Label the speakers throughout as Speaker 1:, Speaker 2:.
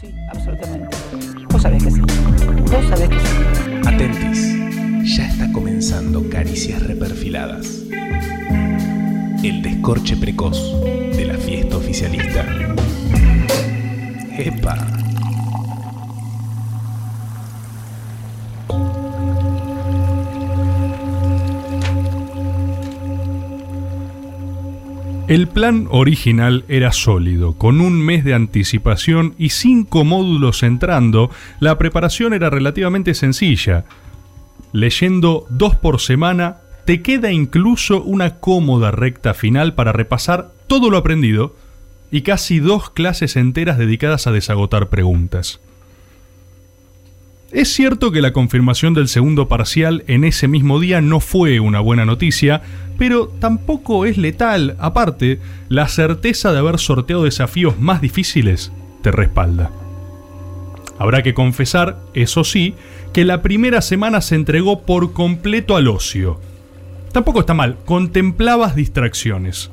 Speaker 1: Sí, absolutamente. Vos sabés que sí. Vos sabés que sí.
Speaker 2: Atentis, ya está comenzando Caricias Reperfiladas. El descorche precoz de la fiesta oficialista. ¡Epa!
Speaker 3: El plan original era sólido, con un mes de anticipación y cinco módulos entrando, la preparación era relativamente sencilla. Leyendo dos por semana, te queda incluso una cómoda recta final para repasar todo lo aprendido y casi dos clases enteras dedicadas a desagotar preguntas. Es cierto que la confirmación del segundo parcial en ese mismo día no fue una buena noticia, pero tampoco es letal. Aparte, la certeza de haber sorteado desafíos más difíciles te respalda. Habrá que confesar, eso sí, que la primera semana se entregó por completo al ocio. Tampoco está mal, contemplabas distracciones.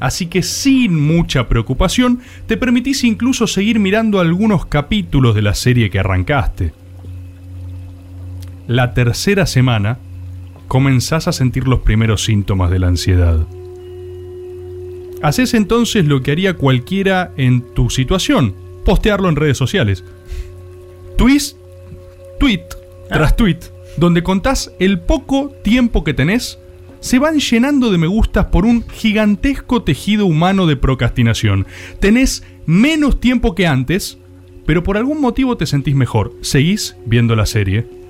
Speaker 3: Así que sin mucha preocupación, te permitís incluso seguir mirando algunos capítulos de la serie que arrancaste la tercera semana comenzás a sentir los primeros síntomas de la ansiedad. Haces entonces lo que haría cualquiera en tu situación, postearlo en redes sociales. Twist, tweet tras tweet, donde contás el poco tiempo que tenés, se van llenando de me gustas por un gigantesco tejido humano de procrastinación. Tenés menos tiempo que antes, pero por algún motivo te sentís mejor. Seguís viendo la serie,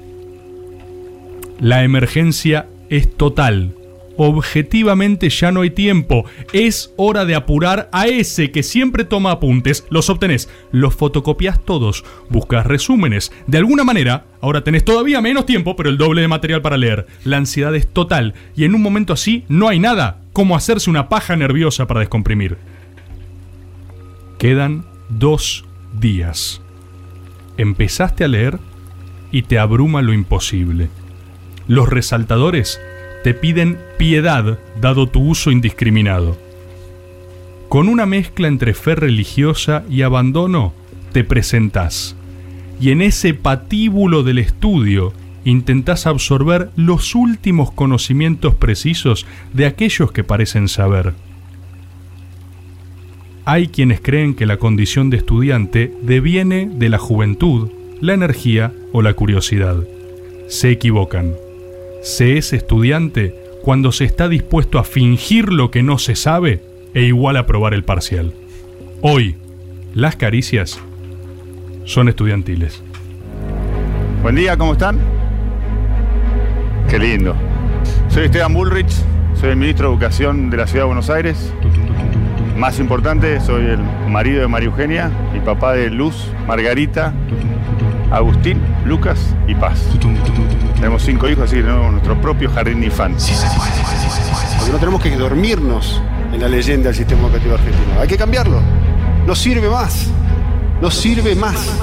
Speaker 3: la emergencia es total. Objetivamente ya no hay tiempo. Es hora de apurar a ese que siempre toma apuntes. Los obtenés, los fotocopias todos, buscas resúmenes. De alguna manera, ahora tenés todavía menos tiempo, pero el doble de material para leer. La ansiedad es total y en un momento así no hay nada como hacerse una paja nerviosa para descomprimir. Quedan dos días. Empezaste a leer y te abruma lo imposible. Los resaltadores te piden piedad dado tu uso indiscriminado. Con una mezcla entre fe religiosa y abandono, te presentás. Y en ese patíbulo del estudio intentás absorber los últimos conocimientos precisos de aquellos que parecen saber. Hay quienes creen que la condición de estudiante deviene de la juventud, la energía o la curiosidad. Se equivocan. Se es estudiante cuando se está dispuesto a fingir lo que no se sabe e igual aprobar el parcial. Hoy, las caricias son estudiantiles.
Speaker 4: Buen día, ¿cómo están? Qué lindo. Soy Esteban Bullrich, soy el ministro de Educación de la Ciudad de Buenos Aires. Más importante, soy el marido de María Eugenia y papá de Luz, Margarita, Agustín, Lucas y Paz. Tenemos cinco hijos, así que tenemos nuestro propio jardín de infancia.
Speaker 5: Porque no tenemos que dormirnos en la leyenda del sistema educativo argentino. Hay que cambiarlo. No sirve más. No sirve más.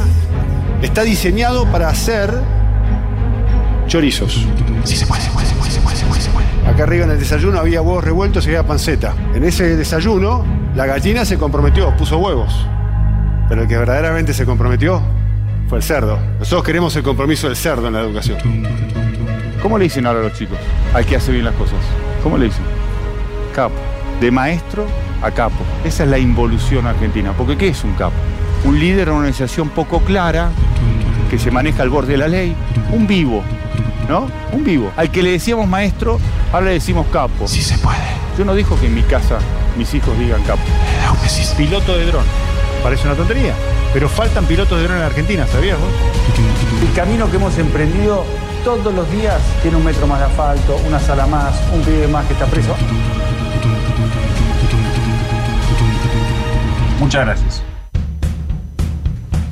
Speaker 5: Está diseñado para hacer chorizos. Acá arriba en el desayuno había huevos revueltos y había panceta. En ese desayuno, la gallina se comprometió, puso huevos. Pero el que verdaderamente se comprometió fue el cerdo. Nosotros queremos el compromiso del cerdo en la educación.
Speaker 4: ¿Cómo le dicen ahora a los chicos? Al que hace bien las cosas. ¿Cómo le dicen? Capo. De maestro a capo. Esa es la involución argentina. Porque ¿qué es un capo? Un líder de una organización poco clara, que se maneja al borde de la ley. Un vivo, ¿no? Un vivo. Al que le decíamos maestro, ahora le decimos capo.
Speaker 6: Sí se puede.
Speaker 4: Yo no dijo que en mi casa mis hijos digan capo.
Speaker 6: Le da un besito.
Speaker 7: Piloto de dron. Parece una tontería, pero faltan pilotos de dron en Argentina, ¿sabías vos?
Speaker 8: El camino que hemos emprendido todos los días tiene un metro más de asfalto, una sala más, un pibe más que está preso.
Speaker 7: Muchas gracias.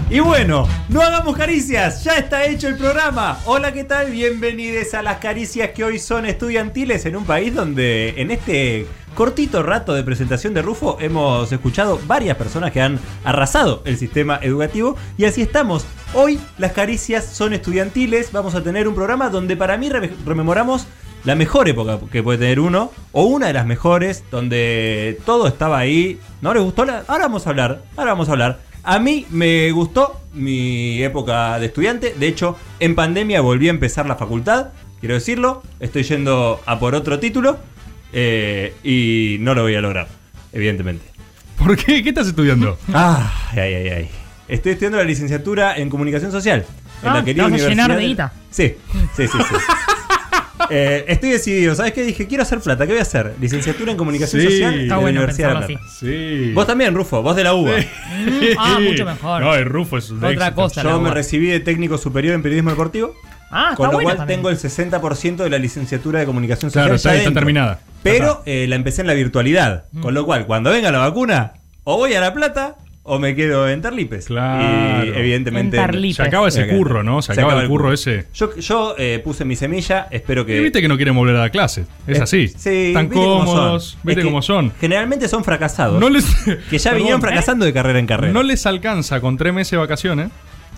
Speaker 9: Y bueno, no hagamos caricias, ya está hecho el programa. Hola, ¿qué tal? Bienvenidos a las caricias que hoy son estudiantiles en un país donde en este cortito rato de presentación de Rufo hemos escuchado varias personas que han arrasado el sistema educativo y así estamos. Hoy las caricias son estudiantiles, vamos a tener un programa donde para mí re- rememoramos la mejor época que puede tener uno, o una de las mejores, donde todo estaba ahí. ¿No les gustó? La... Ahora vamos a hablar, ahora vamos a hablar. A mí me gustó mi época de estudiante. De hecho, en pandemia volví a empezar la facultad. Quiero decirlo, estoy yendo a por otro título eh, y no lo voy a lograr, evidentemente.
Speaker 3: ¿Por qué? ¿Qué estás estudiando?
Speaker 9: Ah, ay, ay, ay. Estoy estudiando la licenciatura en comunicación social. en
Speaker 6: Ah,
Speaker 9: la querida
Speaker 6: te vas a
Speaker 9: Universidad
Speaker 6: llenar de
Speaker 9: del-
Speaker 6: guita.
Speaker 9: Sí, sí, sí. sí. Eh, estoy decidido, ¿sabes qué? Dije, quiero hacer plata, ¿qué voy a hacer? Licenciatura en comunicación
Speaker 3: Sí.
Speaker 9: social en
Speaker 6: Está
Speaker 9: la
Speaker 6: bueno
Speaker 9: Universidad de la
Speaker 6: pensarlo así.
Speaker 9: Plata.
Speaker 3: Sí.
Speaker 9: Vos también, Rufo, vos de la UBA.
Speaker 6: Mm, ah, mucho mejor.
Speaker 3: No, el Rufo es un
Speaker 6: Otra
Speaker 3: éxito.
Speaker 6: cosa. la
Speaker 9: Yo me
Speaker 6: UBA.
Speaker 9: recibí de técnico superior en periodismo deportivo,
Speaker 6: Ah, está
Speaker 9: con lo
Speaker 6: bueno
Speaker 9: cual
Speaker 6: también.
Speaker 9: tengo el 60% de la licenciatura de comunicación social.
Speaker 3: Claro,
Speaker 9: ya
Speaker 3: está, está
Speaker 9: dentro.
Speaker 3: terminada.
Speaker 9: Pero eh, la empecé en la virtualidad,
Speaker 6: Mm.
Speaker 9: con lo cual cuando venga la vacuna, o voy a La Plata o me quedo en Tarlipes.
Speaker 3: Claro.
Speaker 9: Y evidentemente...
Speaker 6: En Tarlipes.
Speaker 3: Se acaba ese
Speaker 9: Acá.
Speaker 3: curro, ¿no? Se, acaba, el curro, ese.
Speaker 9: Yo, yo eh, puse mi semilla, espero que.
Speaker 3: Y viste que no quieren volver a la clase. Es
Speaker 9: eh,
Speaker 3: así.
Speaker 9: Sí,
Speaker 3: Tan
Speaker 9: viste cómo son.
Speaker 3: cómodos. Viste
Speaker 9: Es que
Speaker 3: cómo son.
Speaker 9: Generalmente son fracasados.
Speaker 3: No les.
Speaker 9: que ya
Speaker 3: Perdón. ¿eh?
Speaker 9: vinieron fracasando de carrera en carrera.
Speaker 3: No les alcanza con tres meses de vacaciones.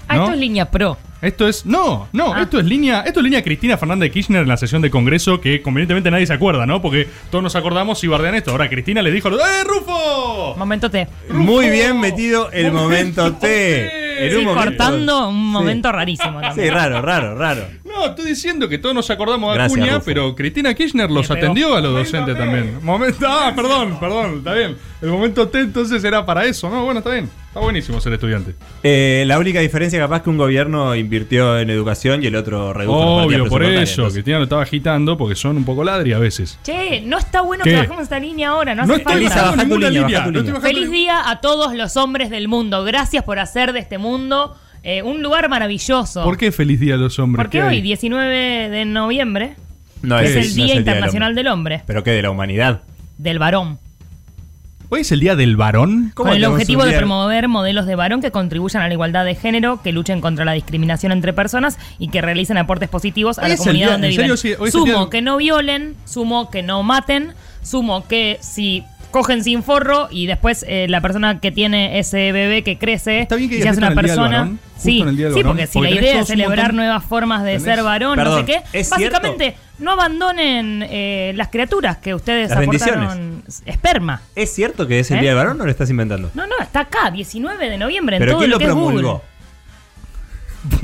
Speaker 6: Ah,
Speaker 3: ¿no?
Speaker 6: esto es línea pro.
Speaker 3: Esto es. No, no,
Speaker 6: Ah.
Speaker 3: esto es línea. Esto es línea Cristina Fernández de Kirchner en la sesión de Congreso que convenientemente nadie se acuerda, ¿no? Porque todos nos acordamos si bardean esto. Ahora Cristina le dijo ¡Eh, Rufo!
Speaker 6: Momento T.
Speaker 9: Muy bien metido el momento T.
Speaker 3: T.
Speaker 9: En
Speaker 6: Sí,
Speaker 9: un momento-
Speaker 6: cortando un momento
Speaker 9: Sí.
Speaker 6: rarísimo también.
Speaker 9: Sí, raro, raro, raro.
Speaker 3: No, estoy diciendo que todos nos acordamos de
Speaker 9: Gracias,
Speaker 3: Acuña,
Speaker 9: Rufo.
Speaker 3: pero Cristina Kirchner los
Speaker 6: Me pegó.
Speaker 3: atendió a los docentes también. Momento, ah, perdón, perdón, está bien. El momento T entonces era para eso, ¿no? Bueno, está bien. Está buenísimo ser estudiante.
Speaker 9: Eh, la única diferencia capaz que un gobierno invirtió en educación y el otro redujo las partidas
Speaker 3: Obvio, por
Speaker 9: presupuestarias,
Speaker 3: eso.
Speaker 9: entonces-
Speaker 3: Cristina lo estaba agitando porque son un poco ladri a veces.
Speaker 6: Che, no está bueno
Speaker 3: ¿Qué?
Speaker 6: que bajemos esta línea ahora, no,
Speaker 3: No
Speaker 6: hace
Speaker 3: estoy
Speaker 6: falta.
Speaker 9: Elisa, baja tu
Speaker 3: ninguna
Speaker 9: línea,
Speaker 3: línea.
Speaker 9: baja tu
Speaker 3: No estoy
Speaker 9: línea.
Speaker 3: bajando
Speaker 6: Feliz día a todos los hombres del mundo. Gracias por hacer de este mundo eh, un lugar maravilloso.
Speaker 3: ¿Por qué feliz día a los hombres?
Speaker 6: Porque
Speaker 3: ¿Qué
Speaker 6: hoy,
Speaker 3: hay?
Speaker 6: 19 de noviembre,
Speaker 9: No,
Speaker 6: es,
Speaker 9: no
Speaker 6: el Día Internacional
Speaker 9: del
Speaker 6: del Hombre,
Speaker 9: Hombre. Pero que de la humanidad.
Speaker 6: del varón.
Speaker 3: ¿Hoy es el día del varón?
Speaker 9: ¿Cómo
Speaker 6: con el
Speaker 9: tenemos
Speaker 6: objetivo
Speaker 9: un
Speaker 6: de
Speaker 9: día-
Speaker 6: promover modelos de varón que contribuyan a la igualdad de género, que luchen contra la discriminación entre personas y que realicen aportes positivos a
Speaker 3: Hoy
Speaker 6: la
Speaker 3: es el
Speaker 6: comunidad
Speaker 3: día-
Speaker 6: donde
Speaker 3: en serio,
Speaker 6: viven.
Speaker 3: sí, hoy es el
Speaker 6: sumo
Speaker 3: día-
Speaker 6: que no violen, sumo que no maten, sumo que si cogen sin forro y después eh, la persona que tiene ese bebé que crece
Speaker 3: Está bien que
Speaker 6: y se
Speaker 3: digas
Speaker 6: hace una
Speaker 3: esto en el Día del
Speaker 6: persona
Speaker 3: Varón, justo
Speaker 6: sí,
Speaker 3: en el Día del
Speaker 6: sí,
Speaker 3: Varón,
Speaker 6: porque si
Speaker 3: porque
Speaker 6: la
Speaker 3: tenés
Speaker 6: idea es
Speaker 3: todos un
Speaker 6: celebrar
Speaker 3: montón-
Speaker 6: nuevas formas de
Speaker 3: tenés-
Speaker 6: ser varón
Speaker 9: Perdón,
Speaker 6: no sé qué
Speaker 9: ¿es cierto?
Speaker 6: básicamente no abandonen eh, las criaturas que ustedes
Speaker 9: Las bendiciones.
Speaker 6: aportaron esperma
Speaker 9: ¿Es cierto que es el
Speaker 6: ¿Eh?
Speaker 9: Día del Varón o lo estás inventando?
Speaker 6: no, no, está acá, 19 de noviembre, en
Speaker 9: ¿Pero
Speaker 6: todo
Speaker 9: quién
Speaker 6: lo
Speaker 9: lo
Speaker 6: que es
Speaker 9: promulgó?
Speaker 6: Google.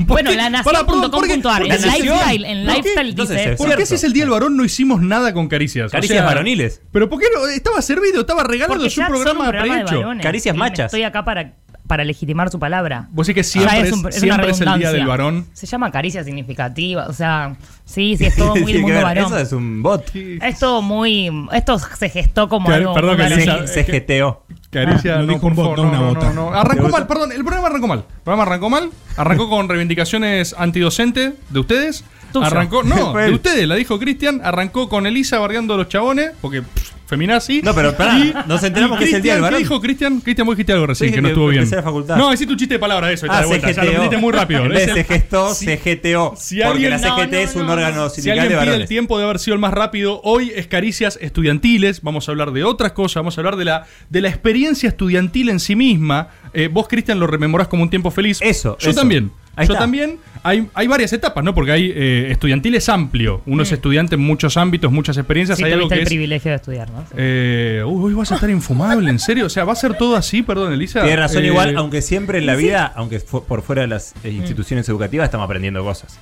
Speaker 6: Bueno, la nación.com.ar, en
Speaker 9: ¿La Nación?
Speaker 6: lifestyle, en
Speaker 9: ¿Por qué?
Speaker 6: lifestyle
Speaker 9: Entonces,
Speaker 6: dice.
Speaker 9: es
Speaker 3: ¿Por qué
Speaker 9: cierto.
Speaker 3: si es el día del varón no hicimos nada con caricias? O
Speaker 9: Caricias
Speaker 3: sea,
Speaker 9: varoniles.
Speaker 3: Pero ¿por qué no? Estaba servido, estaba regalado,
Speaker 6: Porque
Speaker 3: es un
Speaker 6: ya son
Speaker 3: programa,
Speaker 6: de
Speaker 3: prehecho.
Speaker 6: varones.
Speaker 9: Caricias
Speaker 6: Querime,
Speaker 9: machas.
Speaker 6: Estoy acá para, para legitimar su palabra.
Speaker 3: Vos decís que
Speaker 6: Ya
Speaker 3: siempre, es,
Speaker 6: un- una
Speaker 3: siempre es el día
Speaker 6: redundancia.
Speaker 3: del varón.
Speaker 6: Se llama caricia significativa, o sea, sí, sí, es todo muy
Speaker 9: Tiene
Speaker 6: del
Speaker 9: que
Speaker 6: mundo
Speaker 9: ver,
Speaker 6: varón.
Speaker 9: Eso es un bot.
Speaker 6: Esto muy. Esto se gestó como
Speaker 3: Que-
Speaker 6: algo.
Speaker 3: perdón,
Speaker 6: muy
Speaker 3: que
Speaker 6: varonil.
Speaker 3: Elisa-
Speaker 9: Se CGTO.
Speaker 3: Caricia,
Speaker 10: Ah, lo
Speaker 3: no,
Speaker 10: dijo
Speaker 3: por
Speaker 10: un bot,
Speaker 3: favor,
Speaker 10: no
Speaker 3: no,
Speaker 10: una
Speaker 3: no,
Speaker 10: bota.
Speaker 3: no, no. Arrancó mal, perdón, el programa arrancó mal. El programa arrancó mal, arrancó con reivindicaciones antidocentes de ustedes.
Speaker 6: Tuyo.
Speaker 3: Arrancó, no,
Speaker 9: Fue
Speaker 3: de
Speaker 9: él.
Speaker 3: ustedes, la dijo Cristian, arnancó con Elisa bardeando a los chabones, porque pff, feminazi.
Speaker 9: No, pero pará,
Speaker 3: Y-
Speaker 9: nos enteramos
Speaker 3: y
Speaker 9: que es el día del
Speaker 3: Cristian,
Speaker 9: varón.
Speaker 3: ¿Qué dijo Cristian? Cristian, vos dijiste algo recién
Speaker 9: Dije
Speaker 3: que no
Speaker 9: que
Speaker 3: estuvo bien.
Speaker 9: empecé la facultad.
Speaker 3: No, hiciste un chiste de palabra de eso, ahí está
Speaker 9: Ah,
Speaker 3: de vuelta, ya lo
Speaker 9: CGTO.
Speaker 3: metiste muy rápido.
Speaker 9: En vez
Speaker 3: Es
Speaker 9: de
Speaker 3: el-
Speaker 9: CGTO, CGTO.
Speaker 3: Si
Speaker 9: porque
Speaker 3: alguien-
Speaker 9: la CGT
Speaker 6: No, no,
Speaker 9: es un
Speaker 6: no.
Speaker 9: órgano
Speaker 3: Si
Speaker 9: sindical
Speaker 3: alguien
Speaker 9: de
Speaker 3: pide el
Speaker 9: varones.
Speaker 3: tiempo de haber sido el más rápido, hoy es caricias estudiantiles. Vamos a hablar de otras cosas, vamos a hablar de la, de la experiencia estudiantil en sí misma. Eh, vos, Cristian, lo rememorás como un tiempo feliz.
Speaker 9: Eso,
Speaker 3: Yo
Speaker 9: eso.
Speaker 3: también.
Speaker 9: Ahí
Speaker 3: Yo
Speaker 9: está.
Speaker 3: también. Hay, hay varias etapas, ¿no? Porque hay eh, estudiantil es amplio. Uno
Speaker 10: Mm.
Speaker 3: es estudiante en muchos ámbitos, muchas experiencias.
Speaker 6: Sí,
Speaker 3: hay algo
Speaker 6: tuviste
Speaker 3: que
Speaker 6: el
Speaker 3: es.
Speaker 6: privilegio de estudiar, ¿no?
Speaker 3: eh, uy, hoy vas a estar infumable, en serio. O sea, va a ser todo así, perdón, Elisa.
Speaker 9: Tienes razón
Speaker 3: Eh,
Speaker 9: igual, aunque siempre en la vida, aunque fu- por fuera de las
Speaker 3: Mm.
Speaker 9: eh, instituciones educativas, estamos aprendiendo cosas.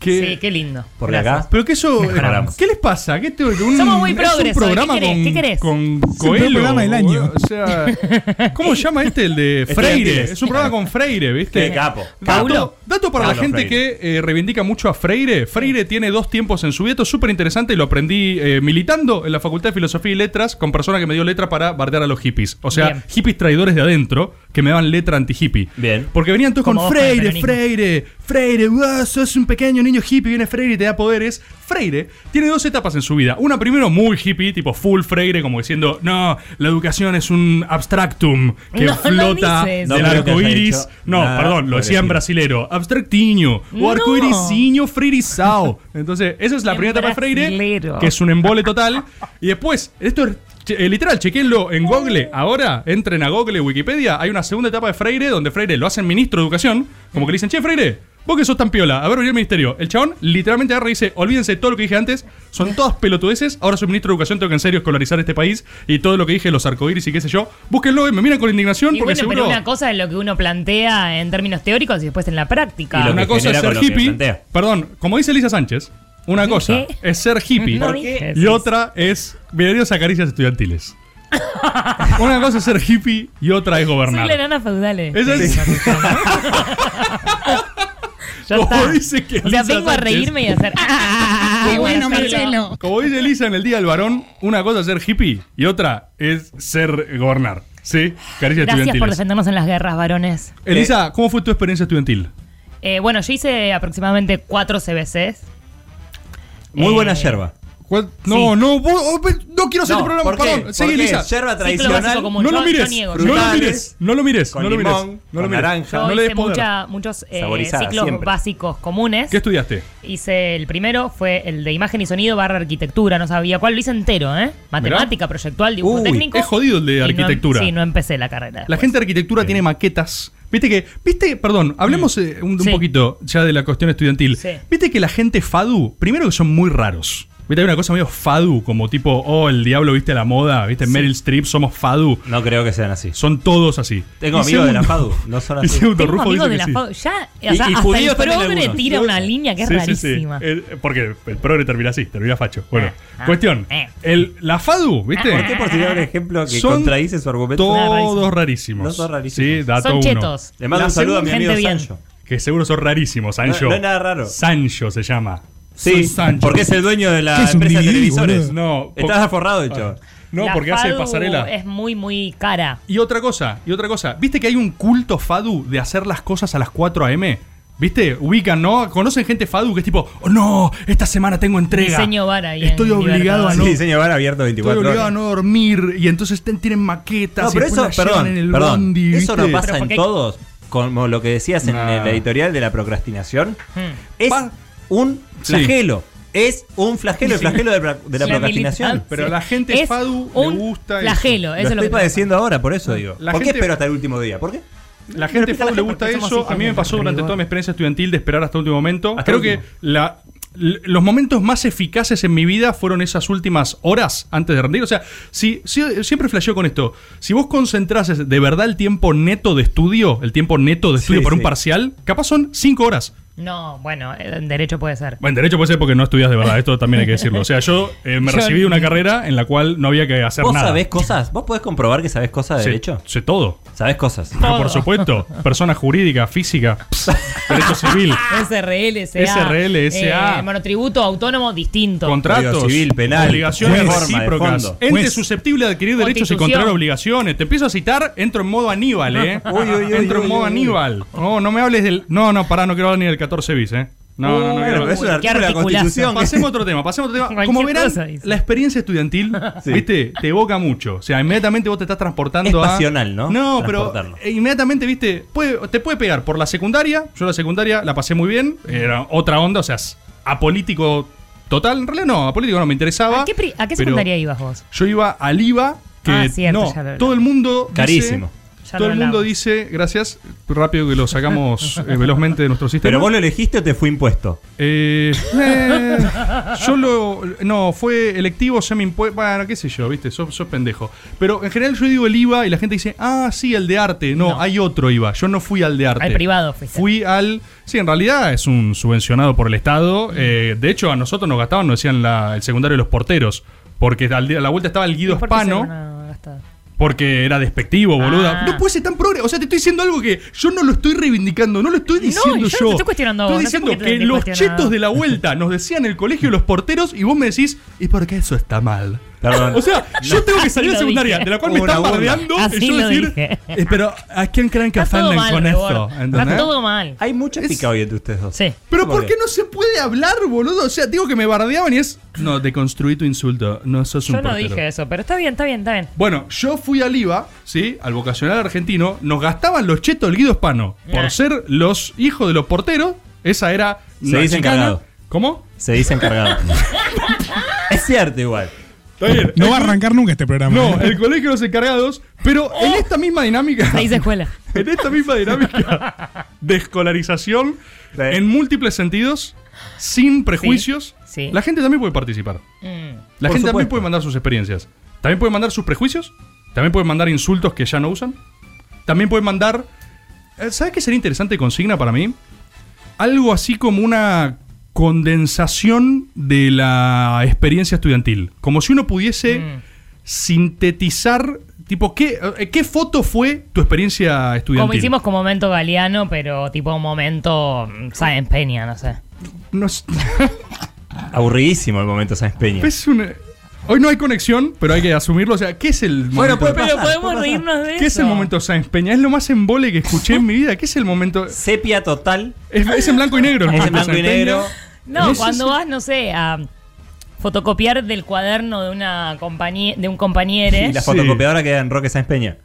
Speaker 3: que-
Speaker 6: Sí, qué lindo.
Speaker 9: Porque
Speaker 6: Gracias.
Speaker 9: acá
Speaker 3: Pero que eso.
Speaker 9: Mejoramos.
Speaker 3: ¿Qué les pasa? ¿Qué te- un,
Speaker 6: Somos muy
Speaker 3: es
Speaker 6: progres
Speaker 3: un
Speaker 6: hoy,
Speaker 3: programa
Speaker 6: ¿qué querés?
Speaker 3: con,
Speaker 6: ¿Qué querés?
Speaker 3: con
Speaker 10: el
Speaker 3: Coelho,
Speaker 10: programa del año.
Speaker 3: boludo. O sea, ¿cómo se llama este? El de Freire.
Speaker 9: Estudiantiles.
Speaker 3: Es un programa con Freire, ¿viste?
Speaker 9: Qué capo.
Speaker 3: Dato,
Speaker 6: Paulo.
Speaker 3: dato para
Speaker 9: Paulo
Speaker 3: la gente
Speaker 9: Freire.
Speaker 3: que eh, reivindica mucho a Freire. Freire tiene dos tiempos en su vida. Esto es súper interesante y lo aprendí eh, militando en la Facultad de Filosofía y Letras con persona que me dio letra para bardear a los hippies. O sea,
Speaker 6: Bien.
Speaker 3: hippies traidores de adentro que me daban letra anti-hippie.
Speaker 9: Bien.
Speaker 3: Porque venían todos
Speaker 6: Como
Speaker 3: con
Speaker 6: vos con el
Speaker 3: Freire,
Speaker 6: peronismo.
Speaker 3: Freire, Freire, uah, sos un pequeño niño hippie, viene Freire y te da poderes. Freire tiene dos etapas en su vida. Una primero muy hippie, tipo full Freire, como diciendo, no, la educación es un abstractum que
Speaker 6: No, no
Speaker 3: flota
Speaker 6: dice eso.
Speaker 3: del
Speaker 9: No creo que
Speaker 3: arco
Speaker 9: haya
Speaker 3: iris.
Speaker 9: dicho
Speaker 3: No,
Speaker 9: nada
Speaker 3: perdón, lo decía en
Speaker 9: parecido.
Speaker 3: brasilero. Abstractiño, o
Speaker 6: No.
Speaker 3: arco irisiño freirizao. Entonces, esa es la
Speaker 6: En
Speaker 3: primera etapa de Freire,
Speaker 6: brasilero.
Speaker 3: que es un embole total. Y después, esto es che- eh, literal, chequenlo en Google. Ahora, entren a Google, Wikipedia. Hay una segunda etapa de Freire donde Freire lo hacen ministro de Educación. Como que le dicen, che, Freire, Vos que sos tan piola, a ver, venir el ministerio. El chabón literalmente agarra y dice: Olvídense de todo lo que dije antes, son todas pelotudeces. Ahora soy ministro de Educación, tengo que en serio escolarizar este país y todo lo que dije, los arcoíris y qué sé yo. Búsquenlo y me miran con indignación
Speaker 6: Y
Speaker 3: porque
Speaker 6: bueno,
Speaker 3: seguro.
Speaker 6: pero una cosa es lo que uno plantea en términos teóricos y después en la práctica.
Speaker 9: Y lo
Speaker 3: una
Speaker 9: que
Speaker 3: cosa es
Speaker 9: genera
Speaker 3: ser
Speaker 9: con lo que
Speaker 3: hippie.
Speaker 9: plantea.
Speaker 3: Perdón, como dice Elisa Sánchez, una cosa es ser hippie
Speaker 6: No dije
Speaker 3: y
Speaker 6: eso.
Speaker 3: otra es bienvenidos a caricias estudiantiles. una cosa es ser hippie y otra es
Speaker 6: Soy la
Speaker 3: gobernar.
Speaker 6: nana feudal. eh.
Speaker 3: Esa es.
Speaker 6: Ya
Speaker 3: como
Speaker 6: está.
Speaker 3: dice que
Speaker 6: O sea,
Speaker 3: Elisa
Speaker 6: vengo a
Speaker 3: Sánchez-
Speaker 6: reírme y a hacer. ¡Ah!
Speaker 10: Qué
Speaker 6: y voy a
Speaker 10: bueno,
Speaker 6: hacerlo.
Speaker 10: Marcelo.
Speaker 3: Como dice Elisa en el Día del Varón, una cosa es ser hippie y otra es ser gobernar. ¿Sí? Caricias
Speaker 6: Gracias por
Speaker 3: estudiantiles.
Speaker 6: defendernos en las guerras, varones.
Speaker 9: Eh,
Speaker 3: Elisa, ¿cómo fue tu experiencia estudiantil?
Speaker 6: Eh, bueno, yo hice aproximadamente cuatro CBCs.
Speaker 9: Muy
Speaker 6: Eh,
Speaker 9: buena yerba.
Speaker 3: ¿Cuál- No, no, vos- oh, pe- no quiero hacer
Speaker 9: No,
Speaker 3: tu programa,
Speaker 9: ¿por qué?
Speaker 3: perdón. Sigue,
Speaker 9: ¿Por qué?
Speaker 3: Elisa.
Speaker 9: Yerba
Speaker 6: Ciclo
Speaker 9: tradicional.
Speaker 6: básico común.
Speaker 3: No lo
Speaker 6: Yo- yo
Speaker 3: mires,
Speaker 6: niego,
Speaker 3: no lo
Speaker 6: yo-
Speaker 9: Frutales,
Speaker 3: mires, no lo mires,
Speaker 9: con
Speaker 3: no lo mires,
Speaker 9: limón,
Speaker 3: no lo
Speaker 9: con
Speaker 3: mires.
Speaker 9: naranja.
Speaker 6: Yo
Speaker 3: No le des
Speaker 6: hice
Speaker 3: poder.
Speaker 6: mucha- muchos eh,
Speaker 9: Saborizada,
Speaker 6: ciclos
Speaker 9: siempre.
Speaker 6: básicos comunes.
Speaker 3: ¿Qué estudiaste?
Speaker 6: Hice el primero, fue el de imagen y sonido barra arquitectura, no sabía cuál, lo hice entero, ¿eh? Matemática, proyectual, dibujo
Speaker 3: Uy,
Speaker 6: técnico.
Speaker 3: es jodido el de
Speaker 6: Y no em-
Speaker 3: arquitectura.
Speaker 6: sí, no empecé la carrera.
Speaker 3: La
Speaker 6: después.
Speaker 3: gente de arquitectura tiene maquetas. Viste que, viste, perdón, hablemos eh, un, un
Speaker 6: Mm. Sí.
Speaker 3: poquito ya de la cuestión estudiantil.
Speaker 6: Sí.
Speaker 3: Viste que la gente FADU, primero que son muy raros. Viste, hay una cosa medio FADU, como tipo, oh, el diablo, viste la moda, viste, Meryl Streep, somos FADU.
Speaker 9: No creo que sean así.
Speaker 3: Son todos así.
Speaker 9: Tengo
Speaker 3: Y
Speaker 9: amigos de la
Speaker 3: segundo-
Speaker 9: FADU, no son
Speaker 3: Y
Speaker 9: así.
Speaker 3: segundo,
Speaker 6: Tengo
Speaker 3: Rufo dice
Speaker 6: amigos de
Speaker 3: que
Speaker 6: la
Speaker 3: sí.
Speaker 6: FAU. Ya, o
Speaker 9: Y-
Speaker 6: sea,
Speaker 9: y
Speaker 6: hasta el
Speaker 9: judíos también
Speaker 6: progre
Speaker 9: algunos.
Speaker 6: tira una línea que es
Speaker 3: Sí, sí, sí.
Speaker 6: rarísima.
Speaker 3: El- porque el progre termina así, termina facho. Bueno,
Speaker 6: Ah, ah,
Speaker 3: cuestión.
Speaker 6: eh.
Speaker 3: El, la FADU, ¿viste?
Speaker 9: Ah, ¿Por qué por tirar un ejemplo que
Speaker 3: Son
Speaker 9: contradice su argumento?
Speaker 3: Todos
Speaker 6: rarísimo.
Speaker 3: rarísimos.
Speaker 9: No son rarísimos.
Speaker 3: Sí, dato
Speaker 6: Son
Speaker 3: uno.
Speaker 6: chetos.
Speaker 9: Le mando
Speaker 6: La
Speaker 9: un saludo a mi amigo
Speaker 6: segunda gente bien.
Speaker 9: Sancho.
Speaker 3: Que seguro son rarísimos, Sancho.
Speaker 9: no es nada raro.
Speaker 3: Sancho se llama.
Speaker 9: Sí,
Speaker 3: Son Sancho.
Speaker 9: porque es el dueño de la
Speaker 3: ¿Qué es un
Speaker 9: empresa de
Speaker 3: DVD,
Speaker 9: televisores.
Speaker 3: boludo? Ah. No, por-
Speaker 9: Estás aforrado el chaval.
Speaker 3: No,
Speaker 6: La
Speaker 3: porque hace
Speaker 6: FADU
Speaker 3: pasarela.
Speaker 6: Es muy, muy cara.
Speaker 3: Y otra cosa, y otra cosa. ¿Viste que hay un culto Fadu de hacer las cosas a las 4 a.m.? ¿Viste? Ubican, ¿no? ¿Conocen gente Fadu que es tipo, oh no, esta semana tengo entrega?
Speaker 6: Diseño vara ahí
Speaker 3: Estoy
Speaker 6: en
Speaker 3: obligado a
Speaker 6: Libertadores.
Speaker 3: no.
Speaker 9: Sí, señor, van abierto
Speaker 3: Estoy
Speaker 9: 24
Speaker 3: obligado a
Speaker 9: horas.
Speaker 3: no dormir y entonces ten- tienen maquetas
Speaker 9: No,
Speaker 3: y
Speaker 9: pero
Speaker 3: después
Speaker 9: eso,
Speaker 3: las llevan
Speaker 9: perdón,
Speaker 3: en el
Speaker 9: perdón.
Speaker 3: bondi,
Speaker 9: eso no
Speaker 3: ¿viste?
Speaker 9: pasa
Speaker 6: Pero
Speaker 9: en
Speaker 6: porque-
Speaker 9: todos. Como lo que decías en
Speaker 3: Nah.
Speaker 9: el editorial de la procrastinación,
Speaker 6: Hmm.
Speaker 9: es
Speaker 3: Pa-
Speaker 9: un
Speaker 3: Sí.
Speaker 9: flagelo. Es un flagelo, el flagelo de, pra- de la
Speaker 6: Sí.
Speaker 9: procrastinación.
Speaker 6: militancia.
Speaker 3: Pero a la gente
Speaker 6: Es
Speaker 3: Fadu le
Speaker 6: un
Speaker 3: gusta eso.
Speaker 6: Flagelo,
Speaker 9: lo
Speaker 6: eso es lo
Speaker 9: estoy
Speaker 6: que
Speaker 9: padeciendo ahora, por eso digo.
Speaker 3: La
Speaker 9: ¿Por qué
Speaker 3: gente-
Speaker 9: espero hasta el último día? ¿Por qué?
Speaker 3: La gente
Speaker 6: Respeta a
Speaker 3: Fadu
Speaker 6: la
Speaker 3: le
Speaker 6: gente
Speaker 3: gusta
Speaker 6: porque somos
Speaker 3: eso.
Speaker 6: hijos
Speaker 3: A mí
Speaker 6: de
Speaker 3: me pasó
Speaker 6: Rodrigo.
Speaker 3: durante toda mi experiencia estudiantil de esperar hasta el último momento.
Speaker 9: Hasta
Speaker 3: Creo
Speaker 9: el
Speaker 3: que
Speaker 9: último.
Speaker 3: la- l- los momentos más eficaces en mi vida fueron esas últimas horas antes de rendir. O sea, si, si- siempre flasheo con esto. Si vos concentrases de verdad el tiempo neto de estudio, el tiempo neto de estudio
Speaker 9: Sí,
Speaker 3: para
Speaker 9: sí.
Speaker 3: un parcial, capaz son 5 horas.
Speaker 6: No, bueno, en derecho puede ser.
Speaker 3: Bueno, en derecho puede ser porque no estudias de verdad, esto también hay que decirlo. O sea, yo eh, me
Speaker 6: Yo-
Speaker 3: recibí de una carrera en la cual no había que hacer
Speaker 9: ¿Vos
Speaker 3: nada.
Speaker 9: sabés cosas? ¿Vos podés comprobar que sabés cosas de
Speaker 3: Sé-
Speaker 9: derecho?
Speaker 3: Sé todo.
Speaker 9: ¿Sabés cosas?
Speaker 3: Ah, por supuesto. Persona jurídica, física, derecho civil.
Speaker 6: SRL, SA.
Speaker 3: SRL, SA.
Speaker 6: eh, monotributo autónomo distinto.
Speaker 3: Contratos,
Speaker 9: Código civil, penal,
Speaker 3: obligaciones
Speaker 9: juez, forma de
Speaker 3: recíprocas,
Speaker 9: fondo.
Speaker 3: ente
Speaker 9: Juez.
Speaker 3: susceptible de adquirir derechos y
Speaker 6: Constitución.
Speaker 3: contraer obligaciones. Te empiezo a citar, entro en modo Aníbal, ¿eh?
Speaker 9: Uy, uy, uy,
Speaker 3: entro en
Speaker 9: uy,
Speaker 3: modo
Speaker 9: uy.
Speaker 3: Aníbal. Oh, No, no me hables del. No, no, pará, no quiero hablar ni del 14 bis, ¿eh? No, no, no. quiero
Speaker 9: Bueno,
Speaker 3: hablar.
Speaker 9: pero es un
Speaker 6: Uy, qué
Speaker 9: artículo de la
Speaker 6: articulazo.
Speaker 9: Constitución.
Speaker 3: Pasemos a otro tema, pasemos a otro tema.
Speaker 6: Cualquier
Speaker 3: Como verán,
Speaker 6: cosa dice.
Speaker 3: la experiencia estudiantil,
Speaker 9: Sí.
Speaker 3: viste, te evoca mucho. O sea, inmediatamente vos te estás transportando
Speaker 9: Es
Speaker 3: a-
Speaker 9: pasional, ¿no?
Speaker 3: No, pero
Speaker 9: Transportarlo.
Speaker 3: eh, inmediatamente, viste, puede- te puede pegar por la secundaria. Yo la secundaria la pasé muy bien. Era otra onda, o sea, es apolítico total. En realidad no, apolítico no me interesaba.
Speaker 6: ¿A qué, pri- a qué
Speaker 3: pero
Speaker 6: secundaria ibas vos?
Speaker 3: Yo iba al IVA, que
Speaker 6: Ah, cierto,
Speaker 3: no,
Speaker 6: ya lo hablamos.
Speaker 3: todo el mundo dice-
Speaker 9: Carísimo.
Speaker 6: Ya
Speaker 3: todo
Speaker 6: lo
Speaker 3: el mundo
Speaker 6: hablamos.
Speaker 3: dice, gracias, rápido que lo sacamos eh, velozmente de nuestro sistema.
Speaker 9: ¿Pero vos lo elegiste o te fue impuesto?
Speaker 3: Eh, eh, yo lo. No, fue electivo, me impuesto. Bueno, qué sé yo, viste, sos, sos pendejo. Pero en general yo digo el IVA y la gente dice, ah, sí, el de arte. No,
Speaker 6: No.
Speaker 3: hay otro IVA. Yo no fui al de arte.
Speaker 6: Al privado fuiste.
Speaker 3: Fui al. Sí, en realidad es un subvencionado por el
Speaker 6: Mm.
Speaker 3: Estado. Eh, de hecho, a nosotros nos gastaban, nos decían la- el secundario de los porteros. Porque al- a la vuelta estaba el Guido
Speaker 6: ¿Y por qué se
Speaker 3: Hispano.
Speaker 6: van a gastar?
Speaker 3: Porque era despectivo, boluda.
Speaker 6: Ah.
Speaker 3: No puede ser tan progre. O sea, te estoy diciendo algo que yo no lo estoy reivindicando, no lo estoy diciendo
Speaker 6: yo no
Speaker 3: yo.
Speaker 6: te estoy cuestionando a vos, no sé
Speaker 3: diciendo
Speaker 6: por qué te
Speaker 3: que
Speaker 6: estoy
Speaker 3: los
Speaker 6: cuestionando.
Speaker 3: chetos de la vuelta nos decían en el colegio los porteros y vos me decís, ¿y por qué eso está mal?
Speaker 9: Perdón.
Speaker 3: O sea, yo tengo que salir de
Speaker 6: Así lo
Speaker 3: secundaria,
Speaker 6: dije.
Speaker 3: de la cual me
Speaker 9: Una
Speaker 3: están
Speaker 9: burla.
Speaker 3: bardeando y
Speaker 6: Así
Speaker 3: yo
Speaker 6: lo
Speaker 3: decir,
Speaker 6: dije.
Speaker 3: "Eh, pero ¿a quién creen que
Speaker 6: Está todo
Speaker 3: afandan
Speaker 6: mal,
Speaker 3: con esto?
Speaker 6: Rebord. Está
Speaker 3: ¿Entendés?
Speaker 6: todo mal.
Speaker 9: Hay mucha
Speaker 3: Es-
Speaker 9: pica hoy entre ustedes dos.
Speaker 6: Sí.
Speaker 3: Pero ¿por qué no se puede hablar, boludo? O sea, digo que me bardeaban y es, no, deconstruí tu insulto, no sos un
Speaker 6: Yo no
Speaker 3: portero".
Speaker 6: dije eso, pero está bien, está bien, está bien.
Speaker 3: Bueno, yo fui al IVA, ¿sí? Al vocacional argentino, nos gastaban los chetos el Guido Hispano. Por
Speaker 6: Nah.
Speaker 3: ser los hijos de los porteros, esa era.
Speaker 9: Se
Speaker 3: la
Speaker 9: dice
Speaker 3: chicana.
Speaker 9: encargado.
Speaker 3: ¿Cómo?
Speaker 9: Se dice encargado. es cierto igual.
Speaker 3: Está bien.
Speaker 10: No va a arrancar nunca este programa.
Speaker 3: No, el colegio de los encargados, pero en esta misma dinámica.
Speaker 6: Se dice Oh. escuela.
Speaker 3: En esta misma dinámica de escolarización,
Speaker 9: Sí.
Speaker 3: en múltiples sentidos, sin prejuicios.
Speaker 6: sí.
Speaker 3: La gente también puede participar.
Speaker 6: Mm.
Speaker 3: La
Speaker 9: Por
Speaker 3: gente también
Speaker 9: supuesto.
Speaker 3: puede mandar sus experiencias. También puede mandar sus prejuicios. También puede mandar insultos que ya no usan. También puede mandar. eh, ¿Sabes qué sería interesante consigna para mí? Algo así como una condensación de la experiencia estudiantil. Como si uno pudiese
Speaker 9: Mm.
Speaker 3: sintetizar. Tipo, ¿qué, eh, ¿qué foto fue tu experiencia estudiantil?
Speaker 6: Como hicimos con momento galeano, pero tipo un momento mm, Sáenz Peña, no sé.
Speaker 3: No es-
Speaker 9: Aburridísimo el momento Sáenz Peña.
Speaker 3: es eh, una- Hoy no hay conexión, pero hay que asumirlo. O sea, ¿qué es el
Speaker 9: Bueno,
Speaker 3: momento-
Speaker 9: pues,
Speaker 6: Pero podemos reírnos de eso.
Speaker 3: ¿Qué es el momento Sáenz Peña? Es lo más embole que escuché en mi vida. ¿Qué es el momento? Es,
Speaker 9: Sepia total.
Speaker 3: es en blanco y negro. el
Speaker 9: Es en blanco y
Speaker 3: momento Sáenz Peña.
Speaker 9: negro.
Speaker 6: No,
Speaker 3: Ese
Speaker 6: cuando
Speaker 3: es-
Speaker 6: vas, no sé, a fotocopiar del cuaderno de una compañía de un compañero,
Speaker 9: Y la
Speaker 3: Sí.
Speaker 9: fotocopiadora queda en Roque Sáenz Peña.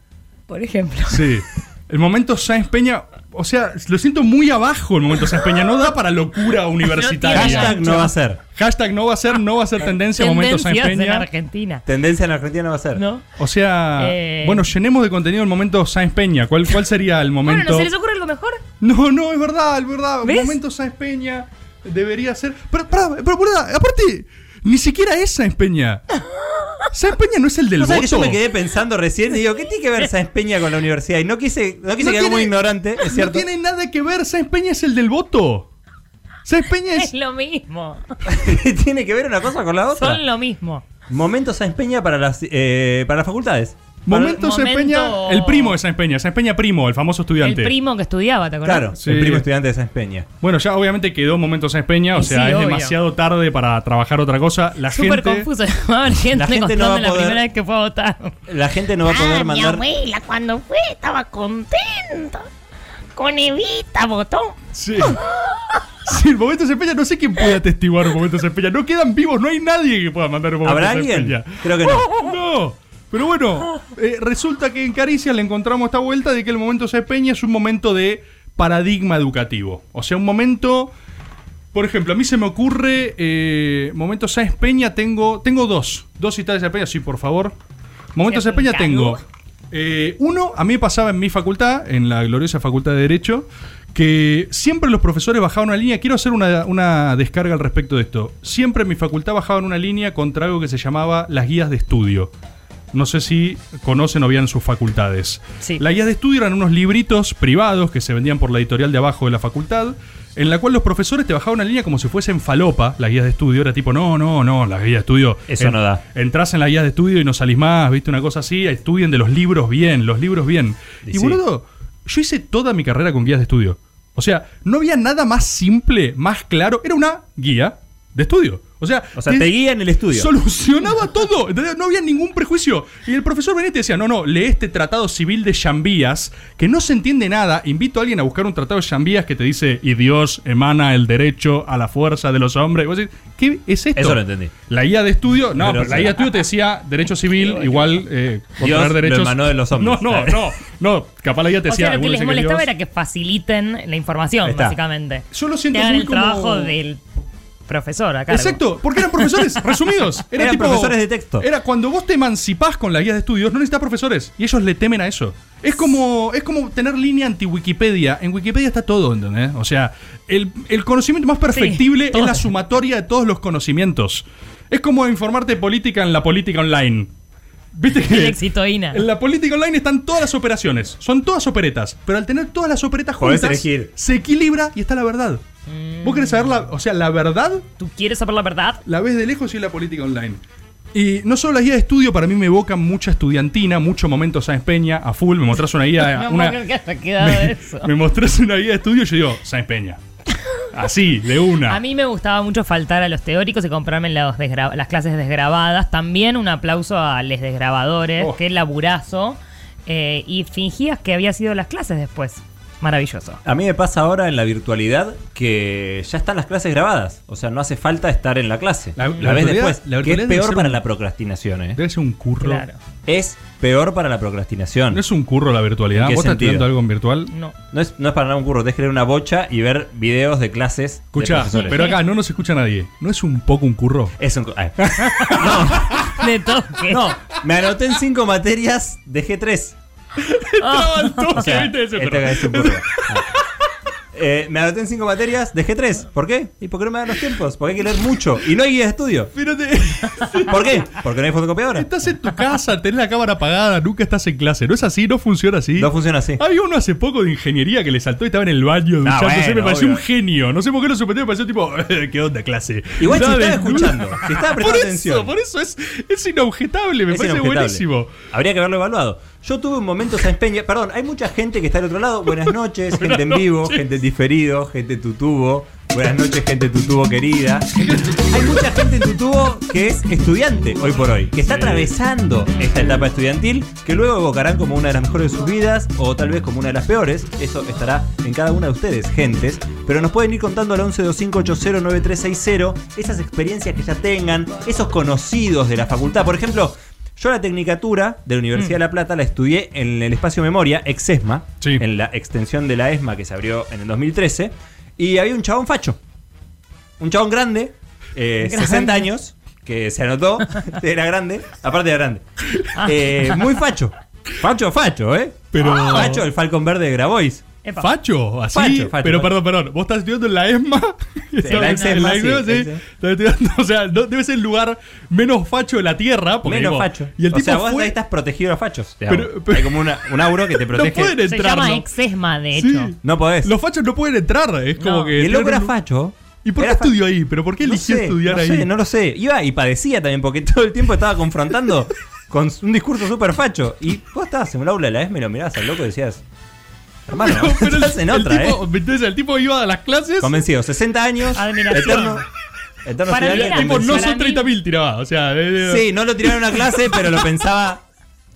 Speaker 6: por ejemplo.
Speaker 3: Sí. El momento Sáenz Peña. O sea, lo siento muy abajo el momento Sáenz Peña. No da para locura universitaria.
Speaker 9: Hashtag no va a ser.
Speaker 3: Hashtag no va a ser, no va a ser tendencia momento Sáenz
Speaker 6: Tendencias en
Speaker 3: Peña.
Speaker 6: Argentina,
Speaker 9: Tendencia en la Argentina no va a ser.
Speaker 6: ¿no?
Speaker 3: O sea,
Speaker 6: Eh.
Speaker 3: bueno, llenemos de contenido el momento Sáenz Peña. ¿Cuál, cuál sería el
Speaker 6: Bueno, ¿no
Speaker 3: momento?
Speaker 6: se les ocurre algo mejor?
Speaker 3: No, no, es verdad, es verdad.
Speaker 6: ¿Ves?
Speaker 3: Momento Sáenz Peña debería ser. Pero, pará, pero, pará, aparte, ni siquiera es Sáenz Peña. Sáenz Peña no es el del
Speaker 9: ¿No
Speaker 3: voto.
Speaker 9: sabes que yo me quedé pensando recién y digo, ¿qué tiene que ver Sáenz Peña con la universidad? Y no quise, no quise quedar
Speaker 3: No tiene-
Speaker 9: como ignorante, es
Speaker 3: No
Speaker 9: cierto.
Speaker 3: tiene nada que ver, Sáenz Peña es el del voto. Sáenz Peña
Speaker 6: Es
Speaker 3: es.
Speaker 6: lo mismo.
Speaker 9: tiene que ver una cosa con la otra.
Speaker 6: Son lo mismo.
Speaker 9: Momentos Sáenz Peña para las, eh, para las facultades.
Speaker 3: Momento Sáenz
Speaker 6: momento-
Speaker 3: Peña, el primo de Sáenz Peña, Sáenz Peña primo, el famoso
Speaker 6: El
Speaker 3: estudiante.
Speaker 6: primo que estudiaba, ¿te acordás?
Speaker 9: Claro,
Speaker 3: Sí.
Speaker 9: el primo estudiante de Sáenz Peña.
Speaker 3: Bueno, ya obviamente quedó Momento Sáenz Peña, o
Speaker 6: Y
Speaker 3: sea,
Speaker 6: sí,
Speaker 3: es
Speaker 6: obvio.
Speaker 3: demasiado tarde para trabajar otra cosa. La
Speaker 6: Súper
Speaker 3: gente.
Speaker 6: confuso. Llamaba la gente,
Speaker 9: La gente no
Speaker 6: contando
Speaker 9: va a
Speaker 6: la
Speaker 9: poder-
Speaker 6: primera vez que fue a votar.
Speaker 9: La gente no va a
Speaker 6: Ah,
Speaker 9: poder mandar.
Speaker 10: Ah, abuela cuando fue estaba contenta. Con Evita votó. ¡Oh!
Speaker 3: Sí.
Speaker 6: Oh,
Speaker 3: Sí, el momento Sáenz Peña, no sé quién puede atestiguar un momento Sáenz Peña. No quedan vivos, no hay nadie que pueda mandar un momento
Speaker 9: ¿Habrá
Speaker 3: Sáenz
Speaker 9: alguien?
Speaker 3: Peña.
Speaker 9: Creo que no.
Speaker 3: No. Pero bueno, eh, resulta que en Caricias le encontramos esta vuelta de que el momento Sáenz Peña es un momento de paradigma educativo. O sea, un momento. Por ejemplo, a mí se me ocurre. eh, momento Sáenz Peña, tengo. Tengo dos. Dos citadas de Sáenz Peña, sí, por favor. Momento
Speaker 6: Se
Speaker 3: Sáenz Peña
Speaker 6: pinta,
Speaker 3: tengo.
Speaker 6: ¿no?
Speaker 3: eh, uno, a mí me pasaba en mi facultad, en la gloriosa facultad de Derecho, que siempre los profesores bajaban una línea. Quiero hacer una, una descarga al respecto de esto. Siempre en mi facultad bajaban una línea contra algo que se llamaba las guías de estudio. No sé si conocen o habían sus facultades.
Speaker 6: Sí.
Speaker 3: La guía de estudio eran unos libritos privados que se vendían por la editorial de abajo de la facultad, en la cual los profesores te bajaban una línea como si fuesen falopa, las guías de estudio. Era tipo, no, no, no, las guías de estudio.
Speaker 9: Eso no da.
Speaker 3: Entrás en las guías de estudio y no salís más, viste, una cosa así. Estudien de los libros bien, los libros bien.
Speaker 9: Y
Speaker 3: Y,
Speaker 9: sí.
Speaker 3: boludo, yo hice toda mi carrera con guías de estudio. O sea, no había nada más simple, más claro. Era una guía de estudio. O sea,
Speaker 9: O sea, te guía en el estudio.
Speaker 3: Solucionaba todo. ¿entendés? No había ningún prejuicio. Y el profesor venía y te decía, no, no, lee este tratado civil de Chambías, que no se entiende nada. Invito a alguien a buscar un tratado de Chambías que te dice, y Dios emana el derecho a la fuerza de los hombres. Y vos decís, ¿qué es esto?
Speaker 9: Eso lo entendí.
Speaker 3: La guía de estudio, no,
Speaker 9: Pero,
Speaker 3: pero,
Speaker 9: o sea,
Speaker 3: la guía de estudio te decía derecho civil, igual eh, controlar
Speaker 9: lo
Speaker 3: derechos.
Speaker 9: emanó de los hombres.
Speaker 3: No, no, no, no. Capaz la guía te
Speaker 6: O
Speaker 3: decía.
Speaker 6: sea, lo que
Speaker 3: algunos
Speaker 6: les
Speaker 3: dicen que
Speaker 6: molestaba
Speaker 3: Dios-
Speaker 6: era que faciliten la información,
Speaker 9: Ahí está.
Speaker 6: básicamente.
Speaker 3: Yo lo siento
Speaker 6: Que hagan
Speaker 3: muy
Speaker 6: el
Speaker 3: como-
Speaker 6: trabajo del profesor acá.
Speaker 3: Exacto, porque eran profesores resumidos. Era
Speaker 9: Eran
Speaker 3: tipo-
Speaker 9: profesores de texto.
Speaker 3: Era cuando vos te emancipás con la guía de estudios, no necesitas profesores. Y ellos le temen a eso. Es como, es como tener línea anti-Wikipedia. En Wikipedia está todo, ¿entendés? O sea, el, el conocimiento más perfectible es
Speaker 6: todo.
Speaker 3: la sumatoria de todos los conocimientos. Es como informarte de política en la política online. ¿Viste que
Speaker 6: El exitoína.
Speaker 3: En la política online están todas las operaciones. Son todas operetas. Pero al tener todas las operetas
Speaker 9: Podés
Speaker 3: juntas,
Speaker 9: elegir.
Speaker 3: se equilibra y está la verdad. ¿Vos querés saber la, o sea, la verdad?
Speaker 6: Mm. ¿Tú quieres saber la verdad?
Speaker 3: la ves de lejos y es la política online. Y no solo las guías de estudio, para mí me evocan mucha estudiantina, mucho momento Sáenz Peña, a full, me mostrás una guía,
Speaker 6: no
Speaker 3: una,
Speaker 6: puedo creer que haya quedado
Speaker 3: me,
Speaker 6: eso.
Speaker 3: me mostrás una guía de estudio y yo digo, Sáenz Peña. Así, de una.
Speaker 6: A mí me gustaba mucho faltar a los teóricos y comprarme los desgra- las clases desgrabadas. También un aplauso a los desgrabadores,
Speaker 3: Oh.
Speaker 6: qué laburazo. Eh, y fingías que había sido las clases después. Maravilloso.
Speaker 9: A mí me pasa ahora en la virtualidad que ya están las clases grabadas. O sea, no hace falta estar en la clase. La,
Speaker 3: La- la
Speaker 9: ves
Speaker 3: virtualidad-
Speaker 9: después.
Speaker 3: la
Speaker 9: que es
Speaker 3: virtualidad debe
Speaker 9: peor
Speaker 3: ser
Speaker 9: para
Speaker 3: un-
Speaker 9: la procrastinación, ¿eh?
Speaker 3: Debe ser un curro.
Speaker 6: Claro.
Speaker 9: Es peor para la procrastinación.
Speaker 3: No es un curro la virtualidad.
Speaker 9: ¿En qué
Speaker 3: ¿Vos estás
Speaker 9: sentido?
Speaker 3: estudiando algo en virtual?
Speaker 6: No.
Speaker 9: No es, no es para nada un curro, es creer una bocha y ver videos de clases. de
Speaker 3: Escuchá,
Speaker 9: profesores.
Speaker 3: pero acá no nos escucha nadie. ¿No es un poco un curro?
Speaker 9: Es un. cu- eh. ay.
Speaker 6: De toque.
Speaker 9: No, me anoté en cinco materias, dejé tres.
Speaker 3: Traban todos,
Speaker 6: Ah.
Speaker 9: O sea,
Speaker 3: ¿viste? Ese
Speaker 9: Ah. este
Speaker 3: curro.
Speaker 9: es un curro. Ah. eh, me anoté en cinco materias, dejé tres. ¿Por qué? ¿Y por qué no me dan los tiempos? Porque hay que leer mucho. Y no hay guía de estudio. ¿Por qué? Porque no hay fotocopiadora.
Speaker 3: Estás en tu casa, tenés la cámara apagada, nunca estás en clase. ¿No es así? ¿No funciona así? No
Speaker 9: funciona así.
Speaker 3: Había uno hace poco de ingeniería que le saltó y estaba en el baño
Speaker 9: Ah,
Speaker 3: duchándose.
Speaker 9: bueno,
Speaker 3: me pareció
Speaker 9: obvio.
Speaker 3: un genio. No sé por qué lo suspendió, me pareció tipo, ¿qué onda clase?
Speaker 9: Igual si
Speaker 3: ¿Sabes?
Speaker 9: estaba escuchando, si estaba prestando
Speaker 3: por eso,
Speaker 9: atención.
Speaker 3: Por eso es, es inobjetable, me
Speaker 9: Es
Speaker 3: parece
Speaker 9: inobjetable.
Speaker 3: buenísimo.
Speaker 9: Habría que haberlo evaluado. Yo tuve un momento Sáenz Peña. Perdón, hay mucha gente que está del otro lado. Buenas noches, gente en vivo, gente en diferido, gente en tu tubo. Buenas noches, gente en tu tubo querida. Hay mucha gente en tu tubo que es estudiante hoy por hoy, que está atravesando esta etapa estudiantil, que luego evocarán como una de las mejores de sus vidas o tal vez como una de las peores. Eso estará en cada una de ustedes, gentes. Pero nos pueden ir contando al 1125809360 esas experiencias que ya tengan, esos conocidos de la facultad. Por ejemplo, yo la tecnicatura de la
Speaker 3: Mm.
Speaker 9: Universidad de La Plata la estudié en el espacio Memoria, ex-ESMA, en la extensión de la ESMA que se abrió en el 2013. Y había un chabón facho. Un chabón grande, eh,
Speaker 11: Grande.
Speaker 9: 60 años, que se anotó, era grande, aparte era grande. Eh, muy facho. Facho, facho, ¿eh?
Speaker 3: Ah. Pero-
Speaker 9: Facho, el Falcon Verde de Grabois.
Speaker 3: Epa. Facho, así. Pero perdón, perdón. Vos estás estudiando en la ESMA.
Speaker 9: en la
Speaker 3: Estás- en
Speaker 9: ESMA,
Speaker 3: la
Speaker 9: sí,
Speaker 3: ESMA, sí.
Speaker 9: sí, sí.
Speaker 3: Estás estudiando, o sea, no- debe ser el lugar menos facho de la tierra. porque,
Speaker 9: Menos
Speaker 3: digo,
Speaker 9: facho.
Speaker 3: Y el
Speaker 9: O
Speaker 3: tipo
Speaker 9: sea, vos
Speaker 3: fue-
Speaker 9: ahí estás protegido a los fachos. digamos.
Speaker 3: Pero-
Speaker 9: Hay como una, un auro que te protege.
Speaker 6: Se llama exesma, de hecho.
Speaker 9: No podés.
Speaker 3: Los fachos no pueden entrar. Es como que.
Speaker 9: Y el loco era
Speaker 3: tienen un-
Speaker 9: facho.
Speaker 3: ¿Y por qué
Speaker 9: Era fa-
Speaker 3: estudió ahí? ¿Pero por qué eligió
Speaker 9: sé,
Speaker 3: estudiar
Speaker 9: no
Speaker 3: ahí?
Speaker 9: Sé, no lo sé. Iba y padecía también porque todo el tiempo estaba confrontando con un discurso súper facho. Y vos estabas en un aula de la ESMA y lo mirabas al loco y decías... Hermano, estás en otra,
Speaker 3: el tipo,
Speaker 9: ¿eh?
Speaker 3: Entonces el tipo iba a las clases.
Speaker 9: Convencido. 60 años. Eterno. eterno final que
Speaker 3: el tipo no
Speaker 9: convencido.
Speaker 3: son 30.000 tiraba. O sea. eh,
Speaker 9: Sí, no lo tiraron a clase, pero lo pensaba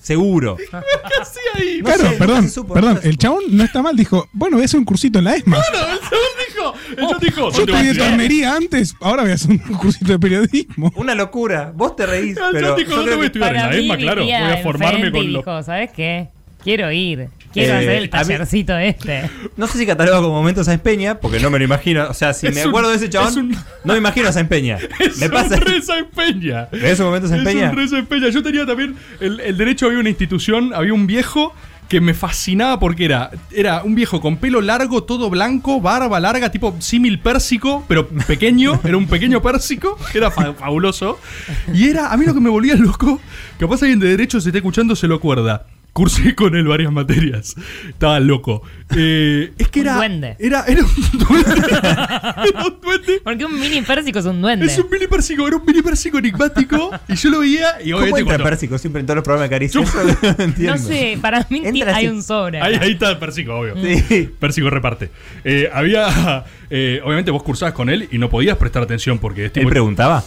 Speaker 9: seguro.
Speaker 3: ¿Qué hacía ahí?
Speaker 12: Claro, perdón, perdón. El chabón no está mal. Dijo, bueno, voy a hacer un cursito en la ESMA.
Speaker 3: Bueno, el chabón dijo. El chabón dijo.
Speaker 12: Oh, Yo estudié tornería antes, ahora voy a hacer un cursito de periodismo.
Speaker 9: Una locura. Vos te reís.
Speaker 12: El
Speaker 9: pero
Speaker 12: chabón dijo,
Speaker 9: yo
Speaker 12: no
Speaker 9: creo
Speaker 12: te voy a
Speaker 9: que-
Speaker 12: estudiar en la ESMA,
Speaker 6: Vivía en Fendi, dijo, ¿sabes qué? Quiero ir. Quiero
Speaker 9: Eh,
Speaker 6: hacer el
Speaker 9: a mí-
Speaker 6: tallercito este.
Speaker 9: No sé si catalogo como momento Sáenz Peña, porque no me lo imagino. O sea, si
Speaker 6: Es
Speaker 9: me
Speaker 6: un-
Speaker 9: acuerdo de ese chabón,
Speaker 3: es un-
Speaker 9: no me imagino a Sáenz Peña. Me pasa.
Speaker 3: Es un re Sáenz Peña.
Speaker 9: ¿En ese momento Sáenz Peña?
Speaker 3: Es un re Sáenz Peña. Yo tenía también. El, el derecho había una institución, había un viejo que me fascinaba porque era, era un viejo con pelo largo, todo blanco, barba larga, tipo símil pérsico, pero pequeño, era un pequeño pérsico, era fa- fabuloso. Y era, a mí lo que me volvía loco, capaz alguien de derecho se está escuchando, se lo acuerda. Cursé con él varias materias. Estaba loco. Eh, es que
Speaker 6: Un
Speaker 3: era.
Speaker 6: duende.
Speaker 3: Era, era un
Speaker 6: Porque un mini pérsico es un duende.
Speaker 3: Es un mini pérsico, era un mini pérsico enigmático. y yo lo veía y
Speaker 9: ¿Cómo
Speaker 3: obviamente.
Speaker 9: entra
Speaker 3: cuando-
Speaker 9: Pérsico siempre en todos los programas de Caricia? Eso no
Speaker 6: no
Speaker 9: entiendo.
Speaker 6: sé, para mí ti-
Speaker 9: Entra
Speaker 6: hay
Speaker 9: así.
Speaker 6: un sobre.
Speaker 3: Ahí, ahí está el Pérsico, obvio.
Speaker 9: Sí.
Speaker 3: Pérsico reparte. Eh, había. eh, obviamente vos cursabas con él y no podías prestar atención porque. Este
Speaker 9: ¿Él preguntaba?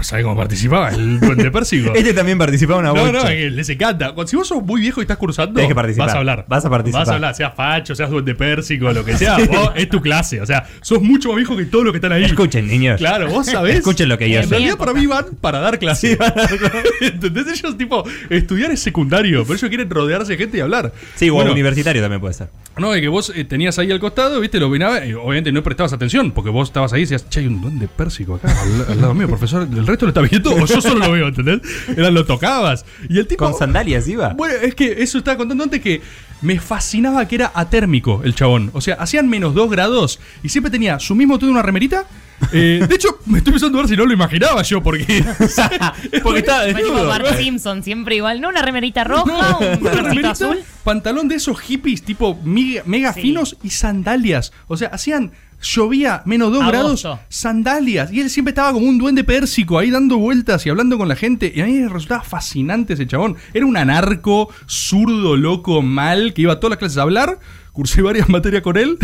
Speaker 3: ¿Sabes cómo participaba? El duende Pérsico.
Speaker 9: Este también participaba en una
Speaker 3: No,
Speaker 9: bocha.
Speaker 3: no, que les encanta. Cuando- Si vos sos muy viejo y estás cursando,
Speaker 9: Tenés que participar.
Speaker 3: vas a hablar.
Speaker 9: Vas a participar.
Speaker 3: Vas a hablar, seas facho, seas duende pérsico, lo que sea. vos- es tu clase. O sea, sos mucho más viejo que todos los que están ahí.
Speaker 9: Escuchen, niños.
Speaker 3: Claro, vos sabés.
Speaker 9: Escuchen lo que yo
Speaker 3: En
Speaker 9: sé.
Speaker 3: realidad, para mí van para dar clase. Entonces, ellos, tipo, estudiar es secundario, pero ellos quieren rodearse de gente y hablar.
Speaker 9: Sí, o
Speaker 3: Bueno,
Speaker 9: universitario también puede ser.
Speaker 3: no, es que vos eh, tenías ahí al costado, viste, lo miraba, y obviamente no prestabas atención, porque vos estabas ahí y decías, che, hay un duende pérsico acá al, al lado mío, profesor, el resto lo está viendo, o yo solo lo veo, ¿entendés? Era, lo tocabas. Y el tipo.
Speaker 9: ¿Con sandalias iba?
Speaker 3: Bueno, es que eso estaba contando antes que me fascinaba que era atérmico el chabón. O sea, hacían menos 2 grados y siempre tenía su mismo tuyo una remerita. Eh, de hecho, me estoy pensando a ver si no lo imaginaba yo, porque. porque estaba
Speaker 6: Fue tipo Bart Simpson, siempre igual. No una remerita roja,
Speaker 3: No,
Speaker 6: un
Speaker 3: una
Speaker 6: shortcito
Speaker 3: remerita,
Speaker 6: azul.
Speaker 3: pantalón de esos hippies tipo mega, mega finos y sandalias. O sea, hacían llovía menos 2 grados,
Speaker 6: Agosto.
Speaker 3: sandalias. Y él siempre estaba como un duende pérsico ahí dando vueltas y hablando con la gente. Y a mí me resultaba fascinante ese chabón. Era un anarco, zurdo, loco, mal, que iba a todas las clases a hablar. Cursé varias materias con él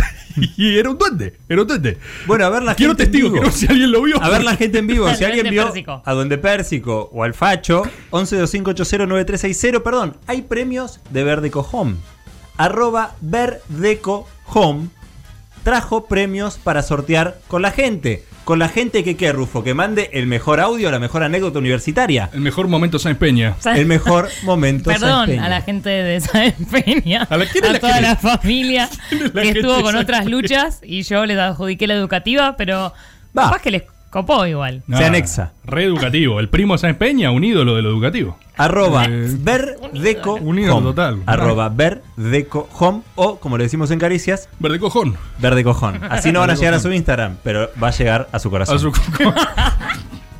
Speaker 3: y era un duende, era un duende.
Speaker 9: Bueno, a ver la
Speaker 3: Quiero
Speaker 9: gente en
Speaker 3: testigos,
Speaker 9: vivo.
Speaker 3: quiero si alguien lo vio.
Speaker 9: A ver la gente en vivo,
Speaker 6: Al
Speaker 9: si alguien
Speaker 6: Duende
Speaker 9: vio
Speaker 6: Pérsico.
Speaker 9: a Duende Pérsico o al Facho, 1125809360, perdón, hay premios de Verdeco Home. Arroba Verdeco Home trajo premios para sortear con la gente. Con la gente que qué, Rufo, que mande el mejor audio, la mejor anécdota universitaria.
Speaker 3: El mejor momento Sáenz Peña.
Speaker 9: El mejor momento Sáenz
Speaker 6: Perdón
Speaker 9: Peña.
Speaker 6: a la gente de San Peña, a,
Speaker 3: la- ¿quién es la
Speaker 6: toda
Speaker 3: gente?
Speaker 6: la familia
Speaker 3: es la
Speaker 6: que
Speaker 3: gente
Speaker 6: estuvo
Speaker 3: de
Speaker 6: con
Speaker 3: San
Speaker 6: otras
Speaker 3: Peña?
Speaker 6: luchas y yo les adjudiqué la educativa, pero capaz que les Copó igual.
Speaker 3: Ah, Re educativo. El primo Sáenz Peña, un ídolo de lo educativo. Eh,
Speaker 9: Arroba verdeco
Speaker 3: Unido
Speaker 9: home.
Speaker 3: total.
Speaker 9: Arroba verdeco home o, como le decimos en caricias,
Speaker 3: verdecojón.
Speaker 9: Verdecojón. Así no van a
Speaker 3: Verdecojón.
Speaker 9: llegar a su Instagram, pero va a llegar a su corazón.
Speaker 3: A su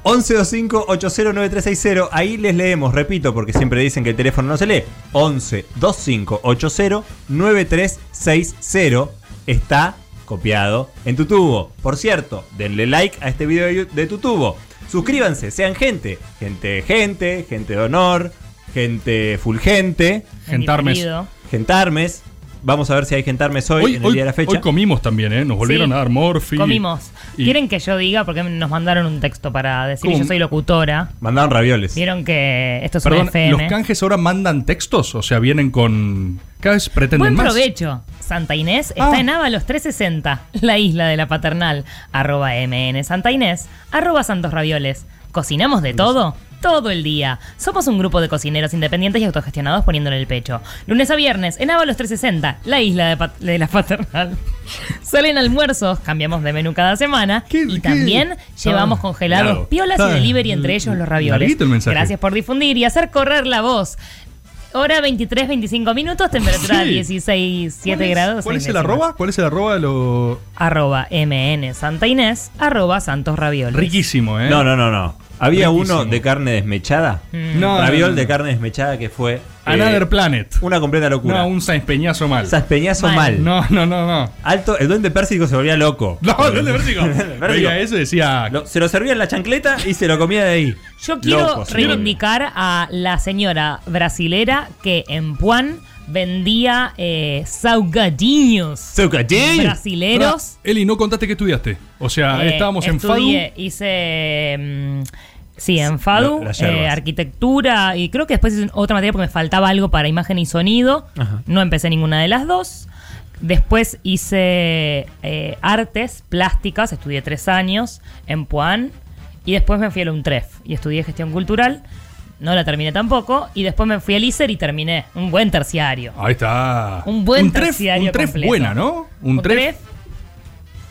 Speaker 9: 1125-809360. Ahí les leemos, repito, porque siempre dicen que el teléfono no se lee. 1125-809360. Está copiado en tu tubo. Por cierto, denle like a este video de Yu- de tu tubo. Suscríbanse, sean gente. Gente, gente, gente de honor, gente fulgente.
Speaker 3: Gentarmes. querido.
Speaker 9: Gentarmes. Vamos a ver si hay gentarmes hoy, en el día de la fecha.
Speaker 3: hoy comimos también, ¿eh? Nos volvieron
Speaker 6: Sí.
Speaker 3: a dar morfi.
Speaker 6: Comimos.
Speaker 3: Y-
Speaker 6: ¿Quieren que yo diga? Porque nos mandaron un texto para decir que
Speaker 3: ¿Cómo?
Speaker 6: yo soy locutora.
Speaker 9: Mandaron ravioles.
Speaker 6: Vieron que esto es
Speaker 3: Perdón,
Speaker 6: una FM.
Speaker 3: ¿los canjes ahora mandan textos? O sea, vienen con... Cada vez pretenden
Speaker 6: Buen
Speaker 3: más. Ah.
Speaker 6: provecho. Santa Inés está en Ábalos 360, la isla de la paternal. Arroba MN Santa Inés, arroba Santos Ravioles. ¿Cocinamos de todo? Todo el día. Somos un grupo de cocineros independientes y autogestionados poniéndole el pecho. Lunes a viernes en Ábalos 360, la isla de, pat- de la paternal. Salen almuerzos, cambiamos de menú cada semana. y también llevamos
Speaker 3: Ah,
Speaker 6: congelados
Speaker 3: claro.
Speaker 6: piolas
Speaker 3: Está
Speaker 6: y delivery, entre ellos los ravioles.
Speaker 3: larguito el mensaje.
Speaker 6: Gracias por difundir y hacer correr la voz. Hora 23, 25 minutos, temperatura
Speaker 3: Sí.
Speaker 6: 16, 7
Speaker 3: ¿Cuál es-
Speaker 6: grados.
Speaker 3: ¿Cuál
Speaker 6: seis
Speaker 3: es el
Speaker 6: décimas.
Speaker 3: arroba? ¿Cuál es el arroba de lo...?
Speaker 6: Arroba MN Santa Inés, arroba Santos Ravioles.
Speaker 3: Riquísimo, ¿eh?
Speaker 9: No, no, no, no. Había
Speaker 3: Riquísimo.
Speaker 9: uno de carne desmechada.
Speaker 6: Mm.
Speaker 3: No,
Speaker 9: Raviol
Speaker 3: no, no.
Speaker 9: de carne desmechada que fue. eh,
Speaker 3: Another Planet.
Speaker 9: una completa locura.
Speaker 3: No, un Sáenz Peñazo mal.
Speaker 9: Saspeñazo mal.
Speaker 3: No, no, no, no.
Speaker 9: Alto, el duende pérsico se volvía loco.
Speaker 3: No, el duende pérsico.
Speaker 9: pérsico.
Speaker 3: Oiga, ese decía...
Speaker 9: Lo- se lo servía en la chancleta y se lo comía de ahí.
Speaker 6: Yo quiero
Speaker 9: Loco, se
Speaker 6: reivindicar a la señora brasilera que en Puan vendía eh, saugadinhos.
Speaker 9: Saugadinhos.
Speaker 6: Brasileros.
Speaker 3: Ah, Eli, no contaste que estudiaste. O sea,
Speaker 6: Eh,
Speaker 3: Ah, estábamos en FADU.
Speaker 6: estudié, Hice. mm, sí, en FADU,
Speaker 3: Lo- las
Speaker 6: eh,
Speaker 3: yerbas.
Speaker 6: arquitectura y creo que después hice otra materia porque me faltaba algo para imagen y sonido.
Speaker 11: Ajá.
Speaker 6: No empecé ninguna de las dos. Después hice eh, artes plásticas, estudié tres años en Puan y después me fui a la UNTREF y estudié gestión cultural. No la terminé tampoco y después me fui al ICER y terminé un buen terciario.
Speaker 3: Ahí está.
Speaker 6: Un buen
Speaker 3: tref-
Speaker 6: terciario
Speaker 3: Un tref
Speaker 6: completo.
Speaker 3: buena, ¿no? Un,
Speaker 6: Un
Speaker 3: tref.
Speaker 6: tref.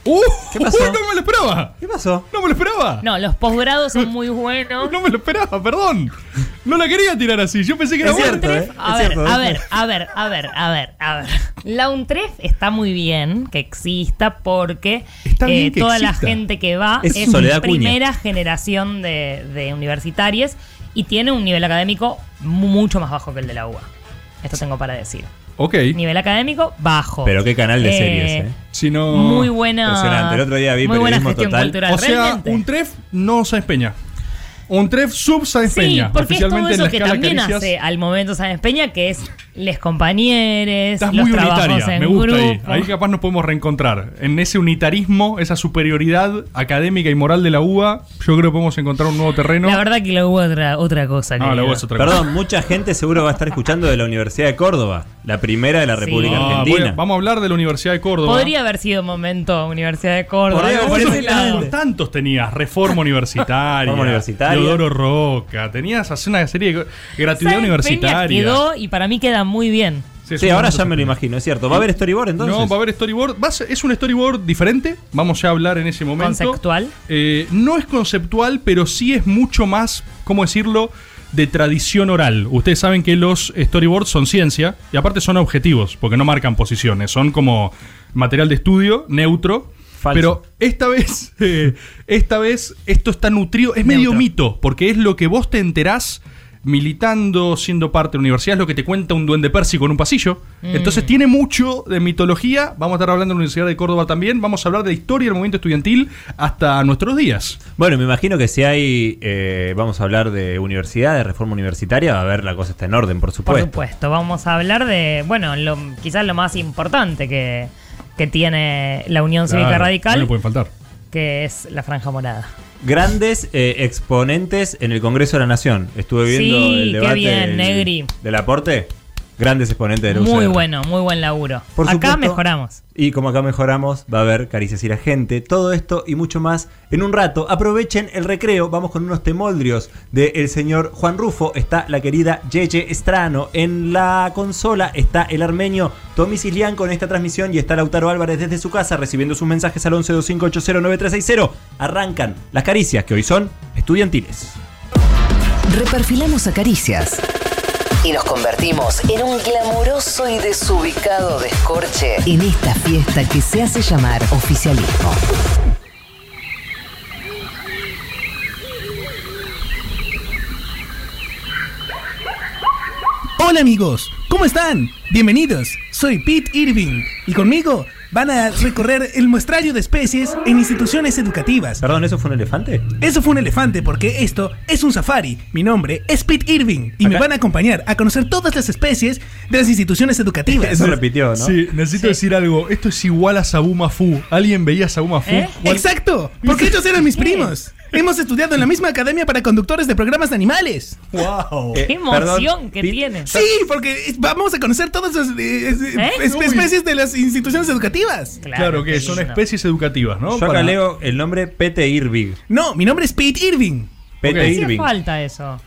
Speaker 3: ¡Uh!
Speaker 6: ¿Qué pasó?
Speaker 3: no me lo esperaba!
Speaker 9: ¿Qué pasó?
Speaker 3: No me lo esperaba.
Speaker 6: No, los posgrados son muy buenos.
Speaker 3: No me lo esperaba, perdón. No la quería tirar así. Yo pensé que era
Speaker 6: La
Speaker 3: buena.
Speaker 9: ¿eh?
Speaker 6: Untref, A ver,
Speaker 3: ¿eh?
Speaker 6: a ver, a ver, a ver, a ver, a ver. La UNTREF está muy bien que exista porque
Speaker 11: bien
Speaker 6: eh,
Speaker 11: que
Speaker 6: toda la
Speaker 11: exista.
Speaker 6: gente que va
Speaker 11: Es
Speaker 6: es,
Speaker 11: Soledad Acuña.
Speaker 6: primera generación de, de universitarias y tiene un nivel académico mu- mucho más bajo que el de la UBA. Esto tengo para decir.
Speaker 3: Ok.
Speaker 6: Nivel académico bajo.
Speaker 9: Pero qué canal de
Speaker 6: Eh,
Speaker 9: series, ¿eh?
Speaker 3: Si no-
Speaker 6: Muy buena.
Speaker 9: Impresionante. El otro día vi
Speaker 6: muy buena
Speaker 9: periodismo
Speaker 6: gestión
Speaker 9: total.
Speaker 6: cultural.
Speaker 3: O sea,
Speaker 6: Realmente.
Speaker 3: un tref no se Peña. Un tref sub se
Speaker 6: Sí,
Speaker 3: Peña.
Speaker 6: porque es todo
Speaker 3: Oficialmente en
Speaker 6: eso
Speaker 3: la
Speaker 6: que
Speaker 3: escala
Speaker 6: también
Speaker 3: Caricias.
Speaker 6: hace al momento Sáenz Peña, que es les compañeros,
Speaker 3: Estás
Speaker 6: los
Speaker 3: muy
Speaker 6: trabajos
Speaker 3: unitaria,
Speaker 6: en
Speaker 3: me gusta ahí.
Speaker 6: grupo.
Speaker 3: Ahí capaz nos podemos reencontrar. En ese unitarismo, esa superioridad académica y moral de la UBA, yo creo que podemos encontrar un nuevo terreno.
Speaker 6: La verdad que la hubo otra, otra cosa.
Speaker 3: No, la
Speaker 6: querido.
Speaker 3: UBA es otra cosa.
Speaker 9: Perdón, mucha gente seguro va a estar escuchando de la Universidad de Córdoba, la primera de la República
Speaker 3: Ah,
Speaker 9: Argentina.
Speaker 3: bueno, vamos a hablar de la Universidad de Córdoba.
Speaker 6: Podría haber sido momento Universidad de Córdoba.
Speaker 3: Por ahí,
Speaker 6: algo por
Speaker 3: vos
Speaker 6: ese lado.
Speaker 3: tantos, tantos tenías, Reforma Universitaria,
Speaker 9: Reforma Universitaria.
Speaker 3: Teodoro Roca, tenías hace una serie de gratuidad
Speaker 6: Sáenz Peña
Speaker 3: universitaria.
Speaker 6: quedó y para mí queda muy bien.
Speaker 3: Sí, es
Speaker 9: Sí,
Speaker 3: un
Speaker 9: ahora
Speaker 3: momento
Speaker 9: ya me lo imagino, es cierto. ¿Va a haber storyboard entonces?
Speaker 3: No, va a haber storyboard. Va a ser- es un storyboard diferente. Vamos ya a hablar en ese momento.
Speaker 6: ¿Conceptual?
Speaker 3: Eh, no es conceptual, pero sí es mucho más, ¿cómo decirlo? De tradición oral. Ustedes saben que los storyboards son ciencia y aparte son objetivos, porque no marcan posiciones. Son como material de estudio, neutro. Pero esta vez, eh, esta vez esto está nutrido. Es medio mito, porque es lo que vos te enterás militando, siendo parte de la universidad, es lo que te cuenta un duende pérsico en un pasillo.
Speaker 2: Mm.
Speaker 3: Entonces tiene mucho de mitología. Vamos a estar hablando de la Universidad de Córdoba también. Vamos a hablar de la historia del movimiento estudiantil hasta nuestros días.
Speaker 9: Bueno, me imagino que si hay, eh, vamos a hablar de universidad, de reforma universitaria, va a ver la cosa está en orden, por
Speaker 6: Por
Speaker 9: supuesto.
Speaker 6: supuesto, vamos a hablar de, bueno, lo, quizás lo más importante que, que tiene la Unión Cívica
Speaker 9: Claro,
Speaker 6: Radical,
Speaker 9: no le pueden
Speaker 3: faltar.
Speaker 6: que es la Franja Morada.
Speaker 9: Grandes eh, exponentes en el Congreso de la Nación. Estuve viendo
Speaker 6: Sí,
Speaker 9: el
Speaker 6: qué
Speaker 9: debate
Speaker 6: bien,
Speaker 9: del,
Speaker 6: Negri.
Speaker 9: del aporte. Grandes exponentes del
Speaker 6: Muy
Speaker 9: UCR.
Speaker 6: bueno, muy buen laburo.
Speaker 9: Por
Speaker 6: Acá
Speaker 9: supuesto.
Speaker 6: mejoramos.
Speaker 9: Y como acá mejoramos, va a haber caricias y la gente, todo esto y mucho más en un rato. Aprovechen el recreo, vamos con unos temoldrios del señor Juan Rufo. Está la querida Yeye Estrano. En la consola está el armenio Tommy Cislián con esta transmisión y está Lautaro Álvarez desde su casa recibiendo sus mensajes al 1125809360. Arrancan las caricias que hoy son estudiantiles.
Speaker 11: Reperfilamos a caricias
Speaker 13: Y nos convertimos en un glamuroso y desubicado descorche.
Speaker 11: en esta fiesta que se hace llamar oficialismo.
Speaker 14: Hola amigos, ¿cómo están? Bienvenidos, soy Pete Irving y conmigo van a recorrer el muestrario de especies en instituciones educativas.
Speaker 9: Perdón, ¿eso fue un elefante?
Speaker 14: Eso fue un elefante porque esto es un safari. Mi nombre es Pete Irving y me van a acompañar a conocer todas las especies de las instituciones educativas.
Speaker 3: Sí, necesito decir algo. Esto es igual a Sabuma Fu. ¿Alguien veía Sabuma Fu?
Speaker 14: ¿Eh? Exacto, porque ellos eran mis primos. Hemos estudiado en la misma academia para conductores de programas de animales.
Speaker 9: ¡Wow! Eh,
Speaker 6: ¡Qué emoción que tiene!
Speaker 14: Eh, Sí, porque vamos a conocer todas las eh, es-
Speaker 6: ¿Eh?
Speaker 14: es-
Speaker 6: Uy.
Speaker 14: especies de las instituciones educativas.
Speaker 3: Claro, que son especies educativas, ¿no?
Speaker 9: Yo acá leo el nombre Pete Irving.
Speaker 14: No, mi nombre es Pete Irving.
Speaker 9: Pete
Speaker 3: Ok.
Speaker 9: Irving.
Speaker 6: Falta eso.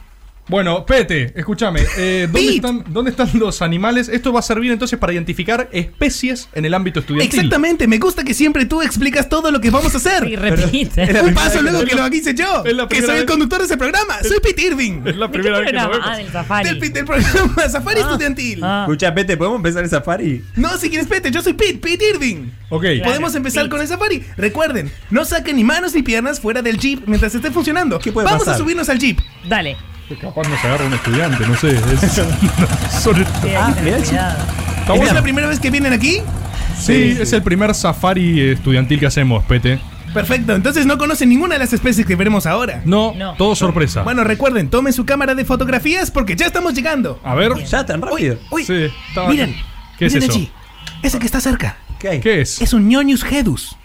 Speaker 3: Bueno, Pete, escúchame. eh, ¿dónde, están, dónde están los animales? Esto va a servir entonces para identificar especies en el ámbito estudiantil.
Speaker 14: Exactamente, me gusta que siempre tú explicas todo lo que vamos a hacer.
Speaker 3: Sí, repite. Pero- es la
Speaker 14: Un
Speaker 3: primera
Speaker 14: paso
Speaker 3: vez
Speaker 14: luego
Speaker 3: que
Speaker 14: que
Speaker 3: lo-
Speaker 14: lo hice yo,
Speaker 3: es la
Speaker 14: que
Speaker 3: primera
Speaker 14: soy el
Speaker 3: vez-
Speaker 14: conductor de ese programa. Soy Pete Irving.
Speaker 3: Es la
Speaker 6: primera vez que lo programa? vemos. Ah, del Safari. Ah.
Speaker 14: Del, pi- del programa Safari Estudiantil.
Speaker 9: Escucha, Pete, ¿podemos empezar el safari?
Speaker 14: No, si quieres Pete, yo soy Pete, Pete Irving.
Speaker 3: Ok.
Speaker 14: Podemos empezar con el safari. Recuerden, no saquen ni manos ni piernas fuera del jeep mientras esté funcionando. Vamos
Speaker 3: pasar?
Speaker 14: a subirnos al jeep.
Speaker 6: Dale.
Speaker 3: Capaz nos agarra un estudiante, no sé. Es, son-
Speaker 14: ¿Es la primera vez que vienen aquí?
Speaker 3: Sí, es el primer safari estudiantil que hacemos, Pete.
Speaker 14: Perfecto, entonces no conocen ninguna de las especies que veremos ahora.
Speaker 3: No, todo sorpresa.
Speaker 14: Bueno, recuerden, tomen su cámara de fotografías porque ya estamos llegando.
Speaker 3: A ver. Ya, tan rápido.
Speaker 14: Uy,
Speaker 3: Sí, estaba-
Speaker 14: miren,
Speaker 3: ¿Qué es
Speaker 14: miren
Speaker 3: eso?
Speaker 14: allí. Ese que está cerca.
Speaker 9: ¿Qué hay?
Speaker 3: ¿Qué es?
Speaker 14: Es un ñoñus hedus.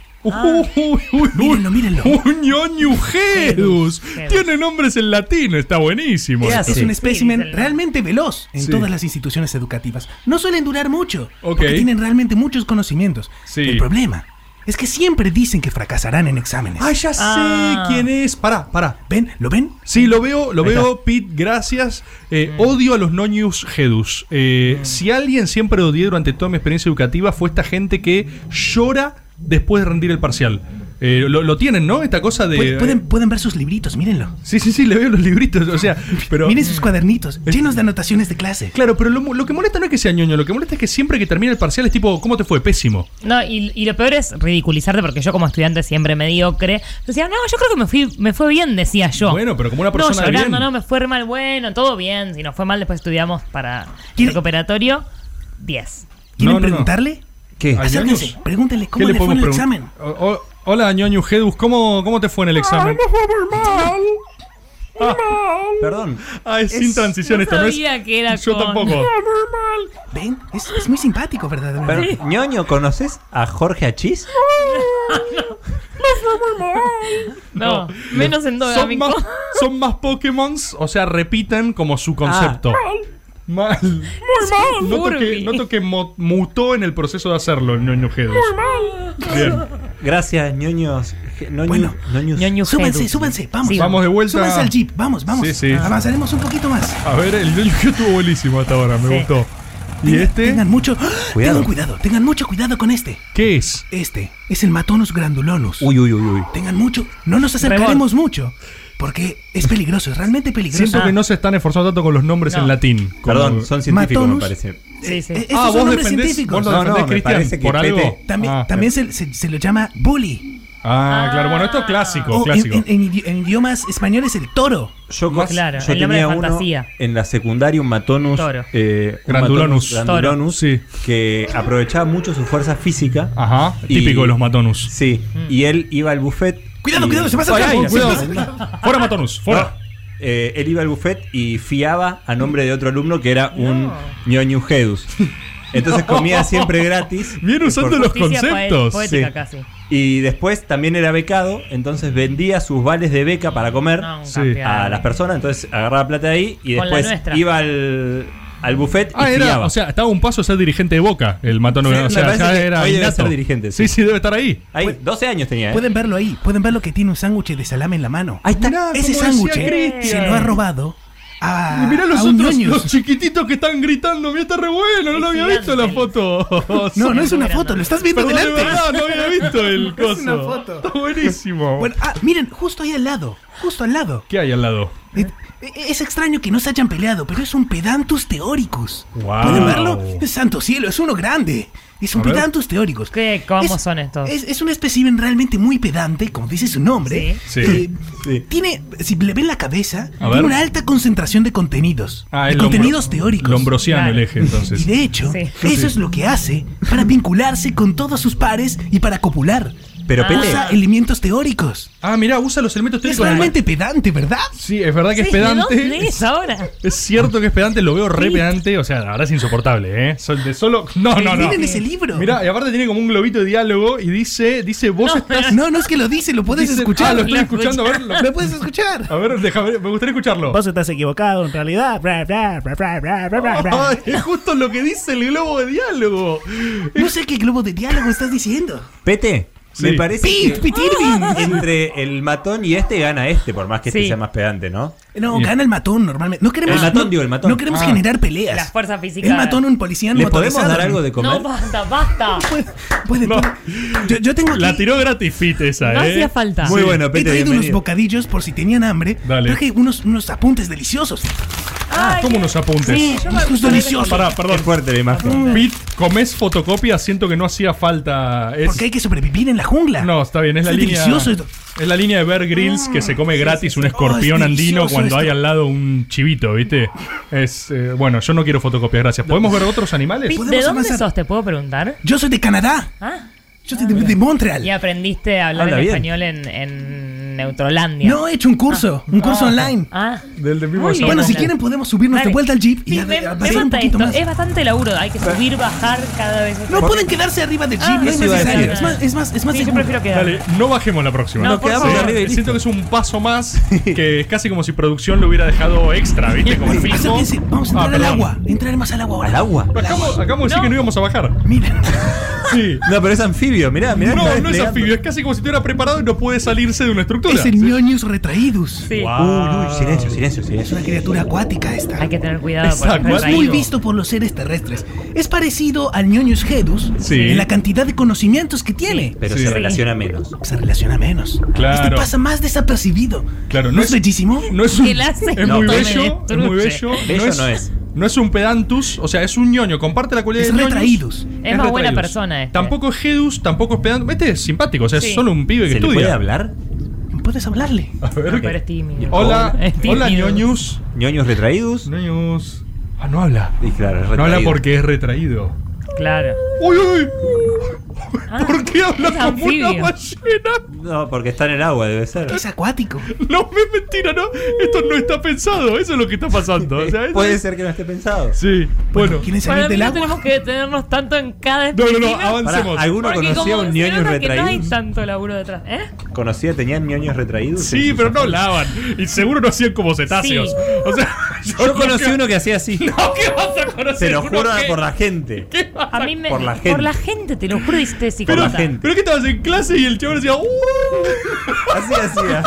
Speaker 14: mírenlo, mírenlo.
Speaker 3: Un ñoñu Hedus. Tiene nombres en latín, está buenísimo.
Speaker 14: Es un espécimen realmente veloz en
Speaker 3: Sí.
Speaker 14: todas las instituciones educativas. No suelen durar mucho,
Speaker 3: Ok.
Speaker 14: porque tienen realmente muchos conocimientos.
Speaker 3: Sí.
Speaker 14: El problema es que siempre dicen que fracasarán en exámenes.
Speaker 3: Ah, ya sé quién es. Pará, pará.
Speaker 14: ¿Ven? ¿Lo ven?
Speaker 3: Sí, lo veo, lo
Speaker 14: Ahí
Speaker 3: veo, Pete, gracias. Eh, Odio a los noñus hedus. Eh, Si alguien siempre odié durante toda mi experiencia educativa fue esta gente que llora después de rendir el parcial. Eh, lo, lo tienen, ¿no? Esta cosa de... eh,
Speaker 14: Pu- Pueden, pueden ver sus libritos, mírenlo.
Speaker 3: Sí, sí, sí, le veo los libritos, o sea, pero...
Speaker 14: Miren sus cuadernitos, llenos de anotaciones de clase.
Speaker 3: Claro, pero lo, mo- lo que molesta no es que sea ñoño, lo que molesta es que siempre que termina el parcial es tipo, ¿cómo te fue? Pésimo.
Speaker 6: No, y, y lo peor es ridiculizarte porque yo como estudiante siempre mediocre decía, no, yo creo que me, fui, me fue bien, decía yo.
Speaker 3: Bueno, pero como una persona
Speaker 6: No,
Speaker 3: de
Speaker 6: llorando,
Speaker 3: bien.
Speaker 6: no, me fue re mal, bueno, todo bien. Si nos fue mal, después estudiamos para el recuperatorio. 10.
Speaker 14: ¿Quieren
Speaker 3: No, no, no.
Speaker 14: preguntarle?
Speaker 3: ¿Qué?
Speaker 14: Acérquense,
Speaker 3: ¿Al ñoño?
Speaker 14: pregúntenle
Speaker 3: ¿Qué
Speaker 14: cómo le, fue en el
Speaker 3: podemos
Speaker 14: examen.
Speaker 3: preguntar? O- o- hola, ñoñu hedus, ¿cómo, ¿cómo te fue en el examen? Ah,
Speaker 9: perdón.
Speaker 3: Ah, es, sin transición esto, ¿no es?
Speaker 6: que era
Speaker 3: yo con- tampoco.
Speaker 14: Ven, es, es muy simpático, ¿verdad?
Speaker 9: Pero, ñoño, ¿conoces a Jorge Achís?
Speaker 6: No, menos Ah.
Speaker 3: Son
Speaker 6: endogámico.
Speaker 3: más, son más Pokémons, o sea, repiten como
Speaker 14: Ah.
Speaker 3: su concepto. Mal.
Speaker 6: mal.
Speaker 3: Noto que,
Speaker 6: Ah, Furby.
Speaker 3: noto que mo- mutó en el proceso de hacerlo el ñoño hedus. Bien.
Speaker 9: Gracias, ñoños. bueno,
Speaker 14: súbanse, súbanse, vamos.
Speaker 3: Sí, vamos de vuelta.
Speaker 14: Súbanse al jeep, vamos, vamos.
Speaker 3: Sí, sí.
Speaker 14: Avanzaremos un poquito más.
Speaker 3: A ver, el ñoño hedus estuvo buenísimo hasta ahora, me
Speaker 14: Sí.
Speaker 3: gustó. ¿Y
Speaker 14: Tengan-
Speaker 3: este?
Speaker 14: Tengan mucho ¡Ah!
Speaker 3: Cuidado.
Speaker 14: Tengan cuidado, tengan mucho cuidado con este.
Speaker 3: ¿Qué es?
Speaker 14: Este es el Matonus grandulonus.
Speaker 9: Uy, uy, uy, uy.
Speaker 14: Tengan mucho, no nos acercaremos mucho, porque es peligroso, es realmente peligroso.
Speaker 3: Siento que no se están esforzando tanto con los nombres
Speaker 14: No.
Speaker 3: en latín. como-
Speaker 9: Perdón, son científicos, me
Speaker 14: Matonus.
Speaker 9: parece.
Speaker 6: Sí, sí.
Speaker 14: Eh, estos son nombres científicos.
Speaker 3: vos lo Ah, defendés, Cristian, por algo.
Speaker 14: También,
Speaker 3: Ah.
Speaker 14: también se, se- se lo llama bully.
Speaker 3: Ah, claro, bueno, esto es clásico,
Speaker 6: Uh,
Speaker 14: O en,
Speaker 3: clásico.
Speaker 14: en- en idi- en idiomas españoles el toro.
Speaker 9: Yo, co-
Speaker 6: Claro,
Speaker 9: yo
Speaker 6: el nombre
Speaker 9: tenía
Speaker 6: de
Speaker 9: uno
Speaker 6: fantasía.
Speaker 9: en la secundaria, un Matonus.
Speaker 6: Toro.
Speaker 9: eh, un
Speaker 3: Grandulonus.
Speaker 9: Matonus
Speaker 3: Toro.
Speaker 9: Grandulonus, Que aprovechaba mucho su fuerza física.
Speaker 3: Ajá, típico de los Matonus.
Speaker 9: Sí,
Speaker 6: Mm.
Speaker 9: y él iba al buffet.
Speaker 14: Cuidado,
Speaker 9: y-
Speaker 14: cuidado, se pasa
Speaker 9: Ay, ay,
Speaker 14: el
Speaker 9: cuidado.
Speaker 3: Fuera Matonus, fuera.
Speaker 9: Eh, él iba al buffet y fiaba a nombre de otro alumno que era un ñoñu hedus. Entonces comía siempre gratis.
Speaker 3: Bien usando los
Speaker 6: Justicia poe-
Speaker 3: conceptos.
Speaker 6: poética
Speaker 9: Sí.
Speaker 6: casi.
Speaker 9: Y después también era becado, entonces vendía sus vales de beca para comer
Speaker 6: No, Ah, un
Speaker 9: Sí.
Speaker 6: campeón.
Speaker 9: a las personas, entonces agarraba plata de ahí y
Speaker 6: Con la
Speaker 9: después
Speaker 6: nuestra.
Speaker 9: iba al al buffet y
Speaker 3: Ah, era,
Speaker 9: fiaba.
Speaker 3: o sea, estaba a un paso de ser dirigente de Boca, el matón.
Speaker 9: Sí,
Speaker 3: o
Speaker 9: me
Speaker 3: sea,
Speaker 9: parece
Speaker 3: ya
Speaker 9: que
Speaker 3: era
Speaker 9: hoy debe
Speaker 3: innato.
Speaker 9: ser dirigente,
Speaker 3: Sí,
Speaker 9: sí.
Speaker 3: sí, debe estar ahí.
Speaker 9: Ahí, 12 años tenía, ¿eh?
Speaker 14: Pueden verlo ahí, pueden verlo que tiene un sándwich de salame en la mano.
Speaker 9: Ahí está.
Speaker 14: Ese
Speaker 3: como decía
Speaker 14: sándwich ¿eh? se
Speaker 3: Cristian.
Speaker 14: lo ha robado a,
Speaker 3: Y mirá los
Speaker 14: a un
Speaker 3: otros,
Speaker 14: ñoño.
Speaker 3: los chiquititos que están gritando. Mira, está re bueno, no lo había visto la foto.
Speaker 14: No, no es una foto, lo estás viendo
Speaker 3: Perdón,
Speaker 14: delante.
Speaker 3: es verdad, no había visto el coso.
Speaker 14: Es una foto.
Speaker 3: Está buenísimo.
Speaker 14: Bueno, ah, miren, justo ahí al lado, justo al lado.
Speaker 3: ¿Qué hay al lado?
Speaker 14: E- Es extraño que no se hayan peleado, pero es un pedantus teóricos.
Speaker 3: Wow.
Speaker 14: ¿Pueden verlo? Es santo cielo, es uno grande. Es un
Speaker 3: A ver.
Speaker 14: pedantus teóricos.
Speaker 6: ¿Qué? ¿Cómo
Speaker 14: Es-
Speaker 6: son estos?
Speaker 14: Es, es un espécimen realmente muy pedante, como dice su nombre.
Speaker 3: Sí.
Speaker 14: que
Speaker 3: Sí.
Speaker 14: Tiene, si le ven la cabeza,
Speaker 3: A
Speaker 14: tiene
Speaker 3: ver.
Speaker 14: una alta concentración de contenidos.
Speaker 3: Ah,
Speaker 14: de
Speaker 3: es
Speaker 14: contenidos
Speaker 3: lombro-
Speaker 14: teóricos.
Speaker 3: lombrosiano el eje, entonces.
Speaker 14: Y de hecho, eso
Speaker 3: Sí.
Speaker 14: es lo que hace para vincularse con todos sus pares y para copular.
Speaker 3: Pero pelea.
Speaker 14: Usa elementos teóricos.
Speaker 3: Ah, mira, usa los elementos
Speaker 14: Es
Speaker 3: teóricos.
Speaker 14: realmente pedante, ¿verdad?
Speaker 3: Sí, es verdad que es
Speaker 6: Sí, ¿de
Speaker 3: pedante.
Speaker 6: dónde es ahora?
Speaker 3: Es cierto que es pedante, lo veo re pedante, o sea, la verdad es insoportable, ¿eh? Sol- de solo. No, no, no.
Speaker 14: Miren ese libro.
Speaker 3: Mira, y aparte tiene como un globito de diálogo y dice, dice, vos estás.
Speaker 14: No, no es que lo dice, lo puedes
Speaker 3: Dice-
Speaker 14: escuchar.
Speaker 3: Ah, lo estoy escuchando, a ver, lo-
Speaker 14: Lo puedes escuchar.
Speaker 3: A ver, déjame, me gustaría escucharlo.
Speaker 15: Vos estás equivocado, en realidad. Bra, bra, bra, bra, bra, bra, bra, bra.
Speaker 3: Ay, es justo lo que dice el globo de diálogo.
Speaker 14: No sé qué globo de diálogo estás diciendo.
Speaker 9: Pete,
Speaker 3: Sí.
Speaker 9: me parece
Speaker 14: Pit,
Speaker 9: que
Speaker 14: Pit Irving.
Speaker 9: entre el matón y este gana este, por más que
Speaker 6: Sí.
Speaker 9: este sea más pedante, ¿no?
Speaker 14: No, gana el matón normalmente. No queremos,
Speaker 9: El matón,
Speaker 14: no-
Speaker 9: digo, el matón.
Speaker 14: No queremos
Speaker 9: Ah.
Speaker 14: generar peleas.
Speaker 6: Las fuerzas físicas.
Speaker 14: El matón, un policía
Speaker 9: ¿Le podemos
Speaker 14: motorizado.
Speaker 9: dar algo de comer?
Speaker 6: No, basta, basta.
Speaker 14: Puede- puede- Yo, yo tengo
Speaker 3: La
Speaker 14: aquí-
Speaker 3: tiró gratis fit esa,
Speaker 6: No
Speaker 3: ¿eh?
Speaker 6: hacía falta.
Speaker 9: Muy bueno,
Speaker 14: He
Speaker 9: Pete,
Speaker 14: traído unos
Speaker 9: bienvenido.
Speaker 14: bocadillos por si tenían hambre.
Speaker 3: Dale.
Speaker 14: Traje unos, unos apuntes deliciosos.
Speaker 3: Ah, toma unos apuntes.
Speaker 14: Sí, unos deliciosos.
Speaker 3: Pará, perdón.
Speaker 9: Qué fuerte la imagen.
Speaker 3: Pit, comés fotocopia, siento que no hacía falta. Es-
Speaker 14: Porque hay que sobrevivir en la jungla.
Speaker 3: No, está bien, es la
Speaker 14: Es
Speaker 3: línea.
Speaker 14: delicioso esto.
Speaker 3: Es la línea de Bear Grylls que se come gratis un escorpión
Speaker 14: Oh, es
Speaker 3: andino
Speaker 14: delicioso
Speaker 3: cuando hay
Speaker 14: esto.
Speaker 3: al lado un chivito, ¿viste? Es eh, bueno, yo no quiero fotocopias, gracias. ¿Podemos ver otros animales?
Speaker 6: Pi,
Speaker 14: podemos
Speaker 6: ¿De dónde
Speaker 14: avanzar.
Speaker 6: sos? ¿Te puedo preguntar?
Speaker 14: Yo soy de Canadá.
Speaker 6: Ah,
Speaker 14: Yo soy de, de Montreal.
Speaker 6: y aprendiste a hablar
Speaker 9: Habla
Speaker 6: en
Speaker 9: bien.
Speaker 6: español en, en Neutrolandia.
Speaker 14: No, he hecho un curso. un curso online.
Speaker 6: Ah.
Speaker 3: Del, del mismo sabor.
Speaker 6: Muy bien.
Speaker 14: Bueno, si quieren podemos subirnos
Speaker 6: Dale.
Speaker 14: de vuelta al jeep y
Speaker 6: Sí,
Speaker 14: a-
Speaker 6: me, me
Speaker 14: a-
Speaker 6: mata
Speaker 14: avanzar un poquito
Speaker 6: esto.
Speaker 14: más.
Speaker 6: Es bastante laburo. Hay que subir, bajar cada vez.
Speaker 14: No pueden quedarse arriba del jeep,
Speaker 6: Ah,
Speaker 14: no es
Speaker 6: eso iba a decir.
Speaker 14: necesario. Es más, es más, es más
Speaker 6: Sí, yo
Speaker 14: seguro.
Speaker 6: prefiero quedar.
Speaker 3: Dale, no bajemos la próxima.
Speaker 6: No,
Speaker 3: Nos
Speaker 6: por
Speaker 3: quedamos
Speaker 6: favor.
Speaker 3: arriba y listo. Siento que es un paso más que es casi como si producción lo hubiera dejado extra, ¿viste? Como el mismo. Ah,
Speaker 14: Acérquense, vamos a entrar al
Speaker 3: perdón.
Speaker 14: agua. Entrar más al agua ahora.
Speaker 9: ¿Al agua?
Speaker 3: Acabamos, acabamos de decir que no íbamos a bajar.
Speaker 14: Miren.
Speaker 3: Sí.
Speaker 9: No, pero es anfibio, mirá, mirá.
Speaker 3: No,
Speaker 9: está
Speaker 3: no es
Speaker 9: desplegando.
Speaker 3: anfibio, es casi como si estuviera preparado y no puede salirse de una estructura.
Speaker 14: Es el ñoños retraídos.
Speaker 6: Sí.
Speaker 9: Uy, uy, silencio, silencio,
Speaker 14: Es
Speaker 9: silencio.
Speaker 14: una criatura acuática esta.
Speaker 6: Hay que tener cuidado
Speaker 3: Exacto.
Speaker 6: con el
Speaker 14: Es muy
Speaker 6: retraído.
Speaker 14: visto por los seres terrestres. Es parecido al ñoños hedus
Speaker 3: Sí.
Speaker 14: en la cantidad de conocimientos que tiene.
Speaker 9: Pero
Speaker 3: Sí.
Speaker 9: se relaciona menos.
Speaker 14: Se relaciona menos.
Speaker 3: Claro.
Speaker 14: Este pasa más desapercibido.
Speaker 3: Claro, no
Speaker 14: ¿No, es,
Speaker 3: es-
Speaker 14: bellísimo?
Speaker 3: No es un,
Speaker 6: El acento
Speaker 3: es muy
Speaker 6: me
Speaker 3: bello, es muy
Speaker 6: destruye.
Speaker 3: bello.
Speaker 9: Bello no es.
Speaker 3: No es un pedantus, o sea, es un ñoño, comparte la cualidad
Speaker 14: Es
Speaker 3: de ñoños.
Speaker 14: retraídus.
Speaker 6: Es más buena
Speaker 3: retraídus.
Speaker 6: persona este.
Speaker 3: Tampoco es hedus, tampoco es pedantus. Este es simpático, o sea,
Speaker 6: Sí.
Speaker 3: es solo un pibe
Speaker 9: ¿Se
Speaker 3: que
Speaker 9: le
Speaker 3: estudia.
Speaker 9: puede hablar?
Speaker 14: ¿Puedes hablarle?
Speaker 3: A ver.
Speaker 6: No, pero es tímido.
Speaker 3: Hola,
Speaker 6: Es tímido.
Speaker 3: hola ñoñus.
Speaker 9: ¿Ñoños retraídos?
Speaker 3: Ñoñus. Ah, no habla.
Speaker 9: Y claro, es
Speaker 3: No habla
Speaker 9: retraído.
Speaker 3: porque es retraído.
Speaker 6: Claro.
Speaker 3: ¡Uy, uy!
Speaker 6: Ah,
Speaker 3: ¿Por qué habla
Speaker 6: es
Speaker 3: como una
Speaker 6: anfibio.
Speaker 3: ballena?
Speaker 9: No, porque está en el agua, debe ser.
Speaker 14: Es acuático.
Speaker 3: No, es mentira, ¿no? Esto no está pensado, eso es lo que está pasando. O sea, eso
Speaker 9: Puede
Speaker 3: es-
Speaker 9: ser que no esté pensado.
Speaker 3: Sí, bueno.
Speaker 14: ¿Quieren
Speaker 6: Para
Speaker 14: salir
Speaker 6: mí
Speaker 14: del
Speaker 6: no
Speaker 14: agua?
Speaker 6: tenemos que detenernos tanto en
Speaker 3: No,
Speaker 6: cada
Speaker 3: no, no,
Speaker 6: específico,
Speaker 3: avancemos.
Speaker 9: Pará, ¿Alguno
Speaker 6: porque
Speaker 9: conocía a
Speaker 6: como
Speaker 9: un
Speaker 6: se
Speaker 9: ñoño
Speaker 6: nota que no hay
Speaker 9: retraído?
Speaker 6: tanto laburo detrás. ¿Eh?
Speaker 9: ¿Conocía, tenían ñoños retraídos?
Speaker 3: Sí,
Speaker 9: en sus
Speaker 3: pero no
Speaker 9: zapatos?
Speaker 3: lavan. Y seguro no hacían como cetáceos.
Speaker 6: Sí.
Speaker 3: O sea,
Speaker 9: Yo conocí uno que hacía así.
Speaker 3: No, ¿qué vas a conocer?
Speaker 9: Se lo
Speaker 3: uno
Speaker 9: juro
Speaker 3: que-
Speaker 9: por la gente.
Speaker 3: ¿Qué vas a-
Speaker 6: A mí me,
Speaker 9: Por la gente.
Speaker 6: gente, te lo juro, hiciste
Speaker 9: Por la
Speaker 6: psicópata.
Speaker 9: gente.
Speaker 3: Pero que estabas en clase y el chaval decía. "Uh".
Speaker 9: Así hacía.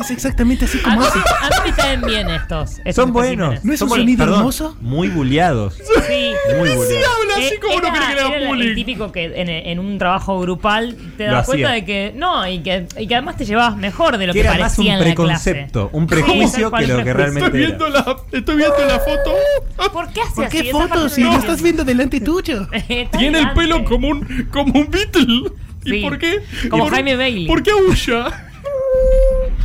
Speaker 14: Es exactamente así
Speaker 6: A mí,
Speaker 14: como hace.
Speaker 6: a mí me caen bien estos. estos
Speaker 9: Son
Speaker 6: especímenes.
Speaker 9: buenos.
Speaker 14: ¿No es
Speaker 9: son
Speaker 14: un
Speaker 9: buenos.
Speaker 14: sonido hermoso?
Speaker 9: Muy buleados.
Speaker 6: Sí.
Speaker 9: Muy
Speaker 3: Sí
Speaker 9: buleados.
Speaker 3: habla así
Speaker 6: Eh,
Speaker 3: como
Speaker 6: era-
Speaker 3: no quería que le haga
Speaker 6: era el
Speaker 3: bullying.
Speaker 6: típico que en, en un trabajo grupal te
Speaker 9: Lo
Speaker 6: das cuenta
Speaker 9: hacía.
Speaker 6: de que no y que, y que además te llevabas mejor de lo
Speaker 9: Que
Speaker 6: que,
Speaker 9: era más
Speaker 6: parecía
Speaker 9: un
Speaker 6: en la clase.
Speaker 9: preconcepto, un
Speaker 6: Sí, tal
Speaker 9: prejuicio
Speaker 6: cual,
Speaker 9: que lo que
Speaker 6: prejuicio.
Speaker 9: realmente-
Speaker 3: Estoy viendo, la, estoy viendo la foto.
Speaker 6: ¿Por qué hace
Speaker 14: ¿Por
Speaker 6: así?
Speaker 14: qué
Speaker 6: Esa parte
Speaker 14: fotos si
Speaker 6: no
Speaker 14: lo
Speaker 6: la
Speaker 14: Ah, pues, estás viendo delante tuyo?
Speaker 6: entiendo. Está
Speaker 3: Tiene el
Speaker 6: gigante.
Speaker 3: pelo como un, como un Beatle. ¿Y
Speaker 6: Sí.
Speaker 3: por qué?
Speaker 6: Como
Speaker 3: ¿Y por-
Speaker 6: Jaime Bailey.
Speaker 3: ¿Por qué aúlla?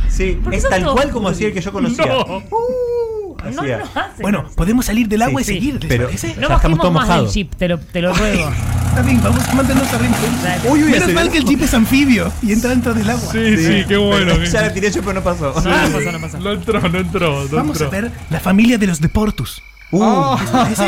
Speaker 9: Sí,
Speaker 6: ¿Por qué
Speaker 9: es
Speaker 6: son
Speaker 9: tal
Speaker 6: todos
Speaker 9: cual como hacía el que yo conocía.
Speaker 3: No.
Speaker 6: No,
Speaker 9: Hacía.
Speaker 6: no hace.
Speaker 14: Bueno, podemos salir del agua
Speaker 9: Sí,
Speaker 14: y
Speaker 9: sí,
Speaker 14: seguir, ¿les
Speaker 9: pero-
Speaker 14: parece?
Speaker 9: ya
Speaker 6: no
Speaker 9: estamos
Speaker 6: bajemos
Speaker 9: todos
Speaker 6: más del
Speaker 9: mojados.
Speaker 6: jeep, te lo, te lo ruego.
Speaker 14: Está bien, vamos, mándenos arriba.
Speaker 6: Dale.
Speaker 9: Uy, uy,
Speaker 14: Menos
Speaker 9: hace-
Speaker 14: mal que el jeep es anfibio y entra dentro del agua.
Speaker 3: Sí, sí, qué bueno.
Speaker 9: ya la tiré yo, pero no pasó.
Speaker 6: No, no pasó, no pasó.
Speaker 3: No entró, no entró. No
Speaker 14: Vamos
Speaker 3: entró.
Speaker 14: a ver la familia de los deportus.
Speaker 9: Uh,
Speaker 14: ¿Les parece?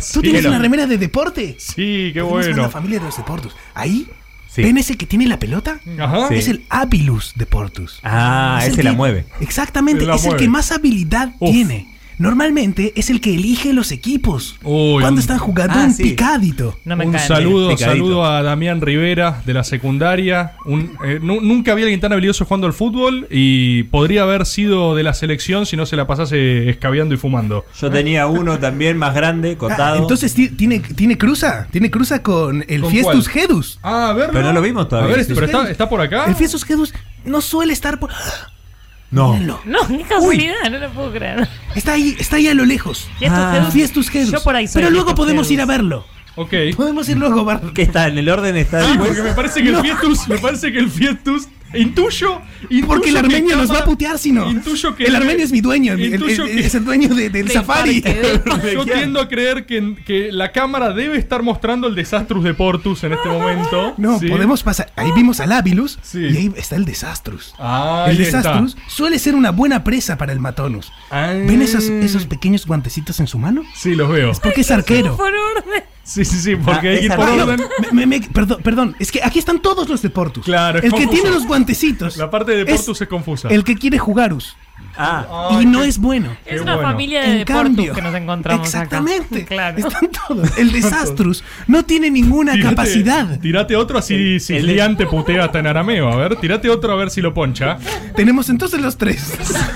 Speaker 3: sí.
Speaker 14: ¿Tú tienes
Speaker 3: Pero-
Speaker 14: una remera de deporte?
Speaker 3: Sí, qué
Speaker 14: Tenemos
Speaker 3: bueno.
Speaker 14: La familia de los deportus. Ahí,
Speaker 9: Sí.
Speaker 14: ¿ven ese que tiene la pelota?
Speaker 3: Ajá.
Speaker 9: Sí.
Speaker 14: Es el Apilus deportus.
Speaker 9: Ah,
Speaker 14: Es el
Speaker 9: ese la
Speaker 14: que-
Speaker 9: mueve.
Speaker 14: Exactamente,
Speaker 3: La
Speaker 14: es el
Speaker 3: mueve.
Speaker 14: que más habilidad
Speaker 3: Uf.
Speaker 14: tiene. normalmente es el que elige los equipos.
Speaker 3: Uy,
Speaker 14: Cuando
Speaker 3: un-
Speaker 14: están jugando
Speaker 3: Ah,
Speaker 14: un
Speaker 3: sí.
Speaker 14: picadito.
Speaker 3: un saludo, saludo a Damián Rivera de la secundaria. Un- eh, nu- nunca había alguien tan habilidoso jugando al fútbol y podría haber sido de la selección si no se la pasase escabeando y fumando.
Speaker 9: Yo tenía uno también más grande,
Speaker 14: Ah,
Speaker 9: cotado.
Speaker 14: entonces ti- tiene, tiene cruza, tiene cruza con el
Speaker 9: ¿Con
Speaker 14: Fiestus
Speaker 9: cuál?
Speaker 14: Gedus.
Speaker 3: Ah, a ver.
Speaker 9: Pero no lo vimos todavía.
Speaker 3: A ver, pero está, está por acá.
Speaker 14: El Fiestus Gedus no suele estar por.
Speaker 9: No.
Speaker 6: No, qué casualidad, no lo puedo creer.
Speaker 14: Está ahí, está ahí a lo lejos.
Speaker 6: Fiestus Ah. Gedus.
Speaker 14: Fiestus Gedus.
Speaker 6: Yo por ahí soy
Speaker 14: Pero
Speaker 6: el
Speaker 14: luego
Speaker 6: Fiestus
Speaker 14: podemos
Speaker 6: Gedus.
Speaker 14: ir a verlo.
Speaker 3: Ok.
Speaker 14: Podemos ir luego a verlo.
Speaker 9: ¿Qué está? ¿En el orden está
Speaker 3: ¿Eh? Ah,
Speaker 9: después?
Speaker 3: porque me parece que el
Speaker 9: No.
Speaker 3: Fiestus, me parece que el Fiestus intuyo, intuyo
Speaker 14: Porque el
Speaker 3: que
Speaker 14: armenio nos va a
Speaker 3: estaba-
Speaker 14: putear si no.
Speaker 3: Intuyo que
Speaker 14: El armenio es mi dueño. el- el-
Speaker 3: Intuyo
Speaker 14: el-
Speaker 3: que-
Speaker 14: es el dueño de- del safari.
Speaker 6: ¿eh?
Speaker 3: Yo tiendo a creer que, que la cámara debe estar mostrando el desastrus de Portus en este momento.
Speaker 14: No,
Speaker 3: Sí.
Speaker 14: podemos pasar. Ahí vimos al Ábilus
Speaker 3: Sí.
Speaker 14: y ahí está el Desastrus.
Speaker 3: Ah,
Speaker 14: el
Speaker 3: ahí está. Ah.
Speaker 14: Desastrus suele ser una buena presa para el Matonus. ¿Ven esos, esos pequeños guantecitos en su mano?
Speaker 3: Sí, los veo.
Speaker 14: Es porque es arquero.
Speaker 6: Por orden.
Speaker 3: Sí, sí, sí, porque
Speaker 14: Ah,
Speaker 3: hay que ir
Speaker 14: es
Speaker 3: por
Speaker 14: arquero.
Speaker 3: orden.
Speaker 14: Me- me- me- perdón, perdón, es que aquí están todos los deportus.
Speaker 3: Claro, es
Speaker 14: el que
Speaker 3: confuso.
Speaker 14: tiene los guantecitos.
Speaker 3: La parte de
Speaker 14: es
Speaker 3: Portus es, confusa.
Speaker 14: El que quiere jugarus.
Speaker 9: Ah.
Speaker 14: y no es bueno.
Speaker 6: Es una familia de
Speaker 14: En
Speaker 6: deportes
Speaker 14: cambio,
Speaker 6: que nos encontramos
Speaker 14: exactamente.
Speaker 6: acá. Claro.
Speaker 14: Están todos. El Desastrus no tiene ninguna
Speaker 3: Tirate-
Speaker 14: capacidad.
Speaker 3: Tirate otro así si Lian te putea hasta en arameo. A ver, tirate otro a ver si lo poncha.
Speaker 14: Tenemos entonces los tres.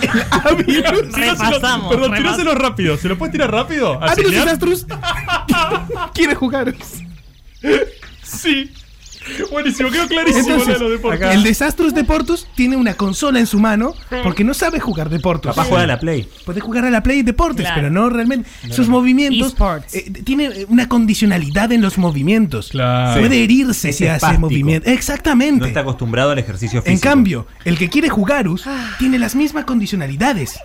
Speaker 3: Tiráselo-
Speaker 14: Repasamos,
Speaker 3: Perdón,
Speaker 14: repas-
Speaker 3: tiráselo rápido. ¿Se lo puedes tirar rápido? ¿A
Speaker 14: Ábilus
Speaker 3: Silian?
Speaker 14: Desastrus quiere jugarus.
Speaker 3: Sí. Buenísimo, quedó clarísimo lo de
Speaker 14: Entonces,
Speaker 3: los deportes.
Speaker 14: el Desastrus Deportus tiene una consola en su mano porque no sabe jugar Deportus.
Speaker 9: Capaz juega a la Play.
Speaker 14: Puede jugar a la Play Deportes,
Speaker 9: Claro.
Speaker 14: pero no realmente. Sus movimientos. eh, tiene eh, una condicionalidad en los movimientos.
Speaker 9: Claro.
Speaker 14: Puede
Speaker 9: Sí.
Speaker 14: herirse
Speaker 9: Es
Speaker 14: si hace
Speaker 9: espástico.
Speaker 14: movimiento.
Speaker 9: No
Speaker 14: Exactamente.
Speaker 9: está acostumbrado al ejercicio físico.
Speaker 14: en cambio, el que quiere jugarus
Speaker 3: Ah.
Speaker 14: tiene las mismas condicionalidades.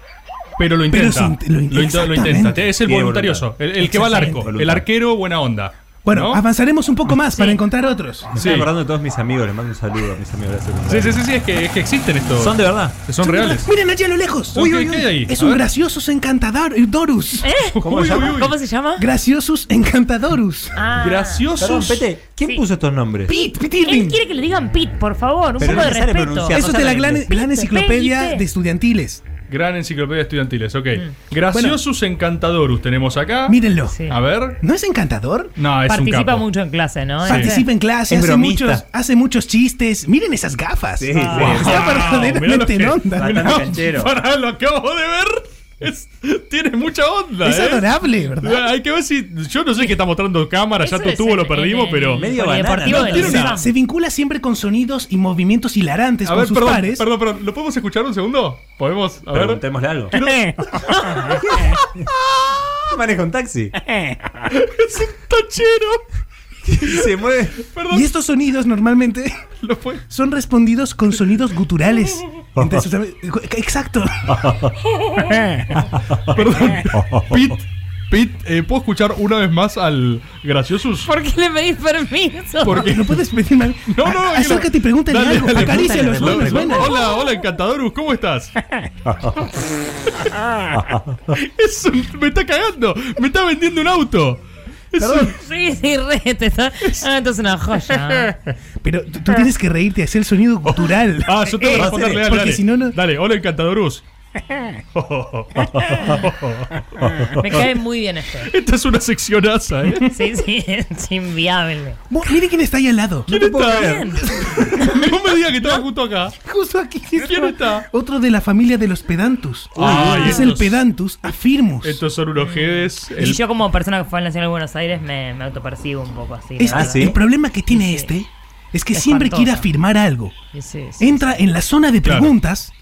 Speaker 3: Pero lo
Speaker 14: Pero
Speaker 3: intenta.
Speaker 14: sin- lo-
Speaker 3: lo, intenta lo intenta.
Speaker 14: exactamente.
Speaker 3: Es el
Speaker 14: Tiene
Speaker 3: voluntarioso.
Speaker 14: voluntad.
Speaker 3: El, el que va al arco.
Speaker 14: Exactamente.
Speaker 3: El arquero, buena onda.
Speaker 14: Bueno,
Speaker 3: ¿no?
Speaker 14: avanzaremos un poco más para encontrar otros.
Speaker 9: Ah, Me estoy acordando de todos mis amigos. Les mando un saludo a mis amigos de la
Speaker 3: Sí,
Speaker 9: secundaria.
Speaker 3: sí, sí, sí, es que, es que existen estos.
Speaker 9: Son de verdad.
Speaker 3: Que son
Speaker 9: Son de
Speaker 3: reales.
Speaker 14: Miren allá a lo lejos.
Speaker 3: Son-
Speaker 14: Uy,
Speaker 3: ¿qué-
Speaker 14: uy,
Speaker 3: qué
Speaker 14: uy.
Speaker 3: hay ahí?
Speaker 14: Es
Speaker 3: A
Speaker 14: un
Speaker 3: ver.
Speaker 14: graciosos encantador. Dorus.
Speaker 9: ¿Cómo se llama?
Speaker 6: ¿Eh? ¿Cómo se llama?
Speaker 14: Graciosos encantadorus.
Speaker 6: Ah.
Speaker 9: Graciosos. Perdón, Pete, ¿quién puso estos nombres?
Speaker 14: Pete, Pete
Speaker 6: Él
Speaker 14: Irving.
Speaker 6: quiere que le digan Pete, por favor. Un
Speaker 9: Pero
Speaker 6: poco
Speaker 9: no
Speaker 6: de
Speaker 9: le sale
Speaker 6: respeto.
Speaker 9: pronunciar,
Speaker 14: Eso es de la gran, gran enciclopedia
Speaker 6: P.I.T..
Speaker 14: de estudiantiles.
Speaker 3: Gran enciclopedia de estudiantiles, ok.
Speaker 14: Mm.
Speaker 3: Graciosus encantadorus tenemos acá.
Speaker 14: Mírenlo.
Speaker 3: A ver.
Speaker 14: ¿No es encantador?
Speaker 3: No, es un
Speaker 6: Participa
Speaker 3: capo.
Speaker 6: mucho en clase, ¿no?
Speaker 14: Participa en clase,
Speaker 6: Es
Speaker 14: hace
Speaker 6: bromista.
Speaker 14: muchos, hace muchos chistes. Miren esas gafas.
Speaker 9: Sí,
Speaker 3: Ah,
Speaker 14: Está
Speaker 9: sí.
Speaker 3: Wow, mirá lo
Speaker 14: verdaderamente
Speaker 3: que-
Speaker 14: en onda.
Speaker 9: Bastante canchero.
Speaker 3: Pará, lo acabo de ver. Es- tiene mucha onda.
Speaker 14: Es
Speaker 3: ¿eh?
Speaker 14: adorable, ¿verdad?
Speaker 3: Hay que ver si. Yo no sé qué está mostrando cámara, ya
Speaker 6: Eso
Speaker 3: tu
Speaker 6: es
Speaker 3: tubo
Speaker 6: el-
Speaker 3: lo perdimos,
Speaker 6: el-
Speaker 3: pero.
Speaker 9: Medio
Speaker 6: Polideportivo
Speaker 9: banana.
Speaker 6: de
Speaker 9: ¿no?
Speaker 6: la
Speaker 9: Tiene una-
Speaker 6: SAM.
Speaker 14: Se vincula siempre con sonidos y movimientos hilarantes
Speaker 3: A
Speaker 14: con
Speaker 3: ver,
Speaker 14: sus
Speaker 3: perdón,
Speaker 14: pares.
Speaker 3: perdón, perdón. ¿Lo podemos escuchar un segundo? ¿Podemos? A ver.
Speaker 9: Preguntémosle algo.
Speaker 3: Quiero-
Speaker 9: Maneja un taxi.
Speaker 3: es un tachero.
Speaker 9: Se mueve.
Speaker 3: Perdón.
Speaker 14: Y estos sonidos normalmente
Speaker 3: Lo fue.
Speaker 14: son respondidos con sonidos guturales. Entonces, ¿sabe? exacto.
Speaker 3: Perdón. Pit, Pit, eh, ¿puedo escuchar una vez más al Graciosus?
Speaker 6: ¿Por qué le pedís permiso?
Speaker 3: Porque.
Speaker 14: No puedes pedir mal.
Speaker 3: No, no,
Speaker 14: A- Acércate y pregúntale
Speaker 3: Dale,
Speaker 14: algo.
Speaker 3: dale,
Speaker 14: Acaricia los
Speaker 3: pregúntale,
Speaker 14: buenos,
Speaker 3: pregúntale.
Speaker 14: buenas.
Speaker 3: Hola, hola, encantadorus, ¿cómo estás?
Speaker 6: Ah.
Speaker 3: es un- me está cagando, me está vendiendo un auto. Es un-
Speaker 6: Sí, sí, re, te está- Ah, esto es una
Speaker 14: Ah.
Speaker 6: joya.
Speaker 14: Pero tú, tú tienes que reírte, hacer el sonido gutural.
Speaker 3: Ah, yo tengo que
Speaker 14: Eh,
Speaker 3: responderle, dale,
Speaker 14: Porque
Speaker 3: dale.
Speaker 14: si no, no.
Speaker 3: Dale, hola, encantadorus.
Speaker 6: ¿eh? Me cae muy bien esto.
Speaker 3: Esta es una seccionaza, ¿eh?
Speaker 6: Sí, sí, es inviable.
Speaker 14: Bueno, Mire quién está ahí al lado.
Speaker 3: ¿Quién está?
Speaker 6: Bien.
Speaker 3: No me digas que estaba justo acá.
Speaker 14: Justo aquí.
Speaker 3: ¿Quién está? Ah,
Speaker 14: Otro de la familia de los pedantus.
Speaker 3: Ay,
Speaker 14: es el
Speaker 3: estos-
Speaker 14: pedantus afirmus.
Speaker 3: Estos son unos jedes. el-
Speaker 6: Y yo como persona que fue al Nacional de Buenos Aires me, me autopercibo un poco así. la
Speaker 14: Este-
Speaker 6: verdad.
Speaker 9: sí.
Speaker 14: El problema que tiene este es que siempre
Speaker 6: Espantoso.
Speaker 14: quiere afirmar algo.
Speaker 6: Sí, sí, sí.
Speaker 14: Entra en la zona de
Speaker 3: Claro.
Speaker 14: preguntas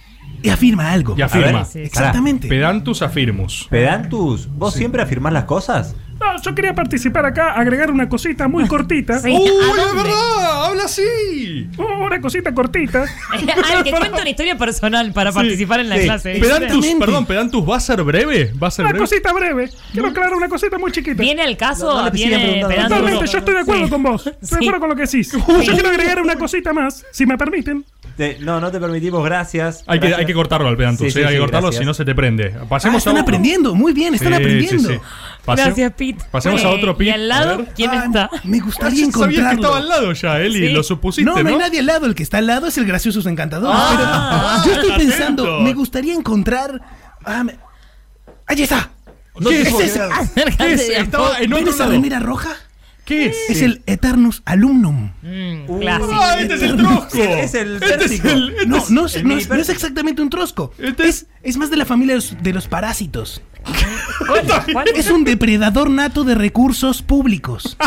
Speaker 14: y afirma algo.
Speaker 3: Y afirma.
Speaker 6: Sí, sí.
Speaker 14: Exactamente.
Speaker 3: Pedantus afirmus.
Speaker 9: Pedantus, ¿vos siempre afirmás las cosas?
Speaker 15: No, yo quería participar acá, agregar una cosita muy cortita.
Speaker 6: Sí, ¿a dónde?
Speaker 3: ¡Habla así!
Speaker 15: Oh, Una cosita cortita.
Speaker 6: Ay, que cuento una historia personal para participar en la
Speaker 3: Sí.
Speaker 6: clase. ¿viste?
Speaker 3: Pedantus,
Speaker 14: Exactamente. Ah, pues
Speaker 3: perdón, Pedantus va a ser breve. Va a ser
Speaker 15: Una
Speaker 3: breve.
Speaker 15: cosita breve. Quiero aclarar una cosita muy chiquita.
Speaker 6: ¿Viene al caso?
Speaker 9: No, no le sigan
Speaker 6: ¿Viene
Speaker 9: preguntando.
Speaker 6: Pedantus?
Speaker 15: Totalmente, yo estoy de acuerdo
Speaker 6: Sí.
Speaker 15: con vos. Estoy
Speaker 6: Sí.
Speaker 15: de acuerdo con lo que decís. Yo quiero agregar una cosita más, si me permiten.
Speaker 9: Te- no, no te permitimos, gracias.
Speaker 3: Hay que,
Speaker 9: Gracias.
Speaker 3: hay que cortarlo al Pedantus,
Speaker 9: Sí,
Speaker 3: eh,
Speaker 9: sí,
Speaker 3: hay que
Speaker 9: sí,
Speaker 3: cortarlo
Speaker 9: gracias.
Speaker 3: si no se te prende.
Speaker 14: Ah,
Speaker 3: Pasemos
Speaker 14: están
Speaker 3: a otro.
Speaker 14: aprendiendo, muy bien, están
Speaker 3: Sí, sí,
Speaker 14: aprendiendo.
Speaker 3: sí. Pase-
Speaker 6: Gracias, Pete.
Speaker 3: Pasemos a
Speaker 6: Bueno,
Speaker 3: otro Pete.
Speaker 6: ¿Y al
Speaker 3: A
Speaker 6: lado
Speaker 3: ver.
Speaker 6: quién
Speaker 14: Ah,
Speaker 6: está?
Speaker 14: Me gustaría
Speaker 3: Ah, yo sabía que estaba
Speaker 14: encontrarlo.
Speaker 3: al lado ya, Eli,
Speaker 6: Sí.
Speaker 3: lo supusiste,
Speaker 14: No,
Speaker 3: ¿no?
Speaker 14: no hay nadie al lado. El que está al lado es el gracioso encantador.
Speaker 6: Ah,
Speaker 14: pero yo estoy
Speaker 3: atento.
Speaker 14: pensando, me gustaría encontrar. ah, me- ¡Allí está!
Speaker 3: No
Speaker 14: ¿Qué
Speaker 3: te
Speaker 14: es
Speaker 3: puedo
Speaker 14: eso?
Speaker 3: creer. ¿Qué es? Estaba en
Speaker 14: ¿Ven
Speaker 3: otro
Speaker 14: esa
Speaker 3: lado.
Speaker 14: remera roja?
Speaker 3: ¿Qué es?
Speaker 14: Es el Eternus Alumnum.
Speaker 6: clásico.
Speaker 3: ¡Ah, este es el trosco!
Speaker 14: Mm, Es el pérsico. No, no es, no es- no es exactamente un trosco. es, es más de la familia de los, de los parásitos. Es un depredador nato de recursos públicos.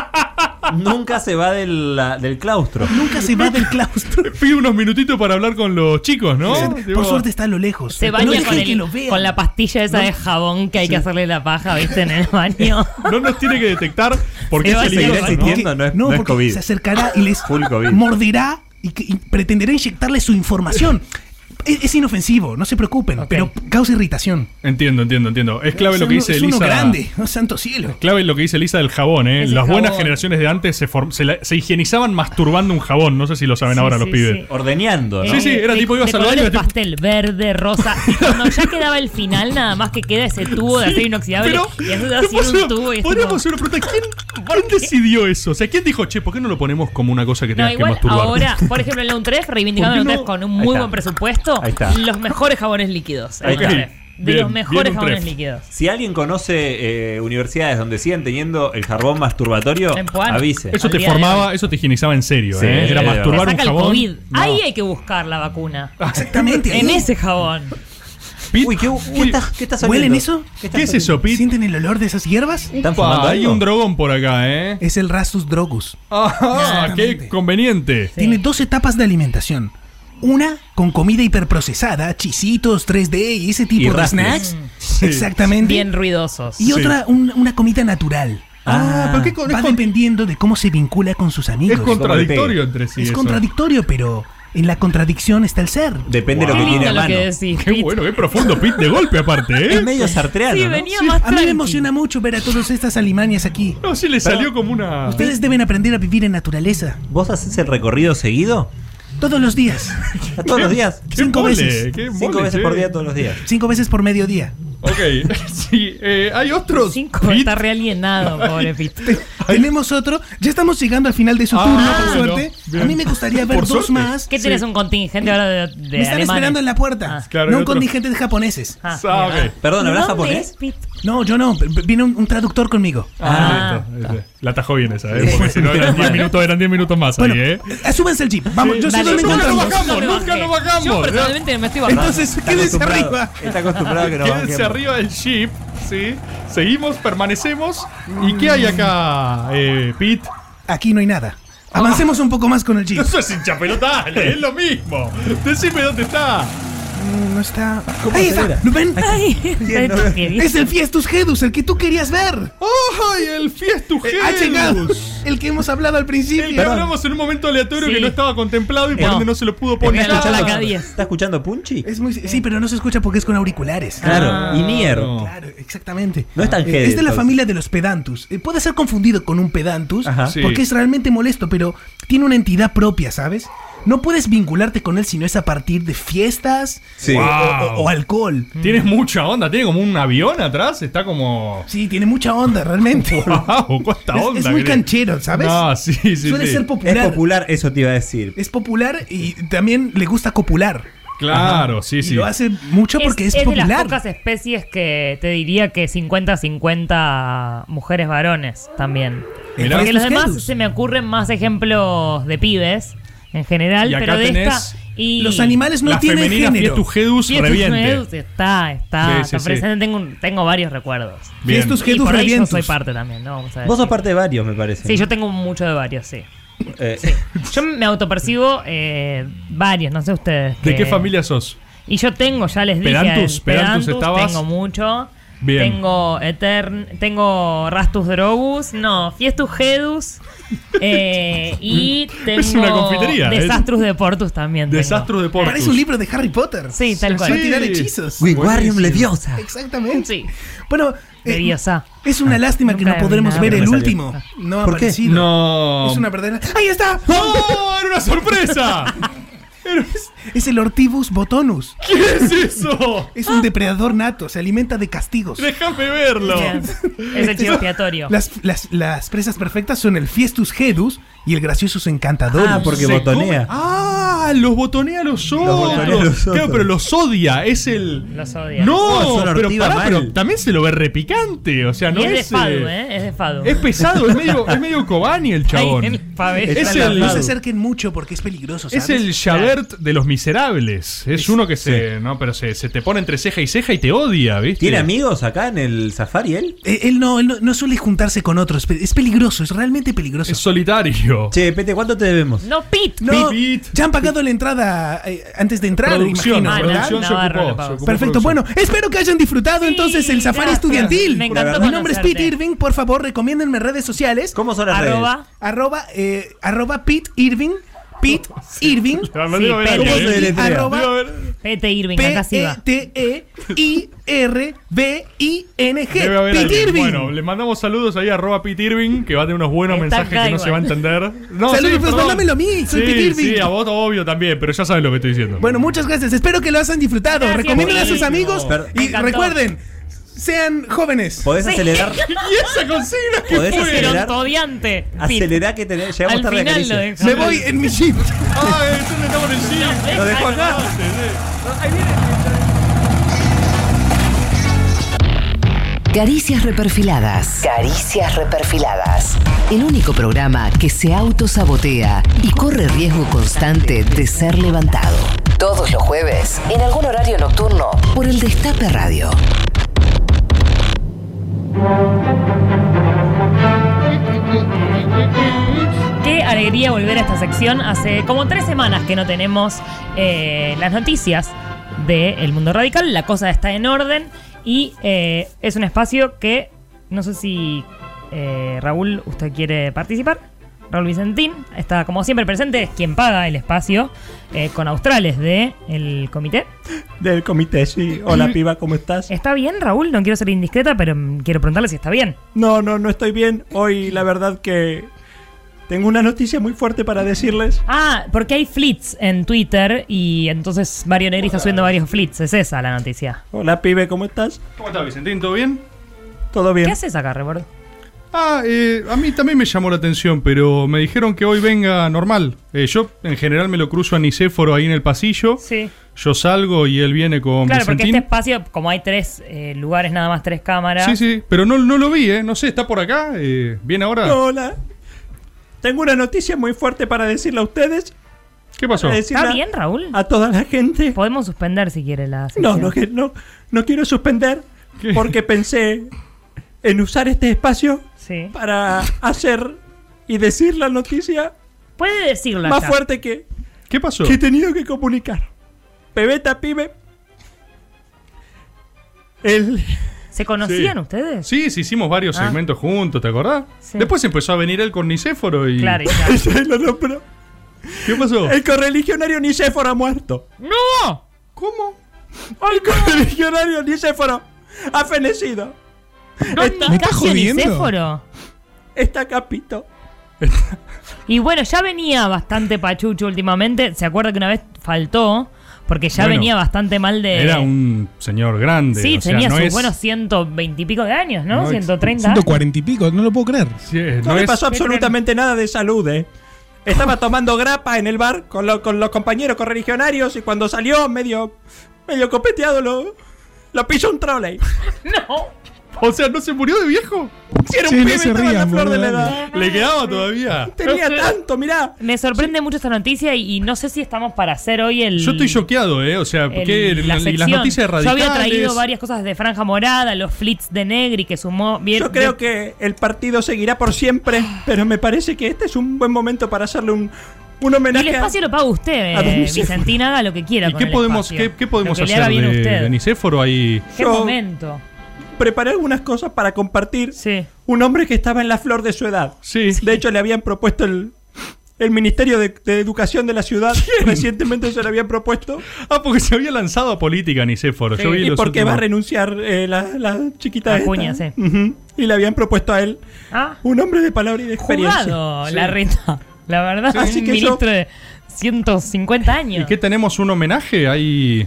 Speaker 9: Nunca se va del, la- del claustro.
Speaker 14: Nunca se va del claustro.
Speaker 3: Fui unos minutitos para hablar con los chicos, ¿no? Digo,
Speaker 14: Por suerte está a lo lejos.
Speaker 6: Se
Speaker 14: no
Speaker 6: baña
Speaker 14: dejen
Speaker 6: con, el-
Speaker 14: que lo vean.
Speaker 6: con la pastilla esa
Speaker 14: No.
Speaker 6: de jabón que hay que
Speaker 14: Sí.
Speaker 6: hacerle la paja, ¿viste? En el baño.
Speaker 3: No nos tiene que detectar porque
Speaker 9: Se
Speaker 3: es
Speaker 9: va a seguir
Speaker 3: peligroso, ¿no?
Speaker 9: existiendo, no es- no es
Speaker 14: porque
Speaker 9: COVID.
Speaker 14: se acercará y les
Speaker 9: Full COVID.
Speaker 14: morderá y, que- y pretenderá inyectarles su información. Es, es inofensivo, no se preocupen, pero causa irritación.
Speaker 3: Entiendo, entiendo, entiendo. Es clave
Speaker 14: O sea,
Speaker 3: lo que
Speaker 14: uno-
Speaker 3: dice
Speaker 14: es
Speaker 3: Elisa.
Speaker 14: uno grande, oh, santo cielo.
Speaker 3: Clave lo que dice Elisa del jabón, ¿eh?
Speaker 14: Es el
Speaker 3: Las buenas
Speaker 14: jabón.
Speaker 3: generaciones de antes se, form- se la- se higienizaban masturbando un jabón. No sé si lo saben
Speaker 6: Sí,
Speaker 3: ahora
Speaker 6: sí,
Speaker 3: los pibes.
Speaker 6: sí.
Speaker 9: Ordeñando,
Speaker 3: Sí, sí, era
Speaker 6: de-
Speaker 3: tipo, ibas
Speaker 6: de
Speaker 3: al baño y
Speaker 6: colores
Speaker 3: era tipo-
Speaker 6: pastel verde, rosa. Y cuando ya quedaba el final, nada más que queda ese tubo de
Speaker 3: Sí,
Speaker 6: acero inoxidable.
Speaker 3: pero,
Speaker 6: y eso
Speaker 3: ¿te
Speaker 6: así en
Speaker 3: puedo-
Speaker 6: un tubo y es
Speaker 3: podríamos
Speaker 6: tipo-
Speaker 3: hacer una pregunta. ¿Quién, quién decidió eso? O sea, ¿quién dijo, che, ¿por qué no lo ponemos como una cosa que
Speaker 6: No,
Speaker 3: tengas que
Speaker 6: igual
Speaker 3: masturbar?
Speaker 6: ahora, por ejemplo, el Loan 3, reivindicando el
Speaker 3: ¿Por qué no?
Speaker 6: Loan 3 con un
Speaker 3: Ahí
Speaker 6: muy
Speaker 3: está.
Speaker 6: buen presupuesto,
Speaker 9: Ahí está.
Speaker 6: los mejores jabones líquidos. el
Speaker 9: Ahí está.
Speaker 6: Loan 3. De
Speaker 9: Bien,
Speaker 6: los mejores
Speaker 9: bien un
Speaker 6: jabones
Speaker 9: tref.
Speaker 6: líquidos.
Speaker 9: Si alguien conoce eh, universidades donde sigan teniendo el jarbón masturbatorio,
Speaker 6: En Puan.
Speaker 9: avise.
Speaker 3: Eso te
Speaker 6: Olvídate.
Speaker 3: formaba, eso te higienizaba en serio,
Speaker 9: Sí,
Speaker 3: ¿eh? Era
Speaker 9: de
Speaker 3: masturbar
Speaker 9: verdad.
Speaker 3: un
Speaker 6: Saca el
Speaker 3: jabón.
Speaker 6: COVID. Ahí hay que buscar la vacuna.
Speaker 14: Exactamente.
Speaker 6: En ese jabón.
Speaker 9: Uy, ¿qué, qué estás, qué estás
Speaker 14: ¿Huelen
Speaker 9: oliendo?
Speaker 14: eso?
Speaker 9: ¿Qué estás oliendo?
Speaker 3: eso, Pete?
Speaker 14: ¿Sienten el olor de esas hierbas?
Speaker 9: ¿Están
Speaker 3: Pa,
Speaker 9: fumando
Speaker 3: hay
Speaker 9: algo?
Speaker 3: un dragón por acá, ¿eh?
Speaker 14: Es el Rastus Drogus.
Speaker 3: Ah, qué
Speaker 14: Exactamente.
Speaker 3: conveniente.
Speaker 14: Tiene dos etapas de alimentación. Una con comida hiperprocesada, chisitos, 3D y ese tipo
Speaker 9: Y Mm.
Speaker 14: de
Speaker 9: rastres.
Speaker 14: snacks.
Speaker 3: Sí.
Speaker 14: Exactamente.
Speaker 6: Bien ruidosos.
Speaker 14: Y otra, un- una comida natural.
Speaker 9: Ah, pero qué
Speaker 3: con-
Speaker 14: Va
Speaker 3: es con-
Speaker 14: dependiendo de cómo se vincula con sus amigos.
Speaker 3: Es contradictorio entre sí.
Speaker 14: Es
Speaker 3: eso.
Speaker 14: contradictorio, pero en la contradicción está el ser.
Speaker 9: Depende de
Speaker 3: Wow.
Speaker 9: lo que tiene a
Speaker 6: lo
Speaker 9: mano.
Speaker 6: que decís.
Speaker 3: Qué bueno, qué profundo, Pete, de golpe aparte,
Speaker 9: Es
Speaker 3: ¿eh?
Speaker 9: medio sartreano,
Speaker 6: Sí,
Speaker 9: ¿no?
Speaker 6: venía más
Speaker 14: A mí
Speaker 6: tranqui.
Speaker 14: me emociona mucho ver a todas estas alimañas aquí.
Speaker 3: No, sí le salió como una.
Speaker 14: Ustedes deben aprender a vivir en naturaleza.
Speaker 9: ¿Vos haces el recorrido seguido?
Speaker 14: Todos los días.
Speaker 9: ¿Todos los días?
Speaker 3: Qué
Speaker 14: Cinco
Speaker 3: mole,
Speaker 14: veces.
Speaker 3: qué
Speaker 9: Cinco
Speaker 3: mole,
Speaker 9: veces
Speaker 3: che.
Speaker 9: por día, todos los días.
Speaker 14: Cinco veces por mediodía.
Speaker 3: Ok, sí, eh, hay otros.
Speaker 6: Cinco,
Speaker 3: Pete.
Speaker 6: está realienado, pobre Pete.
Speaker 14: Tenemos otro. Ya estamos llegando al final de su
Speaker 3: Ah,
Speaker 14: turno,
Speaker 3: bueno,
Speaker 14: por suerte.
Speaker 3: bien.
Speaker 14: A mí me gustaría ver
Speaker 3: Por
Speaker 14: dos
Speaker 3: suerte.
Speaker 14: más.
Speaker 6: ¿Qué tienes
Speaker 14: Sí.
Speaker 6: un contingente ahora de,
Speaker 14: Me
Speaker 6: de
Speaker 14: están
Speaker 6: alemanes?
Speaker 14: esperando en la puerta.
Speaker 6: Ah.
Speaker 3: Claro,
Speaker 14: no
Speaker 3: y
Speaker 14: un
Speaker 3: otro.
Speaker 14: contingente de japoneses.
Speaker 6: Ah,
Speaker 3: Sabe.
Speaker 6: mira.
Speaker 9: Perdón, ¿hablas
Speaker 6: ¿Dónde
Speaker 9: japonés?
Speaker 6: es, Pete?
Speaker 14: No, yo no. v- Vino un, un traductor conmigo.
Speaker 3: Ah,
Speaker 6: Ah.
Speaker 3: listo, listo. La atajó bien esa, ¿eh? Porque si no eran 10 minutos, eran 10 minutos más
Speaker 14: Bueno,
Speaker 3: ahí, ¿eh?
Speaker 14: eh, súbanse al jeep. Vamos, yo sé
Speaker 6: Dale,
Speaker 14: dónde
Speaker 6: yo
Speaker 3: nunca lo
Speaker 14: encontramos.
Speaker 3: bajamos,
Speaker 6: me
Speaker 3: nunca
Speaker 14: eh,
Speaker 6: bajé.
Speaker 3: lo bajamos.
Speaker 6: Yo personalmente me estoy bajando.
Speaker 14: Entonces,
Speaker 9: Está
Speaker 14: quédense
Speaker 9: acostumbrado-
Speaker 14: arriba.
Speaker 9: Está acostumbrado a que nos
Speaker 3: Quédense
Speaker 9: bajemos.
Speaker 3: arriba del ship, ¿sí? Seguimos, permanecemos. ¿Y qué hay acá, eh, Pete? Ah.
Speaker 14: Aquí no hay nada. Avancemos un poco más con el jeep.
Speaker 3: Eso es hincha pelota, Ale, es lo mismo. Decime dónde está.
Speaker 14: Mm, No está. Ahí está.
Speaker 9: acelera?
Speaker 14: ¿Lo ven?
Speaker 6: Ay,
Speaker 9: no?
Speaker 6: ¿sabes qué?
Speaker 14: Es el Fiestus Hedus, el que tú querías ver. Eh,
Speaker 3: ¡Ay, el Fiestujero!
Speaker 14: Ha llegado. El que hemos hablado al principio.
Speaker 3: El que hablamos en un momento aleatorio
Speaker 6: Sí.
Speaker 3: que no estaba contemplado y por
Speaker 6: No.
Speaker 3: ende no se lo pudo
Speaker 6: Voy a
Speaker 3: poner.
Speaker 6: escuchar la
Speaker 3: nada.
Speaker 6: cada diez.
Speaker 9: ¿Está escuchando Punchi?
Speaker 14: Es muy, sí, pero no se escucha porque es con auriculares.
Speaker 9: Claro,
Speaker 6: Ah,
Speaker 9: y Nier.
Speaker 3: no.
Speaker 14: Claro, exactamente.
Speaker 9: No es tan
Speaker 14: Eh,
Speaker 9: heavy,
Speaker 14: Es de la
Speaker 9: entonces.
Speaker 14: familia de los pedantus. Eh, puede ser confundido con un pedantus
Speaker 9: Ajá.
Speaker 3: Sí.
Speaker 14: porque es realmente molesto, pero tiene una entidad propia, ¿sabes? No puedes vincularte con él si no es a partir de fiestas
Speaker 9: Sí.
Speaker 14: o,
Speaker 3: Wow.
Speaker 14: o- o alcohol.
Speaker 3: Tienes mucha onda, tiene como un avión atrás, está como.
Speaker 14: Sí, tiene mucha onda, realmente.
Speaker 3: ¡Wow! ¿Cuánta
Speaker 14: Es-
Speaker 3: onda?
Speaker 14: es muy
Speaker 3: que-
Speaker 14: canchero, ¿sabes?
Speaker 3: No, sí, sí.
Speaker 14: Suele
Speaker 3: sí.
Speaker 14: ser
Speaker 9: Es
Speaker 14: popular.
Speaker 9: popular, eso te iba a decir.
Speaker 14: Es popular y también le gusta copular.
Speaker 3: Claro, sí, sí.
Speaker 14: Y lo hace mucho porque es,
Speaker 6: de las
Speaker 14: popular.
Speaker 6: pocas especies que te diría que 50-50 mujeres varones también.
Speaker 14: El
Speaker 6: Porque
Speaker 14: Fiestus
Speaker 6: los demás
Speaker 14: Hedus.
Speaker 6: se me ocurren más ejemplos de pibes en general,
Speaker 3: Y acá
Speaker 6: pero de
Speaker 3: tenés
Speaker 6: esta. Y
Speaker 14: Los animales no
Speaker 3: la
Speaker 14: tienen
Speaker 3: femenina
Speaker 14: género.
Speaker 3: Fiestujedus
Speaker 6: Fiestus Hedus
Speaker 3: reviente.
Speaker 6: está, está,
Speaker 3: Sí, sí,
Speaker 6: está
Speaker 3: sí.
Speaker 6: presente. Tengo, un- tengo varios recuerdos.
Speaker 3: Bien.
Speaker 14: Fiestus
Speaker 6: Y
Speaker 14: Hedus
Speaker 6: por ahí yo
Speaker 14: revientus.
Speaker 6: soy parte también, ¿no? Vamos a
Speaker 9: Vos sos
Speaker 6: decir.
Speaker 9: parte de varios, me parece.
Speaker 6: Sí, yo tengo mucho de varios, sí.
Speaker 9: Eh,
Speaker 6: Yo me autopercibo eh, varios, no sé ustedes.
Speaker 3: ¿De
Speaker 6: que-
Speaker 3: qué familia sos?
Speaker 6: Y yo tengo, ya les dije.
Speaker 3: Pedantus,
Speaker 6: el
Speaker 3: Pedantus estabas.
Speaker 6: Tengo mucho.
Speaker 3: Bien.
Speaker 6: Tengo Etern, tengo Rastus Drogus, no, Fiestus Hedus. eh, y tengo.
Speaker 3: Es una confitería, es-
Speaker 6: Desastrus de Portus también. tengo.
Speaker 3: Desastros de Portus.
Speaker 14: Parece un libro de Harry Potter.
Speaker 6: Sí, tal cual.
Speaker 14: Para tirar
Speaker 3: Sí.
Speaker 14: hechizos.
Speaker 9: Wingardium Leviosa.
Speaker 14: Exactamente.
Speaker 6: Sí.
Speaker 14: Bueno,
Speaker 6: De
Speaker 14: eh,
Speaker 6: Diosa.
Speaker 14: es una lástima que
Speaker 6: Nunca
Speaker 14: no podremos
Speaker 6: nada.
Speaker 14: ver
Speaker 9: No me
Speaker 14: el
Speaker 9: salió.
Speaker 14: último.
Speaker 6: Ah.
Speaker 14: No ha
Speaker 9: Ah. ¿Por qué?
Speaker 14: aparecido.
Speaker 3: No.
Speaker 14: Es una verdadera. ¡Ahí está!
Speaker 3: ¡Oh! ¡Era una sorpresa!
Speaker 14: Es el Ortibus botonus.
Speaker 3: ¿Qué es eso?
Speaker 14: Es un depredador nato, se alimenta de castigos.
Speaker 3: Déjame verlo.
Speaker 6: Bien. Es el chivo expiatorio.
Speaker 14: Las, las, las presas perfectas son el Fiestus Hedus y el Graciosus Encantador.
Speaker 9: Ah, porque
Speaker 3: Se
Speaker 9: botonea.
Speaker 3: come- ¡Ah! Ah, los botonea a los otros.
Speaker 16: botonea a los
Speaker 3: Claro,
Speaker 16: otros. Oh,
Speaker 3: pero los odia. Es el.
Speaker 6: Los odia.
Speaker 3: No,
Speaker 16: son
Speaker 3: pero
Speaker 16: ortigas
Speaker 3: pará,
Speaker 16: mal.
Speaker 3: pero también se lo ve repicante. O sea, no
Speaker 6: y es de
Speaker 3: es. eh,
Speaker 6: Fadu, ¿eh? Es de Fadu.
Speaker 3: Es pesado, es medio, es medio Cobani el chabón.
Speaker 6: Ay, el pavé.
Speaker 3: es
Speaker 14: Está al
Speaker 3: el,
Speaker 14: lado. No se acerquen mucho porque es peligroso. ¿sabes?
Speaker 3: es el Javert de los miserables. Es uno que se. No, pero se, se te pone entre ceja y ceja y te odia, ¿viste?
Speaker 16: ¿Tiene amigos acá en el safari él?
Speaker 14: Eh, Él, no, él no, no suele juntarse con otros. pe- Es peligroso, es realmente peligroso.
Speaker 3: Es solitario.
Speaker 16: Che, Pete, ¿cuánto te debemos?
Speaker 6: No, Pit.
Speaker 14: No, ya han pagado la entrada eh, antes de entrar,
Speaker 16: Producción,
Speaker 14: imagino,
Speaker 16: ah,
Speaker 14: ¿verdad?
Speaker 16: producción se Navarro ocupó, le pagó. se ocupó
Speaker 14: Perfecto,
Speaker 16: producción.
Speaker 14: bueno, espero que hayan disfrutado entonces el Safari
Speaker 6: gracias.
Speaker 14: Estudiantil.
Speaker 6: Me encantó
Speaker 14: Mi nombre es
Speaker 6: conocerte.
Speaker 14: Pete Irving, por favor, recomiéndenme redes sociales. ¿Cómo
Speaker 16: son las
Speaker 14: arroba,
Speaker 16: redes?
Speaker 14: Arroba, eh, arroba Pete Irving, Pete Irving,
Speaker 6: Sí,
Speaker 14: ¿cómo
Speaker 6: Pete.
Speaker 14: se deletrea? arroba
Speaker 6: Pete Irving, acá sí va.
Speaker 14: P-E-T-E-I-R-B-I-N-G,
Speaker 3: Debe haber
Speaker 14: Pete
Speaker 3: alguien.
Speaker 14: Irving.
Speaker 3: Bueno, le mandamos saludos ahí a arroba Pete Irving, que va a tener unos buenos
Speaker 14: Está
Speaker 3: mensajes
Speaker 14: acá
Speaker 3: que no
Speaker 14: igual.
Speaker 3: se va a entender. No,
Speaker 14: Saludos, pues,
Speaker 3: perdón.
Speaker 14: mándamelo a mí, soy
Speaker 3: sí,
Speaker 14: Pete Irving.
Speaker 3: Sí, a vos obvio también, pero ya sabes lo que estoy diciendo.
Speaker 14: Bueno, muchas gracias. Espero que lo hayan disfrutado.
Speaker 3: Gracias,
Speaker 14: Recomienden a sus
Speaker 3: buenísimo.
Speaker 14: amigos
Speaker 3: Per-
Speaker 14: y recuerden, sean jóvenes.
Speaker 16: ¿Podés Sí. acelerar? ¿Y
Speaker 14: esa consigna
Speaker 16: que ¿Podés fue? acelerar?
Speaker 6: Odiante.
Speaker 16: Acelerá que tenés- llegamos tarde a Caricias.
Speaker 14: Me voy en mi jeep.
Speaker 3: Ay, eso no estamos en el jeep.
Speaker 16: Lo dejó acá.
Speaker 17: Caricias reperfiladas. Caricias reperfiladas. El único programa que se autosabotea y corre riesgo constante de ser levantado. Todos los jueves, en algún horario nocturno, por el Destape Radio.
Speaker 6: Qué alegría volver a esta sección. Hace como tres semanas que no tenemos eh, las noticias del mundo radical. La cosa está en orden y eh, es un espacio que no sé si eh, Raúl, usted quiere participar. Raúl Vicentín está como siempre presente, es quien paga el espacio eh, con australes del comité.
Speaker 16: Del comité, sí. Hola, piba, ¿cómo estás?
Speaker 6: ¿Está bien, Raúl? No quiero ser indiscreta, pero mm, quiero preguntarle si está bien.
Speaker 16: No, no, no estoy bien. Hoy la verdad que tengo una noticia muy fuerte para decirles.
Speaker 6: Ah, porque hay flits en Twitter y entonces Mario Negri está subiendo varios flits. Es esa la noticia.
Speaker 16: Hola, pibe, ¿cómo estás?
Speaker 3: ¿Cómo estás, Vicentín? ¿Todo bien?
Speaker 16: Todo bien.
Speaker 6: ¿Qué haces acá, Rebordo?
Speaker 3: Ah, eh, a mí también me llamó la atención, pero me dijeron que hoy venga normal. Eh, yo en general me lo cruzo a Nicéforo ahí en el pasillo.
Speaker 6: Sí.
Speaker 3: Yo salgo y él viene con
Speaker 6: Claro, porque
Speaker 3: Vicentín.
Speaker 6: este espacio, como hay tres eh, lugares, nada más tres cámaras.
Speaker 3: Sí, sí, pero no, no lo vi, ¿eh? No sé, está por acá. Eh, ¿Viene ahora?
Speaker 16: Hola. Tengo una noticia muy fuerte para decirle a ustedes.
Speaker 3: ¿Qué pasó?
Speaker 16: Para decirle
Speaker 6: ¿Está
Speaker 16: a-
Speaker 6: bien, Raúl?
Speaker 16: A toda la gente.
Speaker 6: Podemos suspender si quiere la
Speaker 16: No,
Speaker 6: sección.
Speaker 16: no, que- no, no quiero suspender
Speaker 3: ¿Qué?
Speaker 16: porque pensé en usar este espacio
Speaker 6: Sí.
Speaker 16: para hacer y decir la noticia
Speaker 6: Puede decirla
Speaker 16: más
Speaker 6: ya.
Speaker 16: fuerte que,
Speaker 3: ¿Qué pasó?
Speaker 16: que he tenido que comunicar. Pebeta, pibe. El...
Speaker 6: ¿Se conocían
Speaker 3: Sí.
Speaker 6: ustedes?
Speaker 3: Sí, sí, hicimos varios
Speaker 6: Ah.
Speaker 3: segmentos juntos, ¿te acordás?
Speaker 6: Sí.
Speaker 3: Después empezó a venir él con Nicéforo y.
Speaker 6: Claro, y ya.
Speaker 16: No, no, pero
Speaker 3: ¿Qué pasó?
Speaker 16: el correligionario Nicéforo ha muerto.
Speaker 6: ¡No!
Speaker 3: ¿Cómo?
Speaker 16: El correligionario Nicéforo ha fenecido. Está,
Speaker 12: ¿Me estás
Speaker 6: Casio
Speaker 12: jodiendo?
Speaker 6: Nicéforo.
Speaker 16: está Capito.
Speaker 6: Y bueno, ya venía bastante pachucho últimamente. ¿Se acuerda que una vez faltó? Porque ya
Speaker 3: Bueno,
Speaker 6: venía bastante mal de.
Speaker 3: Era un señor grande.
Speaker 6: Eh. Sí,
Speaker 3: o sea,
Speaker 6: tenía
Speaker 3: no
Speaker 6: sus
Speaker 3: es-
Speaker 6: buenos 120 y pico de años, ¿no?
Speaker 3: no es-
Speaker 6: 130. años.
Speaker 12: 140 y pico, no lo puedo creer.
Speaker 3: Sí, eh,
Speaker 16: No,
Speaker 3: no
Speaker 16: le
Speaker 3: es-
Speaker 16: pasó absolutamente nada de salud, eh. Estaba tomando grapa en el bar con, lo- con los compañeros correligionarios y cuando salió medio medio copeteado lo, lo pisó un trolley.
Speaker 6: No.
Speaker 3: O sea, ¿no se murió de viejo?
Speaker 16: Si era
Speaker 12: Sí,
Speaker 16: un
Speaker 12: no
Speaker 16: pibe,
Speaker 12: se
Speaker 16: estaba en la
Speaker 12: rían,
Speaker 16: flor de la
Speaker 12: boludo,
Speaker 16: edad.
Speaker 3: Le quedaba todavía.
Speaker 16: Tenía tanto, mirá.
Speaker 6: Me sorprende mucho esta noticia y, y no sé si estamos para hacer hoy el.
Speaker 3: Yo estoy choqueado, ¿eh? O sea,
Speaker 6: el-
Speaker 3: ¿qué?
Speaker 6: la
Speaker 3: La- y las
Speaker 6: sección.
Speaker 3: noticias
Speaker 6: Yo
Speaker 3: radicales.
Speaker 6: había traído varias cosas de Franja Morada, los flits de Negri que sumó bien.
Speaker 16: Yo creo que el partido seguirá por siempre, pero me parece que este es un buen momento para hacerle un, un
Speaker 6: Y el
Speaker 16: homenaje. a-
Speaker 6: espacio lo paga usted,
Speaker 16: a
Speaker 6: eh,
Speaker 16: Dulce.
Speaker 6: Vicentín, haga lo que quiera.
Speaker 3: ¿Y
Speaker 6: con
Speaker 3: qué
Speaker 6: el
Speaker 3: podemos,
Speaker 6: espacio.
Speaker 3: qué, qué podemos
Speaker 6: Lo que le
Speaker 3: hacer
Speaker 6: haga bien a
Speaker 3: de,
Speaker 6: usted.
Speaker 3: de Nicéforo ahí?
Speaker 6: Qué
Speaker 16: Yo-
Speaker 6: momento.
Speaker 16: Preparé algunas cosas para compartir.
Speaker 6: Sí.
Speaker 16: Un hombre que estaba en la flor de su edad.
Speaker 3: Sí.
Speaker 16: De hecho, le habían propuesto el, el Ministerio de, de Educación de la ciudad. Recientemente se le habían propuesto.
Speaker 3: Ah, porque se había lanzado a política Nicéforo. Yo vi
Speaker 16: y
Speaker 3: los
Speaker 16: porque va a
Speaker 3: últimos-
Speaker 16: renunciar eh, la, la chiquita esta.
Speaker 6: Acuña, sí.
Speaker 16: Ujú. Y le habían propuesto a él
Speaker 6: Ah,
Speaker 16: un hombre de palabra y de experiencia.
Speaker 6: jugado la reta. La verdad,
Speaker 16: Sí. Así
Speaker 6: un
Speaker 16: que
Speaker 6: ministro
Speaker 16: yo-
Speaker 6: de 150 años.
Speaker 3: ¿Y qué tenemos? ¿Un homenaje? Ahí.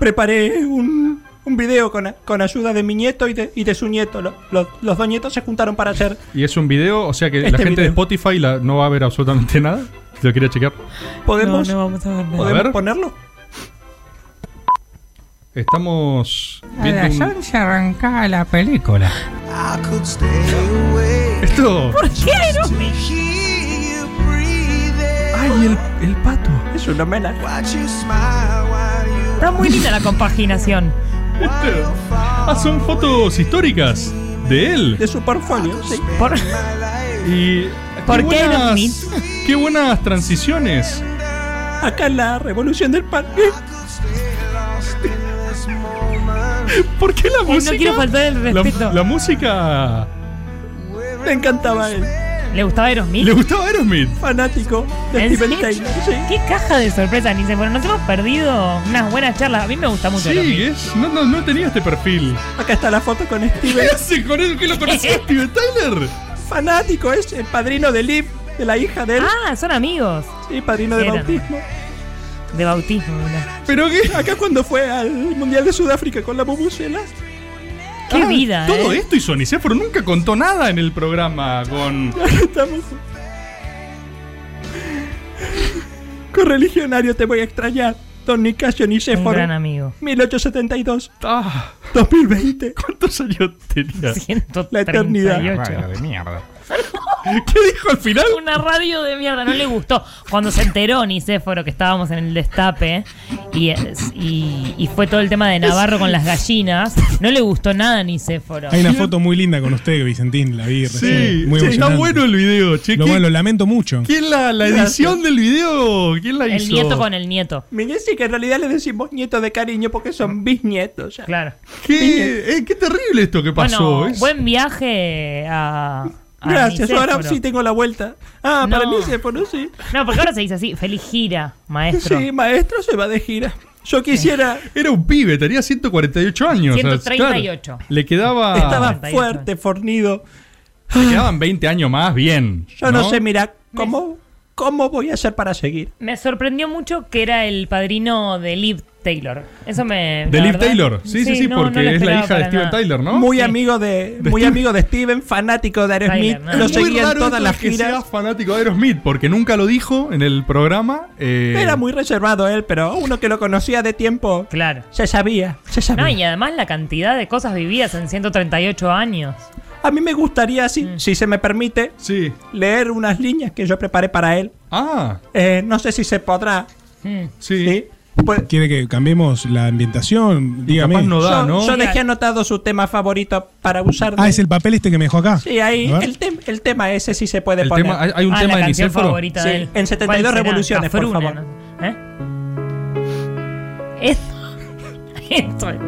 Speaker 16: Preparé un, un video con, con ayuda de mi nieto y de, y de su nieto. Lo- lo- los dos nietos se juntaron para hacer
Speaker 3: Y es un video, o sea que la
Speaker 16: Este
Speaker 3: gente de
Speaker 16: video.
Speaker 3: Spotify la- no va a ver absolutamente nada. Si lo quería chequear.
Speaker 16: ¿Podemos,
Speaker 18: No, no vamos a ver nada.
Speaker 16: ¿podemos
Speaker 3: A ver.
Speaker 16: ponerlo?
Speaker 3: Estamos
Speaker 18: A las
Speaker 3: viendo un-
Speaker 18: 11 arrancaba la película.
Speaker 3: Esto.
Speaker 18: ¿Por qué no?
Speaker 3: Ay, el, el pato.
Speaker 16: Es una mena.
Speaker 6: Está muy linda la compaginación.
Speaker 3: Esto. Ah, son fotos históricas de él.
Speaker 16: De su parfolio, sí.
Speaker 6: Por-
Speaker 3: Y.
Speaker 6: ¿Por
Speaker 3: qué
Speaker 6: qué
Speaker 3: buenas-
Speaker 6: Aerosmith?
Speaker 3: Qué buenas transiciones.
Speaker 16: Acá la revolución del pan.
Speaker 14: ¿Eh?
Speaker 3: ¿Por qué la
Speaker 6: no
Speaker 3: música?
Speaker 6: quiero faltar el
Speaker 3: La-
Speaker 6: respeto.
Speaker 3: la música.
Speaker 16: Me encantaba él.
Speaker 6: ¿Le gustaba Aerosmith?
Speaker 3: ¿Le gustaba Aerosmith?
Speaker 16: Fanático de
Speaker 6: ¿En
Speaker 16: Steven
Speaker 6: serio?
Speaker 16: Tyler. Sí.
Speaker 6: Qué caja de sorpresas, ni se fueron. Nos hemos perdido unas buenas charlas. A mí me gusta mucho.
Speaker 3: Sí, es, no, no, no tenía este perfil.
Speaker 16: Acá está la foto con Steven.
Speaker 3: ¿Qué hace con él? ¿Qué lo conoció Steven Tyler?
Speaker 16: Fanático, es el padrino de Liv, de la hija de él.
Speaker 6: Ah, son amigos.
Speaker 16: Sí, padrino de
Speaker 6: Eran.
Speaker 16: bautismo.
Speaker 6: De bautismo, una.
Speaker 16: Pero que acá cuando fue al Mundial de Sudáfrica con la bubucela.
Speaker 6: Qué
Speaker 3: Ah,
Speaker 6: vida,
Speaker 3: Todo
Speaker 6: eh.
Speaker 3: esto hizo Niceforo. Nunca contó nada en el programa con.
Speaker 16: Estamos. Correligionario, te voy a extrañar. Don Nicasio Nicéforo.
Speaker 6: Un gran amigo.
Speaker 16: 1872.
Speaker 3: Ah,
Speaker 16: 2020.
Speaker 3: ¿Cuántos años tenía?
Speaker 16: La eternidad.
Speaker 3: mierda. ¿Qué dijo al final?
Speaker 6: Una radio de mierda, no le gustó. Cuando se enteró Nicéforo que estábamos en el destape y, y, y fue todo el tema de Navarro con las gallinas, no le gustó nada a Nicéforo.
Speaker 12: Hay una foto muy linda con usted, Vicentín, la vi recién. Muy
Speaker 3: sí, está
Speaker 12: emocionante.
Speaker 3: bueno el video, che.
Speaker 12: Lo,
Speaker 3: ¿Qué-
Speaker 12: bueno, lo lamento mucho.
Speaker 3: ¿Quién la, la edición del video? ¿Quién la hizo?
Speaker 6: El nieto con el nieto.
Speaker 16: Mire, sí que en realidad le decimos nieto de cariño porque son bisnietos. ya.
Speaker 6: Claro.
Speaker 3: ¿Qué, eh, qué terrible esto que pasó. Ah,
Speaker 6: Bueno,
Speaker 3: es-
Speaker 6: buen viaje a. a
Speaker 16: Gracias, Ah, ahora
Speaker 6: Nicéforo.
Speaker 16: sí tengo la vuelta. Ah, para
Speaker 6: No.
Speaker 16: Nicéforo, sí.
Speaker 6: No, porque ahora se dice así: feliz gira, maestro.
Speaker 16: Sí, maestro se va de gira. Yo quisiera.
Speaker 3: Era un pibe, tenía 148 años. o sea,
Speaker 6: 138.
Speaker 3: claro, le quedaba.
Speaker 16: Estaba fuerte, fornido.
Speaker 3: Le quedaban 20 años más, bien.
Speaker 16: Yo no, sé, mira, ¿cómo, ¿cómo voy a hacer para seguir?
Speaker 6: Me sorprendió mucho que era el padrino de Liv Taylor. Eso me.
Speaker 3: De
Speaker 6: la
Speaker 3: Liv
Speaker 6: verdad-
Speaker 3: Taylor. Sí, sí, sí,
Speaker 6: no,
Speaker 3: porque
Speaker 6: no lo
Speaker 3: es la
Speaker 6: esperaba
Speaker 3: hija de
Speaker 6: para
Speaker 3: Steven
Speaker 6: nada.
Speaker 3: Tyler, ¿no?
Speaker 16: Muy amigo de muy amigo de Steven, fanático de Aerosmith.
Speaker 6: Tyler, ¿no?
Speaker 16: Lo
Speaker 6: Es
Speaker 3: Muy
Speaker 16: seguía en
Speaker 3: raro
Speaker 16: todas
Speaker 3: esto
Speaker 16: las
Speaker 3: que
Speaker 16: giras.
Speaker 3: sea fanático de Aerosmith, porque nunca lo dijo en el programa. eh,
Speaker 16: Era muy reservado él, pero uno que lo conocía de tiempo.
Speaker 6: Claro.
Speaker 16: Ya sabía, ya sabía.
Speaker 6: No, y además la cantidad de cosas vividas en 138 años.
Speaker 16: A mí me gustaría, si,
Speaker 3: Mm.
Speaker 16: si se me permite, leer unas líneas que yo preparé para él.
Speaker 3: Ah.
Speaker 16: Eh, no sé si se podrá.
Speaker 6: Mm.
Speaker 3: Sí.
Speaker 12: ¿Quiere que cambiemos la ambientación? Dígame.
Speaker 16: yo, yo dejé anotado su tema favorito para usar. de-
Speaker 12: Ah, es el papel este que me dejó acá.
Speaker 16: Sí, ahí
Speaker 12: A ver.
Speaker 16: el, tem- el tema ese sí se puede
Speaker 12: El
Speaker 16: poner.
Speaker 12: tema- hay- hay un Ah, tema la de canción Nicéforo. favorita
Speaker 16: Sí,
Speaker 12: de él.
Speaker 16: En 72
Speaker 6: ¿Cuál será?
Speaker 16: revoluciones, por
Speaker 6: Cafrune,
Speaker 16: favor.
Speaker 6: ¿no? ¿Eh? Esto. Esto es.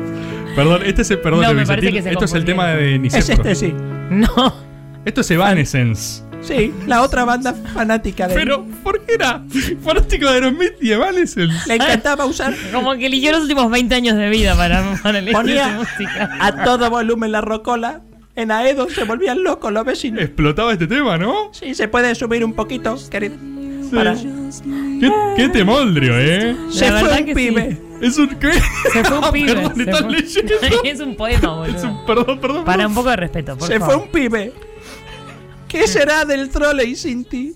Speaker 3: Perdón, este es el, perdón,
Speaker 6: No,
Speaker 3: de
Speaker 6: me parece
Speaker 3: Vicentín,
Speaker 6: que se
Speaker 3: Esto es el
Speaker 6: confundieron.
Speaker 3: tema de Niceforo.
Speaker 16: Es este, sí.
Speaker 6: No.
Speaker 3: Esto es Evanescence.
Speaker 16: Sí, la otra banda fanática de
Speaker 3: Pero, ¿por qué era fanático de Aerosmith y Evanescence?
Speaker 16: Le encantaba usar.
Speaker 6: Como que eligió los últimos 20 años de vida para, para elegir esa
Speaker 16: Ponía
Speaker 6: música.
Speaker 16: a todo volumen la rocola. En Aedo se volvían locos los vecinos.
Speaker 3: Explotaba este tema, ¿no?
Speaker 16: Sí, se puede subir un poquito, querido. Para-
Speaker 3: Qué, qué temoldrio, ¿eh.
Speaker 16: Se
Speaker 6: La verdad
Speaker 16: fue
Speaker 6: que
Speaker 16: un pibe.
Speaker 3: Es un ¿qué? Ah,
Speaker 6: Se fue un pibe.
Speaker 3: Perdón,
Speaker 6: se
Speaker 3: estás
Speaker 6: fue-
Speaker 3: leyendo.
Speaker 6: es un poema, boludo.
Speaker 3: perdón, perdón.
Speaker 6: Para un poco de respeto, por
Speaker 16: Se
Speaker 6: favor.
Speaker 16: fue un pibe. ¿Qué será del trole sin ti?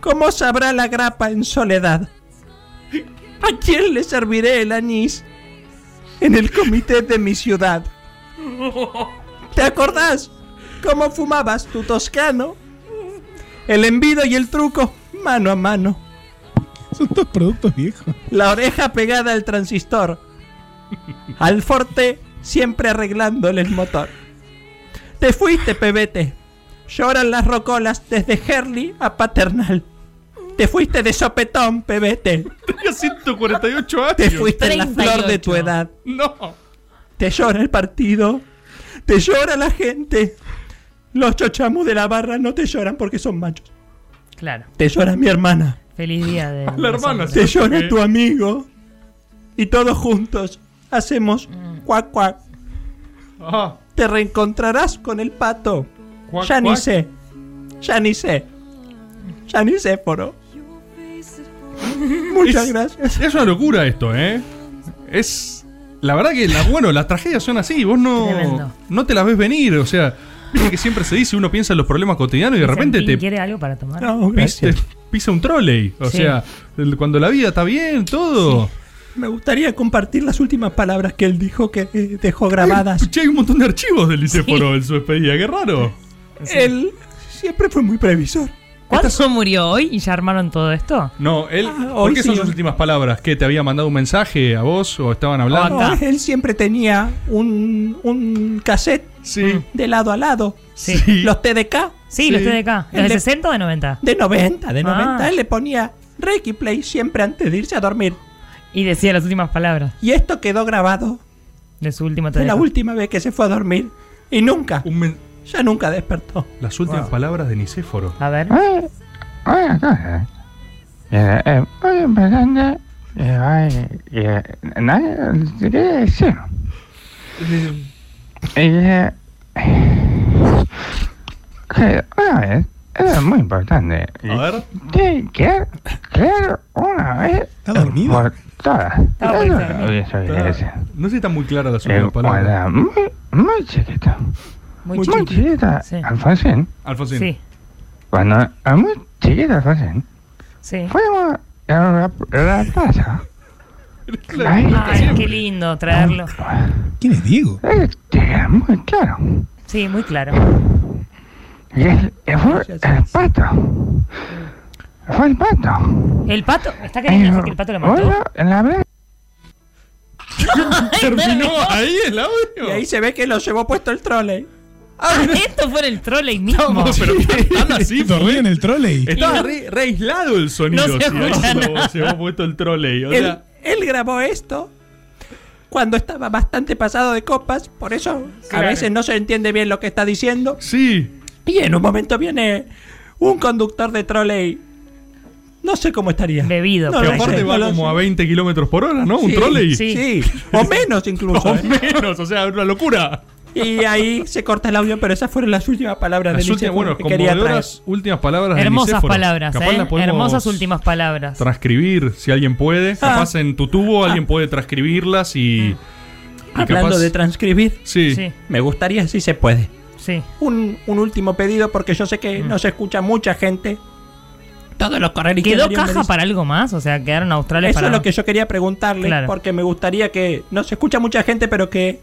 Speaker 16: ¿Cómo sabrá la grapa en soledad? ¿A quién le serviré el anís? En el comité de mi ciudad. ¿Te acordás? ¿Cómo fumabas tu toscano? El envido y el truco, mano a mano.
Speaker 12: Son todos productos viejos.
Speaker 16: La oreja pegada al transistor. Al forte, siempre arreglándole el motor. Te fuiste, pebete. Lloran las rocolas desde Herley a Paternal. Te fuiste de sopetón, pebete.
Speaker 3: Tenía 148 años.
Speaker 16: Te fuiste en la flor de tu edad.
Speaker 3: No.
Speaker 16: Te llora el partido. Te llora la gente. Los chochamus de la barra no te lloran porque son machos.
Speaker 6: Claro.
Speaker 16: Te llora mi hermana.
Speaker 6: Feliz día de.
Speaker 3: La hermana.
Speaker 16: Te
Speaker 3: ¿sí?
Speaker 16: llora
Speaker 3: Porque-
Speaker 16: tu amigo. Y todos juntos hacemos
Speaker 6: Mm.
Speaker 16: cuac cuac.
Speaker 3: Ah,
Speaker 16: Te reencontrarás con el pato.
Speaker 3: Cuac,
Speaker 16: ya ni
Speaker 3: cuac.
Speaker 16: sé. Ya ni sé. Ya ni sé, foro. Muchas
Speaker 3: es-
Speaker 16: gracias.
Speaker 3: Es una locura esto, ¿eh? Es. La verdad que, la, bueno, las tragedias son así. Vos no.
Speaker 6: Tremendo.
Speaker 3: No te las ves venir, o sea. Viste que siempre se dice, uno piensa en los problemas cotidianos y de repente
Speaker 6: Santín,
Speaker 3: te
Speaker 6: ¿Quiere algo para tomar?
Speaker 3: piste- pisa, un trolley. O
Speaker 6: Sí.
Speaker 3: sea, el- cuando la vida está bien, todo.
Speaker 16: Me gustaría compartir las últimas palabras que él dijo que eh, dejó grabadas.
Speaker 3: Che, hay un montón de archivos del Liceforo en su despedida, qué raro.
Speaker 16: Él siempre fue muy previsor.
Speaker 6: ¿Cuándo murió hoy y ya armaron todo esto?
Speaker 3: No, él.
Speaker 16: hoy
Speaker 3: ¿Por
Speaker 16: sí, Ah,
Speaker 3: qué son sus
Speaker 16: Ah, hoy.
Speaker 3: últimas palabras? ¿Qué? ¿Te había mandado un mensaje a vos o estaban hablando?
Speaker 16: No, él siempre tenía un, un cassette de lado a lado. Los TDK.
Speaker 6: Sí, los TDK.
Speaker 16: Él
Speaker 6: ¿Los de
Speaker 16: le-
Speaker 6: 60 o de 90?
Speaker 16: De 90, de 90.
Speaker 6: Ah.
Speaker 16: Él le ponía Reiki Play siempre antes de irse a dormir.
Speaker 6: Y decía las últimas palabras.
Speaker 16: Y esto quedó grabado
Speaker 6: De su último
Speaker 16: de
Speaker 6: TDK.
Speaker 16: la última vez que se fue a dormir. Y nunca. Ya nunca despertó.
Speaker 3: Las últimas
Speaker 16: Wow. Ah.
Speaker 3: palabras de Nicéforo.
Speaker 6: A ver.
Speaker 19: Oye, oye, cosa. Eh, eh, voy empezando. Eh, ay, eh, nadie lo quiere decir. Eh, que, una vez, era muy importante.
Speaker 3: A ver.
Speaker 19: Sí, que, claro, una vez. ¿Está dormido? Por todas. Eso es lo que yo quería decir.
Speaker 3: No sé si están muy claras las
Speaker 19: Eh,
Speaker 3: últimas
Speaker 19: cuando era
Speaker 3: palabras.
Speaker 19: muy, muy chiquita.
Speaker 6: Muy
Speaker 19: Muy chiquita, Alfonsín.
Speaker 3: Alfonsín.
Speaker 6: Sí,
Speaker 19: Cuando era muy chiquita, Alfonsín.
Speaker 6: sí.
Speaker 19: Fuimos a la, a la plaza.
Speaker 6: Ay, qué lindo traerlo.
Speaker 19: ¿Quién es Diego? Era muy Eh, claro.
Speaker 6: Sí, muy claro.
Speaker 19: Y él él fue el pato. Fue el pato.
Speaker 6: El pato, está queriendo decir que el pato lo mató.
Speaker 19: Bueno, en la verdad,
Speaker 16: Terminó
Speaker 3: ahí el audio.
Speaker 16: Y ahí se ve que lo llevó puesto el trole.
Speaker 6: Ah, Esto fue en el trolley mismo.
Speaker 3: No, pero están así,
Speaker 12: Dormía en el trolley.
Speaker 3: Estaba re, re aislado el sonido.
Speaker 16: No se
Speaker 3: sí, ahí
Speaker 16: escucha
Speaker 3: se lo-
Speaker 16: nada.
Speaker 3: se había puesto el trolley. O
Speaker 16: Él,
Speaker 3: sea,
Speaker 16: él grabó esto cuando estaba bastante pasado de copas, por eso
Speaker 3: Claro.
Speaker 16: a veces no se entiende bien lo que está diciendo.
Speaker 3: Sí.
Speaker 16: Y en un momento viene un conductor de troley. No sé cómo estaría.
Speaker 6: Bebido.
Speaker 16: No,
Speaker 3: que
Speaker 16: lo
Speaker 3: aparte
Speaker 16: sé,
Speaker 3: va
Speaker 16: no lo
Speaker 3: como
Speaker 16: sé.
Speaker 3: a 20 kilómetros por hora, ¿no? Un
Speaker 16: Sí,
Speaker 3: trolley.
Speaker 16: Sí. o menos incluso. ¿eh?
Speaker 3: O menos, o sea, una locura.
Speaker 16: Y ahí se corta el audio, pero esas fueron las últimas palabras
Speaker 3: Las
Speaker 16: de
Speaker 3: últimas, bueno,
Speaker 16: que quería traer.
Speaker 3: conmovedoras últimas palabras de
Speaker 6: Hermosas
Speaker 3: Nicéforo.
Speaker 6: palabras,
Speaker 3: Capaz
Speaker 6: ¿eh?
Speaker 3: las podemos
Speaker 6: Hermosas últimas palabras.
Speaker 3: transcribir, si alguien
Speaker 16: Ah.
Speaker 3: puede. Capaz en tu tubo alguien puede transcribirlas y. y
Speaker 16: Mm. Hablando
Speaker 3: capaz-
Speaker 16: de transcribir,
Speaker 3: Sí.
Speaker 6: Sí.
Speaker 16: me gustaría si se puede.
Speaker 6: Sí. Mm.
Speaker 16: Un, un último pedido porque yo sé que no se escucha mucha gente. Todos los correligionarios.
Speaker 6: ¿Quedó
Speaker 16: me
Speaker 6: caja
Speaker 16: dicen-
Speaker 6: para algo más? O sea, quedaron australes
Speaker 16: Eso
Speaker 6: para.
Speaker 16: es lo que yo quería preguntarle
Speaker 6: Claro.
Speaker 16: porque me gustaría que no se escucha mucha gente, pero que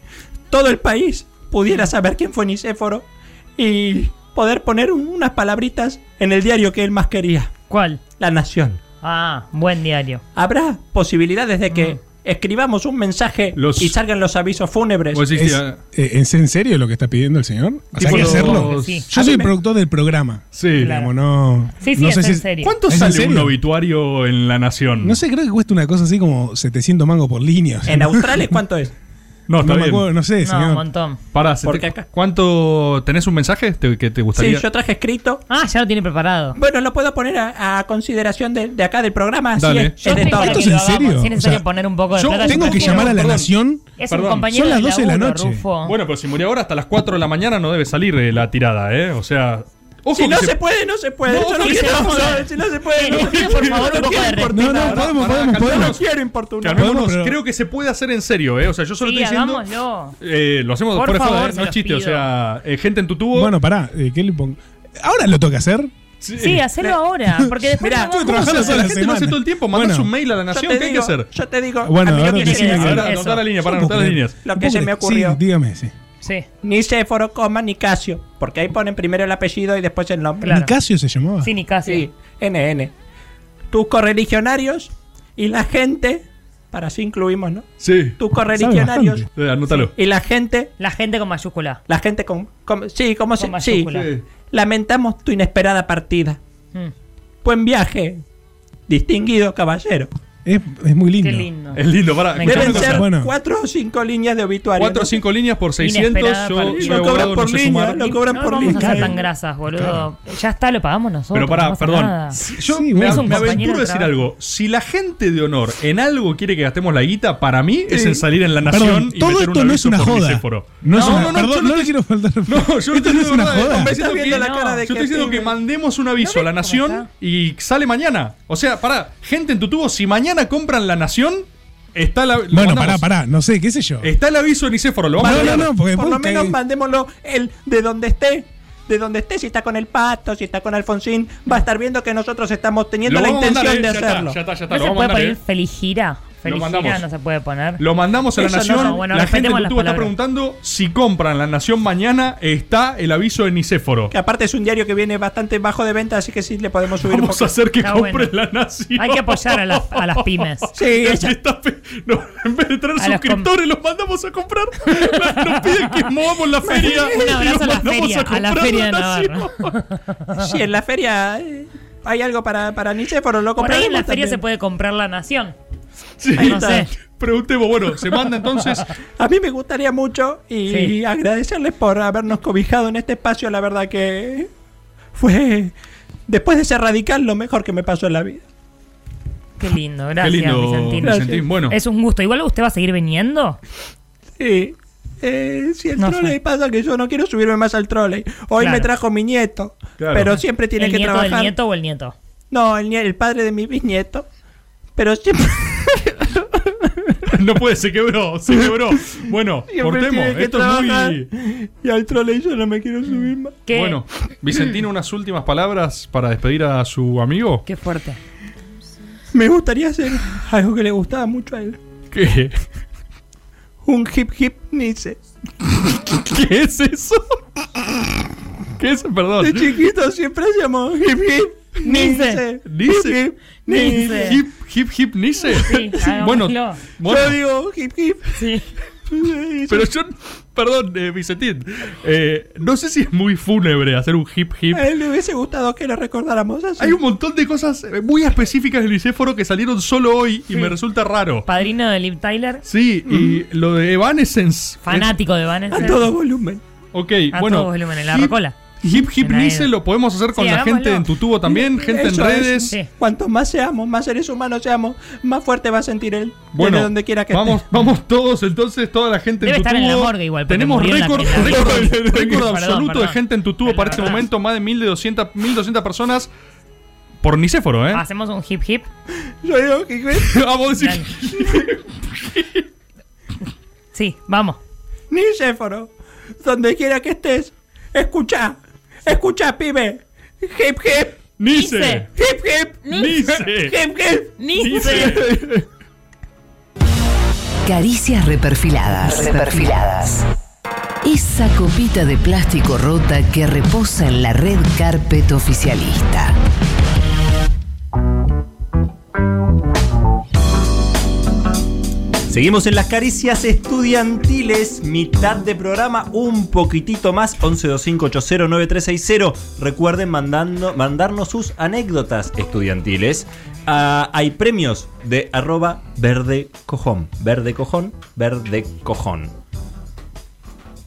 Speaker 16: todo el país pudiera saber quién fue Nicéforo y poder poner un- unas palabritas en el diario que él más quería.
Speaker 6: ¿Cuál?
Speaker 16: La Nación.
Speaker 6: Ah, buen diario. Mm.
Speaker 16: ¿Habrá posibilidades de que escribamos un mensaje y salgan los avisos fúnebres?
Speaker 12: ¿Es,
Speaker 3: ah,
Speaker 12: eh, ¿Es en serio lo que está pidiendo el señor? O sea, hay que
Speaker 16: Tipo
Speaker 12: hacerlo.
Speaker 16: los- Sí.
Speaker 12: Yo soy el productor del programa.
Speaker 3: Sí.
Speaker 12: Digamos, no.
Speaker 6: Sí, sí,
Speaker 12: no
Speaker 6: es
Speaker 12: sé
Speaker 6: en
Speaker 12: si
Speaker 6: serio.
Speaker 3: ¿Cuánto
Speaker 12: ¿Es en
Speaker 3: sale un
Speaker 12: serio?
Speaker 3: obituario en La Nación?
Speaker 12: No sé, creo que cuesta una cosa así como 700 mangos por línea. o sea,
Speaker 16: ¿En
Speaker 12: no-
Speaker 16: Australia cuánto es?
Speaker 3: No, está
Speaker 12: no me
Speaker 3: bien.
Speaker 12: acuerdo, no sé,
Speaker 6: No, un montón.
Speaker 3: Pará, se
Speaker 16: Porque
Speaker 3: te- ¿cuánto tenés un mensaje te- que te
Speaker 16: Sí,
Speaker 3: gustaría?
Speaker 16: yo traje escrito.
Speaker 6: Ah, ya lo tiene preparado.
Speaker 16: Bueno, lo puedo poner a, a consideración de, de acá del programa. así
Speaker 3: Dale.
Speaker 16: es- es
Speaker 6: Yo
Speaker 16: de
Speaker 6: estoy para
Speaker 16: todo.
Speaker 6: que lo hagamos. Si es necesario poner un poco de
Speaker 12: yo
Speaker 6: plata,
Speaker 12: tengo que
Speaker 6: prefiero-
Speaker 12: llamar a la
Speaker 6: Perdón.
Speaker 12: Nación.
Speaker 6: Es
Speaker 3: Perdón.
Speaker 6: un compañero
Speaker 12: Son las
Speaker 6: del
Speaker 12: 12 de la
Speaker 6: laburo,
Speaker 12: noche.
Speaker 6: Rufo.
Speaker 3: Bueno, pero si murió ahora hasta las 4 de la mañana no debe salir eh, la tirada, ¿eh? O sea. Ojo
Speaker 16: Si
Speaker 3: que
Speaker 16: no se puede, no se puede.
Speaker 3: No,
Speaker 16: Yo no
Speaker 3: que se
Speaker 16: quiero-
Speaker 3: joda.
Speaker 16: si no se puede,
Speaker 6: Eh,
Speaker 16: no
Speaker 6: les
Speaker 16: se
Speaker 6: pido,
Speaker 16: puede.
Speaker 6: por favor, un
Speaker 16: No
Speaker 6: poco
Speaker 16: quiero
Speaker 6: de respeto.
Speaker 16: importunar.
Speaker 12: No, no,
Speaker 16: Pará,
Speaker 12: podemos,
Speaker 16: pará,
Speaker 12: podemos,
Speaker 16: calmemos.
Speaker 12: podemos.
Speaker 16: No quiero importunar.
Speaker 3: Calmémonos,
Speaker 12: Podemos, pero-
Speaker 3: creo que se puede hacer en serio, ¿eh? O sea, yo solo
Speaker 6: Sí,
Speaker 3: estoy diciendo.
Speaker 6: hagámoslo.
Speaker 3: Eh, lo hacemos
Speaker 6: Por
Speaker 3: por
Speaker 6: favor,
Speaker 3: favor,
Speaker 6: se
Speaker 3: no es
Speaker 6: los
Speaker 3: chiste, o
Speaker 6: pido.
Speaker 3: sea, eh, gente en tu tubo.
Speaker 12: Bueno, pará, eh, ¿qué le pongo? Ahora lo toca hacer.
Speaker 6: Sí, hacelo ahora. Porque después.
Speaker 16: Mirá,
Speaker 6: no
Speaker 12: tuve que
Speaker 6: vamos-
Speaker 12: trabajar
Speaker 3: la
Speaker 12: las horas
Speaker 3: gente lo Ah, hace
Speaker 12: semana.
Speaker 3: todo el tiempo. Mandás
Speaker 12: Bueno.
Speaker 3: un mail a la
Speaker 16: Yo
Speaker 3: nación,
Speaker 16: te
Speaker 3: ¿qué hay que
Speaker 16: digo-
Speaker 3: hacer?
Speaker 16: Yo te digo,
Speaker 12: Bueno,
Speaker 16: a mí lo
Speaker 12: ahora
Speaker 16: que,
Speaker 12: decime
Speaker 16: se-
Speaker 12: que-
Speaker 3: Ahora,
Speaker 6: Eso.
Speaker 3: anotá la línea, para
Speaker 12: Yo
Speaker 3: anotar
Speaker 12: puedo
Speaker 3: las
Speaker 12: creer.
Speaker 3: líneas.
Speaker 16: lo que se me
Speaker 12: Sí,
Speaker 16: ocurrió.
Speaker 12: dígame, sí.
Speaker 6: Sí,
Speaker 16: Nicéforo, coma, Nicasio. Porque ahí ponen primero el apellido y después el nombre.
Speaker 6: Claro.
Speaker 12: Nicasio se llamaba.
Speaker 6: sí, ni casi.
Speaker 16: Sí, NN. Tus correligionarios y la gente, para así incluimos, ¿no?
Speaker 3: Sí.
Speaker 16: Tus correligionarios
Speaker 3: Eh, anótalo.
Speaker 16: y la gente,
Speaker 6: La gente con mayúscula.
Speaker 16: la gente con, con- sí, como se,
Speaker 6: Con
Speaker 16: sí,
Speaker 6: mayúscula.
Speaker 3: Sí.
Speaker 16: lamentamos tu inesperada partida.
Speaker 6: Mm,
Speaker 16: Buen viaje, distinguido caballero.
Speaker 12: Es, es muy lindo.
Speaker 6: Qué lindo.
Speaker 3: Es lindo, para.
Speaker 6: Me
Speaker 16: Deben
Speaker 12: encanta.
Speaker 16: ser
Speaker 12: Bueno.
Speaker 16: cuatro o cinco líneas de obituario.
Speaker 3: 4 o
Speaker 16: ¿no?
Speaker 3: 5 líneas por 600.
Speaker 6: Inesperada
Speaker 3: Yo
Speaker 6: partida.
Speaker 3: soy
Speaker 16: Lo
Speaker 3: abogado,
Speaker 16: cobran
Speaker 3: no
Speaker 16: por
Speaker 3: sé
Speaker 16: línea,
Speaker 3: sumar.
Speaker 16: lo cobran
Speaker 6: No
Speaker 16: por
Speaker 6: vamos a
Speaker 16: línea.
Speaker 6: ser tan grasas, boludo. Ya está, lo pagamos nosotros.
Speaker 3: Pero
Speaker 6: no
Speaker 3: pará,
Speaker 6: pasa
Speaker 3: perdón.
Speaker 6: nada.
Speaker 3: Si- Yo
Speaker 12: Sí,
Speaker 3: me,
Speaker 12: bueno.
Speaker 6: Es un
Speaker 3: me
Speaker 6: compañero
Speaker 3: aventuro a
Speaker 6: de
Speaker 3: decir
Speaker 6: trabajo.
Speaker 3: algo. Si la gente de honor en algo quiere que gastemos la guita, para mí es en salir en La Nación
Speaker 12: Perdón,
Speaker 3: y
Speaker 12: todo
Speaker 3: meter
Speaker 12: esto
Speaker 3: un
Speaker 12: no es
Speaker 3: aviso
Speaker 12: una
Speaker 3: por
Speaker 12: joda.
Speaker 3: Nicéforo.
Speaker 12: No, es una,
Speaker 3: no, no, yo
Speaker 12: perdón,
Speaker 3: no
Speaker 12: no le quiero faltar.
Speaker 3: No, yo
Speaker 12: esto no es una joda.
Speaker 16: Estás
Speaker 3: Me estoy diciendo
Speaker 16: viendo
Speaker 3: que,
Speaker 16: la
Speaker 6: no,
Speaker 16: cara de
Speaker 3: yo estoy diciendo que mandemos un aviso a La Nación y sale mañana. O sea, pará, gente en tu tubo, si mañana compran La Nación, Está la, lo
Speaker 12: Bueno,
Speaker 3: mandamos.
Speaker 12: pará, pará, no sé, qué sé yo.
Speaker 3: Está el aviso en Icéforo, lo vamos
Speaker 12: No,
Speaker 3: a
Speaker 12: no,
Speaker 3: mandar.
Speaker 12: no, porque
Speaker 16: Por lo
Speaker 12: porque-
Speaker 16: menos mandémoslo el de donde esté. De donde esté, si está con el pato, si está con Alfonsín, va a estar viendo que nosotros estamos teniendo
Speaker 3: Lo
Speaker 16: la
Speaker 3: vamos a
Speaker 16: intención
Speaker 3: mandar,
Speaker 16: de
Speaker 3: eh, ya está,
Speaker 16: hacerlo.
Speaker 3: ya está, ya está,
Speaker 6: ¿No
Speaker 3: lo
Speaker 6: se
Speaker 3: vamos a
Speaker 6: puede
Speaker 3: mandar,
Speaker 6: poner
Speaker 3: eh.
Speaker 6: feliz gira? Feliz gira
Speaker 3: mandamos.
Speaker 6: no se puede poner.
Speaker 3: Lo mandamos a la
Speaker 6: Eso no,
Speaker 3: Nación.
Speaker 6: no, bueno,
Speaker 3: la gente
Speaker 6: respetemos
Speaker 3: en
Speaker 6: las
Speaker 3: YouTube está
Speaker 6: palabras.
Speaker 3: preguntando si compran la Nación mañana. Está el aviso en Nicéforo.
Speaker 16: Que aparte es un diario que viene bastante bajo de venta, así que sí le podemos subir un
Speaker 3: Vamos
Speaker 16: poco.
Speaker 3: a hacer que compren la Nación.
Speaker 6: Hay que apoyar a las- a las pymes.
Speaker 16: Sí,
Speaker 3: esa- No, en vez de traer
Speaker 6: A las com-
Speaker 3: suscriptores, los mandamos a comprar. Nos piden que movamos la feria.
Speaker 16: Un abrazo
Speaker 3: y los
Speaker 16: a la
Speaker 3: mandamos
Speaker 16: feria, a la
Speaker 3: comprar
Speaker 16: feria de
Speaker 3: Nación.
Speaker 16: Si en la feria eh, hay algo para, para Nicéforo, lo
Speaker 6: Por ahí en la
Speaker 16: compraremos
Speaker 6: feria
Speaker 16: también.
Speaker 6: se puede comprar la nación.
Speaker 3: Sí,
Speaker 6: Ay, no sé.
Speaker 3: Preguntemos, bueno, se manda entonces.
Speaker 16: A mí me gustaría mucho y
Speaker 6: Sí.
Speaker 16: agradecerles por habernos cobijado en este espacio. La verdad que fue, después de ser radical, lo mejor que me pasó en la vida.
Speaker 6: Qué lindo, gracias,
Speaker 3: lindo,
Speaker 6: Vicentín.
Speaker 3: Vicentín, bueno.
Speaker 6: Es un gusto. Igual usted va a seguir viniendo.
Speaker 16: Sí. Eh, si el
Speaker 6: No sé.
Speaker 16: trole pasa que yo no quiero subirme más al trole. Hoy
Speaker 6: Claro.
Speaker 16: me trajo mi nieto,
Speaker 6: Claro.
Speaker 16: pero siempre tiene
Speaker 6: ¿El
Speaker 16: que
Speaker 6: nieto del
Speaker 16: trabajar.
Speaker 6: nieto o el nieto?
Speaker 16: No, el, nie- el padre de mi bisnieto. Pero siempre,
Speaker 3: No puede, se quebró, se quebró. Bueno,
Speaker 16: siempre
Speaker 3: cortemos.
Speaker 16: tiene que
Speaker 3: Esto
Speaker 16: trabajar.
Speaker 3: es muy.
Speaker 16: Y al trole yo no me quiero subir más.
Speaker 3: Bueno, Vicentino, unas últimas palabras para despedir a su amigo.
Speaker 6: Qué fuerte.
Speaker 16: Me gustaría hacer algo que le gustaba mucho a él.
Speaker 3: ¿Qué?
Speaker 16: Un hip hip nice.
Speaker 3: ¿Qué es eso? ¿Qué es? Perdón.
Speaker 16: De chiquito siempre hacíamos hip hip nice.
Speaker 3: Nice.
Speaker 16: Hip, hip, nice.
Speaker 3: Hip, hip, hip, Nice.
Speaker 16: Sí,
Speaker 3: bueno,
Speaker 16: hagámoslo.
Speaker 3: bueno,
Speaker 16: Yo digo hip hip.
Speaker 3: pero yo. Perdón, eh, Vicentín. eh, no sé si es muy fúnebre hacer un hip, hip.
Speaker 16: A él le hubiese gustado que lo recordáramos así.
Speaker 3: Hay un montón de cosas eh, muy específicas del Licéforo que salieron solo hoy y me resulta raro.
Speaker 6: Padrino de Liv Tyler.
Speaker 3: Sí, y lo de Evanescence.
Speaker 6: Fanático de Van
Speaker 3: A todo
Speaker 16: volumen.
Speaker 3: Ok,
Speaker 6: A
Speaker 3: bueno.
Speaker 6: todo volumen, en la
Speaker 3: hip-
Speaker 6: rocola.
Speaker 3: Hip Hip
Speaker 6: En la
Speaker 3: Nice
Speaker 6: era.
Speaker 3: lo podemos hacer con
Speaker 6: Sí,
Speaker 3: la
Speaker 6: hagámoslo.
Speaker 3: gente en tu tubo también, gente
Speaker 16: Eso
Speaker 3: en
Speaker 16: es.
Speaker 3: redes.
Speaker 16: Cuanto más seamos, más seres humanos seamos, más fuerte va a sentir él.
Speaker 3: Bueno,
Speaker 16: desde donde quiera que
Speaker 3: vamos,
Speaker 16: esté.
Speaker 3: vamos todos, entonces, toda la gente
Speaker 16: Debe
Speaker 3: en tu
Speaker 16: estar en la
Speaker 3: tubo.
Speaker 16: morgue igual, porque
Speaker 3: Tenemos
Speaker 16: murió en la-
Speaker 3: récord,
Speaker 16: en la-
Speaker 3: récord- récord
Speaker 16: Perdón,
Speaker 3: absoluto de
Speaker 16: perdón.
Speaker 3: gente en tu tubo para este momento, más de 1200, 1200 personas por Nicéforo, ¿eh?
Speaker 6: Hacemos un hip hip.
Speaker 16: Yo digo hip hip.
Speaker 3: vamos a decir.
Speaker 6: Sí, vamos.
Speaker 16: Nicéforo, donde quiera que estés, escucha, escucha, pibe. Hip hip.
Speaker 3: Nice.
Speaker 16: Hip hip.
Speaker 3: Nice.
Speaker 16: Hip hip.
Speaker 11: Caricias reperfiladas. Reperfiladas. Esa copita de plástico rota que reposa en la red carpet oficialista.
Speaker 9: Seguimos en las caricias estudiantiles, mitad de programa, un poquitito más, 1125809360. Recuerden mandando, mandarnos sus anécdotas estudiantiles. Ah, hay premios de arroba verde cojón, verde cojón, verde cojón.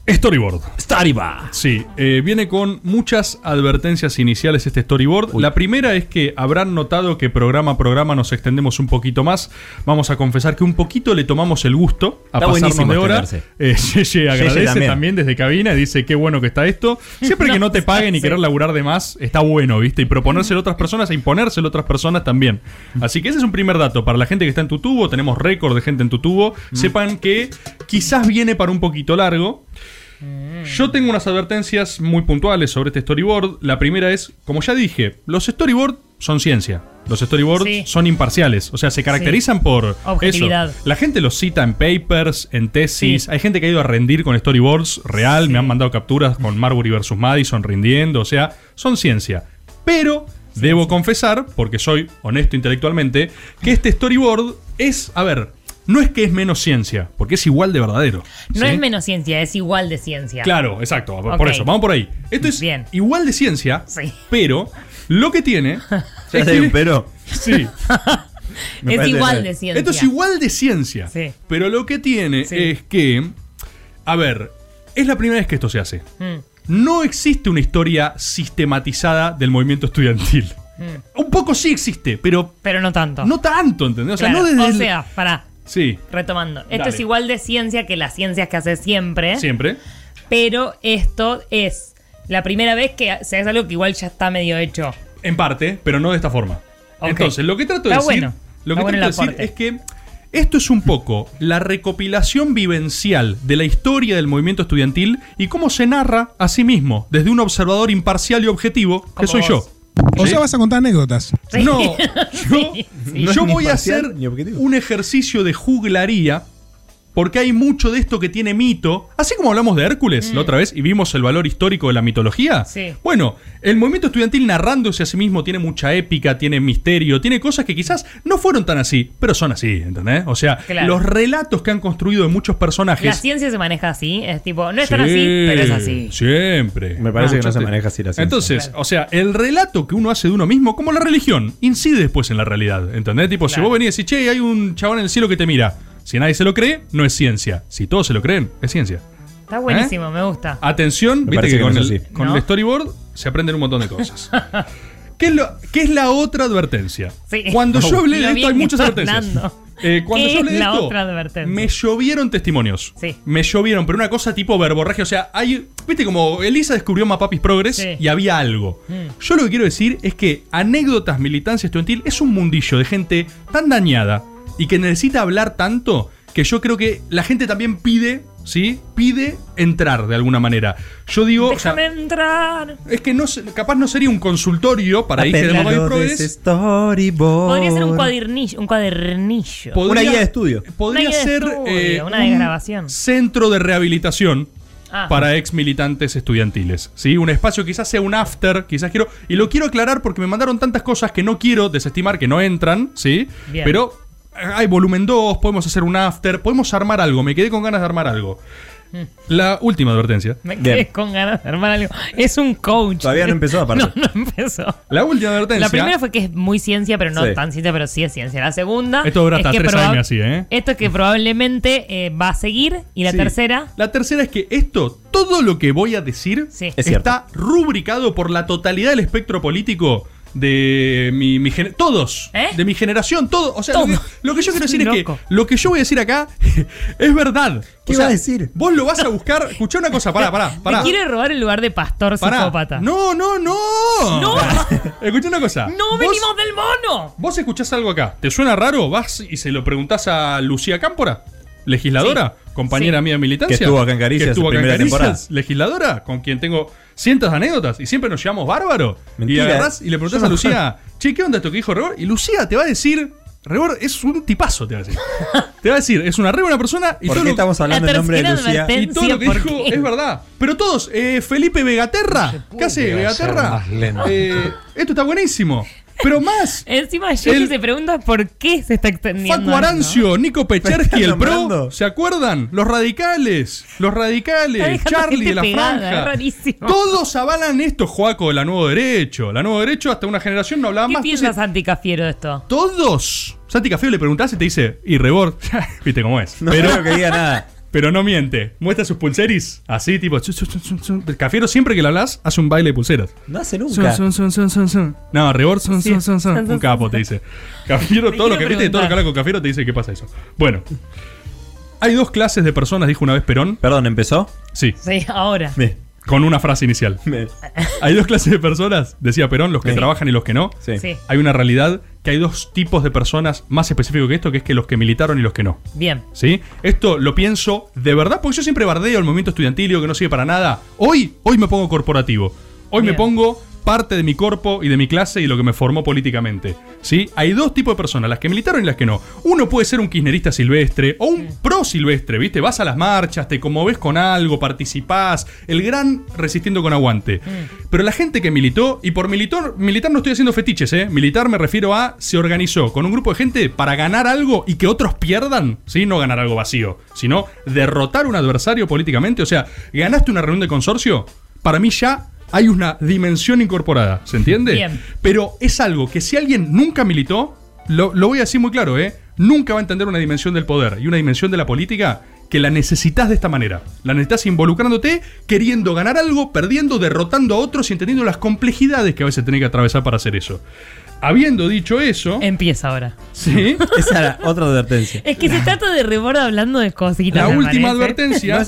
Speaker 3: Storyboard.
Speaker 9: Storyboard.
Speaker 3: Sí, eh, viene con muchas advertencias iniciales este storyboard. La primera es que habrán notado que programa a programa nos extendemos un poquito más. Vamos a confesar que un poquito le tomamos el gusto a
Speaker 9: Está
Speaker 3: pasarnos
Speaker 9: buenísimo
Speaker 3: de hora.
Speaker 9: extenderse.
Speaker 3: Eh, Yeye agradece
Speaker 9: Yeye
Speaker 3: también.
Speaker 9: también.
Speaker 3: desde cabina y dice qué bueno que está esto. Siempre que no te paguen y querer laburar de más, está bueno, ¿viste? Y proponérselo a otras personas e imponérselo a otras personas también. Así que ese es un primer dato. Para la gente que está en tu tubo, tenemos récord de gente en tu tubo. Sepan que quizás viene para un poquito largo. Yo tengo unas advertencias muy puntuales sobre este storyboard. La primera es, como ya dije, los storyboard son ciencia. Los storyboards son imparciales, o sea, se caracterizan
Speaker 6: Sí.
Speaker 3: por
Speaker 6: Objetividad.
Speaker 3: eso. La gente los cita en papers, en tesis. Hay gente que ha ido a rendir con storyboards real. Me han mandado capturas con Marbury versus Madison rindiendo, o sea, son ciencia. Pero debo confesar, porque soy honesto intelectualmente, que este storyboard es, a ver, no es que es menos ciencia, porque es igual de verdadero.
Speaker 6: No
Speaker 3: ¿sí?
Speaker 6: es menos ciencia, es igual de ciencia.
Speaker 3: Claro, exacto. Por
Speaker 6: Ok.
Speaker 3: eso, vamos por ahí. Esto es igual de ciencia, pero lo que tiene.
Speaker 9: Ya
Speaker 3: es
Speaker 9: sé,
Speaker 3: que-
Speaker 9: pero.
Speaker 3: Sí.
Speaker 6: Me Es parece- igual de ciencia.
Speaker 3: Esto es igual de ciencia.
Speaker 6: Sí.
Speaker 3: Pero lo que tiene es que. A ver, es la primera vez que esto se hace.
Speaker 6: Mm,
Speaker 3: No existe una historia sistematizada del movimiento estudiantil.
Speaker 6: mm.
Speaker 3: Un poco sí existe, pero.
Speaker 6: Pero no tanto.
Speaker 3: No tanto, ¿entendés? O sea,
Speaker 6: Claro,
Speaker 3: no desde.
Speaker 6: o
Speaker 3: el-
Speaker 6: sea, pará,
Speaker 3: sí,
Speaker 6: retomando. Esto
Speaker 3: Dale.
Speaker 6: es igual de ciencia que las ciencias que hace siempre.
Speaker 3: siempre.
Speaker 6: Pero esto es la primera vez que se hace algo que igual ya está medio hecho.
Speaker 3: En parte, pero no de esta forma.
Speaker 6: Ok.
Speaker 3: Entonces, lo que trato de
Speaker 6: Está
Speaker 3: decir,
Speaker 6: bueno.
Speaker 3: lo que
Speaker 6: Está bueno
Speaker 3: trato de
Speaker 6: el
Speaker 3: decir
Speaker 6: aporte.
Speaker 3: es que Esto es un poco la recopilación vivencial de la historia del movimiento estudiantil y cómo se narra a sí mismo desde un observador imparcial y objetivo, que soy yo.
Speaker 12: O sea, vas a contar anécdotas.
Speaker 3: No, yo,
Speaker 12: sí.
Speaker 3: yo
Speaker 12: No es ni
Speaker 3: voy a
Speaker 12: parcial
Speaker 3: hacer un ejercicio de juglaría. Porque hay mucho de esto que tiene mito. Así como hablamos de
Speaker 6: Mm.
Speaker 3: Hércules la otra vez y vimos el valor histórico de la mitología.
Speaker 20: Sí.
Speaker 3: Bueno, el movimiento estudiantil narrándose a sí mismo tiene mucha épica, tiene misterio, tiene cosas que quizás no fueron tan así, pero son así, ¿entendés? O sea,
Speaker 6: Claro.
Speaker 3: los relatos que han construido de muchos
Speaker 6: La
Speaker 3: personajes.
Speaker 6: ciencia se maneja así, es tipo, no es tan
Speaker 3: Sí,
Speaker 6: así, pero es así.
Speaker 3: Siempre. Me
Speaker 9: parece que no se maneja así la ciencia.
Speaker 3: Ah, Entonces, o sea, el relato que uno hace de uno mismo, como la religión, incide después en la realidad. ¿Entendés? Tipo, si vos venís y decís, che, hay un chabón en el cielo que te mira. Si nadie se lo cree, no es ciencia. Si todos se lo creen, es ciencia. ¿Eh?
Speaker 6: Está buenísimo, me gusta.
Speaker 3: Atención,
Speaker 6: Me
Speaker 3: viste
Speaker 6: parece
Speaker 3: que,
Speaker 6: que
Speaker 3: con,
Speaker 6: no es
Speaker 3: el,
Speaker 6: así.
Speaker 3: con
Speaker 6: ¿No?
Speaker 3: el storyboard se aprenden un montón de cosas. ¿Qué, es lo- qué es la otra advertencia?
Speaker 6: Sí.
Speaker 3: Cuando yo hablé
Speaker 6: Lo
Speaker 3: de esto hay
Speaker 6: bien que
Speaker 3: muchas
Speaker 6: está
Speaker 3: advertencias.
Speaker 6: Hernando.
Speaker 3: Eh, cuando
Speaker 6: ¿Qué
Speaker 3: yo hablé
Speaker 6: es
Speaker 3: de
Speaker 6: la
Speaker 3: esto,
Speaker 6: otra advertencia?
Speaker 3: me llovieron testimonios.
Speaker 6: Sí.
Speaker 3: Me llovieron, pero una cosa tipo verborragia. O sea, hay. Viste como Elisa descubrió Mapapis Progress
Speaker 6: Sí.
Speaker 3: y había algo.
Speaker 6: Mm.
Speaker 3: Yo lo que quiero decir es que anécdotas militancia estudiantil es un mundillo de gente tan dañada y que necesita hablar tanto que yo creo que la gente también pide, ¿sí? Pide entrar de alguna manera. Yo digo. o sea,
Speaker 6: Déjame entrar.
Speaker 3: es que no, sé- capaz no sería un consultorio para hijas de
Speaker 9: Apelalo
Speaker 3: Mapapis
Speaker 9: de
Speaker 3: Progress.
Speaker 9: ese storyboard.
Speaker 6: Podría ser un cuadernillo. Un cuadernillo.
Speaker 3: Podría- Podría
Speaker 6: Una guía de
Speaker 3: ser
Speaker 6: estudio,
Speaker 3: eh,
Speaker 6: una de
Speaker 3: un
Speaker 6: grabación.
Speaker 3: centro de rehabilitación
Speaker 6: Ah.
Speaker 3: para ex militantes estudiantiles. ¿sí? Un espacio, quizás sea un after, quizás quiero. Y lo quiero aclarar porque me mandaron tantas cosas que no quiero desestimar, que no entran, ¿sí?
Speaker 2: Bien.
Speaker 3: Pero eh, hay volumen 2, podemos hacer un after, podemos armar algo. Me quedé con ganas de armar algo.
Speaker 6: Mm.
Speaker 3: La última advertencia.
Speaker 6: Me quedé con ganas de armar algo. Es un coach.
Speaker 3: Todavía no empezó, aparte.
Speaker 6: No, no empezó.
Speaker 3: La última advertencia.
Speaker 6: La primera fue que es muy ciencia, pero no
Speaker 3: Sí.
Speaker 6: tan ciencia, pero sí es ciencia. La segunda.
Speaker 3: Esto dura
Speaker 6: es
Speaker 3: hasta
Speaker 6: que
Speaker 3: tres
Speaker 6: proba-
Speaker 3: años así, ¿eh?
Speaker 6: Esto es que probablemente eh, va a seguir. Y la
Speaker 3: Sí.
Speaker 6: tercera.
Speaker 3: La tercera es que esto, todo lo que voy a decir,
Speaker 6: Es cierto.
Speaker 3: está rubricado por la totalidad del espectro político de mi, mi gener- todos de mi generación todos o sea lo que, lo que yo quiero decir es que
Speaker 2: Loco.
Speaker 3: lo que yo voy a decir acá es verdad
Speaker 2: ¿Qué
Speaker 3: O
Speaker 2: iba a
Speaker 3: sea,
Speaker 2: decir?
Speaker 3: vos lo vas a buscar escuchá una cosa pará pará pará
Speaker 6: Te quiere robar el lugar de pastor
Speaker 3: Pará.
Speaker 6: psicópata.
Speaker 3: No, no, no.
Speaker 6: ¡No!
Speaker 3: escuchá una cosa
Speaker 6: ¡No
Speaker 3: Vos-
Speaker 6: venimos del mono!
Speaker 3: Vos escuchás algo acá, ¿te suena raro? Vas y se lo preguntás a Lucía Cámpora, legisladora, compañera
Speaker 9: Sí.
Speaker 3: mía de militancia.
Speaker 9: Que estuvo acá en Caricias
Speaker 3: que estuvo
Speaker 9: en
Speaker 3: acá en
Speaker 9: primera
Speaker 3: Caricias, Legisladora, con quien tengo cientos de anécdotas y siempre nos llevamos bárbaro.
Speaker 9: Mentira,
Speaker 3: y agarrás
Speaker 9: eh.
Speaker 3: y le preguntás
Speaker 9: Yo no-
Speaker 3: a Lucía, che, ¿qué onda esto que dijo Rebor? Y Lucía te va a decir. Rebor es un tipazo, te va a decir. te va a decir, es una re buena persona y
Speaker 9: ¿Por
Speaker 3: todo
Speaker 9: qué
Speaker 3: lo-
Speaker 9: estamos hablando La en nombre de tercera Lucía?
Speaker 3: Y todo lo que
Speaker 9: advertencia,
Speaker 3: dijo
Speaker 9: ¿por qué?
Speaker 3: es verdad. Pero todos, eh, Felipe Vegaterra, ¿qué hace
Speaker 6: puede hacer
Speaker 3: Vegaterra?
Speaker 6: más lento.
Speaker 3: Eh, esto está buenísimo. Pero más.
Speaker 6: Encima yo
Speaker 3: El-
Speaker 6: que se pregunta por qué se está extendiendo.
Speaker 3: Facu
Speaker 6: esto.
Speaker 3: Arancio, Nico Pecherski, el
Speaker 6: nombrando?
Speaker 3: Pro, ¿se acuerdan? Los radicales, los
Speaker 6: Está
Speaker 3: radicales,
Speaker 6: dejando
Speaker 3: Charlie
Speaker 6: gente
Speaker 3: de la
Speaker 6: pegada, es
Speaker 3: franja.
Speaker 6: rarísimo.
Speaker 3: Todos avalan esto, Joaco, de la Nuevo Derecho. La Nuevo Derecho hasta una generación no hablaba
Speaker 6: ¿Qué
Speaker 3: más.
Speaker 6: piensas, Santi Cafiero, de esto?
Speaker 3: Todos. Santi Cafeo le preguntás y te dice, y Rebord, viste cómo es.
Speaker 9: No creo que diga nada.
Speaker 3: Pero no miente. Muestra sus pulseris. Así, tipo. chu, chu, chu, chu, chu. El Cafiero siempre que le hablas hace un baile de pulseras.
Speaker 9: No hace nunca.
Speaker 3: Son, son, son, son, son. No, Rebord, son,
Speaker 9: Sí.
Speaker 3: son, son, son.
Speaker 9: Son, son,
Speaker 3: Un capo, te dice. Cafiero,
Speaker 9: Te
Speaker 3: todo lo que
Speaker 9: quiero
Speaker 3: viste, todo lo que
Speaker 9: preguntar.
Speaker 3: habla con Cafiero te dice que pasa eso. Bueno. Hay dos clases de personas, dijo una vez Perón.
Speaker 9: Perdón, ¿empezó?
Speaker 3: Sí.
Speaker 6: Sí, ahora.
Speaker 3: Con una frase inicial. Hay dos clases de personas, decía Perón, los que
Speaker 9: Sí.
Speaker 3: trabajan y los que no.
Speaker 9: Sí. Sí.
Speaker 3: Hay una realidad que hay dos tipos de personas más específicos que esto, que es que los que militaron y los que no.
Speaker 6: Bien.
Speaker 3: ¿Sí? Esto lo pienso de verdad, porque yo siempre bardeo el movimiento estudiantil, digo que no sirve para nada. Hoy, hoy me pongo corporativo. Hoy me pongo parte de mi cuerpo y de mi clase y lo que me formó políticamente. ¿Sí? Hay dos tipos de personas, las que militaron y las que no. Uno puede ser un kirchnerista silvestre o un pro silvestre, ¿viste? Vas a las marchas, te conmovés con algo, participás, el gran resistiendo con aguante. Pero la gente que militó, y por militar, militar no estoy haciendo fetiches, ¿eh? Militar me refiero a se organizó con un grupo de gente para ganar algo y que otros pierdan, ¿sí? No ganar algo vacío, sino derrotar un adversario políticamente. O sea, ganaste una reunión de consorcio, para mí ya hay una dimensión incorporada, ¿se entiende?
Speaker 2: Bien.
Speaker 3: Pero es algo que si alguien nunca militó, lo, lo voy a decir muy claro, ¿eh? Nunca va a entender una dimensión del poder y una dimensión de la política que la necesitas de esta manera. La necesitas involucrándote, queriendo ganar algo, perdiendo, derrotando a otros y entendiendo las complejidades que a veces tenés que atravesar para hacer eso. Habiendo dicho eso.
Speaker 6: Empieza ahora.
Speaker 3: Sí.
Speaker 9: Esa era otra advertencia.
Speaker 6: Es que se trata de Rebord hablando de cositas.
Speaker 3: La
Speaker 6: me
Speaker 3: última
Speaker 6: parece.
Speaker 3: advertencia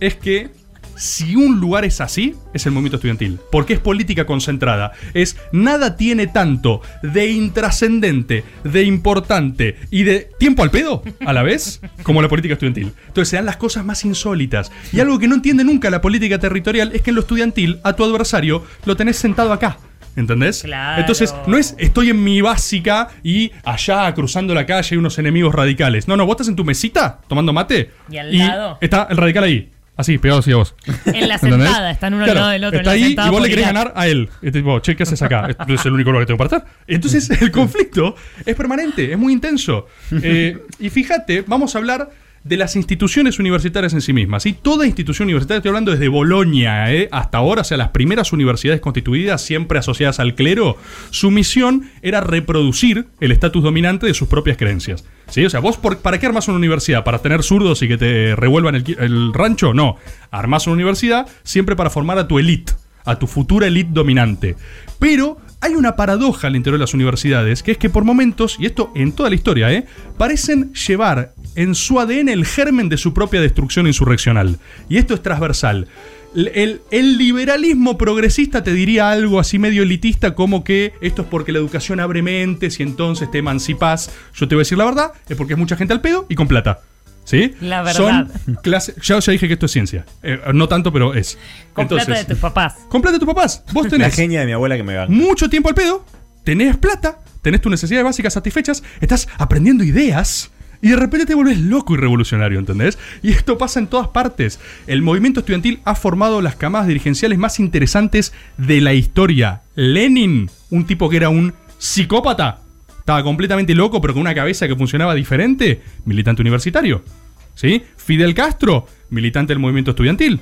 Speaker 3: es que si un lugar es así, es el movimiento estudiantil. Porque es política concentrada. Es nada tiene tanto de intrascendente, de importante y de tiempo al pedo a la vez como la política estudiantil. Entonces se dan las cosas más insólitas. Y algo que no entiende nunca la política territorial es que en lo estudiantil a tu adversario lo tenés sentado acá. ¿Entendés?
Speaker 2: Claro.
Speaker 3: Entonces, no es estoy en mi básica y allá cruzando la calle hay unos enemigos radicales. No, no, vos estás en tu mesita tomando mate.
Speaker 6: Y al lado.
Speaker 3: Está el radical ahí. Así, pegado hacia vos.
Speaker 6: En la
Speaker 3: ¿Entendés?
Speaker 6: sentada, están uno al
Speaker 3: Claro,
Speaker 6: lado del otro.
Speaker 3: Está
Speaker 6: en la
Speaker 3: ahí
Speaker 6: sentada
Speaker 3: y vos le querés
Speaker 6: popular.
Speaker 3: ganar a él. Es tipo, che, ¿qué haces acá? Este es el único lugar que tengo para estar. Entonces, el conflicto es permanente, es muy intenso. Eh, y fíjate, vamos a hablar de las instituciones universitarias en sí mismas. ¿sí? Toda institución universitaria, estoy hablando desde Bolonia eh, hasta ahora, o sea, las primeras universidades constituidas, siempre asociadas al clero, su misión era reproducir el estatus dominante de sus propias creencias. ¿sí? O sea, vos, por- ¿para qué armas una universidad? ¿Para tener zurdos y que te revuelvan el, qui- el rancho? No, armas una universidad siempre para formar a tu elite, a tu futura elite dominante. Pero hay una paradoja al interior de las universidades, que es que por momentos, y esto en toda la historia, ¿eh? parecen llevar en su ADN el germen de su propia destrucción insurreccional. Y esto es transversal. El, el- el liberalismo progresista te diría algo así medio elitista como que esto es porque la educación abre mentes y entonces te emancipas. Yo te voy a decir la verdad, es porque es mucha gente al pedo y con plata. ¿Sí?
Speaker 6: La verdad.
Speaker 3: Son clases. Ya, ya dije que esto es ciencia. Eh, no tanto, pero es.
Speaker 6: Con plata de tus papás.
Speaker 3: Con plata de tus papás. Vos tenés.
Speaker 9: La genia de Eh, mi abuela que me va.
Speaker 3: Mucho tiempo al pedo, tenés plata, tenés tus necesidades básicas satisfechas, estás aprendiendo ideas. Y de repente te volvés loco y revolucionario, ¿entendés? Y esto pasa en todas partes. El movimiento estudiantil ha formado las camadas dirigenciales más interesantes de la historia. Lenin, un tipo que era un psicópata, estaba completamente loco, pero con una cabeza que funcionaba diferente, militante universitario. ¿Sí? Fidel Castro, militante del movimiento estudiantil.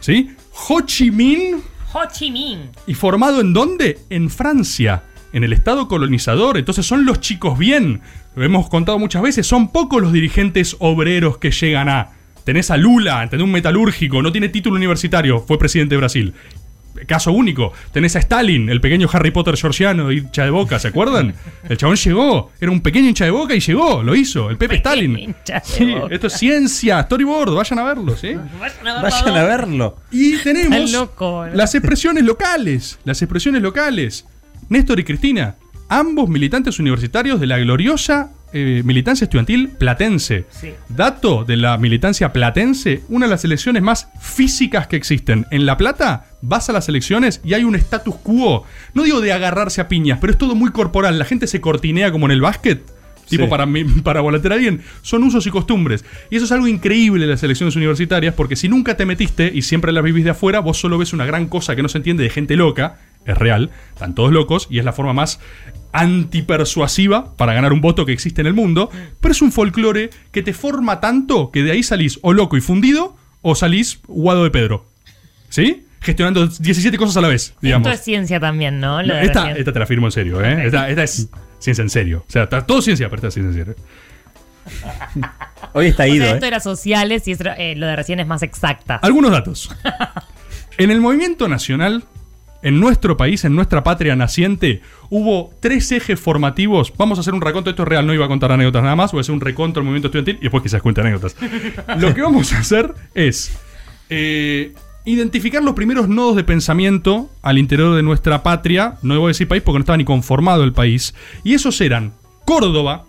Speaker 3: ¿Sí? Ho Chi Minh,
Speaker 6: Ho Chi Minh.
Speaker 3: ¿Y formado en dónde? En Francia, en el Estado colonizador. Entonces son los chicos bien. Lo hemos contado muchas veces, son pocos los dirigentes obreros que llegan a. Tenés a Lula, tenés un metalúrgico, no tiene título universitario, fue presidente de Brasil. Caso único. Tenés a Stalin, el pequeño Harry Potter georgiano, hincha de boca, ¿se acuerdan? El chabón llegó, era un pequeño hincha de boca y llegó, lo hizo, el Pepe Stalin. Sí, esto es ciencia, storyboard, vayan a verlo, ¿sí?
Speaker 9: Vayan a verlo.
Speaker 3: Y tenemos
Speaker 9: Está loco, boludo.
Speaker 3: las expresiones locales. Las expresiones locales. Néstor y Cristina, ambos militantes universitarios de la gloriosa eh, militancia estudiantil platense. Dato de la militancia platense, una de las elecciones más físicas que existen. En La Plata vas a las elecciones y hay un status quo. No digo de agarrarse a piñas, pero es todo muy corporal. La gente se cortinea como en el básquet. Tipo
Speaker 2: Sí.
Speaker 3: para, mi- para volatear a alguien. Son usos y costumbres. Y eso es algo increíble de las elecciones universitarias, porque si nunca te metiste y siempre las vivís de afuera, vos solo ves una gran cosa que no se entiende de gente loca. Es real, están todos locos y es la forma más antipersuasiva para ganar un voto que existe en el mundo. Pero es un folclore que te forma tanto que de ahí salís o loco y fundido o salís guado de Pedro. ¿Sí? Gestionando 17 cosas a la vez, digamos.
Speaker 6: Esto es ciencia también, ¿no? Lo de
Speaker 3: Esta,
Speaker 6: recién.
Speaker 3: esta te la firmo en serio, ¿eh? Esta, esta es ciencia en serio. O sea, está todo ciencia, pero esta es ciencia en serio.
Speaker 9: Hoy está ¿eh?
Speaker 6: O sea,
Speaker 3: eh.
Speaker 6: esto era sociales y esto- eh, lo de recién es más exacta.
Speaker 3: Algunos datos. En el movimiento nacional, en nuestro país, en nuestra patria naciente, hubo tres ejes formativos. Vamos a hacer un raconto, esto es real, no iba a contar anécdotas nada más, voy a hacer un reconto del movimiento estudiantil y después quizás cuente anécdotas. Lo que vamos a hacer es eh, identificar los primeros nodos de pensamiento al interior de nuestra patria, no voy a decir país porque no estaba ni conformado el país, y esos eran Córdoba,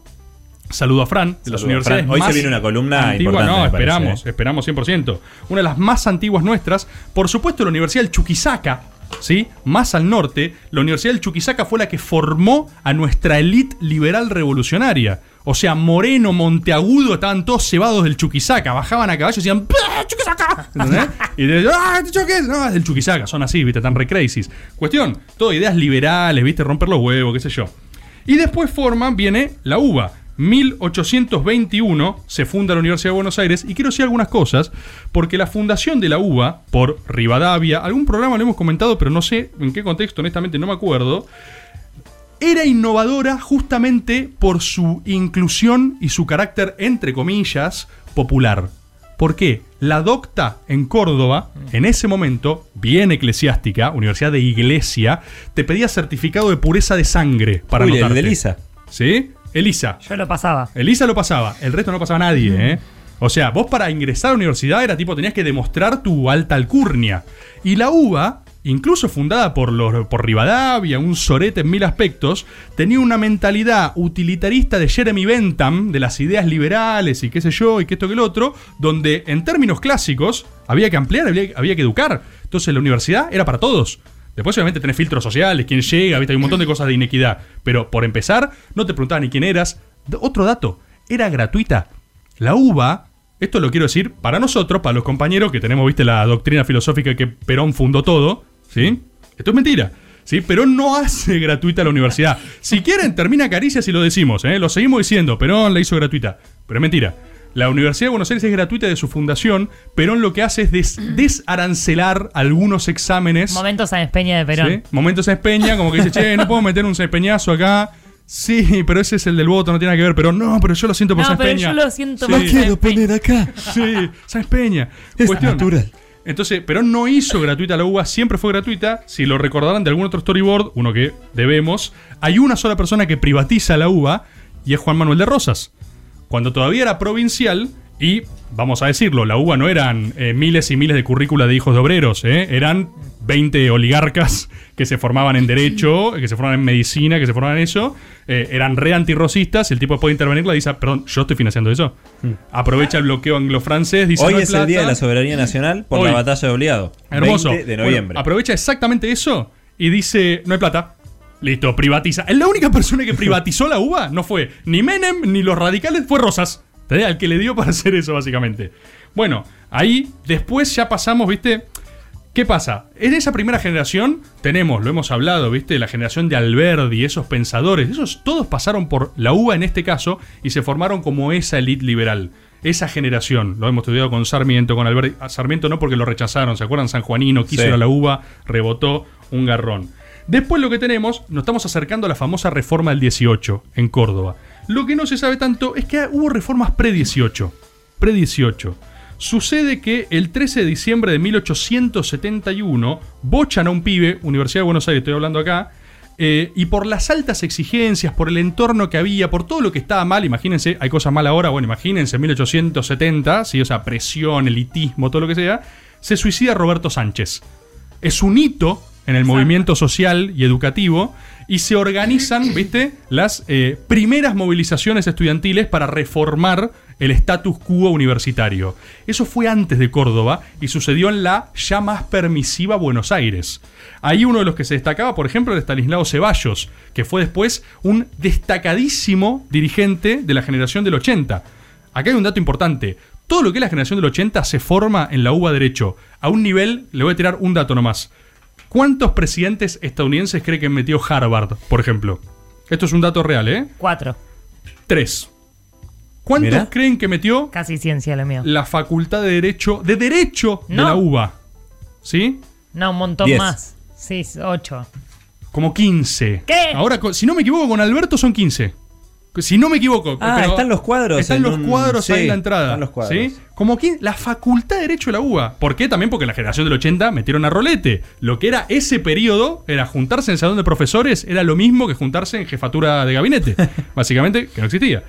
Speaker 3: saludo a Fran, de
Speaker 9: Saludo
Speaker 3: las
Speaker 9: a
Speaker 3: universidades.
Speaker 9: Fran. Hoy se
Speaker 3: más
Speaker 9: viene una columna
Speaker 3: antigua-
Speaker 9: importante,
Speaker 3: No,
Speaker 9: me parece,
Speaker 3: esperamos,
Speaker 9: ¿eh?
Speaker 3: esperamos 100%. Una de las más antiguas nuestras, por supuesto la Universidad del Chuquisaca, ¿sí? Más al norte, la Universidad del Chuquisaca fue la que formó a nuestra élite liberal revolucionaria. O sea, Moreno, Monteagudo, estaban todos cebados del Chuquisaca, bajaban a caballo y decían "¡Bah, Chuquisaca! ¿Entendés? Y te ¡ah, este choque! No, es del Chuquisaca, son así, viste, tan re crazies. Cuestión, todo ideas liberales, viste, romper los huevos, qué sé yo. Y después forman, viene la UBA. 1821 se funda la Universidad de Buenos Aires y quiero decir algunas cosas porque la fundación de la UBA por Rivadavia, algún programa lo hemos comentado pero no sé en qué contexto, honestamente no me acuerdo, era innovadora justamente por su inclusión y su carácter, entre comillas, popular. ¿Por qué? La docta en Córdoba, en ese momento, bien eclesiástica, universidad de iglesia, te pedía certificado de pureza de sangre para
Speaker 9: Uy, el
Speaker 3: anotarte.
Speaker 9: de Elisa.
Speaker 3: ¿Sí? Elisa.
Speaker 6: Yo lo pasaba.
Speaker 3: Elisa lo pasaba, el resto no lo pasaba a nadie, ¿eh? O sea, vos para ingresar a la universidad era tipo, tenías que demostrar tu alta alcurnia. Y la UBA, incluso fundada por, los, por Rivadavia, un sorete en mil aspectos, tenía una mentalidad utilitarista de Jeremy Bentham, de las ideas liberales y qué sé yo, y que esto que el otro, donde en términos clásicos había que ampliar, había, había que educar. Entonces la universidad era para todos. Después obviamente tenés filtros sociales, quién llega, ¿viste? hay un montón de cosas de inequidad. Pero por empezar, no te preguntaban ni quién eras. D- Otro dato, era gratuita. La UBA, esto lo quiero decir para nosotros, para los compañeros que tenemos, viste, la doctrina filosófica que Perón fundó todo, ¿sí? Esto es mentira. ¿Sí? Perón no hace gratuita la universidad. Si quieren, termina caricias y lo decimos, ¿eh? lo seguimos diciendo. Perón la hizo gratuita. Pero es mentira. La Universidad de Buenos Aires es gratuita de su fundación. Perón lo que hace es des- desarancelar algunos exámenes.
Speaker 6: Momento Sáenz Peña de Perón.
Speaker 3: ¿Sí? Momento se espeña, como que dice, che, no puedo meter un espeñazo acá. Sí, pero ese es el del voto, no tiene nada que ver. Pero no, pero yo lo siento por
Speaker 6: No,
Speaker 3: Sáenz
Speaker 6: pero
Speaker 3: Peña.
Speaker 6: yo lo siento
Speaker 3: Sí.
Speaker 6: por Sáenz
Speaker 3: poner acá. Sí, Sáenz Peña.
Speaker 20: Es natural.
Speaker 3: Entonces, Perón no hizo gratuita la UBA, siempre fue gratuita. Si lo recordarán de algún otro storyboard, uno que debemos, hay una sola persona que privatiza la UBA y es Juan Manuel de Rosas. Cuando todavía era provincial y, vamos a decirlo, la UBA no eran eh, miles y miles de currícula de hijos de obreros, ¿eh? eran 20 oligarcas que se formaban en derecho, que se formaban en medicina, que se formaban en eso, eh, eran re antirrosistas, el tipo puede intervenir, la dice, "Ah, perdón, yo estoy financiando eso. Aprovecha el bloqueo anglo-francés, dice,
Speaker 9: Hmm. Hoy
Speaker 3: "No hay
Speaker 9: es el Día de
Speaker 3: plata".
Speaker 9: la Soberanía Nacional por
Speaker 3: Hoy.
Speaker 9: la batalla de Obligado.
Speaker 3: Hermoso.
Speaker 9: 20 de
Speaker 3: Bueno,
Speaker 9: noviembre.
Speaker 3: aprovecha exactamente eso y dice, no hay plata. Listo, privatiza. Es la única persona que privatizó la uva. No fue ni Menem ni los radicales, fue Rosas. Te digo, Al que le dio para hacer eso, básicamente. Bueno, ahí después ya pasamos, viste. ¿Qué pasa? En esa primera generación tenemos, lo hemos hablado, ¿viste? La generación de Alberdi, esos pensadores, esos todos pasaron por la UBA en este caso y se formaron como esa elite liberal. Esa generación, lo hemos estudiado con Sarmiento, con Alberdi. A Sarmiento no porque lo rechazaron, ¿se acuerdan? San Juanino quiso
Speaker 9: Sí.
Speaker 3: ir a la UBA, rebotó un garrón. Después lo que tenemos, nos estamos acercando a la famosa reforma del 18 en Córdoba. Lo que no se sabe tanto es que hubo reformas pre-18. Pre-18. Sucede que el 13 de diciembre de 1871 bochan a un pibe, Universidad de Buenos Aires, estoy hablando acá, eh, y por las altas exigencias, por el entorno que había, por todo lo que estaba mal, imagínense, hay cosas mal ahora, bueno, imagínense, 1870, ¿sí? o sea, presión, elitismo, todo lo que sea, se suicida Roberto Sánchez. Es un hito en el movimiento social y educativo y se organizan, ¿viste?, las eh, primeras movilizaciones estudiantiles para reformar el status quo universitario. Eso fue antes de Córdoba y sucedió en la ya más permisiva Buenos Aires. Ahí uno de los que se destacaba, por ejemplo, era Estanislao Ceballos, que fue después un destacadísimo dirigente de la generación del 80. Acá hay un dato importante. Todo lo que es la generación del 80 se forma en la UBA Derecho. A un nivel, le voy a tirar un dato nomás. ¿Cuántos presidentes estadounidenses cree que metió Harvard, por ejemplo? Esto es un dato real, ¿eh?
Speaker 6: Cuatro.
Speaker 3: Tres. ¿Cuántos
Speaker 6: Mirá.
Speaker 3: creen que metió
Speaker 6: Casi ciencia lo mío.
Speaker 3: la Facultad de Derecho, de Derecho de
Speaker 6: No.
Speaker 3: la UBA? ¿Sí?
Speaker 6: No, un montón
Speaker 3: Diez.
Speaker 6: más. Sí, ocho.
Speaker 3: Como 15.
Speaker 6: ¿Qué?
Speaker 3: Ahora, co- si no me equivoco, con Alberto son 15. Si no me equivoco.
Speaker 9: Ah,
Speaker 3: pero-
Speaker 9: están los cuadros
Speaker 3: Están
Speaker 9: en
Speaker 3: los
Speaker 9: un-
Speaker 3: cuadros ahí
Speaker 9: sí,
Speaker 3: en la entrada.
Speaker 9: están los cuadros.
Speaker 3: ¿sí? Como que la Facultad de Derecho de la UBA. ¿Por qué? También porque en la generación del 80 metieron a rolete. Lo que era ese periodo, era juntarse en salón de profesores, era lo mismo que juntarse en jefatura de gabinete. básicamente, que no existía.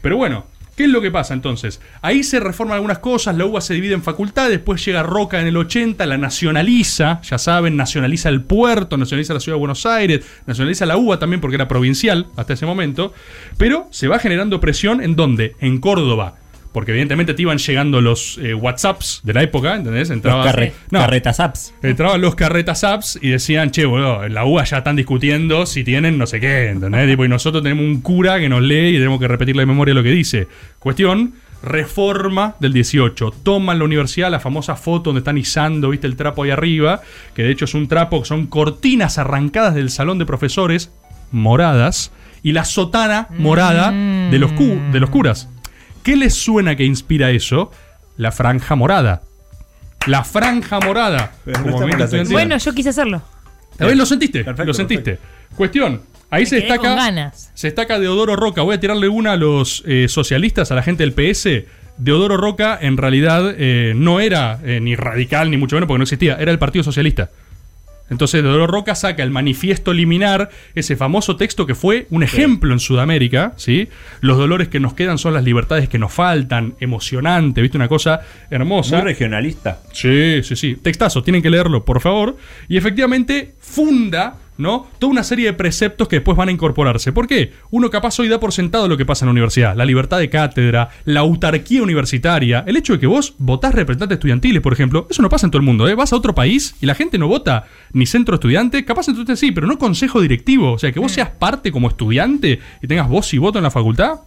Speaker 3: Pero bueno, ¿qué es lo que pasa entonces? Ahí se reforman algunas cosas, la UBA se divide en facultades, después llega Roca en el 80, la nacionaliza, ya saben, nacionaliza el puerto, nacionaliza la ciudad de Buenos Aires, nacionaliza la UBA también porque era provincial hasta ese momento, pero se va generando presión en dónde? En Córdoba. Porque evidentemente te iban llegando los eh, WhatsApps de la época, ¿entendés? Entraba,
Speaker 9: carre- carretas
Speaker 3: apps. Entraban los carretas apps y decían, che, boludo, en la UA ya están discutiendo si tienen no sé qué, ¿entendés? Tipo, y nosotros tenemos un cura que nos lee y tenemos que repetirle de memoria lo que dice. Cuestión, reforma del 18. Toman la universidad, la famosa foto donde están izando, viste, el trapo ahí arriba, que de hecho es un trapo, son cortinas arrancadas del salón de profesores, moradas, y la sotana morada de, los cu- de los curas. ¿Qué les suena que inspira eso? La franja morada. La franja morada.
Speaker 9: no
Speaker 3: Como
Speaker 9: estamos
Speaker 3: movimiento
Speaker 9: en la sección.
Speaker 3: estudiantil.
Speaker 6: Bueno, yo quise hacerlo.
Speaker 3: A ver, Eh, lo sentiste, lo sentiste. Cuestión, ahí se
Speaker 6: quedé
Speaker 3: destaca,
Speaker 6: con ganas.
Speaker 3: se destaca Deodoro Roca. Voy a tirarle una a los eh, socialistas, a la gente del PS. Deodoro Roca en realidad eh, no era eh, ni radical, ni mucho menos, porque no existía. Era el Partido Socialista. Entonces Deodoro Roca saca el manifiesto liminar, ese famoso texto que fue un ejemplo en Sudamérica, ¿sí? Los dolores que nos quedan son las libertades que nos faltan, emocionante, ¿viste? Una cosa hermosa.
Speaker 9: Muy regionalista.
Speaker 3: Sí, sí, sí. Textazo, tienen que leerlo, por favor. Y efectivamente funda, ¿no? Toda una serie de preceptos que después van a incorporarse. ¿Por qué? Uno capaz hoy da por sentado lo que pasa en la universidad. La libertad de cátedra, la autarquía universitaria, el hecho de que vos votás representantes estudiantiles, por ejemplo. Eso no pasa en todo el mundo, ¿eh? Vas a otro país y la gente no vota ni centro estudiante, capaz entonces sí, pero no consejo directivo. O sea, que vos seas parte como estudiante y tengas voz y voto en la facultad.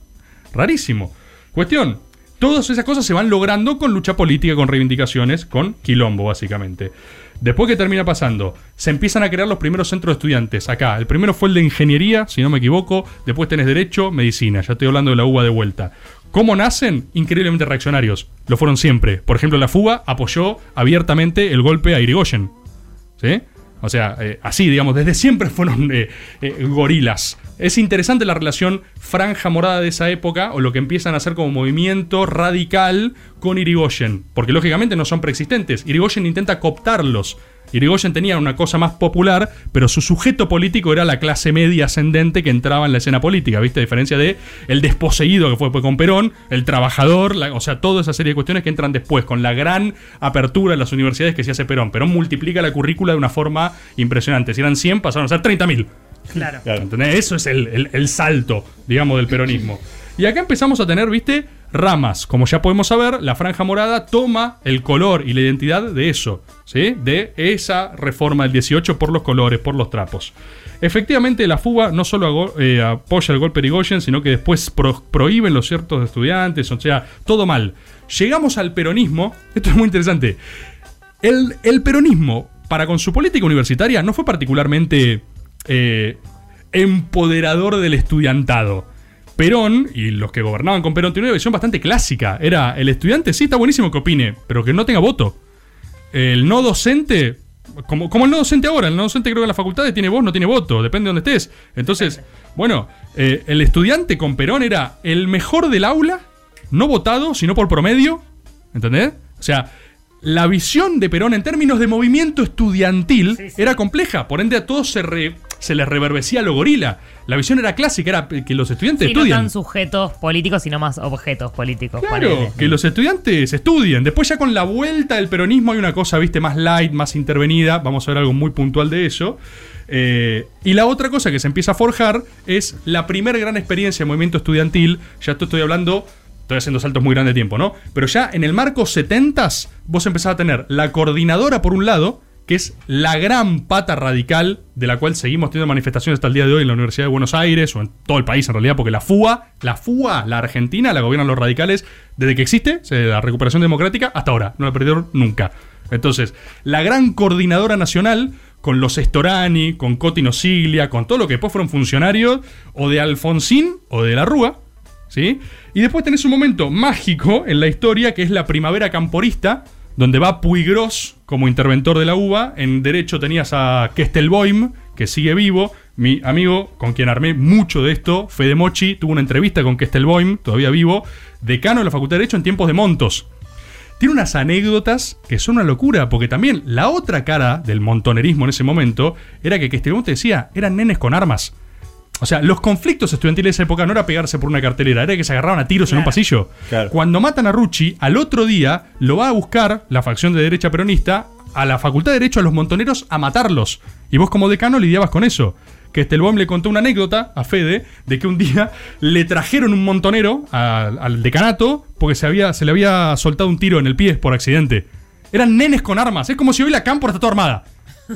Speaker 3: Rarísimo. Cuestión, Todas esas cosas se van logrando con lucha política, con reivindicaciones, con quilombo, básicamente. Después que termina pasando, se empiezan a crear los primeros centros de estudiantes. Acá, el primero fue el de ingeniería, si no me equivoco. Después tenés derecho, medicina. Ya estoy hablando de la UBA de vuelta. ¿Cómo nacen? Increíblemente reaccionarios. Lo fueron siempre. Por ejemplo, la FUBA apoyó abiertamente el golpe a Irigoyen. ¿Sí? O sea, eh, así, digamos, desde siempre fueron eh, eh, gorilas. Es interesante la relación franja morada de esa época, o lo que empiezan a hacer como movimiento radical con Irigoyen, porque lógicamente no son preexistentes. Irigoyen intenta cooptarlos. Irigoyen tenía una cosa más popular, pero su sujeto político era la clase media ascendente que entraba en la escena política, ¿viste? A diferencia de el desposeído que fue con Perón, el trabajador, la- o sea, toda esa serie de cuestiones que entran después, con la gran apertura de las universidades que se hace Perón. Perón multiplica la currícula de una forma impresionante. Si eran 100, pasaron a ser 30.000.
Speaker 6: Claro.
Speaker 3: ¿Entendés? Eso es el, el- el salto, digamos, del peronismo. Y acá empezamos a tener, viste, ramas. Como ya podemos saber, la franja morada toma el color y la identidad de eso, ¿sí? De esa reforma del 18 por los colores, por los trapos. Efectivamente, la fuga no solo ago- eh, apoya el golpe de Irigoyen, sino que después pro- prohíben los ciertos estudiantes, o sea, todo mal. Llegamos al peronismo, esto es muy interesante. El, el peronismo, para con su política universitaria, no fue particularmente eh, empoderador del estudiantado. Perón y los que gobernaban con Perón tenían una visión bastante clásica. Era el estudiante, sí, está buenísimo que opine, pero que no tenga voto. El no docente, como, como el no docente ahora, el no docente creo que en las facultades tiene voz, no tiene voto, depende de donde estés. Entonces, bueno, eh, el estudiante con Perón era el mejor del aula, no votado, sino por promedio. ¿Entendés? O sea, la visión de Perón en términos de movimiento estudiantil era compleja, por ende a todos se, re- se les reverbercía lo gorila. La visión era clásica, era que los estudiantes
Speaker 6: Sí, no
Speaker 3: estudian.
Speaker 6: tan sujetos políticos, sino más objetos políticos.
Speaker 3: Claro,
Speaker 6: ponele.
Speaker 3: que los estudiantes estudien. Después ya con la vuelta del peronismo hay una cosa, viste, más light, más intervenida. Vamos a ver algo muy puntual de eso. Eh, y la otra cosa que se empieza a forjar es la primera gran experiencia de movimiento estudiantil. Ya esto estoy hablando, estoy haciendo saltos muy grandes de tiempo, ¿no? Pero ya en el marco 70 vos empezás a tener la coordinadora por un lado, que es la gran pata radical de la cual seguimos teniendo manifestaciones hasta el día de hoy en la Universidad de Buenos Aires o en todo el país en realidad, porque la FUA, la FUA, la Argentina, la gobiernan los radicales desde que existe, se- la recuperación democrática, hasta ahora, no la perdieron nunca. Entonces, la gran coordinadora nacional con los Estorani, con Cotino Siglia, con todo lo que después fueron funcionarios o de Alfonsín o de la Rúa, ¿sí? Y después tenés un momento mágico en la historia que es la primavera camporista, donde va Puigros como interventor de la UBA. En derecho tenías a Kestelboim, que sigue vivo. Mi amigo, con quien armé mucho de esto, Fede Mochi, tuvo una entrevista con Kestelboim, todavía vivo, decano de la Facultad de Derecho en tiempos de Montos. Tiene unas anécdotas que son una locura, porque también la otra cara del montonerismo en ese momento era que Kestelboim te decía, eran nenes con armas. O sea, los conflictos estudiantiles de esa época no era pegarse por una cartelera, era que se agarraban a tiros en un pasillo. Cuando matan a Rucci, al otro día lo va a buscar la facción de derecha peronista a la Facultad de Derecho a los montoneros a matarlos. Y vos como decano lidiabas con eso. Que Estelbaum le contó una anécdota a Fede de que un día le trajeron un montonero a- al decanato porque se, había, se le había soltado un tiro en el pie por accidente. Eran nenes con armas. Es como si hoy la cámpora está toda armada.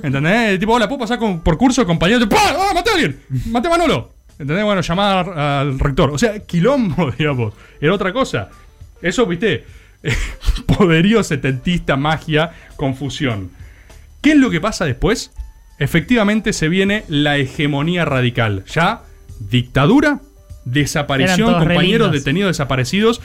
Speaker 3: ¿Entendés? El tipo, hola, ¿puedo pasar con- por curso, compañero? ¡Pah! ¡Ah, maté a alguien! ¡Maté a Manolo! ¿Entendés? Bueno, llamar al rector. O sea, quilombo, digamos. Era otra cosa. Eso, viste, poderío setentista, magia, confusión. ¿Qué es lo que pasa después? Efectivamente se viene la hegemonía radical. Ya, dictadura, desaparición,
Speaker 6: Eran todos re
Speaker 3: compañeros
Speaker 6: lindos.
Speaker 3: detenidos, desaparecidos.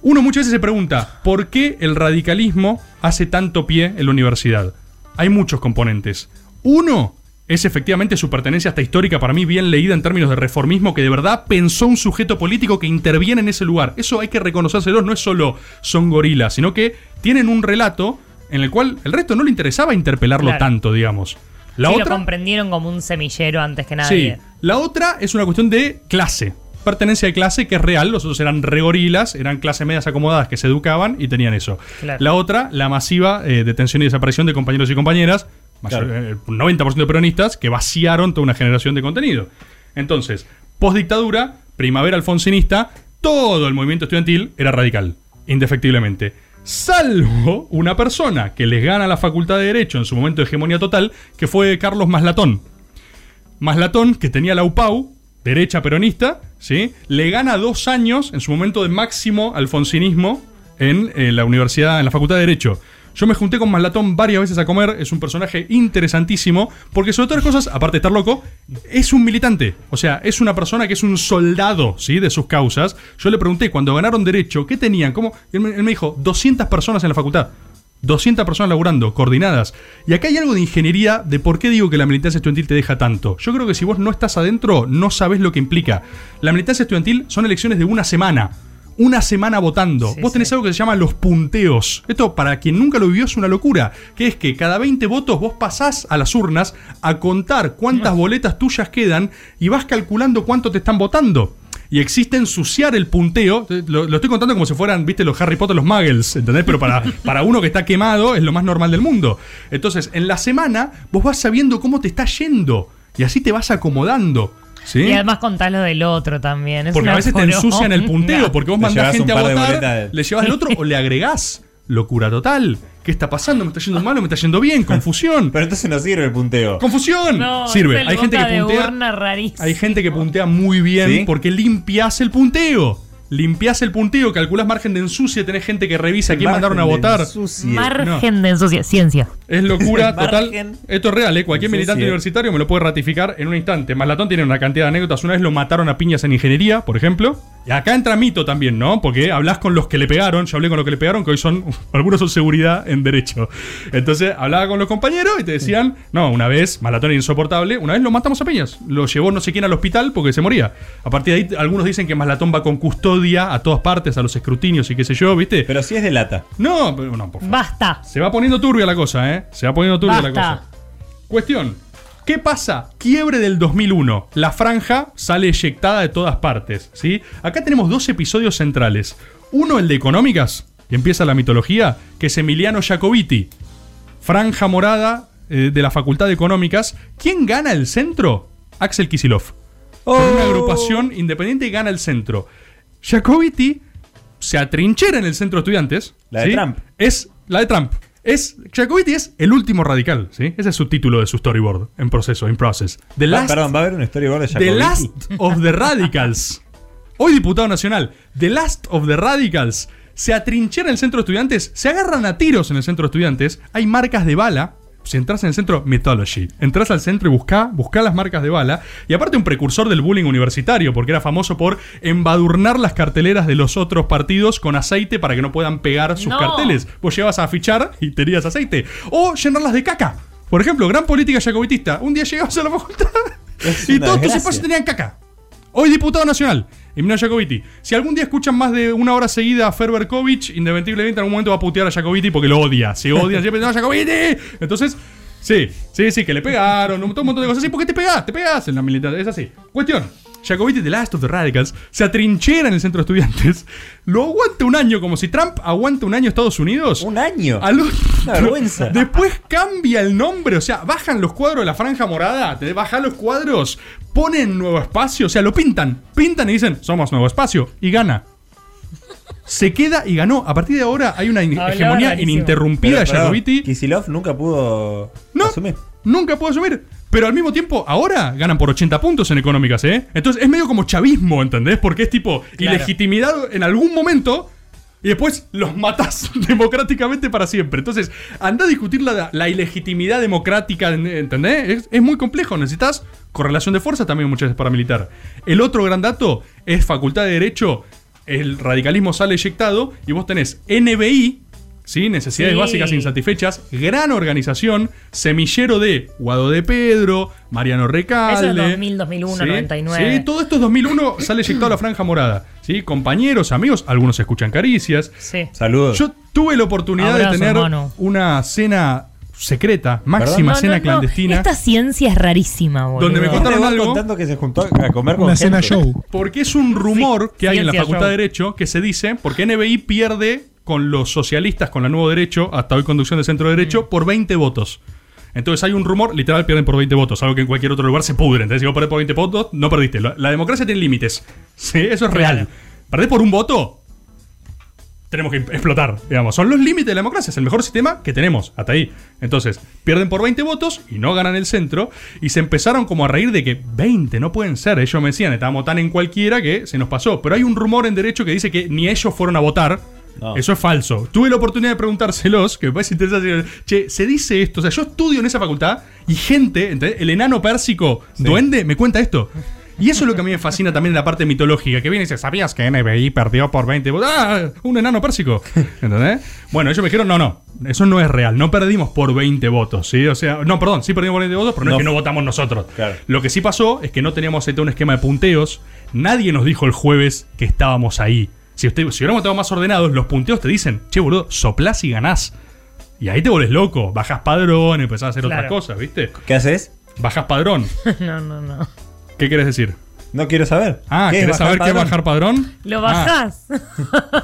Speaker 3: Uno muchas veces se pregunta, ¿por qué el radicalismo hace tanto pie en la universidad? Hay muchos componentes. Uno es efectivamente su pertenencia hasta histórica, para mí bien leída en términos de reformismo, que de verdad pensó un sujeto político que interviene en ese lugar. Eso hay que reconocérselo, no es solo son gorilas, sino que tienen un relato en el cual el resto no le interesaba interpelarlo
Speaker 6: Claro.
Speaker 3: tanto, digamos. La
Speaker 6: sí,
Speaker 3: otra-
Speaker 6: lo comprendieron como un semillero antes que
Speaker 3: Sí.
Speaker 6: nadie.
Speaker 3: La otra es una cuestión de clase. Pertenencia de clase que es real, los otros eran regorilas, eran clases medias acomodadas que se educaban y tenían eso.
Speaker 6: Claro.
Speaker 3: La otra, la masiva eh, detención y desaparición de compañeros y compañeras, mayor-
Speaker 9: Claro.
Speaker 3: eh, un 90% de peronistas, que vaciaron toda una generación de contenido. Entonces, postdictadura, primavera alfonsinista, todo el movimiento estudiantil era radical, indefectiblemente. Salvo una persona que les gana la facultad de Derecho en su momento de hegemonía total, que fue Carlos Maslatón. Maslatón, que tenía la UPAU, derecha peronista, ¿sí? le gana dos años en su momento de máximo alfonsinismo en eh, la universidad, en la Facultad de Derecho. Yo me junté con Maslatón varias veces a comer, es un personaje interesantísimo, porque sobre todas las cosas, aparte de estar loco, es un militante. O sea, es una persona que es un soldado ¿sí? de sus causas. Yo le pregunté, cuando ganaron derecho, ¿qué tenían? ¿Cómo? Él me- él me dijo, 200 personas en la facultad. 200 personas laburando, coordinadas. Y acá hay algo de ingeniería de por qué digo que la militancia estudiantil te deja tanto. Yo creo que si vos no estás adentro, no sabés lo que implica. La militancia estudiantil son elecciones de una semana. Una semana votando. Vos tenés algo que se llama los punteos. Esto, para quien nunca lo vivió, es una locura. Que es que cada 20 votos vos pasás a las urnas a contar cuántas boletas tuyas quedan y vas calculando cuánto te están votando. Y existe ensuciar el punteo. Lo, lo estoy contando como si fueran, viste, los Harry Potter, los muggles, ¿entendés? Pero para, para uno que está quemado es lo más normal del mundo. Entonces, en la semana vos vas sabiendo cómo te está yendo. Y así te vas acomodando. ¿sí?
Speaker 6: Y además contás lo del otro también. es
Speaker 3: porque a
Speaker 6: una
Speaker 3: veces te
Speaker 6: poronga.
Speaker 3: ensucian el punteo, porque vos
Speaker 9: Le
Speaker 3: mandás
Speaker 9: llevas
Speaker 3: gente
Speaker 9: un
Speaker 3: a
Speaker 9: par de
Speaker 3: votar,
Speaker 9: boletas.
Speaker 3: le llevas el otro o le agregás. Locura total. ¿Qué está pasando? ¿Me está yendo mal o me está yendo bien? Confusión. Pero entonces no sirve el punteo. Confusión.
Speaker 6: No,
Speaker 3: sirve.
Speaker 6: es el
Speaker 3: Hay gente que
Speaker 6: boca de
Speaker 3: puntea.
Speaker 6: urna rarísimo.
Speaker 3: Hay gente que puntea muy bien
Speaker 9: ¿Sí?
Speaker 3: porque limpias el punteo. Limpias el punteo, calculás margen de ensucie, tenés gente que revisa a quién
Speaker 6: Margen
Speaker 3: mandaron a
Speaker 6: de
Speaker 3: votar.
Speaker 6: ensucie.
Speaker 3: No.
Speaker 6: Margen de ensucia, ciencia.
Speaker 3: Es locura total.
Speaker 6: Margen.
Speaker 3: Esto es real, ¿eh? Cualquier
Speaker 6: Ensucie.
Speaker 3: militante universitario me lo puede ratificar en un instante. Maslatón tiene una cantidad de anécdotas. Una vez lo mataron a piñas en ingeniería, por ejemplo. Y acá entra mito también, ¿no? Porque hablas con los que le pegaron. Yo hablé con los que le pegaron, que hoy son. Algunos son seguridad en derecho. Entonces hablaba con los compañeros y te decían: No, una vez, Maslatón era insoportable. Una vez lo matamos a piñas. Lo llevó no sé quién al hospital porque se moría. A partir de ahí, algunos dicen que Maslatón va con custodia a todas partes, a los escrutinios y qué sé yo, ¿viste? Pero si es de lata. No, pero no, por
Speaker 6: Basta.
Speaker 3: se va poniendo turbia la cosa, ¿eh? Se va poniendo turbia la
Speaker 6: Basta.
Speaker 3: cosa. Cuestión. ¿Qué pasa? Quiebre del 2001. La franja sale eyectada de todas partes, ¿sí? Acá tenemos dos episodios centrales. Uno, el de económicas, que empieza la mitología, que es Emiliano Jacobiti. Franja morada eh, de la Facultad de Económicas. ¿Quién gana el centro? Axel Kisilov. Con
Speaker 9: Oh.
Speaker 3: una agrupación independiente gana el centro. Jacobiti se atrinchera en el centro de estudiantes.
Speaker 9: La de Trump.
Speaker 3: Es la de Trump. Es, Jacobiti es el último radical, ¿sí? Ese es su título de su storyboard, en proceso, in process. The
Speaker 9: Ah,
Speaker 3: Last,
Speaker 9: perdón, va a haber un storyboard de Jacobiti.
Speaker 3: the last of the Radicals. Hoy diputado nacional. The Last of the Radicals. Se atrinchera en el centro de estudiantes, se agarran a tiros en el centro de estudiantes, hay marcas de bala. Si entras en el centro, Mythology. Entras al centro y buscá, buscá las marcas de bala. Y aparte un precursor del bullying universitario, porque era famoso por embadurnar las carteleras de los otros partidos con aceite para que no puedan pegar sus
Speaker 9: No.
Speaker 3: carteles. Vos llevas a fichar y tenías aceite. O llenarlas de caca. Por ejemplo, gran política jacobitista. Un día llegabas a la facultad y
Speaker 9: una
Speaker 3: todos tus
Speaker 9: desgracia.
Speaker 3: espacios tenían caca. Hoy diputado nacional, Emiliano Jacobiti. Si algún día escuchan más de una hora seguida a Ferberkovich, indefectiblemente en algún momento va a putear a Jacobiti porque lo odia. Se odia, siempre no, Jacobiti. Entonces, sí, sí, sí, que le pegaron, un todo un montón de cosas así. ¿Por qué te pegás? Te pegás en la militar, es así. Cuestión. Jacobiti de Last of the Radicals se atrinchera en el centro de estudiantes. Lo aguanta un año, como si Trump aguanta un año Estados Unidos. ¿Un año?
Speaker 9: Una vergüenza.
Speaker 3: Después cambia el nombre, o sea, bajan los cuadros de la franja morada, te bajan los cuadros, ponen nuevo espacio, o sea, lo pintan, pintan y dicen, somos nuevo espacio, y gana. Se queda y ganó. A partir de ahora hay una in-
Speaker 9: Hablaba
Speaker 3: hegemonía
Speaker 9: rarísimo.
Speaker 3: ininterrumpida
Speaker 9: Pero,
Speaker 3: de
Speaker 9: perdón,
Speaker 3: Jacobiti. Kisilov nunca pudo asumir. Nunca pudo asumir. Pero al mismo tiempo, ahora ganan por 80 puntos en económicas, ¿eh? Entonces es medio como chavismo, ¿entendés? Porque es tipo
Speaker 9: Claro.
Speaker 3: ilegitimidad en algún momento y después los matás democráticamente para siempre. Entonces, anda a discutir la, la ilegitimidad democrática, ¿entendés? Es, es muy complejo, necesitas correlación de fuerza también muchas veces para militar. El otro gran dato es Facultad de Derecho, el radicalismo sale eyectado y vos tenés NBI, ¿sí? Necesidades
Speaker 9: Sí.
Speaker 3: básicas insatisfechas, gran organización, semillero de Guado de Pedro, Mariano Recalde.
Speaker 6: Eso es 2000, 2001,
Speaker 3: Sí,
Speaker 6: 99.
Speaker 3: sí, todo esto es 2001, sale eyectado la franja morada. ¿sí? Compañeros, amigos, algunos escuchan caricias.
Speaker 6: Sí.
Speaker 3: Saludos. Yo tuve la oportunidad
Speaker 6: Abrazo,
Speaker 3: de tener
Speaker 6: hermano.
Speaker 3: una cena secreta, máxima
Speaker 6: No,
Speaker 3: cena
Speaker 6: no, no.
Speaker 3: clandestina.
Speaker 6: Esta ciencia es rarísima, boludo.
Speaker 3: Donde me contaron algo. que se juntó a comer
Speaker 6: con Una cena gente. show.
Speaker 3: Porque es un rumor que hay en la
Speaker 6: ciencia
Speaker 3: Facultad
Speaker 6: show.
Speaker 3: de Derecho que se dice, porque NBI pierde con los socialistas, con la Nuevo Derecho, hasta hoy conducción de Centro Derecho, por 20 votos. Entonces hay un rumor, literal pierden por 20 votos, algo que en cualquier otro lugar se pudre. Entonces si vos perdés por 20 votos, no perdiste. La, la democracia tiene límites. Sí, eso es real. Perdés por un voto, tenemos que explotar, digamos. Son los límites de la democracia, es el mejor sistema que tenemos, hasta ahí. Entonces, pierden por 20 votos y no ganan el centro, y se empezaron como a reír de que 20 no pueden ser, ellos me decían, estábamos tan en cualquiera que se nos pasó, pero hay un rumor en derecho que dice que ni ellos fueron a votar. Eso es falso. Tuve la oportunidad de preguntárselos, que me parece interesante. Che, se dice esto. O sea, yo estudio en esa facultad y gente, ¿entendés? el enano pérsico, duende, me cuenta esto. Y eso es lo que a mí me fascina también en la parte mitológica, que viene y dice, ¿sabías que NBI perdió por 20 votos? ¡Ah! Un enano pérsico. ¿Entendés? Bueno, ellos me dijeron, no, no, eso no es real, no perdimos por 20 votos, ¿sí? O sea, no, perdón, sí perdimos por 20 votos, pero no,
Speaker 9: No.
Speaker 3: es que no votamos nosotros. Lo que sí pasó es que no teníamos este, un esquema de punteos, nadie nos dijo el jueves que estábamos ahí. Si, usted, si hubiéramos estado más ordenados, los punteos te dicen, che, boludo, soplás y ganás. Y ahí te volvés loco, bajas padrón, empezás a hacer otras
Speaker 6: Claro.
Speaker 3: cosas, ¿viste? ¿Qué haces? Bajas padrón.
Speaker 6: no, no, no.
Speaker 3: ¿Qué quieres decir?
Speaker 9: No quiero saber.
Speaker 3: Ah,
Speaker 9: ¿Qué es
Speaker 3: ¿querés
Speaker 9: bajar
Speaker 3: saber qué es
Speaker 9: padrón?
Speaker 3: bajar padrón?
Speaker 6: Lo bajás.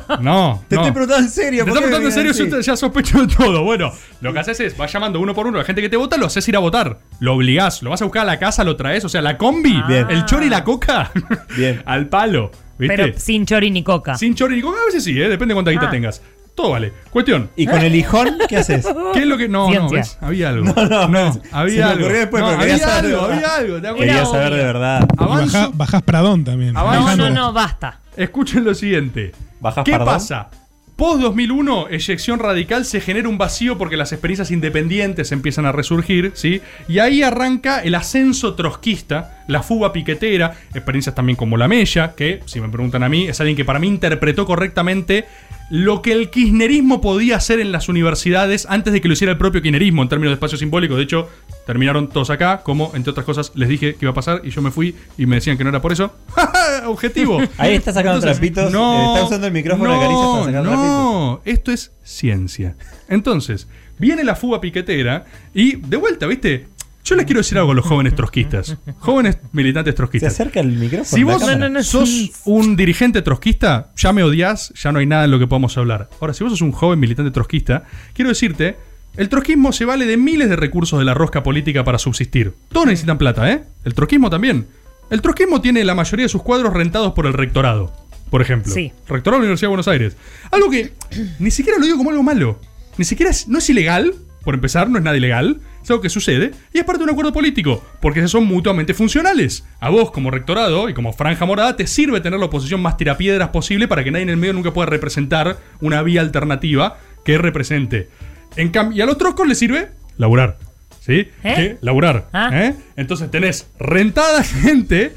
Speaker 3: Ah, no.
Speaker 9: Te
Speaker 3: no.
Speaker 9: estoy preguntando en serio. ¿por
Speaker 3: Te
Speaker 9: qué me
Speaker 3: estoy preguntando en serio,
Speaker 9: miran
Speaker 3: yo
Speaker 9: así?
Speaker 3: te- ya sospecho de todo. Bueno, lo que haces es, vas llamando uno por uno a la gente que te vota, lo haces ir a votar. Lo obligás, lo vas a buscar a la casa, lo traes. O sea, la combi,
Speaker 9: Ah.
Speaker 3: el chori y la coca, al palo. ¿viste?
Speaker 6: Pero sin chori ni coca.
Speaker 3: Sin chori ni coca, a veces sí, ¿eh? depende de cuánta guita
Speaker 6: Ah.
Speaker 3: tengas. Todo vale. Cuestión.
Speaker 6: ¿Y con el hijón qué haces?
Speaker 3: ¿Qué es lo que.? No, no,
Speaker 6: Ciencia.
Speaker 3: ¿ves? había algo.
Speaker 9: No, no,
Speaker 3: había
Speaker 9: se me
Speaker 3: algo.
Speaker 9: ocurrió después,
Speaker 3: No,
Speaker 9: pero
Speaker 3: había
Speaker 9: quería saber de
Speaker 3: algo,
Speaker 9: verdad.
Speaker 3: había algo. ¿te das
Speaker 9: Quería
Speaker 3: cuenta?
Speaker 9: saber de verdad.
Speaker 12: Y baja- bajás Pradón también.
Speaker 3: Avanzo.
Speaker 12: Alejandro.
Speaker 6: basta.
Speaker 3: Escuchen lo siguiente. ¿Qué
Speaker 12: pardón?
Speaker 3: pasa? Post 2001, eyección radical, se genera un vacío porque las experiencias independientes empiezan a resurgir, ¿sí? Y ahí arranca el ascenso trotskista, la fuga piquetera, experiencias también como la Mella, que, si me preguntan a mí, es alguien que para mí interpretó correctamente lo que el kirchnerismo podía hacer en las universidades antes de que lo hiciera el propio kirchnerismo en términos de espacio simbólico. De hecho, terminaron todos acá, como, entre otras cosas, les dije que iba a pasar y yo me fui y me decían que no era por eso. Objetivo.
Speaker 9: Ahí está sacando trapitos, eh, está usando el micrófono de Caricia para sacar
Speaker 3: no,
Speaker 9: trapitos.
Speaker 3: esto es ciencia. Entonces, viene la fuga piquetera y de vuelta, ¿viste? Yo les quiero decir algo a los jóvenes trotskistas. Jóvenes militantes trotskistas.
Speaker 9: Se acerca el micrófono.
Speaker 3: Si
Speaker 9: a la
Speaker 3: vos
Speaker 9: cámara.
Speaker 3: sos un dirigente trotskista, ya me odias, ya no hay nada en lo que podamos hablar. Ahora, si vos sos un joven militante trotskista, quiero decirte, el trotskismo se vale de miles de recursos de la rosca política para subsistir. Todos necesitan plata, ¿eh? El trotskismo también. El trotskismo tiene la mayoría de sus cuadros rentados por el rectorado, por ejemplo.
Speaker 6: Sí.
Speaker 3: Rectorado de la Universidad de Buenos Aires. Algo que ni siquiera lo digo como algo malo. Ni siquiera es, no es ilegal, por empezar, no es nada ilegal. Es algo que sucede y es parte de un acuerdo político, porque esos son mutuamente funcionales. A vos, como rectorado y como franja morada, te sirve tener la oposición más tirapiedras posible para que nadie en el medio nunca pueda representar una vía alternativa que represente. En cam- y a los troscos les sirve laburar. ¿Sí?
Speaker 9: ¿Eh?
Speaker 3: Que laburar. ¿eh? Entonces tenés rentada gente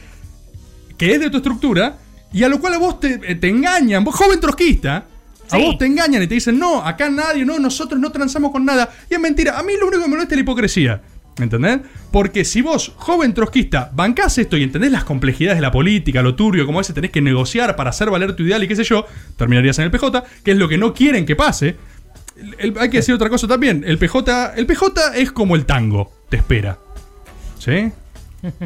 Speaker 3: que es de tu estructura y a lo cual a vos te, eh, te engañan. Vos, joven trotskista, a
Speaker 9: Sí.
Speaker 3: vos te engañan y te dicen, no, acá nadie, no, nosotros no transamos con nada. Y es mentira. A mí lo único que me molesta es la hipocresía. ¿Entendés? Porque si vos, joven trotskista, bancás esto y entendés las complejidades de la política, lo turbio, como a veces tenés que negociar para hacer valer tu ideal y qué sé yo, terminarías en el PJ, que es lo que no quieren que pase. El- el- hay que decir otra cosa también. El PJ, el PJ es como el tango, te espera. ¿Sí?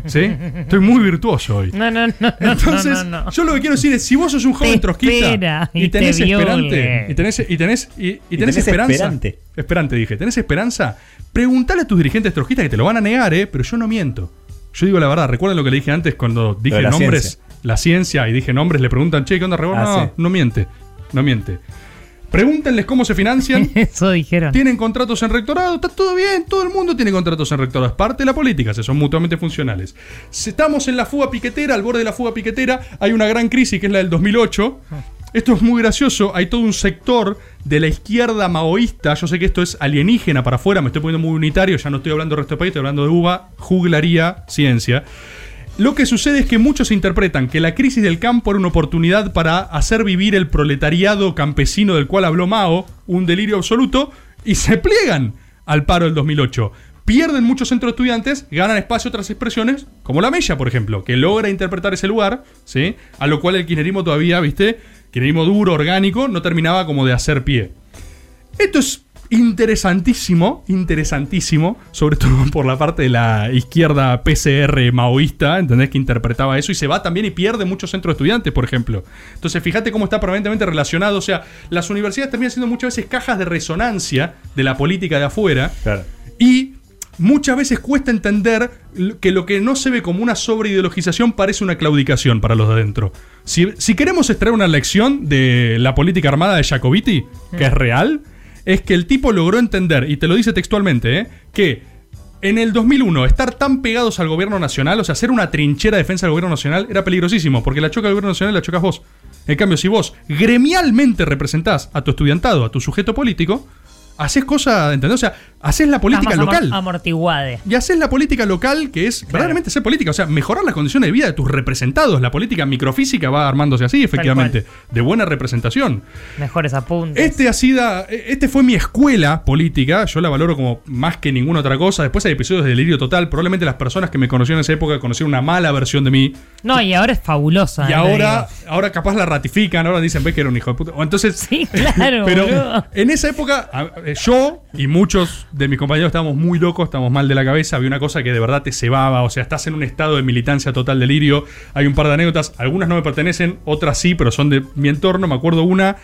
Speaker 3: ¿Sí? Estoy muy virtuoso hoy.
Speaker 6: No, no, no, no.
Speaker 3: Entonces,
Speaker 6: no, no, no.
Speaker 3: yo lo que quiero decir es, si vos sos un joven
Speaker 6: Te
Speaker 3: trotskista
Speaker 6: espera
Speaker 3: y
Speaker 6: y te
Speaker 3: tenés
Speaker 6: viola.
Speaker 3: esperante, y tenés, y tenés, y, y tenés
Speaker 9: tenés
Speaker 3: esperanza,
Speaker 9: esperante.
Speaker 3: esperante dije, tenés esperanza, preguntale a tus dirigentes trotskistas que te lo van a negar, eh, pero yo no miento. Yo digo la verdad, recuerden lo que le dije antes cuando dije
Speaker 9: de la
Speaker 3: nombres,
Speaker 9: ciencia.
Speaker 3: la ciencia y dije nombres, le preguntan, "Che, ¿qué onda, Rebor?"
Speaker 9: Ah,
Speaker 3: no,
Speaker 9: sí.
Speaker 3: no miente. No miente. Pregúntenles cómo se financian.
Speaker 6: Eso dijeron.
Speaker 3: Tienen contratos en rectorado, está todo bien, todo el mundo tiene contratos en rectorado. Es parte de la política, se son mutuamente funcionales. Si Estamos en la fuga piquetera, al borde de la fuga piquetera, hay una gran crisis que es la del 2008. Esto es muy gracioso, hay todo un sector de la izquierda maoísta, yo sé que esto es alienígena para afuera, me estoy poniendo muy unitario, ya no estoy hablando del resto del país, estoy hablando de uva, juglaría, ciencia. Lo que sucede es que muchos interpretan que la crisis del campo era una oportunidad para hacer vivir el proletariado campesino del cual habló Mao, un delirio absoluto, y se pliegan al paro del 2008. Pierden muchos centros de estudiantes, ganan espacio a otras expresiones, como la Mella, por ejemplo, que logra interpretar ese lugar, ¿sí? A lo cual el kirchnerismo todavía, ¿viste? Kirchnerismo duro, orgánico, no terminaba como de hacer pie. Esto es Interesantísimo, interesantísimo, sobre todo por la parte de la izquierda PCR maoísta, ¿entendés? Que interpretaba eso y se va también y pierde muchos centros de estudiantes, por ejemplo. Entonces, fíjate cómo está permanentemente relacionado. O sea, las universidades terminan siendo muchas veces cajas de resonancia de la política de afuera. Y muchas veces cuesta entender lo- que lo que no se ve como una sobreideologización parece una claudicación para los de adentro. Si, si queremos extraer una lección de la política armada de Jacobiti, que es real, es que el tipo logró entender, y te lo dice textualmente, ¿eh? que en el 2001, estar tan pegados al gobierno nacional, o sea, hacer una trinchera de defensa del gobierno nacional, era peligrosísimo, porque la choca el gobierno nacional y la chocas vos. En cambio, si vos gremialmente representás a tu estudiantado, a tu sujeto político, haces cosas, ¿entendés? O sea, haces la política
Speaker 6: Estamos amor-
Speaker 3: local.
Speaker 6: Amortiguade.
Speaker 3: Y haces la política local, que es verdaderamente ser política, o sea, mejorar las condiciones de vida de tus representados. La política microfísica va armándose así, efectivamente, de buena representación.
Speaker 6: Mejores apuntes.
Speaker 3: Este ha sido, este fue mi escuela política, yo la valoro como más que ninguna otra cosa. Después hay episodios de delirio total, probablemente las personas que me conocieron en esa época conocieron una mala versión de mí
Speaker 6: No, y ahora es fabulosa. eh,
Speaker 3: y
Speaker 6: te
Speaker 3: ahora, ahora capaz la ratifican, ahora dicen, ve que era un hijo de puta. O entonces, sí,
Speaker 6: claro,
Speaker 3: pero
Speaker 6: boludo.
Speaker 3: en esa época, a- eh, yo y muchos de mis compañeros estábamos muy locos, estábamos mal de la cabeza. Había una cosa que de verdad te cebaba, o sea, estás en un estado de militancia total delirio. Hay un par de anécdotas, algunas no me pertenecen, otras sí, pero son de mi entorno. Me acuerdo una,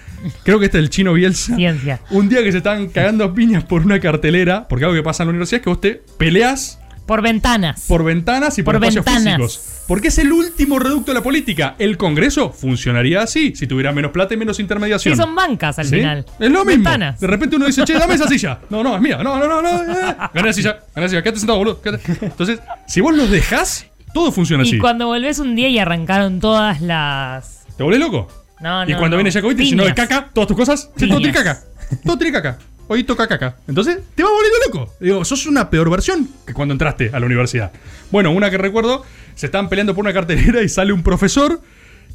Speaker 3: creo que esta es el chino Bielsa.
Speaker 6: Ciencia.
Speaker 3: Un día que se estaban cagando a piñas por una cartelera, porque algo que pasa en la universidad es que vos te peleás.
Speaker 6: Por ventanas.
Speaker 3: Por ventanas y por,
Speaker 6: Por
Speaker 3: espacios
Speaker 6: ventanas.
Speaker 3: físicos. Porque es el último reducto de la política. El Congreso funcionaría así, si tuviera menos plata y menos
Speaker 6: digo.
Speaker 3: intermediación.
Speaker 6: Sí, son bancas al
Speaker 3: ¿Sí?
Speaker 6: final.
Speaker 3: Es lo mismo.
Speaker 6: Ventanas.
Speaker 3: De repente uno dice, che, dame esa silla. No, no, es mía. No, no, no, no. eh. Gané la silla, gané la silla. Quédate sentado, boludo. quédate. Entonces, si vos los dejás, todo funciona
Speaker 6: Y
Speaker 3: así.
Speaker 6: cuando volvés un día y arrancaron todas las.
Speaker 3: ¿Te volvés loco?
Speaker 6: No,
Speaker 3: y
Speaker 6: no,
Speaker 3: cuando
Speaker 6: no.
Speaker 3: viene Jacobite y dice, no,
Speaker 6: Piñas.
Speaker 3: de caca, todas tus cosas, sí, todo tiene
Speaker 6: Piñas.
Speaker 3: caca. Todo tiene caca. Hoy toca caca. Entonces, te vas volviendo loco. Digo, sos una peor versión que cuando entraste a la universidad. Bueno, una que recuerdo, se estaban peleando por una cartelera y sale un profesor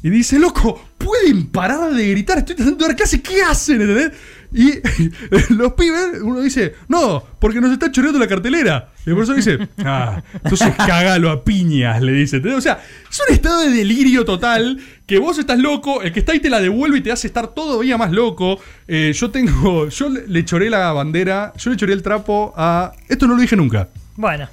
Speaker 3: y dice, loco, ¿pueden parar de gritar? Estoy tratando de dar clase, ¿qué hacen? ¿Entendés? Y los pibes, uno dice, no, porque nos está choreando la cartelera. Y el profesor dice, ah, entonces cagalo a piñas, le dice. ¿entendés? O sea, es un estado de delirio total que vos estás loco, el que está ahí te la devuelve y te hace estar todavía más loco. Eh, yo tengo, yo le le choré la bandera, yo le choré el trapo a... Esto no lo dije nunca.
Speaker 6: Bueno.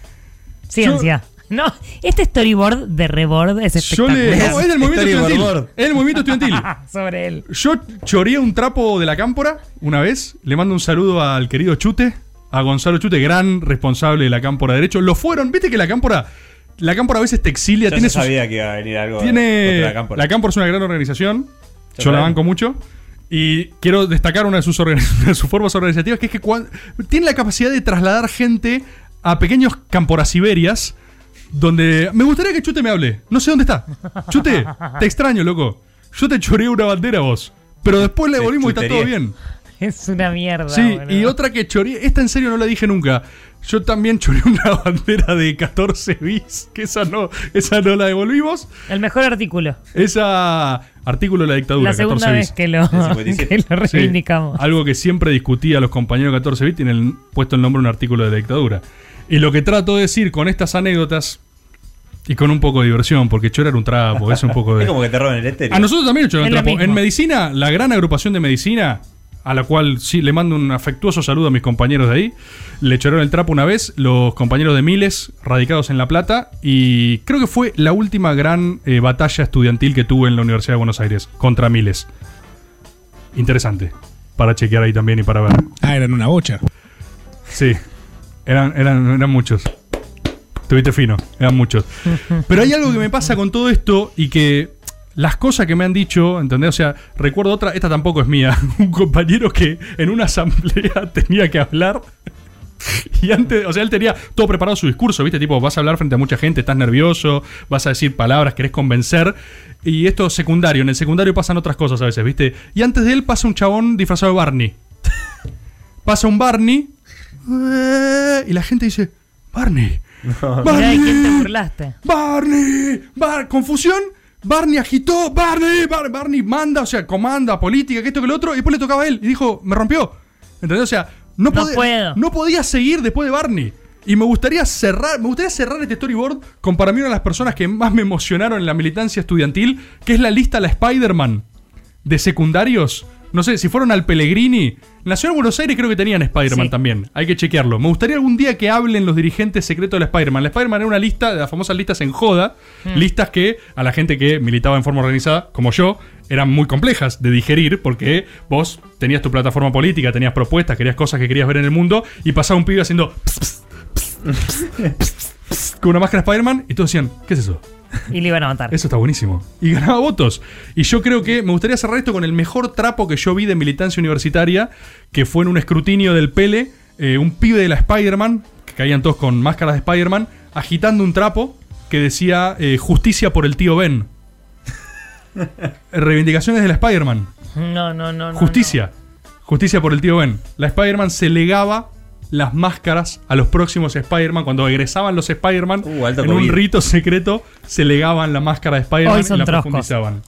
Speaker 6: Ciencia. No, este storyboard de Reboard es
Speaker 3: Yo
Speaker 6: espectacular.
Speaker 3: le... No, es del movimiento estudiantil.
Speaker 6: Storyboard.
Speaker 3: Es del movimiento estudiantil.
Speaker 6: Sobre él.
Speaker 3: Yo choreé un trapo de la cámpora una vez. Le mando un saludo al querido Chute, a Gonzalo Chute, gran responsable de la cámpora de derecho. Lo fueron, viste que la cámpora. La cámpora a veces te exilia,
Speaker 9: Ya
Speaker 3: tiene
Speaker 9: se
Speaker 3: sus-
Speaker 9: sabía que iba a venir algo
Speaker 3: tiene-
Speaker 9: contra
Speaker 3: la,
Speaker 9: la
Speaker 3: cámpora.
Speaker 9: Cámpora.
Speaker 3: es una gran organización.
Speaker 9: Ya
Speaker 3: Yo la
Speaker 9: saben.
Speaker 3: banco mucho. Y quiero destacar una de sus, organi- de sus formas organizativas, que es que cuan- tiene la capacidad de trasladar gente a pequeños camporasiberias donde... Me gustaría que Chute me hable. No sé dónde está. Chute, te extraño, loco. Yo te choré una bandera a vos. Pero después le
Speaker 6: Te
Speaker 3: volvimos y está todo
Speaker 6: chutería.
Speaker 3: bien.
Speaker 6: Es una mierda.
Speaker 3: Sí,
Speaker 6: boludo.
Speaker 3: y otra que choré, esta en serio no la dije nunca. Yo también choré una bandera de 14 bis, que esa no, esa no la devolvimos.
Speaker 6: El mejor artículo.
Speaker 3: Esa artículo de la dictadura,
Speaker 6: La segunda
Speaker 3: 14
Speaker 6: vez
Speaker 3: bis.
Speaker 6: que lo, que lo
Speaker 3: Sí,
Speaker 6: reivindicamos.
Speaker 3: algo que siempre discutía a los compañeros de 14 bit tienen el- puesto el nombre a un artículo de la dictadura. Y lo que trato de decir con estas anécdotas y con un poco de diversión, porque chorar un trapo es un poco de.
Speaker 9: Es como que te roban el estéreo.
Speaker 3: A nosotros también nos choraron
Speaker 9: Es lo
Speaker 3: trapo.
Speaker 9: mismo.
Speaker 3: En medicina, la gran agrupación de medicina, a la cual sí le mando un afectuoso saludo a mis compañeros de ahí, le choraron el trapo una vez, los compañeros de Miles, radicados en La Plata, y creo que fue la última gran eh, batalla estudiantil que tuve en la Universidad de Buenos Aires contra Miles. Interesante. Para chequear ahí también y para ver.
Speaker 12: Ah, eran una bocha.
Speaker 3: Sí. Eran, eran, eran muchos. Tuviste fino, eran muchos. Pero hay algo que me pasa con todo esto y que las cosas que me han dicho, ¿entendés? O sea, recuerdo otra, esta tampoco es mía. Un compañero que en una asamblea tenía que hablar. Y antes, o sea, él tenía todo preparado su discurso, ¿viste? Tipo, vas a hablar frente a mucha gente, estás nervioso, vas a decir palabras, querés convencer. Y esto es secundario, en el secundario pasan otras cosas a veces, ¿viste? Y antes de él pasa un chabón disfrazado de Barney. Pasa un Barney. eh, Y la gente dice, Barney.
Speaker 6: Mirá de
Speaker 3: Barney.
Speaker 6: quién te burlaste.
Speaker 3: Barney, Bar- confusión. Barney agitó, Barney, Bar- Barney manda, o sea, comanda, política, que esto que lo otro, y después le tocaba a él y dijo, me rompió. ¿Entendés? O sea, no,
Speaker 6: No
Speaker 3: podía-
Speaker 6: puedo.
Speaker 3: no podía seguir después de Barney. Y me gustaría cerrar, me gustaría cerrar este storyboard con para mí una de las personas que más me emocionaron en la militancia estudiantil, que es la lista La Spider-Man de secundarios No sé, si fueron al Pellegrini. En la ciudad de Buenos Aires creo que tenían Spider-Man
Speaker 20: Sí.
Speaker 3: también. Hay que chequearlo. Me gustaría algún día que hablen los dirigentes secretos de la Spider-Man. La Spider-Man era una lista, de las famosas listas en joda.
Speaker 20: Mm.
Speaker 3: Listas que a la gente que militaba en forma organizada, como yo, eran muy complejas de digerir porque vos tenías tu plataforma política, tenías propuestas, querías cosas que querías ver en el mundo y pasaba un pibe haciendo con una máscara Spider-Man y todos decían, ¿qué es eso?
Speaker 6: Y le iban a matar.
Speaker 3: Eso está buenísimo. Y ganaba votos. Y yo creo que me gustaría cerrar esto con el mejor trapo que yo vi de militancia universitaria, que fue en un escrutinio del Pele, eh, un pibe de la Spider-Man, que caían todos con máscaras de Spider-Man, agitando un trapo que decía eh, justicia por el tío Ben. Eh, Reivindicaciones de la Spider-Man.
Speaker 6: No, no, no. no,
Speaker 3: Justicia. Justicia por el tío Ben. La Spider-Man se legaba las máscaras a los próximos Spider-Man. Cuando egresaban los Spider-Man, en un
Speaker 20: COVID.
Speaker 3: rito secreto, se legaban la máscara de Spider-Man
Speaker 20: Hoy
Speaker 3: y
Speaker 20: son
Speaker 3: la
Speaker 20: troscos.
Speaker 3: profundizaban.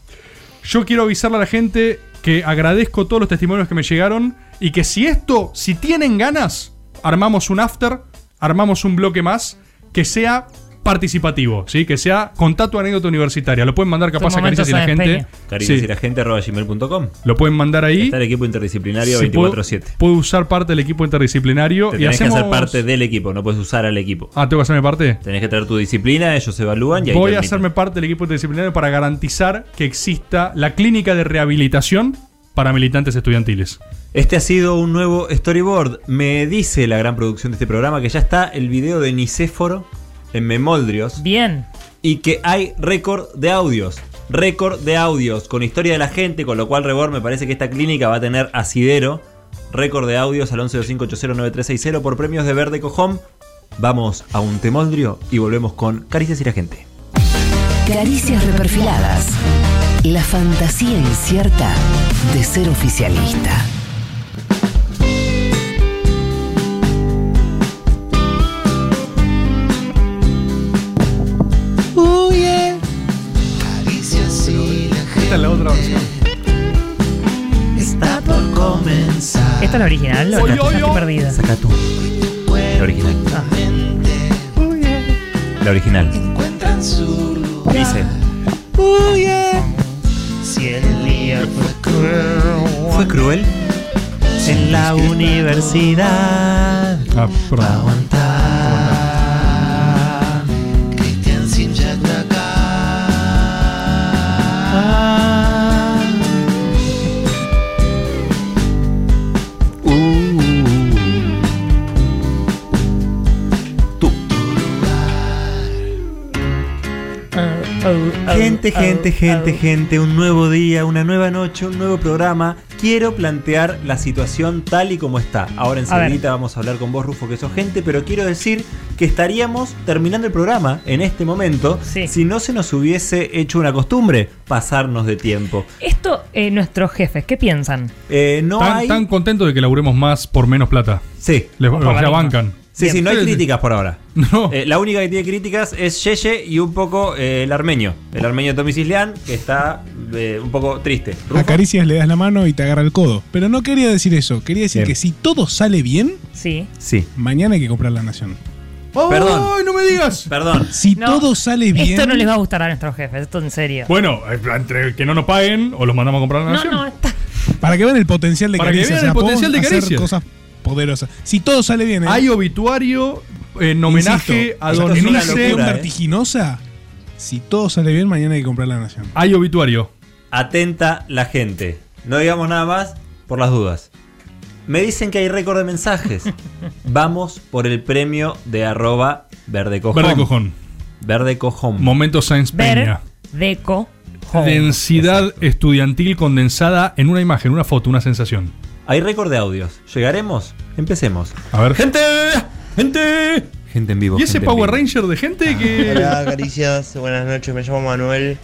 Speaker 3: Yo quiero avisarle a la gente que agradezco todos los testimonios que me llegaron y que si esto, si tienen ganas, armamos un after, armamos un bloque más que sea participativo, ¿sí? Que sea contá tu anécdota universitaria. Lo pueden mandar capaz a Caricias y la gente. Sí.
Speaker 9: Cariciasiragente.com.
Speaker 3: Lo pueden mandar ahí.
Speaker 9: Está el equipo interdisciplinario
Speaker 3: Se puede-
Speaker 9: 24-7. Te
Speaker 3: Puede usar parte del equipo interdisciplinario y
Speaker 9: tenés
Speaker 3: hacemos.
Speaker 9: que hacer parte del equipo, no puedes usar al equipo.
Speaker 3: Ah, tengo que hacerme parte.
Speaker 9: Tenés que traer tu disciplina, ellos se evalúan y ahí
Speaker 3: Voy
Speaker 9: te
Speaker 3: a
Speaker 9: admiten.
Speaker 3: hacerme parte del equipo interdisciplinario para garantizar que exista la clínica de rehabilitación para militantes estudiantiles.
Speaker 9: Este ha sido un nuevo storyboard. Me dice la gran producción de este programa que ya está el video de Nicéforo en Memoldrios.
Speaker 6: Bien.
Speaker 9: Y que hay récord de audios. Récord de audios con historia de la gente, con lo cual, Rebor, me parece que esta clínica va a tener asidero. Récord de audios al 1125809360 por premios de Verde Cojón. Vamos a un temoldrio y volvemos con Caricias y la gente.
Speaker 11: Caricias reperfiladas. La fantasía incierta de ser oficialista.
Speaker 20: Huye. Caricias y la gente. Esta es la otra versión. Está por comenzar.
Speaker 6: ¿Esta es la original?
Speaker 20: Oy,
Speaker 6: Estoy
Speaker 20: oy, oy.
Speaker 6: perdida.
Speaker 9: Saca tú. La original. La original.
Speaker 20: Encuentran su lugar.
Speaker 9: Dice.
Speaker 20: Huye. Si el día fue cruel.
Speaker 9: ¿Fue cruel?
Speaker 20: En la universidad.
Speaker 3: Ah, perdón.
Speaker 20: Cristian Sim ya está acá.
Speaker 9: Gente, gente, gente, gente, un nuevo día, una nueva noche, un nuevo programa. Quiero plantear la situación tal y como está. Ahora enseguida vamos a hablar con vos, Rufo, que sos gente, pero quiero decir que estaríamos terminando el programa en este momento si no se nos hubiese hecho una costumbre pasarnos de tiempo.
Speaker 6: Esto, eh, nuestros jefes, ¿qué piensan?
Speaker 9: Eh, no
Speaker 3: Están
Speaker 9: hay...
Speaker 3: tan contentos de que laburemos más por menos plata.
Speaker 9: Sí.
Speaker 3: Les,
Speaker 9: Por la
Speaker 3: la
Speaker 9: misma.
Speaker 3: bancan.
Speaker 9: Sí, sí, no hay
Speaker 3: Ustedes-
Speaker 9: críticas por ahora. Eh, la única que tiene críticas es Yeye y un poco eh, el armenio. El armenio Tommy Cisleán, que está eh, un poco triste.
Speaker 12: A Caricias le das la mano y te agarra el codo. Pero no quería decir eso. Quería decir que si todo sale bien,
Speaker 6: sí.
Speaker 9: Sí.
Speaker 12: mañana hay que comprar la nación.
Speaker 9: Perdón.
Speaker 3: ¡Ay, no me digas!
Speaker 9: Perdón.
Speaker 12: Si todo sale bien.
Speaker 6: Esto no les va a gustar a nuestros jefes, esto en serio.
Speaker 3: Bueno, eh, entre que no nos paguen o los mandamos a comprar a la
Speaker 6: no,
Speaker 3: nación.
Speaker 6: no, está.
Speaker 12: Para que vean el potencial de
Speaker 3: Para que
Speaker 12: Caricias.
Speaker 3: vean
Speaker 12: o sea,
Speaker 3: el
Speaker 12: podemos
Speaker 3: potencial de
Speaker 12: hacer
Speaker 3: Caricias.
Speaker 12: cosas poderosas. Si todo sale bien. ¿eh?
Speaker 3: Hay obituario en homenaje
Speaker 12: Insisto,
Speaker 3: a Don
Speaker 12: En una
Speaker 3: Nice.
Speaker 12: cuestión vertiginosa, si todo sale bien, mañana hay que comprar la nación.
Speaker 3: Hay obituario.
Speaker 9: Atenta la gente. No digamos nada más por las dudas. Me dicen que hay récord de mensajes. Vamos por el premio de arroba verde cojón.
Speaker 3: Verde cojón.
Speaker 9: Verde cojón.
Speaker 3: Momento Sáenz
Speaker 6: Ver,
Speaker 3: Peña.
Speaker 6: deco,
Speaker 3: Densidad estudiantil condensada en una imagen, una foto, una sensación.
Speaker 9: Hay récord de audios. ¿Llegaremos? Empecemos.
Speaker 3: A ver.
Speaker 9: ¡Gente! ¡Gente! Gente en vivo.
Speaker 3: ¿Y ese
Speaker 9: gente en
Speaker 3: Power
Speaker 9: vivo.
Speaker 3: Ranger de gente que.?
Speaker 21: Hola, caricias, buenas noches, me llamo Manuel.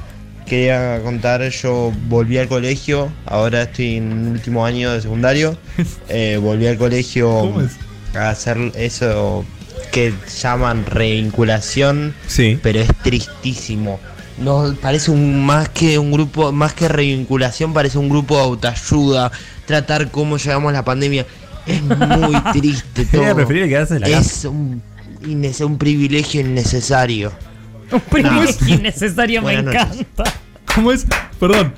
Speaker 21: Quería contar, yo volví al colegio, ahora estoy en último año de secundario. Eh, volví al colegio a hacer eso que llaman revinculación, pero es tristísimo. No, parece un, más que un grupo, más que revinculación, parece un grupo de autoayuda, tratar cómo llevamos la pandemia. Es muy triste todo.
Speaker 9: Sería preferible quedarse en la
Speaker 21: es
Speaker 9: casa.
Speaker 21: un, innece- un privilegio innecesario.
Speaker 6: Un privilegio innecesario me
Speaker 21: Buenas
Speaker 6: encanta.
Speaker 3: ¿Cómo es? Perdón.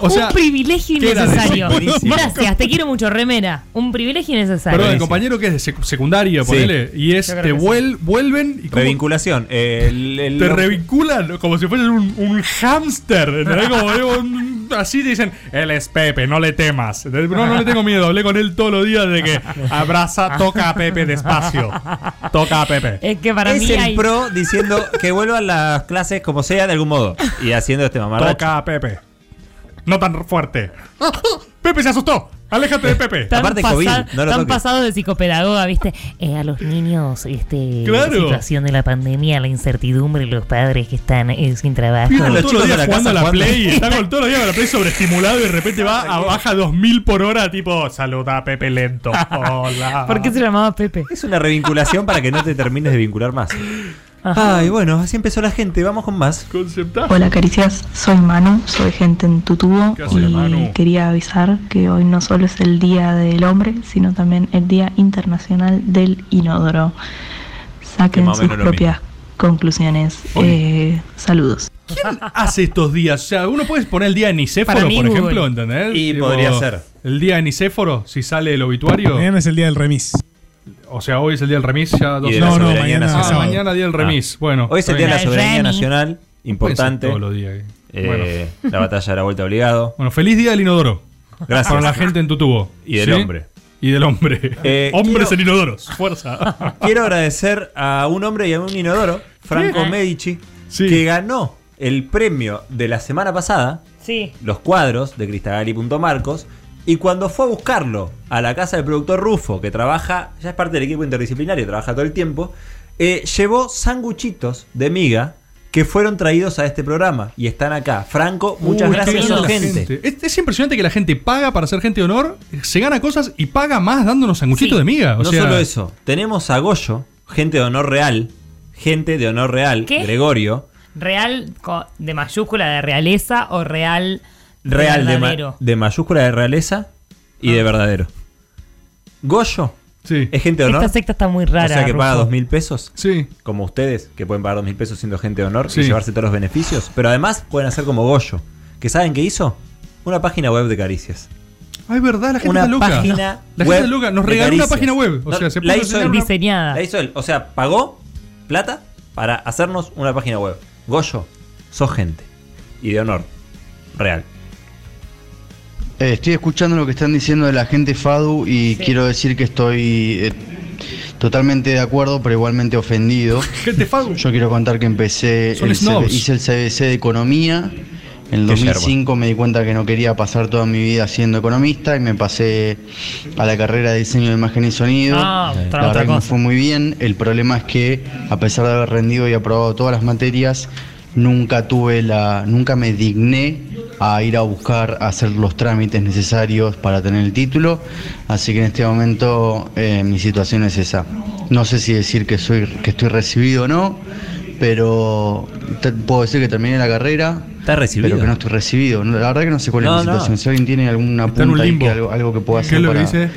Speaker 3: O sea,
Speaker 6: un privilegio
Speaker 3: ¿qué era de
Speaker 6: innecesario.
Speaker 3: eso? Buenísimo.
Speaker 6: Gracias, te quiero mucho, remera. Un privilegio innecesario.
Speaker 3: Perdón, el compañero que es de sec- secundaria,
Speaker 9: Sí.
Speaker 3: ponele, y es,
Speaker 6: Yo creo
Speaker 3: te
Speaker 6: que
Speaker 3: vuel- vuelven y como
Speaker 9: Revinculación. El, el-
Speaker 3: te revinculan como si fueras un, un hámster. ¿entendés? Como, eh, un- así te dicen, él es Pepe, no le temas. ¿entendés? No, no le tengo miedo, hablé con él todos los días de que abraza, toca a Pepe despacio. Toca a Pepe.
Speaker 6: Es que para
Speaker 9: es
Speaker 6: mí
Speaker 9: el
Speaker 6: hay.
Speaker 9: pro diciendo que vuelvan las clases como sea de algún modo y haciendo este mamarracho.
Speaker 3: Toca a Pepe. No tan fuerte. Pepe se asustó. Aléjate de Pepe.
Speaker 6: Tan,
Speaker 9: Aparte
Speaker 6: pasa-
Speaker 9: COVID, no lo
Speaker 6: tan
Speaker 9: toques.
Speaker 6: pasado de psicopedagoga, ¿viste? Eh, a los niños, este,
Speaker 3: Claro.
Speaker 6: la situación de la pandemia, la incertidumbre, los padres que están eh, sin trabajo.
Speaker 3: Mira, todos los días
Speaker 9: de la
Speaker 3: jugando
Speaker 9: casa
Speaker 3: a la
Speaker 9: jugando.
Speaker 3: Play. Está con todos los días con la Play sobreestimulado y de repente va a baja 2000 por hora, tipo, saluda a Pepe lento. Hola.
Speaker 6: ¿Por qué se llamaba Pepe?
Speaker 9: Es una revinculación para que no te termines de vincular más.
Speaker 6: Ajá.
Speaker 9: Ay, bueno, así empezó la gente. Vamos con más.
Speaker 22: Hola caricias, soy Manu, soy gente en tu tubo
Speaker 9: ¿Qué
Speaker 22: y
Speaker 9: haces, Manu?
Speaker 22: quería avisar que hoy no solo es el Día del Hombre, sino también el Día Internacional del Inodoro.
Speaker 3: Que
Speaker 22: Saquen
Speaker 3: más o
Speaker 22: sus
Speaker 3: menos lo
Speaker 22: propias conclusiones. Eh, saludos.
Speaker 3: ¿Quién hace estos días? O sea, uno puede poner el día de Nicéforo,
Speaker 22: Para mí,
Speaker 3: por
Speaker 22: Google.
Speaker 3: ejemplo, ¿entendés?
Speaker 9: Y podría ser.
Speaker 3: El día de Nicéforo, si sale el obituario.
Speaker 12: Mañana es el día del remis.
Speaker 3: O sea, hoy es el día del remis, ya dos
Speaker 9: Y de la
Speaker 3: No, no,
Speaker 9: soberanía
Speaker 3: mañana.
Speaker 9: nacional.
Speaker 3: Ah, mañana día del remis.
Speaker 9: Ah.
Speaker 3: Bueno.
Speaker 9: Hoy es el Día
Speaker 3: está
Speaker 9: de la
Speaker 3: bien.
Speaker 9: Soberanía Nacional. Importante.
Speaker 3: todos los días.
Speaker 9: Eh, La batalla de la vuelta obligado.
Speaker 3: Bueno, feliz día del inodoro.
Speaker 9: Gracias.
Speaker 3: Para la gente en tu tubo.
Speaker 9: Y del hombre.
Speaker 3: Y del hombre.
Speaker 9: Eh,
Speaker 3: Hombres
Speaker 9: quiero-
Speaker 3: en inodoros. Fuerza.
Speaker 9: Quiero agradecer a un hombre y a un inodoro, Franco
Speaker 6: Sí.
Speaker 9: Medici, que ganó el premio de la semana pasada,
Speaker 6: Sí.
Speaker 9: los cuadros de Cristagali Punto Marcos, y cuando fue a buscarlo a la casa del productor Rufo, que trabaja, ya es parte del equipo interdisciplinario, trabaja todo el tiempo, eh, llevó sanguchitos de miga que fueron traídos a este programa y están acá. Franco, muchas
Speaker 3: Uy,
Speaker 9: gracias
Speaker 3: qué
Speaker 9: a
Speaker 3: bien
Speaker 9: la gente.
Speaker 3: Es, es impresionante que la gente paga para ser gente de honor, se gana cosas y paga más dándonos sanguchitos
Speaker 9: Sí.
Speaker 3: de miga. Ah, O
Speaker 9: no
Speaker 3: sea,
Speaker 9: solo eso, tenemos a Goyo, gente de honor real, gente de honor real,
Speaker 6: ¿Qué?
Speaker 9: Gregorio,
Speaker 6: Real co- de mayúscula de realeza o real de
Speaker 9: real de, ma-
Speaker 6: verdadero. Ah.
Speaker 9: de mayúscula de realeza y de verdadero. Goyo es gente de honor.
Speaker 6: Esta secta está muy rara.
Speaker 9: o sea que paga
Speaker 6: Rufo.
Speaker 9: dos mil pesos.
Speaker 3: Sí.
Speaker 9: Como ustedes, que pueden pagar dos mil pesos siendo gente de honor
Speaker 3: Sí.
Speaker 9: y llevarse todos los beneficios. Pero además pueden hacer como Goyo. ¿Que saben qué hizo? Una página web de caricias.
Speaker 3: Ah, es verdad, la gente
Speaker 9: Una
Speaker 3: está loca.
Speaker 9: página
Speaker 3: la gente
Speaker 9: web
Speaker 3: está loca. Nos
Speaker 9: de
Speaker 3: regaló una
Speaker 9: caricias.
Speaker 3: página web. O
Speaker 9: No,
Speaker 3: sea, se
Speaker 9: la
Speaker 3: puso a
Speaker 9: hizo
Speaker 3: diseñar
Speaker 9: él.
Speaker 3: una-
Speaker 6: Diseñada.
Speaker 9: La hizo él. O sea, pagó plata para hacernos una página web. Goyo, sos gente. Y de honor. Real.
Speaker 23: Eh, estoy escuchando lo que están diciendo de la gente Fadu y quiero decir que estoy eh, totalmente de acuerdo, pero igualmente ofendido.
Speaker 3: Gente Fadu.
Speaker 23: Yo quiero contar que empecé,
Speaker 3: Son
Speaker 23: el
Speaker 3: snobs.
Speaker 23: CB hice el CBC de Economía. En el
Speaker 9: Qué yerba.
Speaker 23: 2005 me di cuenta que no quería pasar toda mi vida siendo economista y me pasé a la carrera de diseño de imagen y sonido.
Speaker 6: Ah, otra-
Speaker 23: La verdad
Speaker 6: otra
Speaker 23: que me
Speaker 6: cosa.
Speaker 23: fue muy bien. El problema es que a pesar de haber rendido y aprobado todas las materias, nunca tuve la, nunca me digné a ir a buscar a hacer los trámites necesarios para tener el título. Así que en este momento eh, mi situación es esa. No sé si decir que soy, que estoy recibido o no, pero te- puedo decir que terminé la carrera.
Speaker 9: ¿Estás recibido?
Speaker 23: Pero que no estoy recibido. No, La verdad que no sé cuál es
Speaker 9: No,
Speaker 23: mi
Speaker 9: no.
Speaker 23: situación. Si alguien tiene alguna
Speaker 9: Está en un
Speaker 23: punta ahí que
Speaker 9: limbo.
Speaker 23: algo, algo que pueda
Speaker 9: ¿Qué
Speaker 23: hacer
Speaker 9: es lo que
Speaker 23: para-
Speaker 9: dice?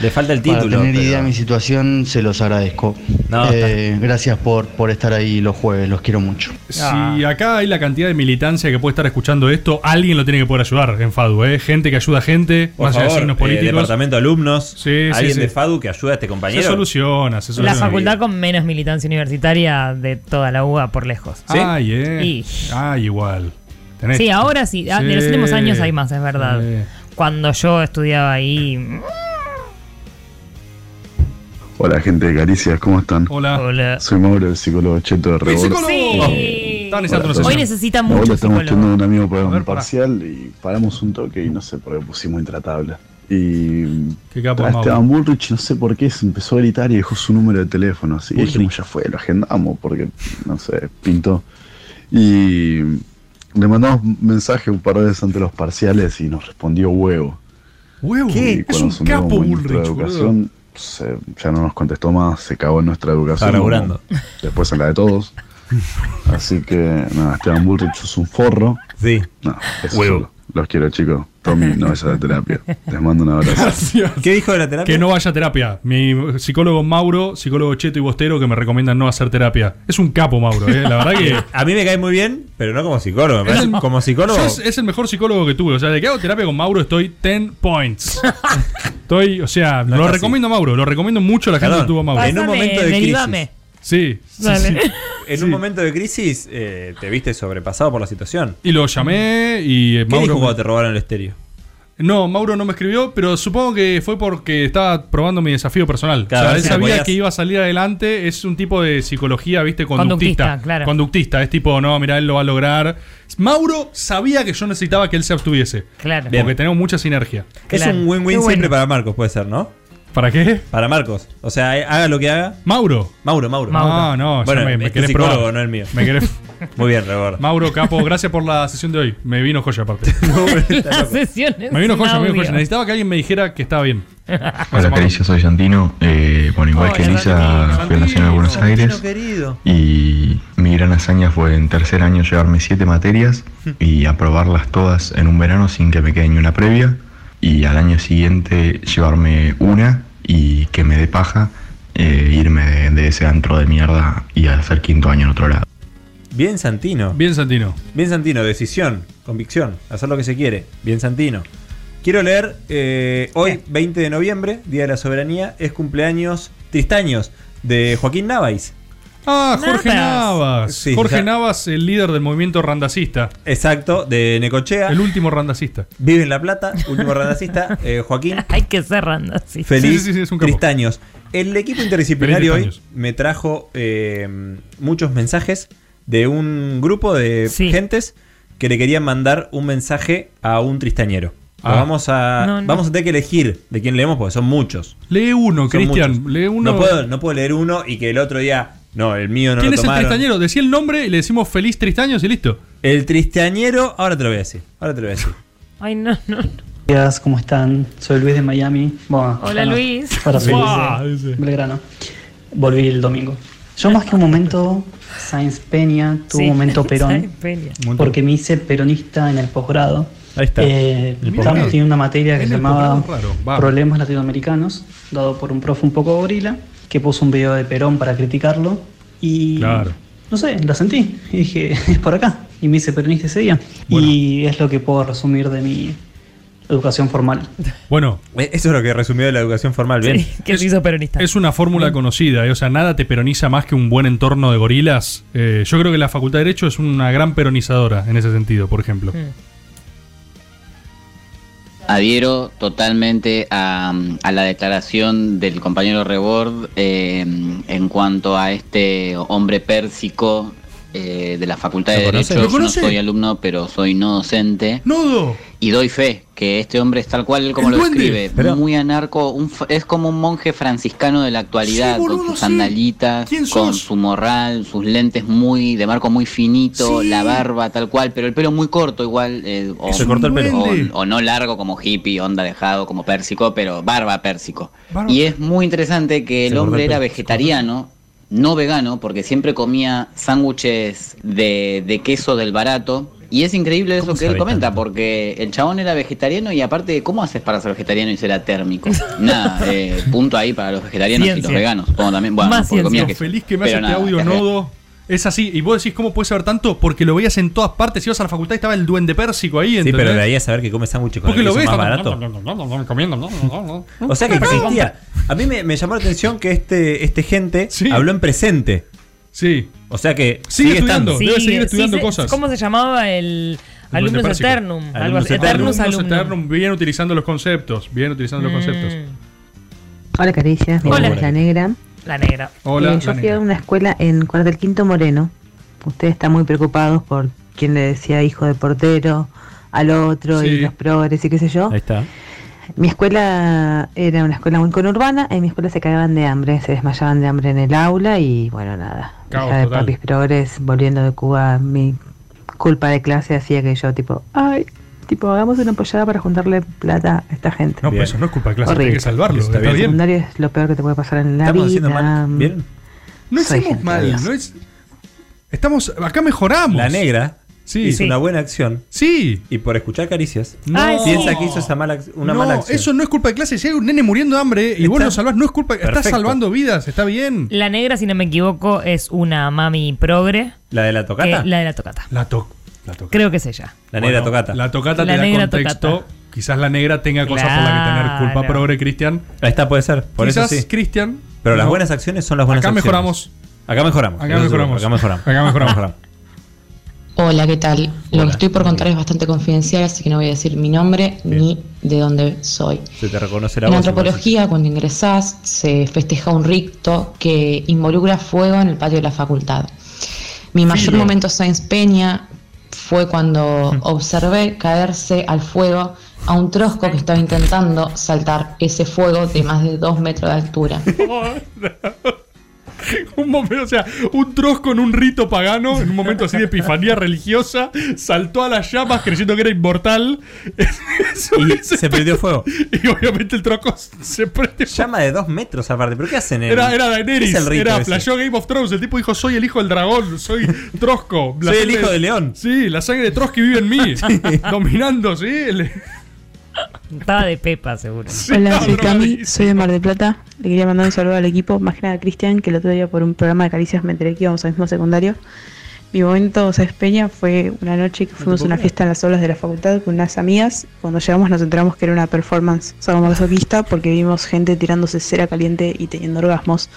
Speaker 9: Le falta el
Speaker 23: para
Speaker 9: título.
Speaker 23: tener
Speaker 9: pero-
Speaker 23: idea de mi situación, se los agradezco.
Speaker 9: No, está
Speaker 23: Eh, gracias por, por estar ahí los jueves, los quiero mucho.
Speaker 9: Ah.
Speaker 3: Si acá hay la cantidad de militancia que puede estar escuchando esto, alguien lo tiene que poder ayudar en FADU, ¿eh? Gente que ayuda a gente,
Speaker 9: Por
Speaker 3: más allá de
Speaker 9: favor,
Speaker 3: signos
Speaker 9: eh,
Speaker 3: políticos.
Speaker 9: departamento de alumnos.
Speaker 3: Sí, sí,
Speaker 9: alguien
Speaker 3: sí.
Speaker 9: de FADU que ayuda a este
Speaker 3: se
Speaker 9: compañero.
Speaker 3: soluciona, se
Speaker 6: La
Speaker 3: soluciona.
Speaker 6: facultad con menos militancia universitaria de toda la UBA por lejos.
Speaker 3: Ay, eh.
Speaker 6: Y-
Speaker 3: Ay, igual. Tenés-
Speaker 6: Sí, ahora sí. Ah, De los
Speaker 3: Sí.
Speaker 6: últimos años hay más, es verdad. Cuando yo estudiaba ahí. mm,
Speaker 24: Hola gente de Caricias, ¿cómo están?
Speaker 3: Hola.
Speaker 24: Soy Mauro, el psicólogo cheto de Rebord.
Speaker 6: Sí.
Speaker 24: Hola a todos.
Speaker 6: Hoy necesita
Speaker 24: Mi abuela
Speaker 6: mucho
Speaker 24: estamos
Speaker 6: psicólogo.
Speaker 24: yendo de un amigo para ver, un pará. parcial y paramos un toque y no sé por qué pusimos intratable. Y
Speaker 3: Qué capo,
Speaker 24: trae a
Speaker 3: Mauro.
Speaker 24: Esteban Bullrich, no sé por qué, se empezó a gritar y dejó su número de teléfono. Así que dijimos, ya fue, lo agendamos porque, no sé, pintó. Y le mandamos un mensaje un par de veces ante los parciales y nos respondió huevo.
Speaker 3: Huevo.
Speaker 24: Y cuando
Speaker 3: Es un
Speaker 24: asumimos
Speaker 3: capo
Speaker 24: ministro de
Speaker 3: Bullrich, boludo.
Speaker 24: educación, se- ya no nos contestó más, se cagó en nuestra educación.
Speaker 9: Está laburando.
Speaker 24: como Después en la de todos. Así que, nada, Esteban Bullrich es un forro.
Speaker 9: Sí.
Speaker 24: No, es
Speaker 9: Huevo.
Speaker 24: solo. Los quiero, chicos. Tommy no vaya a la terapia. Les mando un abrazo.
Speaker 9: ¿Qué dijo de la terapia?
Speaker 3: Que no vaya a terapia. Mi psicólogo Mauro, psicólogo Cheto y Bostero que me recomiendan no hacer terapia. Es un capo, Mauro, ¿eh? la verdad que.
Speaker 9: A mí me cae muy bien, pero no como psicólogo. me
Speaker 3: Es
Speaker 9: parece-
Speaker 3: el-
Speaker 9: como psicólogo.
Speaker 3: Yo es, es el mejor psicólogo que tuve. O sea, de que hago terapia con Mauro estoy 10 points. Estoy, o sea,
Speaker 9: No es
Speaker 3: lo
Speaker 9: así.
Speaker 3: recomiendo a Mauro, lo recomiendo mucho a la gente
Speaker 9: Perdón,
Speaker 3: que tuvo a Mauro.
Speaker 9: en un Pásame, momento de crisis. derivame.
Speaker 3: Sí, sí, sí.
Speaker 9: En un momento de crisis eh, te viste sobrepasado por la situación.
Speaker 3: Y lo llamé y eh,
Speaker 9: ¿Qué dijo
Speaker 3: Mauro.
Speaker 9: cuando te robaron el estéreo?
Speaker 3: No, Mauro no me escribió, pero supongo que fue porque estaba probando mi desafío personal.
Speaker 9: Claro,
Speaker 3: o sea,
Speaker 9: sí,
Speaker 3: él sabía
Speaker 9: podías-
Speaker 3: que iba a salir adelante. Es un tipo de psicología, viste, conductista.
Speaker 6: Conductista, claro.
Speaker 3: Conductista, es tipo, no, mira, él lo va a lograr. Mauro sabía que yo necesitaba que él se abstuviese.
Speaker 6: Claro.
Speaker 3: Porque tenemos mucha sinergia.
Speaker 9: Es un win-win siempre para Marcos, puede ser, ¿no?
Speaker 3: ¿Para qué?
Speaker 9: Para Marcos. O sea, eh, haga lo que haga.
Speaker 3: Mauro.
Speaker 9: Mauro, Mauro.
Speaker 3: Mauro. No, no, ya
Speaker 9: bueno,
Speaker 3: me- me
Speaker 9: es tu
Speaker 3: querés
Speaker 9: psicólogo,
Speaker 3: probar.
Speaker 9: no el mío.
Speaker 3: Me querés-
Speaker 9: Muy bien, Rebor.
Speaker 3: Mauro Capo, gracias por la sesión de hoy. Me vino joya aparte.
Speaker 6: Las sesiones.
Speaker 3: me vino
Speaker 6: sin
Speaker 3: joya, me vino
Speaker 6: audio.
Speaker 3: joya. Necesitaba que alguien me dijera que estaba bien.
Speaker 1: Hola Caricia, soy Santino. Eh, bueno, igual que Elisa, fui a Nacional de Buenos Aires. Y mi gran hazaña fue en tercer año llevarme siete materias y aprobarlas todas en un verano sin que me quede ni una previa. Y al año siguiente llevarme una y que me dé paja eh, irme de, de ese antro de mierda y hacer quinto año en otro lado.
Speaker 9: Bien Santino.
Speaker 3: Bien Santino.
Speaker 9: Bien Santino, decisión, convicción, hacer lo que se quiere. Bien Santino. Quiero leer, eh, hoy 20 de noviembre, Día de la Soberanía, es cumpleaños Tristaños de Joaquín Navais.
Speaker 3: Ah, Jorge
Speaker 9: Navas.
Speaker 3: Navas.
Speaker 9: Sí,
Speaker 3: Jorge
Speaker 9: ya-
Speaker 3: Navas, el líder del movimiento randacista.
Speaker 9: Exacto, de Necochea.
Speaker 3: El último randacista.
Speaker 9: Vive en La Plata, último randacista, eh, Joaquín.
Speaker 6: Hay que ser randacista.
Speaker 9: Feliz
Speaker 3: Sí, sí, sí, es un capo.
Speaker 9: Tristaños. El equipo interdisciplinario
Speaker 3: Feliz
Speaker 9: hoy me trajo eh, muchos mensajes de un grupo de gentes que le querían mandar un mensaje a un tristañero. Lo
Speaker 3: Ah.
Speaker 9: Vamos, a,
Speaker 3: No, no.
Speaker 9: vamos a tener que elegir de quién leemos porque son muchos.
Speaker 3: Lee uno,
Speaker 9: Son
Speaker 3: Cristian.
Speaker 9: muchos.
Speaker 3: Lee uno.
Speaker 9: No puedo, no puedo leer uno y que el otro día. No, el mío no
Speaker 3: ¿Quién
Speaker 9: lo
Speaker 3: es el
Speaker 9: tomaron.
Speaker 3: tristañero? Decí el nombre y le decimos feliz tristaños y listo.
Speaker 9: El tristañero, ahora te lo voy a decir. Ahora te lo voy a decir.
Speaker 6: Ay, no, no.
Speaker 5: días, ¿cómo están? Soy Luis de Miami. Bueno,
Speaker 6: Hola,
Speaker 5: no,
Speaker 6: Luis.
Speaker 5: Para soy
Speaker 6: Buah,
Speaker 5: Luis de Belgrano. Volví el domingo. Yo más que un momento, Sainz Peña tuvo
Speaker 6: Sí.
Speaker 5: un momento
Speaker 6: Ay,
Speaker 5: Perón,
Speaker 6: Peña.
Speaker 5: porque me hice peronista en el posgrado.
Speaker 9: Ahí está.
Speaker 5: Eh,
Speaker 9: El
Speaker 5: estábamos
Speaker 9: posgrado.
Speaker 5: teniendo una materia que
Speaker 9: En
Speaker 5: se
Speaker 9: el
Speaker 5: llamaba
Speaker 9: posgrado, raro, va.
Speaker 5: Problemas Latinoamericanos, dado por un profe un poco gorila, que puso un video de Perón para criticarlo. Y no sé, la sentí. Y dije, es por acá. Y me hice peronista ese día. Y es lo que puedo resumir de mi educación formal.
Speaker 3: Bueno.
Speaker 9: Eh, Eso es lo que resumió de la educación formal. Bien.
Speaker 6: Que se hizo peronista.
Speaker 3: Es una fórmula conocida, eh, o sea, nada te peroniza más que un buen entorno de gorilas. Eh, yo creo que la Facultad de Derecho es una gran peronizadora en ese sentido, por ejemplo.
Speaker 6: Mm.
Speaker 25: Adhiero totalmente a, a la declaración del compañero Rebord eh, en cuanto a este hombre pérsico eh, de la Facultad
Speaker 18: ¿Lo
Speaker 25: de Derecho.
Speaker 18: conoce? ¿Lo
Speaker 25: Yo no
Speaker 18: conoce?
Speaker 25: soy alumno, pero soy no docente.
Speaker 3: ¡Nudo!
Speaker 25: Y doy fe que este hombre es tal cual como
Speaker 18: El
Speaker 25: lo
Speaker 18: duende.
Speaker 25: describe.
Speaker 18: Pero-
Speaker 25: Muy anarco, un f- es como un monje franciscano de la actualidad,
Speaker 18: Sí, boludo,
Speaker 25: con sus
Speaker 18: sí.
Speaker 25: sandalitas,
Speaker 18: ¿Quién
Speaker 25: con
Speaker 18: sos?
Speaker 25: su morral, sus lentes muy de marco muy finito,
Speaker 18: Sí.
Speaker 25: la barba tal cual, pero el pelo muy corto igual. eh, o,
Speaker 18: Se cortó el pelo.
Speaker 25: o-
Speaker 18: duende.
Speaker 25: o no largo como hippie, onda dejado como pérsico, pero barba pérsico.
Speaker 18: Barba.
Speaker 25: Y es muy interesante que el
Speaker 18: Se cortó
Speaker 25: hombre
Speaker 18: el
Speaker 25: era
Speaker 18: pelo,
Speaker 25: vegetariano, no vegano, porque siempre comía sándwiches de, de queso del barato. Y es increíble eso que él
Speaker 18: sabe
Speaker 25: comenta, porque el chabón era vegetariano y aparte, ¿cómo haces para ser vegetariano y ser atérmico? Nada, eh, punto ahí para los vegetarianos y los
Speaker 3: Ciencia.
Speaker 25: veganos. Supongo también, bueno,
Speaker 3: Más
Speaker 25: porque comía
Speaker 3: ciencia.
Speaker 25: queso.
Speaker 3: feliz que me hace
Speaker 25: Pero
Speaker 3: este
Speaker 25: nada,
Speaker 3: audio nodo. Es así, y vos decís, ¿cómo puede saber tanto? Porque lo veías en todas partes. Ibas a la facultad y estaba el duende pérsico ahí.
Speaker 9: Sí,
Speaker 3: ¿entendés?
Speaker 9: pero de ahí a saber que come sándwiches con
Speaker 3: Porque
Speaker 9: el
Speaker 3: lo
Speaker 9: queso
Speaker 3: ves
Speaker 9: más
Speaker 3: está-
Speaker 9: barato.
Speaker 3: comiendo, no, no, no.
Speaker 9: O sea que existía. A mí me, me llamó la atención que este, este gente habló en presente.
Speaker 3: Sí.
Speaker 9: O sea que
Speaker 6: Sigue
Speaker 9: estando.
Speaker 6: Sí, sí, se- ¿Cómo se llamaba
Speaker 3: El
Speaker 6: el
Speaker 3: duende
Speaker 6: alumnus
Speaker 3: pérsico.
Speaker 6: eternum? Algo así.
Speaker 3: Alumnus
Speaker 6: Eternus Mm. alumnum.
Speaker 3: eternum, Bien utilizando los conceptos. Bien utilizando los conceptos.
Speaker 26: Hola Caricia, mi
Speaker 3: Hola.
Speaker 26: nombre es La Negra.
Speaker 6: La negra.
Speaker 26: Eh,
Speaker 3: Hola. la
Speaker 26: yo fui a
Speaker 3: negra.
Speaker 26: una escuela en Cuartel Quinto Moreno. Ustedes están muy preocupados por quién le decía hijo de portero al otro
Speaker 23: Sí.
Speaker 26: y los progres y qué sé yo.
Speaker 23: Ahí está.
Speaker 26: Mi escuela era una escuela muy conurbana. En mi escuela se cagaban de hambre, se desmayaban de hambre en el aula y bueno, nada. Caos Hija de total. papis progres volviendo de Cuba, mi culpa de clase hacía que yo tipo, ay, tipo, hagamos una pollada para juntarle plata a esta gente.
Speaker 3: No, pues, pero eso no es culpa de clase,
Speaker 26: Horrible.
Speaker 3: hay que salvarlo. Está
Speaker 26: El
Speaker 3: bien.
Speaker 26: secundario es lo peor que te puede pasar en la
Speaker 3: Estamos
Speaker 26: vida.
Speaker 3: haciendo mal. Bien. No
Speaker 26: Soy
Speaker 3: hicimos
Speaker 26: gente odiosa.
Speaker 3: mal, no es. Estamos. Acá mejoramos.
Speaker 9: La negra Sí. Hizo
Speaker 3: Sí.
Speaker 9: una buena acción.
Speaker 3: Sí.
Speaker 9: Y por escuchar caricias.
Speaker 3: No. Ay, sí.
Speaker 9: Piensa que hizo esa mala, ac- una
Speaker 3: no,
Speaker 9: mala acción.
Speaker 3: eso no es culpa de clase. Si hay un nene muriendo de hambre y vos
Speaker 9: Está-
Speaker 3: lo salvás, no es culpa. Estás
Speaker 9: Perfecto.
Speaker 3: salvando vidas, está bien.
Speaker 6: La negra, si no me equivoco, es una mami progre.
Speaker 9: ¿La de la tocata?
Speaker 6: que- Eh, la de la tocata.
Speaker 3: La toc.
Speaker 6: Creo que es ella.
Speaker 9: La negra tocata.
Speaker 3: La tocata
Speaker 6: La
Speaker 3: te
Speaker 6: negra
Speaker 3: da contexto. Quizás la negra tenga cosas por las que tener culpa
Speaker 6: Claro.
Speaker 3: progre, Cristian.
Speaker 9: Ahí está, puede ser. Por
Speaker 3: Quizás
Speaker 9: eso sí.
Speaker 3: Cristian.
Speaker 9: Pero las
Speaker 3: no.
Speaker 9: buenas acciones son las buenas
Speaker 3: Acá
Speaker 9: acciones.
Speaker 3: mejoramos.
Speaker 9: Acá mejoramos.
Speaker 3: Acá
Speaker 9: Eso seguro,
Speaker 3: mejoramos.
Speaker 9: Acá mejoramos.
Speaker 3: Acá mejoramos.
Speaker 22: Hola, ¿qué tal? Lo que estoy por contar es bastante confidencial, así que no voy a decir mi nombre ni de dónde soy.
Speaker 9: Se te reconoce la
Speaker 22: En
Speaker 9: voz. igual.
Speaker 22: antropología, cuando ingresás, se festeja un ricto que involucra fuego en el patio de la facultad. Mi mayor
Speaker 7: Fuego.
Speaker 22: momento Sáenz Peña fue cuando observé caerse al fuego a un trosco que estaba intentando saltar ese fuego de más de dos metros de altura.
Speaker 3: un momento, o sea, un trosco en un rito pagano, en un momento así de epifanía religiosa, saltó a las llamas creyendo que era inmortal. y
Speaker 9: se prendió fuego.
Speaker 3: Y obviamente el trosco se prendió
Speaker 9: Llama de dos metros aparte. ¿Pero qué hacen? en-
Speaker 3: Era, era
Speaker 9: ¿Qué
Speaker 3: Daenerys,
Speaker 9: es el rito
Speaker 3: era
Speaker 9: ese?
Speaker 3: flashó Game of Thrones. El tipo dijo: Soy el hijo del dragón, soy Trosco.
Speaker 9: Soy el
Speaker 3: sangre-
Speaker 9: hijo de León.
Speaker 3: Sí, la sangre de Trotsky vive en mí, dominando, sí. el-
Speaker 6: Estaba de Pepa, seguro.
Speaker 7: Hola, soy Cami, soy de Mar del Plata. Le quería mandar un saludo al equipo, más que nada a Cristian, que el otro día por un programa de caricias me enteré que íbamos al mismo secundario. Mi momento, o sea, es Peña, fue una noche que fuimos a una fiesta en las olas de la facultad con unas amigas. Cuando llegamos nos enteramos que era una performance sadomasoquista porque vimos gente tirándose cera caliente y teniendo orgasmos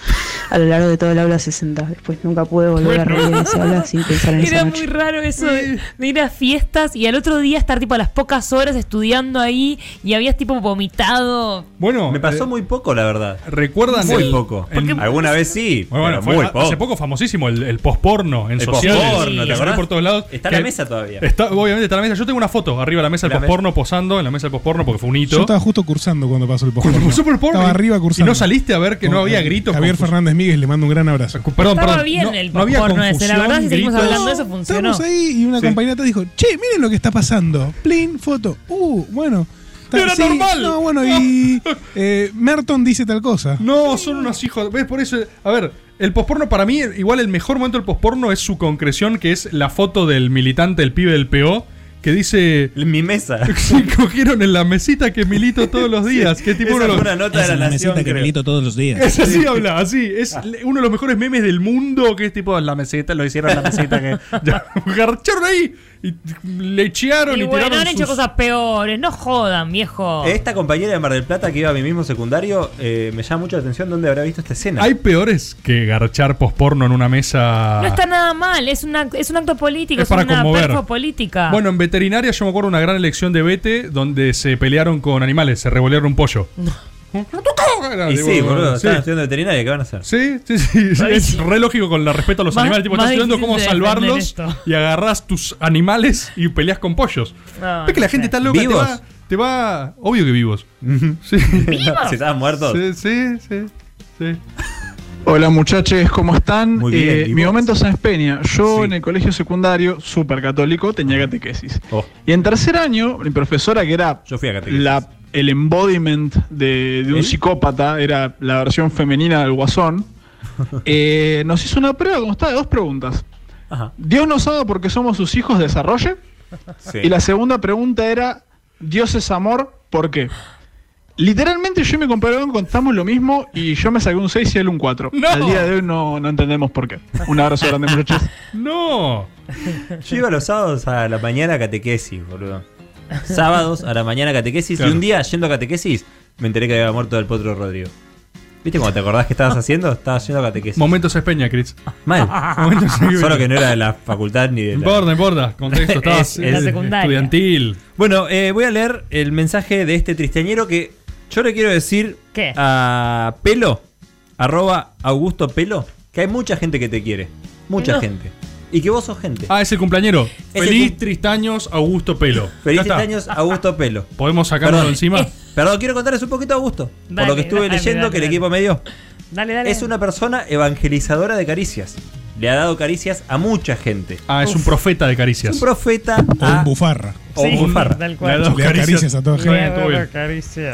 Speaker 7: a lo largo de todo el aula 60. Después nunca pude volver a reír en ese aula sin pensar en
Speaker 6: Era
Speaker 7: esa
Speaker 6: muy
Speaker 7: noche.
Speaker 6: raro eso de, de ir a fiestas y al otro día estar tipo a las pocas horas estudiando ahí y habías tipo vomitado.
Speaker 3: Bueno, eh,
Speaker 9: me pasó muy poco, la verdad.
Speaker 3: ¿Recuerdan
Speaker 9: muy
Speaker 3: el-
Speaker 9: poco.
Speaker 3: el-
Speaker 9: En- Alguna vez sí,
Speaker 3: Bueno, bueno,
Speaker 9: pero
Speaker 3: fue
Speaker 9: muy
Speaker 3: a-
Speaker 9: poco.
Speaker 3: hace poco famosísimo el, el posporno en
Speaker 9: El
Speaker 3: sociales.
Speaker 9: postporno, ¿te
Speaker 3: que salió
Speaker 9: acordás?
Speaker 3: por todos lados.
Speaker 9: Está
Speaker 3: que-
Speaker 9: la mesa todavía.
Speaker 3: Está, obviamente está la mesa. Yo tengo una foto arriba de la mesa del
Speaker 9: La
Speaker 3: posporno posando en la mesa del posporno porque fue un hito.
Speaker 14: Yo estaba justo cursando cuando pasó el postporno.
Speaker 3: pasó por el porno?
Speaker 14: Estaba arriba
Speaker 3: y
Speaker 14: cursando.
Speaker 3: no saliste a ver que no
Speaker 14: Con-
Speaker 3: había gritos.
Speaker 14: Javier
Speaker 3: confusión.
Speaker 14: Fernández Míguez le mando un gran abrazo.
Speaker 3: Perdón,
Speaker 6: Estaba
Speaker 3: perdón.
Speaker 6: bien
Speaker 3: No-
Speaker 6: el
Speaker 3: no había
Speaker 6: porno ese, la
Speaker 3: confusión,
Speaker 6: verdad si seguimos
Speaker 3: gritos.
Speaker 6: hablando de eso funcionó.
Speaker 14: Estábamos ahí y una
Speaker 3: Sí.
Speaker 14: compañera dijo, che, miren lo que está pasando. Plin, foto. Uh, bueno. Ta-
Speaker 3: Era normal.
Speaker 14: No, bueno, y eh, Merton dice tal cosa.
Speaker 3: No, son unos hijos. ¿Ves? Por eso. A ver, el posporno, para mí, igual el mejor momento del posporno es su concreción, que es la foto del militante, el pibe del PO, que dice.
Speaker 9: Mi mesa.
Speaker 3: Se cogieron en la mesita que milito todos los días. que tipo
Speaker 9: Esa
Speaker 3: uno
Speaker 9: fue
Speaker 3: de los-
Speaker 9: una nota de la nación. creo.
Speaker 14: todos los días.
Speaker 3: Es así habla, así. Es le- uno de los mejores memes del mundo, que es tipo la meseta, lo hicieron en la meseta que. ya, garcharon ahí y lechearon
Speaker 6: Y
Speaker 3: y,
Speaker 6: bueno,
Speaker 3: tiraron.
Speaker 6: han hecho
Speaker 3: sus-
Speaker 6: cosas peores. No jodan, viejo.
Speaker 9: Esta compañera de Mar del Plata que iba a mi mismo secundario, eh, me llama mucho la atención dónde habrá visto esta escena.
Speaker 3: Hay peores que garchar posporno en una mesa.
Speaker 6: No está nada mal, es, una, es un acto político,
Speaker 3: Ah. Es
Speaker 6: es,
Speaker 3: para
Speaker 6: una
Speaker 3: conmover.
Speaker 6: perfo
Speaker 9: Ah.
Speaker 6: política.
Speaker 3: Bueno, en veterinaria yo me acuerdo una gran elección de Bete donde se pelearon con animales, se revolearon un pollo. ¿Eh?
Speaker 9: y
Speaker 3: digo,
Speaker 9: sí, boludo,
Speaker 3: sí.
Speaker 9: están estudiando veterinaria, ¿qué van a hacer?
Speaker 3: Sí, sí, sí. sí, Es re lógico con el respeto a los
Speaker 9: Más-
Speaker 3: animales. Tipo,
Speaker 9: más
Speaker 3: estás estudiando
Speaker 9: difícil
Speaker 3: cómo
Speaker 9: de
Speaker 3: salvarlos
Speaker 9: defender esto.
Speaker 3: y agarrás tus animales y peleas con pollos.
Speaker 9: No,
Speaker 3: Ves que
Speaker 9: no
Speaker 3: la gente
Speaker 9: sé.
Speaker 3: está loca. Te
Speaker 9: ¿Vivos?
Speaker 3: va, te va- Obvio que vivos. Sí.
Speaker 9: Si estaban muertos.
Speaker 3: Sí, sí, sí. sí.
Speaker 12: Hola muchachos, ¿cómo están?
Speaker 3: Muy bien,
Speaker 12: Eh,
Speaker 3: ¿y
Speaker 12: mi
Speaker 3: vos?
Speaker 12: momento es en Peña. Yo en el colegio secundario, súper católico, tenía catequesis.
Speaker 3: Oh.
Speaker 12: Y en tercer año, mi profesora, que era la- el embodiment de, de un psicópata, era la versión femenina del guasón, eh, nos hizo una prueba, como está, de dos preguntas. ¿Dios nos ama porque somos sus hijos? Desarrolle.
Speaker 9: Sí.
Speaker 12: Y la segunda pregunta era, ¿Dios es amor? ¿Por qué? Literalmente yo y mi compañero contamos lo mismo y yo me saqué un 6 y él un 4.
Speaker 3: ¡No!
Speaker 12: Al día de hoy no, no entendemos por qué. Un abrazo grande muchachos.
Speaker 3: No.
Speaker 9: Yo iba los sábados a la mañana a catequesis, boludo. Sábados a la mañana a catequesis
Speaker 12: Claro.
Speaker 9: y un día yendo a catequesis me enteré que había muerto el potro Rodrigo. ¿Viste cuando te acordás que estabas haciendo? Estabas yendo a catequesis.
Speaker 3: Momentos es Peña, Chris.
Speaker 9: Mal.
Speaker 3: Momentos es Peña.
Speaker 9: Solo que no era de la facultad ni de
Speaker 3: No
Speaker 9: la...
Speaker 3: importa, no importa. Contexto,
Speaker 9: Es-
Speaker 3: estabas
Speaker 9: es-
Speaker 3: eh, estudiantil.
Speaker 9: Bueno, eh, voy a leer el mensaje de este tristeñero que yo le quiero decir
Speaker 6: ¿Qué?
Speaker 9: a Pelo, arroba Augusto Pelo, que hay mucha gente que te quiere. Mucha
Speaker 3: No.
Speaker 9: gente. Y que vos sos gente.
Speaker 3: Ah, es el cumpleañero.
Speaker 9: Es el
Speaker 3: Feliz
Speaker 9: cum-
Speaker 3: Tristaños Augusto Pelo.
Speaker 9: Feliz
Speaker 3: Ya está.
Speaker 9: años Augusto Pelo.
Speaker 3: ¿Podemos sacarlo
Speaker 9: Perdón.
Speaker 3: encima?
Speaker 9: Perdón, quiero contarles un poquito a Augusto. por
Speaker 6: Dale,
Speaker 9: lo que estuve
Speaker 6: dale,
Speaker 9: leyendo
Speaker 6: dale,
Speaker 9: que el
Speaker 6: dale.
Speaker 9: equipo me dio.
Speaker 6: Dale, dale.
Speaker 9: Es una persona evangelizadora de caricias. Le ha dado caricias a mucha gente.
Speaker 3: Ah, es un profeta de caricias.
Speaker 9: Un profeta
Speaker 14: O
Speaker 9: a-
Speaker 14: un bufarra.
Speaker 9: o un bufarra.
Speaker 14: Le da caricias a toda gente.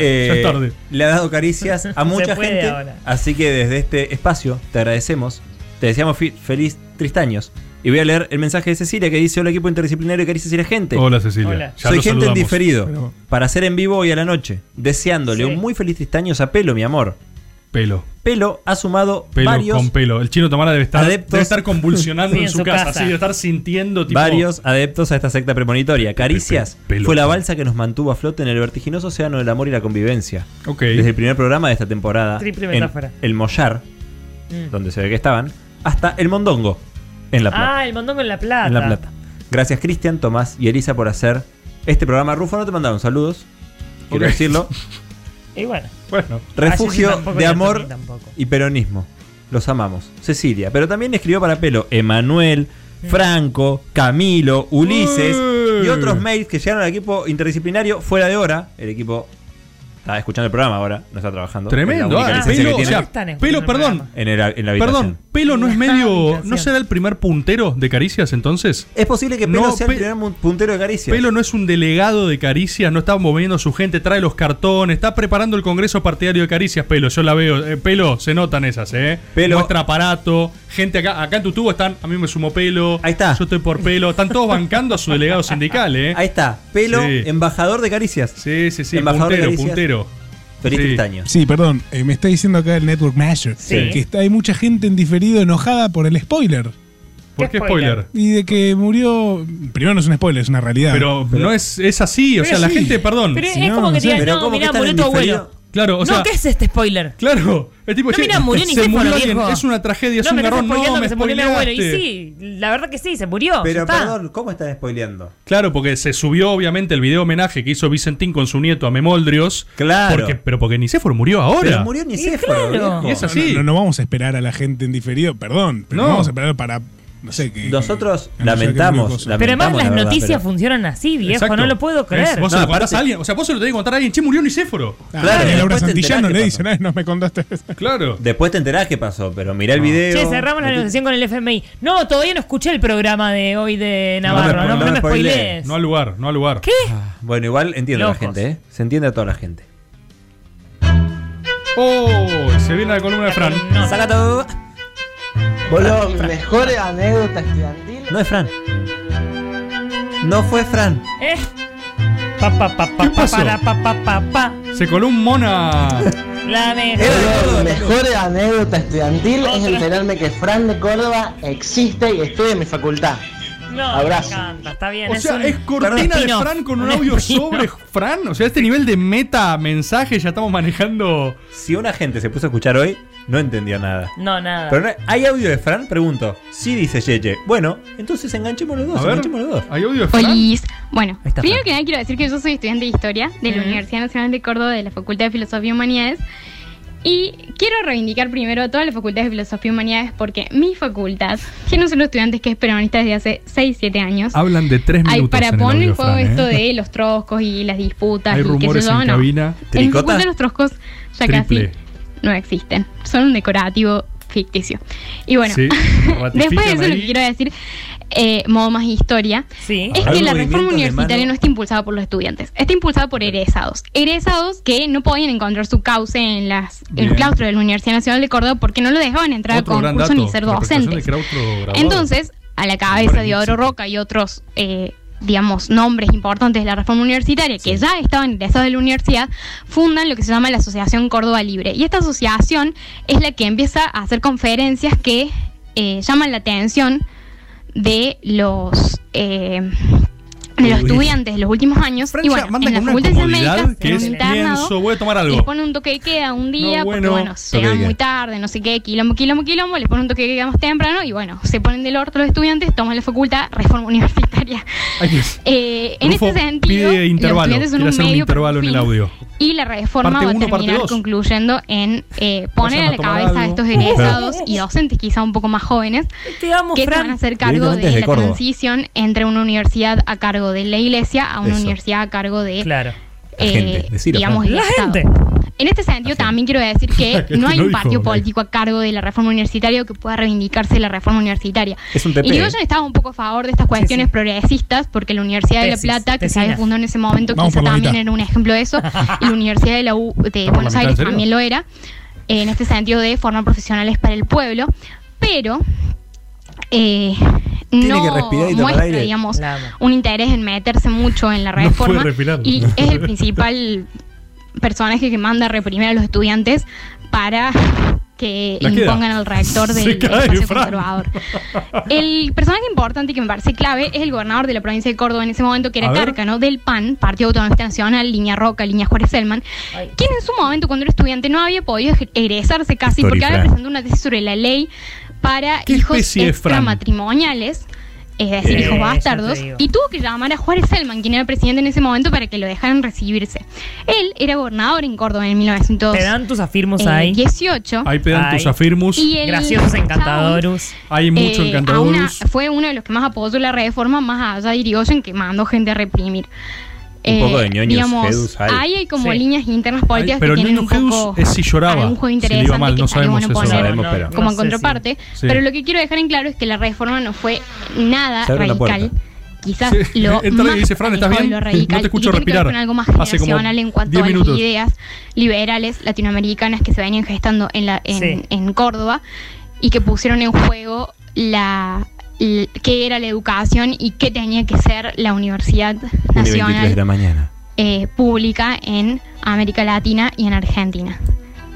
Speaker 9: Eh,
Speaker 14: Ya es tarde.
Speaker 9: Le ha dado caricias a
Speaker 14: Se
Speaker 9: mucha
Speaker 14: puede
Speaker 9: gente.
Speaker 14: ahora.
Speaker 9: Así que desde este espacio te agradecemos. Te deseamos fi- feliz Tristaños. Y voy a leer el mensaje de Cecilia que dice: Hola equipo interdisciplinario que dice Cecilia Gente.
Speaker 3: Hola, Cecilia. Hola. Ya
Speaker 9: Soy
Speaker 3: lo
Speaker 9: gente
Speaker 3: saludamos.
Speaker 9: en diferido.
Speaker 3: Pero-
Speaker 9: Para ser en vivo hoy a la noche. Deseándole
Speaker 3: Sí.
Speaker 9: un muy feliz años a Pelo, mi amor.
Speaker 3: Pelo.
Speaker 9: Pelo ha sumado
Speaker 3: Pelo
Speaker 9: varios
Speaker 3: con pelo. El chino Tamara debe estar,
Speaker 9: Adeptos.
Speaker 3: debe estar convulsionando
Speaker 9: Sí,
Speaker 3: en su, casa. Sí, debe estar sintiendo tipo.
Speaker 9: varios adeptos a esta secta premonitoria. Caricias
Speaker 3: pe- pelo.
Speaker 9: fue la balsa que nos mantuvo a flote en el vertiginoso océano del amor y la convivencia.
Speaker 3: Ok.
Speaker 9: Desde el primer programa de esta temporada,
Speaker 6: Triple
Speaker 9: en
Speaker 6: metáfora.
Speaker 9: el Mollar,
Speaker 6: Mm.
Speaker 9: donde se ve que estaban, hasta el Mondongo, en La Plata.
Speaker 6: Ah, el mondongo en La Plata.
Speaker 9: en La Plata. Gracias Cristian, Tomás y Elisa por hacer este programa. Rufo, no te mandaron saludos, quiero
Speaker 6: Ok.
Speaker 9: decirlo.
Speaker 6: Y bueno.
Speaker 3: Bueno.
Speaker 6: Ah,
Speaker 9: Refugio
Speaker 6: sí, sí, tampoco
Speaker 9: de
Speaker 6: y a
Speaker 9: amor
Speaker 6: Tony tampoco.
Speaker 9: y peronismo. Los amamos. Cecilia. Pero también escribió para pelo Emanuel, Franco, Camilo, Ulises
Speaker 3: Eh.
Speaker 9: y otros mails que llegaron al equipo interdisciplinario fuera de hora. El equipo está escuchando el programa ahora, no está trabajando. Es la
Speaker 3: Tremendo.
Speaker 9: única
Speaker 3: ah,
Speaker 9: licencia
Speaker 3: pelo,
Speaker 9: que tiene
Speaker 3: o sea, pelo, perdón.
Speaker 9: en, el- en la habitación.
Speaker 3: Perdón, pelo no es medio. ¿No será el primer puntero de caricias entonces?
Speaker 9: Es posible que Pelo
Speaker 3: No,
Speaker 9: sea
Speaker 3: Pe-
Speaker 9: el primer mu- puntero de caricias.
Speaker 3: Pelo no es un delegado de caricias, no está moviendo su gente, trae los cartones, está preparando el congreso partidario de caricias, Pelo. Yo la veo. Eh, pelo, se notan esas, ¿eh?
Speaker 9: Pelo.
Speaker 3: Muestra aparato. Gente acá, acá en tu tubo están. A mí me sumó pelo. Ahí está. Yo estoy por pelo. Están todos bancando a su delegado sindical, ¿eh?
Speaker 9: Ahí está. Pelo, embajador de caricias.
Speaker 3: Sí, sí, sí.
Speaker 9: Embajador de
Speaker 3: puntero,
Speaker 9: caricias.
Speaker 3: puntero.
Speaker 9: Feliz
Speaker 3: Sí.
Speaker 9: Cristaño.
Speaker 12: Sí, perdón, eh, me está diciendo acá el Network Masher
Speaker 3: Sí.
Speaker 12: que está- hay mucha gente en diferido enojada por el spoiler.
Speaker 3: ¿Por qué spoiler?
Speaker 12: Y de que murió. Primero no es un spoiler, es una realidad.
Speaker 3: Pero, no es, es así, o
Speaker 12: Pero
Speaker 3: sea, la
Speaker 12: sí.
Speaker 3: gente, perdón.
Speaker 6: Pero es como que digan, no, mirá, murió tu abuelo.
Speaker 3: Claro, o sea.
Speaker 6: no, ¿qué es este spoiler?
Speaker 3: Claro, es tipo,
Speaker 6: No,
Speaker 3: che,
Speaker 6: mirá, murió
Speaker 3: se
Speaker 6: Nicéforo,
Speaker 3: murió alguien,
Speaker 6: viejo.
Speaker 3: es una tragedia, es
Speaker 6: No,
Speaker 3: un
Speaker 6: me estás
Speaker 3: garrón, no,
Speaker 6: spoileando
Speaker 3: me
Speaker 6: que se murió mi abuelo. Y
Speaker 3: spoileaste.
Speaker 6: sí, la verdad que sí, se murió. ya
Speaker 9: Pero
Speaker 6: está.
Speaker 9: perdón, ¿cómo están spoileando?
Speaker 3: Claro, porque se subió obviamente el video homenaje que hizo Vicentín con su nieto a Memoldrios.
Speaker 9: Claro.
Speaker 3: Porque, pero porque Nicéforo murió ahora.
Speaker 12: Pero
Speaker 9: murió
Speaker 12: Nicéforo,
Speaker 3: claro. viejo. Y es así.
Speaker 12: No, no- no vamos a esperar a la gente en diferido, perdón. Pero
Speaker 3: No.
Speaker 12: no. vamos a esperar para. No sé qué.
Speaker 9: Nosotros
Speaker 3: lamentamos,
Speaker 6: Pero además las
Speaker 3: la verdad,
Speaker 6: noticias
Speaker 3: pero-
Speaker 6: funcionan así, viejo,
Speaker 3: Exacto.
Speaker 6: no lo puedo creer.
Speaker 3: Es- Vos se lo contás a alguien, o sea, vos se lo tenés que contar a alguien, che, murió Nicéforo.
Speaker 12: Claro, y Ah, Laura
Speaker 9: después te
Speaker 12: Santillano
Speaker 9: enterás
Speaker 12: le
Speaker 9: qué
Speaker 12: dice, "Ay, no me contaste.
Speaker 3: Claro. Ah.
Speaker 9: Después te enterás qué pasó, pero mirá el video.
Speaker 6: Che, cerramos la negociación con el FMI. No, todavía no escuché el programa de hoy de
Speaker 9: No
Speaker 6: Navarro.
Speaker 9: me-
Speaker 6: No,
Speaker 9: no
Speaker 6: no
Speaker 9: me
Speaker 6: me
Speaker 9: spoilees. Ah,
Speaker 6: spoilees.
Speaker 3: No al lugar, no al lugar.
Speaker 6: ¿Qué?
Speaker 9: Bueno, igual entiendo a
Speaker 6: Locos.
Speaker 9: la gente, ¿eh? Se entiende a toda la gente.
Speaker 3: Oh, se viene la columna de Fran.
Speaker 9: Saca todo.
Speaker 20: Boludo, mi mejor anécdota estudiantil.
Speaker 9: No es Fran. No fue Fran.
Speaker 6: ¿Eh? Pa, pa, pa, pa,
Speaker 3: ¿Qué pasó?
Speaker 6: para, pa, pa, pa, pa.
Speaker 3: Se coló un mona.
Speaker 6: La mejor.
Speaker 20: Boludo, mi mejor anécdota estudiantil es enterarme que Fran de Córdoba existe y estudia en mi facultad.
Speaker 6: No,
Speaker 20: Abrazo.
Speaker 6: me encanta, está bien.
Speaker 3: O
Speaker 6: es
Speaker 3: sea,
Speaker 6: un-
Speaker 3: es cortina de
Speaker 6: spin-off.
Speaker 3: Fran con un audio
Speaker 6: spin-off.
Speaker 3: sobre Fran. O sea, este nivel de meta mensaje ya estamos manejando.
Speaker 9: Si una gente se puso a escuchar hoy, no entendió nada.
Speaker 6: No, nada.
Speaker 9: Pero no, ¿hay audio de Fran? Pregunto. Sí, dice Yeye. Bueno, entonces enganchemos los dos.
Speaker 3: A ver,
Speaker 9: enganchemos los dos.
Speaker 3: ¿Hay audio de
Speaker 10: Olis. Bueno,
Speaker 9: está Fran.
Speaker 10: primero que nada quiero decir que yo soy estudiante de Historia de la
Speaker 6: Mm.
Speaker 10: Universidad Nacional de Córdoba de la Facultad de Filosofía y Humanidades. Y quiero reivindicar primero todas las facultades de Filosofía y Humanidades porque mi facultad tiene un solo estudiante que es peronista desde hace 6, 7 años.
Speaker 3: Hablan de tres
Speaker 10: Ay,
Speaker 3: minutos.
Speaker 10: para
Speaker 3: en el
Speaker 10: poner
Speaker 3: audio
Speaker 10: en
Speaker 3: de
Speaker 10: juego
Speaker 3: Fran, ¿eh?
Speaker 10: esto de los troscos y las disputas
Speaker 3: Hay
Speaker 10: y qué
Speaker 3: rumores
Speaker 10: sé yo,
Speaker 3: en
Speaker 10: no.
Speaker 3: cabina.
Speaker 10: En mi
Speaker 3: ¿Tricota?
Speaker 10: facultad los troscos ya
Speaker 3: Triple.
Speaker 10: casi no existen. Son un decorativo ficticio. Y bueno,
Speaker 3: Sí,
Speaker 10: Después de
Speaker 3: ratifican
Speaker 10: eso, lo que
Speaker 3: ahí.
Speaker 10: quiero decir, eh, modo más historia, es
Speaker 6: A ver,
Speaker 10: que la
Speaker 6: movimientos
Speaker 10: reforma
Speaker 6: de
Speaker 10: universitaria
Speaker 6: mano.
Speaker 10: no está impulsada por los estudiantes, está impulsada por egresados. Egresados que no podían encontrar su cauce en, las, en
Speaker 3: Bien.
Speaker 10: los claustros de la Universidad Nacional de Córdoba porque no lo dejaban entrar
Speaker 3: Otro
Speaker 10: al
Speaker 3: gran
Speaker 10: concurso
Speaker 3: dato.
Speaker 10: ni ser
Speaker 3: la presentación
Speaker 10: docentes.
Speaker 3: de Krautro graduado.
Speaker 10: Entonces, a la cabeza de Oro Roca y otros, eh, digamos, nombres importantes de la reforma universitaria que ya estaban ingresados de la universidad, fundan lo que se llama la Asociación Córdoba Libre. Y esta asociación es la que empieza a hacer conferencias que eh, llaman la atención de los... eh, de los
Speaker 3: Uy.
Speaker 10: estudiantes de los últimos años y bueno,
Speaker 3: mandan
Speaker 10: en la
Speaker 3: con una
Speaker 10: Facultad de Ciencias
Speaker 3: comodidad
Speaker 10: Médicas
Speaker 3: que
Speaker 10: en
Speaker 3: es,
Speaker 10: un internado
Speaker 3: "Pienso, voy a tomar algo".
Speaker 10: les ponen un toque de queda un día
Speaker 3: No,
Speaker 10: porque
Speaker 3: bueno,
Speaker 10: bueno, se
Speaker 3: toque de
Speaker 10: van
Speaker 3: queda.
Speaker 10: muy tarde, no sé qué, quilombo, quilombo, quilombo, les ponen un toque de queda más temprano y bueno, se ponen del orto los estudiantes, toman la facultad, reforma universitaria.
Speaker 3: Ahí es.
Speaker 10: Eh, en
Speaker 3: Rufo
Speaker 10: este sentido,
Speaker 3: pide
Speaker 10: los
Speaker 3: intervalo.
Speaker 10: estudiantes son
Speaker 3: Quiere
Speaker 10: un
Speaker 3: hacer un
Speaker 10: medio para
Speaker 3: intervalo en el
Speaker 10: fin.
Speaker 3: audio.
Speaker 10: y la reforma
Speaker 3: Parte
Speaker 10: va a
Speaker 3: uno, parte
Speaker 10: terminar
Speaker 3: dos.
Speaker 10: concluyendo en eh,
Speaker 3: Vayan
Speaker 10: poner
Speaker 3: a
Speaker 10: a la
Speaker 3: tomar
Speaker 10: cabeza a
Speaker 3: algo.
Speaker 10: estos egresados y docentes quizá un poco más jóvenes que se van a hacer cargo
Speaker 6: Directamente
Speaker 10: de
Speaker 6: desde
Speaker 10: la
Speaker 6: Córdoba.
Speaker 10: transición entre una universidad a cargo de la iglesia a una
Speaker 6: Eso.
Speaker 10: universidad a cargo de
Speaker 6: Claro.
Speaker 10: eh,
Speaker 6: gente, decilo,
Speaker 10: digamos,
Speaker 6: Fran.
Speaker 10: el
Speaker 6: La
Speaker 10: Estado. En este sentido, también quiero decir
Speaker 6: La
Speaker 10: que
Speaker 6: gente
Speaker 10: no hay
Speaker 6: lo
Speaker 10: un
Speaker 6: dijo,
Speaker 10: partido
Speaker 6: ok.
Speaker 10: político a cargo de la reforma universitaria o que pueda reivindicarse la reforma universitaria.
Speaker 6: Es un
Speaker 10: Y
Speaker 6: TP,
Speaker 10: Irigoyen estaba un poco a favor de estas cuestiones progresistas, porque la Universidad
Speaker 6: Tesis,
Speaker 10: de La Plata, que
Speaker 6: tesina.
Speaker 10: se fundó en ese momento,
Speaker 6: Vamos
Speaker 10: quizá
Speaker 6: por la
Speaker 10: también
Speaker 6: mitad.
Speaker 10: era un ejemplo de eso, y la Universidad de, la U- de
Speaker 6: la
Speaker 10: Buenos
Speaker 6: mitad, ¿en
Speaker 10: Aires
Speaker 6: serio?
Speaker 10: también lo era, en este sentido de formar profesionales para el pueblo, pero eh,
Speaker 9: Tiene
Speaker 10: no
Speaker 9: que respirar y tomar
Speaker 10: muestra,
Speaker 9: aire.
Speaker 10: digamos, un interés en meterse mucho en la
Speaker 9: puede
Speaker 10: reforma.
Speaker 9: respirar.
Speaker 10: y es el principal personaje que manda a reprimir a los estudiantes para que
Speaker 13: La queda.
Speaker 10: impongan el reactor
Speaker 13: Se
Speaker 10: del
Speaker 13: cae,
Speaker 10: espacio
Speaker 13: Fran.
Speaker 10: conservador. El personaje importante y que me parece clave es el gobernador de la provincia de Córdoba en ese momento, que
Speaker 13: A
Speaker 10: era
Speaker 13: ver.
Speaker 10: Cárcano, del PAN, Partido Autonomista Nacional, Línea Roca, Línea Juárez Selman, quien en su momento, cuando era estudiante, no había podido ejer- egresarse casi
Speaker 13: Sorry,
Speaker 10: porque había
Speaker 13: Fran.
Speaker 10: presentado una tesis sobre la ley para
Speaker 13: ¿Qué
Speaker 10: hijos
Speaker 13: especie es, Fran?
Speaker 10: extramatrimoniales. Es decir,
Speaker 13: Eh,
Speaker 10: hijos
Speaker 13: ya te
Speaker 10: bastardos,
Speaker 13: digo.
Speaker 10: y tuvo que llamar a Juárez Selman, quien era presidente en ese momento, para que lo dejaran recibirse. Él era gobernador en Córdoba en 1902.
Speaker 6: Pedantus afirmus
Speaker 10: eh,
Speaker 6: hay.
Speaker 10: 18.
Speaker 3: Hay pedantus
Speaker 6: Ay.
Speaker 3: afirmus.
Speaker 10: Y el
Speaker 6: Graciosos encantadorus.
Speaker 3: Hay mucho
Speaker 10: eh,
Speaker 3: encantadorus.
Speaker 10: a una- fue uno de los que más apoyó la reforma, más allá de Irigoyen, que mandó gente a reprimir. Eh,
Speaker 3: Un poco de ñoños
Speaker 10: digamos,
Speaker 3: Gedus hay.
Speaker 10: ahí hay como
Speaker 3: Sí.
Speaker 10: líneas internas políticas
Speaker 3: pero
Speaker 10: que
Speaker 3: el
Speaker 10: tienen
Speaker 3: niño
Speaker 10: un
Speaker 3: Jesús
Speaker 10: poco
Speaker 3: es si lloraba.
Speaker 10: algún juego
Speaker 3: si le
Speaker 10: interesante
Speaker 3: iba mal,
Speaker 10: que
Speaker 3: no
Speaker 10: estaría
Speaker 3: sabemos
Speaker 10: bueno
Speaker 3: eso.
Speaker 10: poner como en
Speaker 6: No sé si-
Speaker 10: contraparte.
Speaker 6: sí.
Speaker 10: Pero lo que quiero dejar en claro es que la reforma no fue nada
Speaker 3: Se abre la
Speaker 10: radical.
Speaker 3: puerta.
Speaker 10: Quizás
Speaker 3: Sí,
Speaker 10: lo
Speaker 3: entra y
Speaker 10: más
Speaker 3: dice, "Fran, ¿estás
Speaker 10: radical,
Speaker 3: bien?
Speaker 10: lo radical,
Speaker 3: No te escucho
Speaker 10: y tiene que ver
Speaker 3: respirar.
Speaker 10: con algo más
Speaker 3: Hace como
Speaker 10: generacional en cuanto
Speaker 3: 10
Speaker 10: a las
Speaker 3: minutos.
Speaker 10: ideas liberales latinoamericanas que se venían gestando en, la, en,
Speaker 13: Sí.
Speaker 10: en Córdoba y que pusieron en juego la, l- qué era la educación y qué tenía que ser la Universidad
Speaker 9: Una y 23 de
Speaker 10: Nacional
Speaker 9: la mañana.
Speaker 10: eh, Pública en América Latina y en Argentina.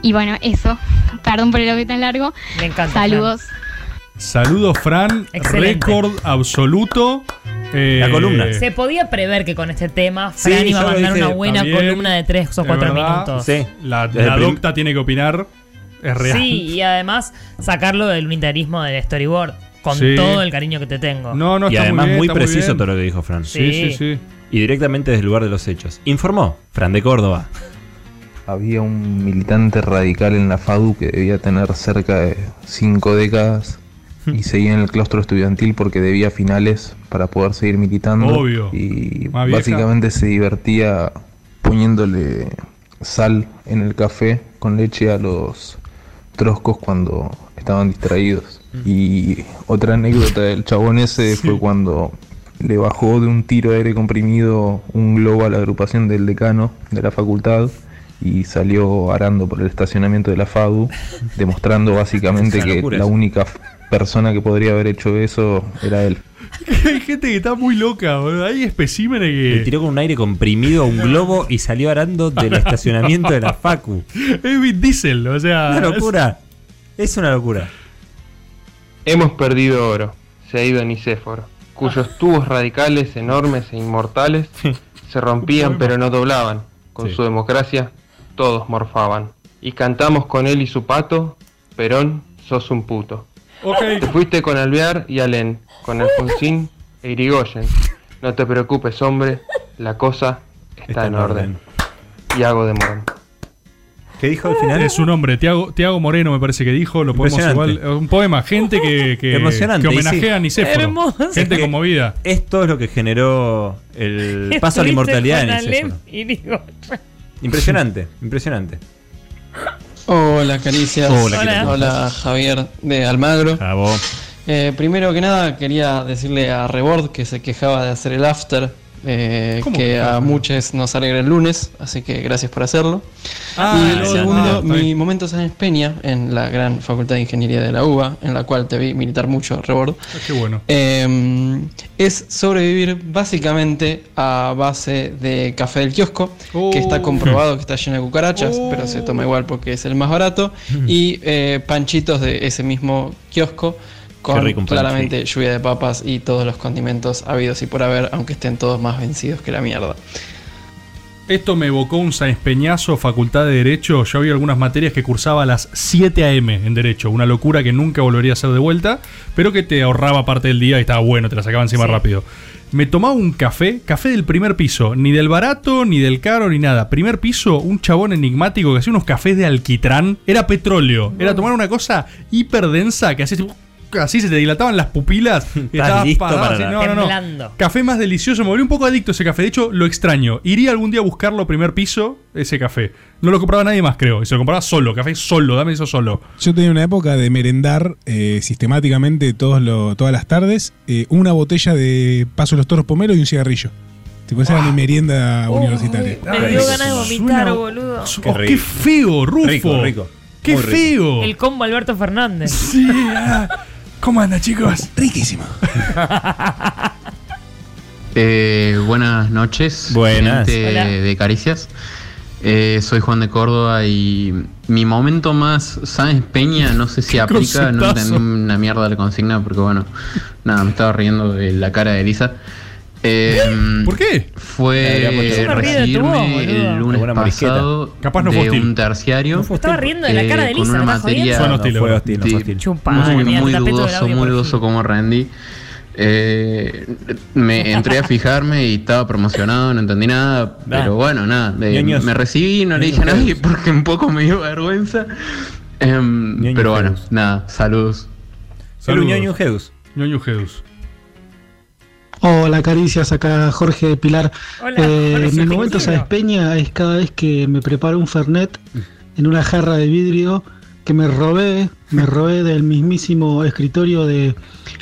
Speaker 10: Y bueno, eso. Perdón por el audio tan largo.
Speaker 6: Me encanta.
Speaker 10: Saludos.
Speaker 3: Saludos, Fran.
Speaker 6: Excelente.
Speaker 3: Récord absoluto. Eh,
Speaker 9: La columna.
Speaker 6: Se podía prever que que con este tema
Speaker 3: Sí,
Speaker 6: Fran
Speaker 3: yo
Speaker 6: iba a
Speaker 3: lo
Speaker 6: mandar
Speaker 3: dije
Speaker 6: una buena
Speaker 3: también.
Speaker 6: columna de 3 o
Speaker 3: Es
Speaker 6: 4
Speaker 3: verdad.
Speaker 6: minutos.
Speaker 3: La,
Speaker 9: Desde
Speaker 3: la
Speaker 9: el prim-
Speaker 3: docta tiene que opinar. Es real.
Speaker 6: Sí, y además sacarlo del unitarismo del storyboard. Con
Speaker 9: Sí.
Speaker 6: todo el cariño que te tengo.
Speaker 9: y además muy, preciso
Speaker 6: bien.
Speaker 9: todo lo que dijo Fran.
Speaker 6: Sí, Sí, sí, sí.
Speaker 9: Y directamente desde el lugar de los hechos. Informó Fran de Córdoba.
Speaker 14: Había un militante radical en la FADU que debía tener cerca de cinco décadas y seguía en el claustro estudiantil porque debía finales para poder seguir militando.
Speaker 3: Obvio.
Speaker 14: Y
Speaker 3: Más vieja.
Speaker 14: básicamente se divertía poniéndole sal en el café con leche a los troscos cuando estaban distraídos. Y otra anécdota del chabón ese fue cuando le bajó de un tiro de aire comprimido un globo a la agrupación del decano de la facultad y salió arando por el estacionamiento de la FADU, demostrando básicamente
Speaker 9: Es una
Speaker 14: que
Speaker 9: locura
Speaker 14: la
Speaker 9: eso.
Speaker 14: única f- persona que podría haber hecho eso era él.
Speaker 3: Hay gente que está muy loca, boludo. Hay especímenes
Speaker 9: Le
Speaker 3: que.
Speaker 9: tiró con un aire comprimido a un globo y salió arando del estacionamiento de la Facu.
Speaker 3: Es Vin Diesel, o sea.
Speaker 9: Una
Speaker 3: es-
Speaker 9: locura. Es una locura.
Speaker 15: Hemos perdido oro, se ha ido Nicéforo,
Speaker 9: Ah.
Speaker 15: cuyos tubos radicales enormes e inmortales se rompían pero no doblaban. Con
Speaker 9: Sí.
Speaker 15: su democracia todos morfaban. Y cantamos con él y su pato, Perón, sos un puto. Te fuiste con Alvear y Alén, con Alfonsín e Irigoyen. No te preocupes, hombre, la cosa está, en orden. Y hago de morón.
Speaker 9: ¿Qué dijo al final?
Speaker 3: Es un hombre, Tiago, Tiago Moreno me parece que dijo, lo podemos
Speaker 9: Impresionante.
Speaker 3: igual. Un poema, gente que, que,
Speaker 9: Emocionante,
Speaker 3: que homenajea a
Speaker 9: sí.
Speaker 3: Nicéforo.
Speaker 6: Hermoso.
Speaker 3: Gente
Speaker 9: Es que-
Speaker 3: conmovida.
Speaker 9: Esto es lo que generó el paso a la
Speaker 6: Estuviste
Speaker 9: inmortalidad en
Speaker 6: con
Speaker 9: ese.
Speaker 6: Alem y digo-
Speaker 9: Impresionante, impresionante.
Speaker 3: Eh,
Speaker 19: Hola, Caricias.
Speaker 9: Hola, ¿qué tal?
Speaker 19: Hola, Javier de Almagro. Eh, primero que nada, quería decirle a Rebord que se quejaba de hacer el after, eh,
Speaker 18: ¿Cómo que
Speaker 19: que a
Speaker 18: after?
Speaker 19: muchos nos alegra el lunes, así que gracias por hacerlo.
Speaker 18: Ah,
Speaker 19: y
Speaker 18: el
Speaker 19: segundo,
Speaker 18: otro, está
Speaker 19: mi momento Sáenz Peña en la gran Facultad de Ingeniería de la UBA, en la cual te vi militar mucho, Rebord.
Speaker 3: Qué bueno.
Speaker 19: Eh, es sobrevivir básicamente a base de café del kiosco, que está comprobado que está lleno de cucarachas, pero se
Speaker 9: Uh.
Speaker 19: toma igual porque es el más barato, y eh, panchitos de ese mismo kiosco,
Speaker 9: Qué
Speaker 19: con
Speaker 9: rico un panchito.
Speaker 19: claramente lluvia de papas y todos los condimentos habidos y por haber, aunque estén todos más vencidos que la mierda.
Speaker 3: Esto me evocó un Sáenz Peñazo, Facultad de Derecho. Yo había algunas materias que cursaba a las 7 a.m. en Derecho. Una locura que nunca volvería a hacer de vuelta, pero que te ahorraba parte del día y estaba bueno, te la sacaba encima
Speaker 6: Sí.
Speaker 3: rápido. Me tomaba un café, café del primer piso, ni del barato, ni del caro, ni nada. Primer piso, un chabón enigmático que hacía unos cafés de alquitrán. Era petróleo. Era tomar una cosa hiperdensa que hacía tipo- Así se te dilataban las pupilas. y estabas
Speaker 9: listo
Speaker 3: parado
Speaker 9: para
Speaker 3: así,
Speaker 9: la-
Speaker 3: no, no, no.
Speaker 6: Temblando.
Speaker 3: Café más delicioso, me volví un poco adicto a ese café. De hecho, lo extraño. Iría algún día a buscarlo primer piso, ese café. No lo compraba nadie más, creo. Y se lo compraba solo, café solo, dame eso solo.
Speaker 12: Yo tenía una época de merendar eh, sistemáticamente todos lo- todas las tardes eh, una botella de Paso de los Toros Pomelo y un cigarrillo. Tipo, esa era mi merienda universitaria.
Speaker 6: Me dio ganas de vomitar, boludo.
Speaker 3: Oh, qué feo, Rufo.
Speaker 9: Rico, rico.
Speaker 3: Qué
Speaker 9: Muy rico.
Speaker 3: feo. ah.
Speaker 6: El combo Alberto Fernández.
Speaker 3: Sí,
Speaker 12: ¿Cómo andan, chicos? Riquísimo.
Speaker 2: Eh, buenas noches.
Speaker 14: Buenas.
Speaker 2: gente
Speaker 14: Hola.
Speaker 2: de Caricias. Eh, soy Juan de Córdoba y mi momento más Sáenz Peña, no sé si aplica, no
Speaker 14: cosetazo.
Speaker 2: entendí una mierda la consigna porque bueno, nada, me estaba riendo de la cara de Elisa. ¿Por
Speaker 12: qué?
Speaker 2: Fue
Speaker 14: Yo me río de tu voz,
Speaker 2: recibirme
Speaker 14: boludo.
Speaker 2: el lunes
Speaker 14: Alguna marisqueta.
Speaker 2: pasado
Speaker 14: Capaz no fue
Speaker 2: de
Speaker 14: hostil.
Speaker 2: un terciario.
Speaker 6: Estaba riendo de la
Speaker 2: eh,
Speaker 6: cara de
Speaker 2: con
Speaker 6: Lisa,
Speaker 2: una
Speaker 6: ¿me estás
Speaker 2: materia
Speaker 6: jodiendo?
Speaker 2: fue
Speaker 14: hostil, no fue
Speaker 2: de-
Speaker 14: hostil.
Speaker 6: Chupada,
Speaker 2: muy,
Speaker 6: mierda,
Speaker 2: muy
Speaker 6: tapé todo el
Speaker 2: dudoso,
Speaker 6: audio,
Speaker 2: muy
Speaker 6: por
Speaker 2: dudoso como rendí. Eh, me entré a fijarme y estaba promocionado, no entendí nada, pero bueno, nada, de-
Speaker 14: Ñoños.
Speaker 2: me recibí, no le dije a nadie porque un poco me dio vergüenza. Em, pero bueno, nada, saludos.
Speaker 9: Ñoño Geus.
Speaker 3: Ñoño Geus.
Speaker 13: Hola Caricias, acá Jorge de Pilar.
Speaker 3: Hola,
Speaker 13: Eh,
Speaker 3: Jorge de
Speaker 13: mi momento
Speaker 3: Pilar.
Speaker 13: a Peña es cada vez que me preparo un Fernet en una jarra de vidrio que me robé, me robé del mismísimo escritorio de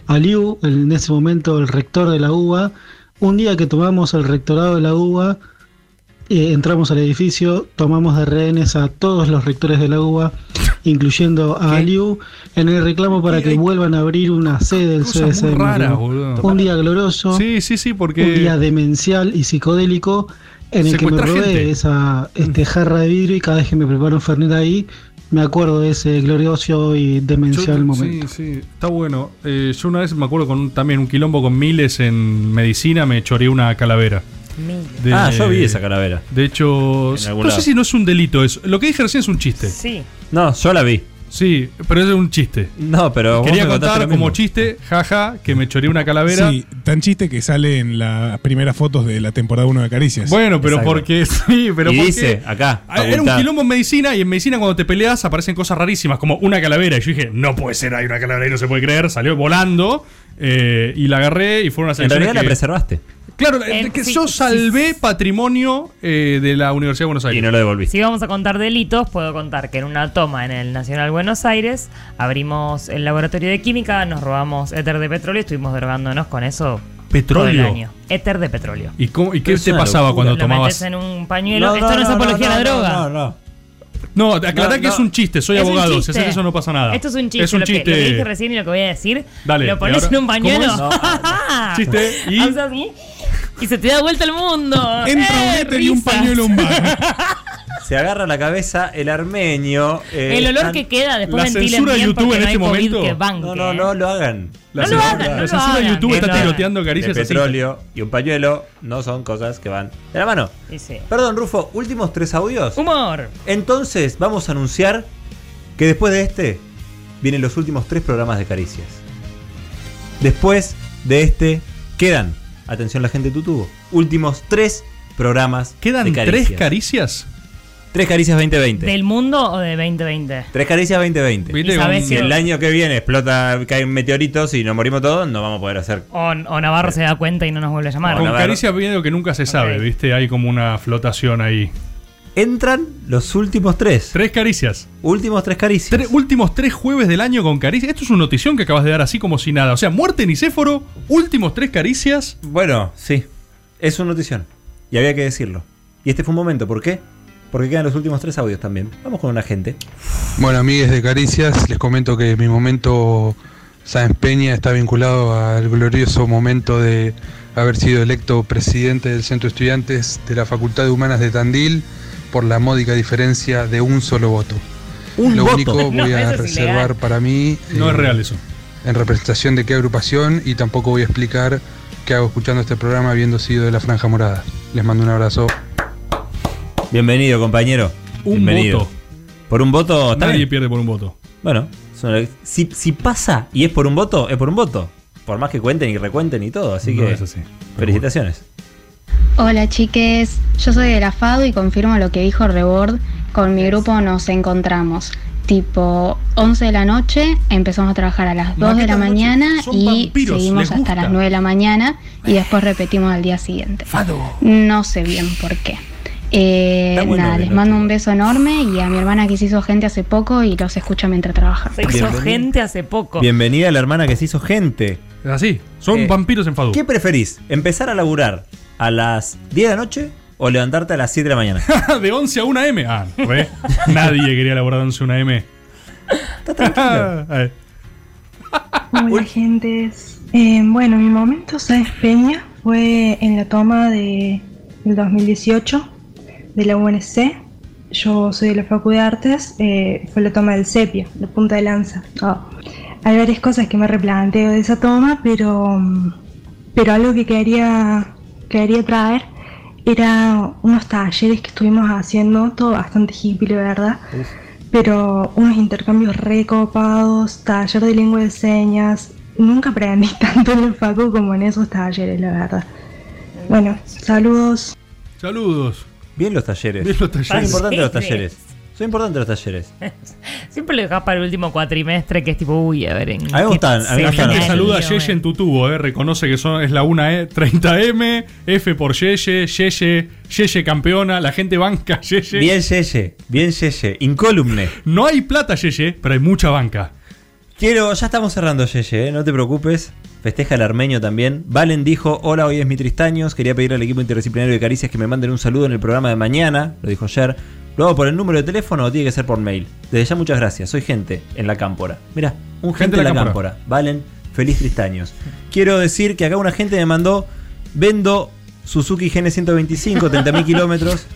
Speaker 13: Aliu, el- en ese momento el rector de la UBA. Un día que tomamos el rectorado de la UBA, eh, entramos al edificio, tomamos de rehenes a todos los rectores de la UBA, incluyendo a Aliu, en el reclamo para que vuelvan a abrir una sede del
Speaker 3: Cosas muy
Speaker 13: CDC. de Merlo.
Speaker 3: raras, boludo.
Speaker 13: Un día glorioso.
Speaker 3: Sí, sí, sí, porque-
Speaker 13: Un día demencial y psicodélico en el que me
Speaker 3: Secuestra
Speaker 13: robé
Speaker 3: gente. Mm.
Speaker 13: esa este, jarra de vidrio y cada vez que me preparo un Fernet ahí, me acuerdo de ese glorioso y demencial
Speaker 3: Yo-
Speaker 13: momento.
Speaker 3: Sí, sí, está bueno. Eh, yo una vez me acuerdo con un- también un quilombo con miles en medicina, me choreé una calavera.
Speaker 6: Miles.
Speaker 3: De-
Speaker 9: Ah, yo vi esa calavera.
Speaker 3: De hecho,
Speaker 9: En
Speaker 3: no
Speaker 9: algún lado.
Speaker 3: sé si no es un delito eso. Lo que dije recién es un chiste.
Speaker 6: Sí.
Speaker 9: No, yo la vi.
Speaker 3: Sí, pero es un chiste.
Speaker 9: No, pero vos
Speaker 3: Quería
Speaker 9: me contaste
Speaker 3: contar
Speaker 9: lo
Speaker 3: como
Speaker 9: mismo.
Speaker 3: chiste, jaja, que me choreé una calavera.
Speaker 12: Sí, tan chiste que sale en las primeras fotos de la temporada 1 de Caricias.
Speaker 3: Bueno, pero porque sí, pero
Speaker 12: Y
Speaker 3: porque
Speaker 12: dice, acá,
Speaker 3: Ah, Era un
Speaker 12: facultad.
Speaker 3: quilombo en medicina y en medicina cuando te peleas aparecen cosas rarísimas como una calavera y yo dije, no puede ser, hay una calavera y no se puede creer, salió volando eh, y la agarré y fueron unas
Speaker 9: En realidad
Speaker 3: elecciones
Speaker 9: la
Speaker 3: que-
Speaker 9: preservaste.
Speaker 3: Claro,
Speaker 6: Eh,
Speaker 3: que
Speaker 6: sí,
Speaker 3: yo
Speaker 6: sí,
Speaker 3: salvé patrimonio eh, de la Universidad de Buenos Aires. Y
Speaker 9: no lo devolví.
Speaker 6: Si vamos a contar delitos, puedo contar que en una toma en el Nacional Buenos Aires abrimos el laboratorio de química, nos robamos éter de petróleo y estuvimos drogándonos con eso todo el
Speaker 3: ¿Petróleo?
Speaker 6: año. Éter de petróleo.
Speaker 3: ¿Y, cómo- y qué
Speaker 9: Pero es
Speaker 3: te
Speaker 9: una
Speaker 3: pasaba
Speaker 9: locura.
Speaker 3: cuando
Speaker 9: Lo
Speaker 6: Metes
Speaker 3: tomabas?
Speaker 6: en un pañuelo. Esto no, es apología a la droga.
Speaker 9: No, no.
Speaker 3: No, aclará
Speaker 6: No,
Speaker 3: que
Speaker 6: no.
Speaker 3: es un chiste, soy
Speaker 6: Es un
Speaker 3: abogado, si
Speaker 6: chiste.
Speaker 3: haces eso no pasa nada.
Speaker 6: Esto es un chiste.
Speaker 3: Es un
Speaker 6: lo que-
Speaker 3: chiste.
Speaker 6: lo Que, dije recién y lo que voy a decir.
Speaker 3: Dale,
Speaker 6: Lo
Speaker 3: y
Speaker 6: pones
Speaker 3: ahora-
Speaker 6: en un pañuelo.
Speaker 3: ¿cómo es? ah, Chiste, y-
Speaker 6: Haces así, y se te da vuelta el mundo.
Speaker 9: Entra un
Speaker 6: ¡Eh,
Speaker 9: éter y un
Speaker 6: risas!
Speaker 9: pañuelo Se agarra la cabeza el armenio. eh,
Speaker 6: El olor
Speaker 9: tan-
Speaker 6: que queda después ventilen bien porque no hay COVID que banque,
Speaker 9: No, no, no lo hagan.
Speaker 6: este La No lo censura- hagan, no la lo censura de hagan, YouTube no está lo hagan. tiroteando
Speaker 3: caricias
Speaker 9: De
Speaker 3: así.
Speaker 9: petróleo y un pañuelo no son cosas que van de la mano.
Speaker 6: Y sí.
Speaker 9: Perdón, Rufo, últimos tres audios.
Speaker 6: Humor.
Speaker 9: Entonces, vamos a anunciar que después de este vienen los últimos tres programas de Caricias. Después de este quedan, atención la gente de tu tubo, últimos tres programas
Speaker 3: ¿Quedan
Speaker 9: de Caricias.
Speaker 3: tres caricias?
Speaker 9: Tres Caricias 2020.
Speaker 6: ¿Del mundo o de 2020?
Speaker 9: Tres Caricias 2020.
Speaker 6: ¿Viste Y sabés con-
Speaker 9: Si el año que viene explota, caen meteoritos y nos morimos todos, no vamos a poder hacer
Speaker 6: O, o Navarro se da cuenta y no nos vuelve a llamar.
Speaker 3: Ah, Con caricias viene lo que nunca se sabe, ¿viste? Hay como una flotación ahí.
Speaker 9: Entran los últimos tres.
Speaker 3: Tres caricias.
Speaker 9: Últimos tres caricias.
Speaker 3: últimos tres jueves del año con caricias. Esto es una notición que acabas de dar así como si nada. O sea, muerte en Nicéforo, últimos tres caricias.
Speaker 9: Bueno, sí. Es una notición. Y había que decirlo. Y este fue un momento. ¿Por qué? Porque quedan los últimos tres audios también. Vamos con una gente.
Speaker 20: Bueno, amigues de Caricias, les comento que mi momento Sáenz Peña está vinculado al glorioso momento de haber sido electo presidente del Centro de Estudiantes de la Facultad de Humanas de Tandil por la módica diferencia de un solo voto.
Speaker 3: Un
Speaker 20: Lo
Speaker 3: voto.
Speaker 20: único
Speaker 3: No,
Speaker 20: voy
Speaker 3: eso
Speaker 20: a
Speaker 3: es
Speaker 20: reservar
Speaker 3: ilegal.
Speaker 20: para mí. eh,
Speaker 3: No es real eso.
Speaker 20: En representación de qué agrupación y tampoco voy a explicar qué hago escuchando este programa habiendo sido de la Franja Morada. Les mando un abrazo.
Speaker 9: Bienvenido, compañero.
Speaker 20: Un
Speaker 9: Bienvenido.
Speaker 20: voto.
Speaker 9: ¿Por un voto? ¿Está
Speaker 3: Nadie
Speaker 9: bien?
Speaker 3: pierde por un voto.
Speaker 9: Bueno, es una- si, si pasa y es por un voto, es por un voto. Por más que cuenten y recuenten y todo. Así
Speaker 3: No,
Speaker 9: que.
Speaker 3: es así.
Speaker 9: Felicitaciones.
Speaker 10: Hola chiques, yo soy de la FADO y confirmo lo que dijo Rebord. Con mi grupo nos encontramos tipo 11 de la noche, empezamos a trabajar a las 2 de la
Speaker 1: Maquetas noche,
Speaker 10: mañana
Speaker 1: son
Speaker 10: y
Speaker 1: vampiros, les
Speaker 10: seguimos
Speaker 1: gusta.
Speaker 10: hasta las 9 de la mañana y después repetimos al día siguiente. No sé bien por qué. Eh,
Speaker 1: Está bueno
Speaker 10: nada,
Speaker 1: de
Speaker 10: les
Speaker 1: noche.
Speaker 10: mando un beso enorme y a mi hermana que se hizo gente hace poco y los escucha mientras trabaja.
Speaker 6: Se hizo
Speaker 9: Bienvenido.
Speaker 6: gente hace poco.
Speaker 9: Bienvenida a la hermana que se hizo gente. Eh,
Speaker 3: Así, son vampiros en Fadu.
Speaker 9: ¿Qué preferís? ¿Empezar a laburar a las 10 de la noche o levantarte a las 7 de la mañana?
Speaker 3: de 11 a 1 M. Ah, re.
Speaker 9: Eh,
Speaker 3: Nadie quería elaborar 11 a 1 M.
Speaker 1: Hola, gentes. Eh, bueno, mi momento, Sáenz Peña, fue en la toma de, del 2018 de la UNC. Yo soy de la Facultad de Artes, eh, fue la toma del sepia, la punta de lanza. Ah. Hay varias cosas que me replanteo de esa toma, pero, mm, pero algo que quería, quería traer era unos talleres que estuvimos haciendo, todo bastante hippie, la verdad pero unos intercambios recopados, taller de lengua de señas. Nunca aprendí tanto en el facu como en esos talleres, la verdad. Bueno, saludos.
Speaker 3: Saludos.
Speaker 9: Bien los talleres.
Speaker 3: Bien los talleres.
Speaker 9: Son importantes los
Speaker 6: Talleres.
Speaker 9: talleres. Son importantes los talleres.
Speaker 6: Siempre lo dejas para el último cuatrimestre, que es tipo, uy, a ver.
Speaker 9: A
Speaker 6: ¿en
Speaker 9: mí me
Speaker 6: qué
Speaker 9: gustan, a mí me
Speaker 6: seminario
Speaker 9: gustan.
Speaker 3: Te saluda
Speaker 6: me-
Speaker 3: Yeye en tu tubo, eh. reconoce que son, es la 1E30M, F por Yeye, Yeye, Yeye campeona, la gente banca Yeye.
Speaker 9: Bien Yeye, bien Yeye, incólume.
Speaker 3: No hay plata Yeye, pero hay mucha banca.
Speaker 9: Quiero, ya estamos cerrando, Yeye, ¿eh? no te preocupes. Festeja el armenio también. Valen dijo, hola, hoy es mi Tristaños. Quería pedir al equipo interdisciplinario de Caricias que me manden un saludo en el programa de mañana. Lo dijo ayer. ¿Lo hago por el número de teléfono o tiene que ser por mail? Desde ya muchas gracias. Soy gente en la cámpora. Mira, un gente, en la cámpora. Valen, feliz Tristaños. Quiero decir que acá una gente me mandó, vendo Suzuki GN125, 30.000 kilómetros.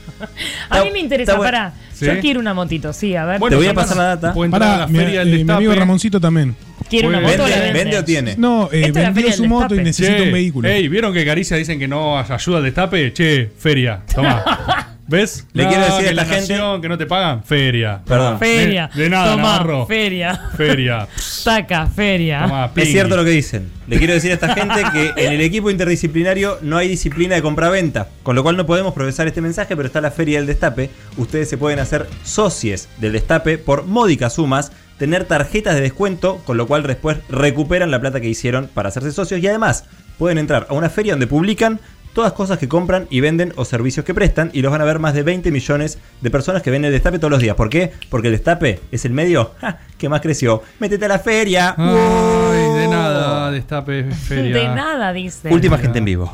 Speaker 6: A mí me interesa,
Speaker 9: está bueno.
Speaker 6: pará.
Speaker 9: Sí.
Speaker 6: Yo quiero una motito, sí, a ver.
Speaker 9: te voy a pasar la data.
Speaker 12: Pará, mi, eh, mi amigo Ramoncito también.
Speaker 6: Quiero una moto, la vende.
Speaker 12: No, eh,
Speaker 6: Esto es la
Speaker 12: vendió
Speaker 6: feria
Speaker 12: su
Speaker 6: del
Speaker 12: moto y
Speaker 6: destape.
Speaker 12: necesita
Speaker 3: Che,
Speaker 12: un vehículo.
Speaker 3: Ey, ¿vieron que Caricia dicen que no ayuda al destape? Che, feria, toma. ¿Ves?
Speaker 9: Le quiero decir a
Speaker 3: que
Speaker 9: esta
Speaker 3: la
Speaker 9: gente-
Speaker 3: nación, que no te pagan, feria.
Speaker 9: Perdón.
Speaker 6: Feria.
Speaker 3: De, de nada,
Speaker 6: Tomá,
Speaker 3: Navarro.
Speaker 6: Feria.
Speaker 3: Feria.
Speaker 6: Saca, feria.
Speaker 9: Es cierto lo que dicen. Le quiero decir a esta gente que en el equipo interdisciplinario no hay disciplina de compraventa, con lo cual no podemos progresar este mensaje, pero está la Feria del Destape. Ustedes se pueden hacer socies del Destape por módicas sumas, tener tarjetas de descuento, con lo cual después recuperan la plata que hicieron para hacerse socios y además pueden entrar a una feria donde publican todas cosas que compran y venden o servicios que prestan y los van a ver más de 20 millones de personas que ven el destape todos los días. ¿Por qué? Porque el destape es el medio ja, que más creció. Métete a la feria.
Speaker 3: Ay, de
Speaker 9: Oh.
Speaker 3: nada, destape, feria.
Speaker 6: De nada, dice.
Speaker 9: Última gente en vivo.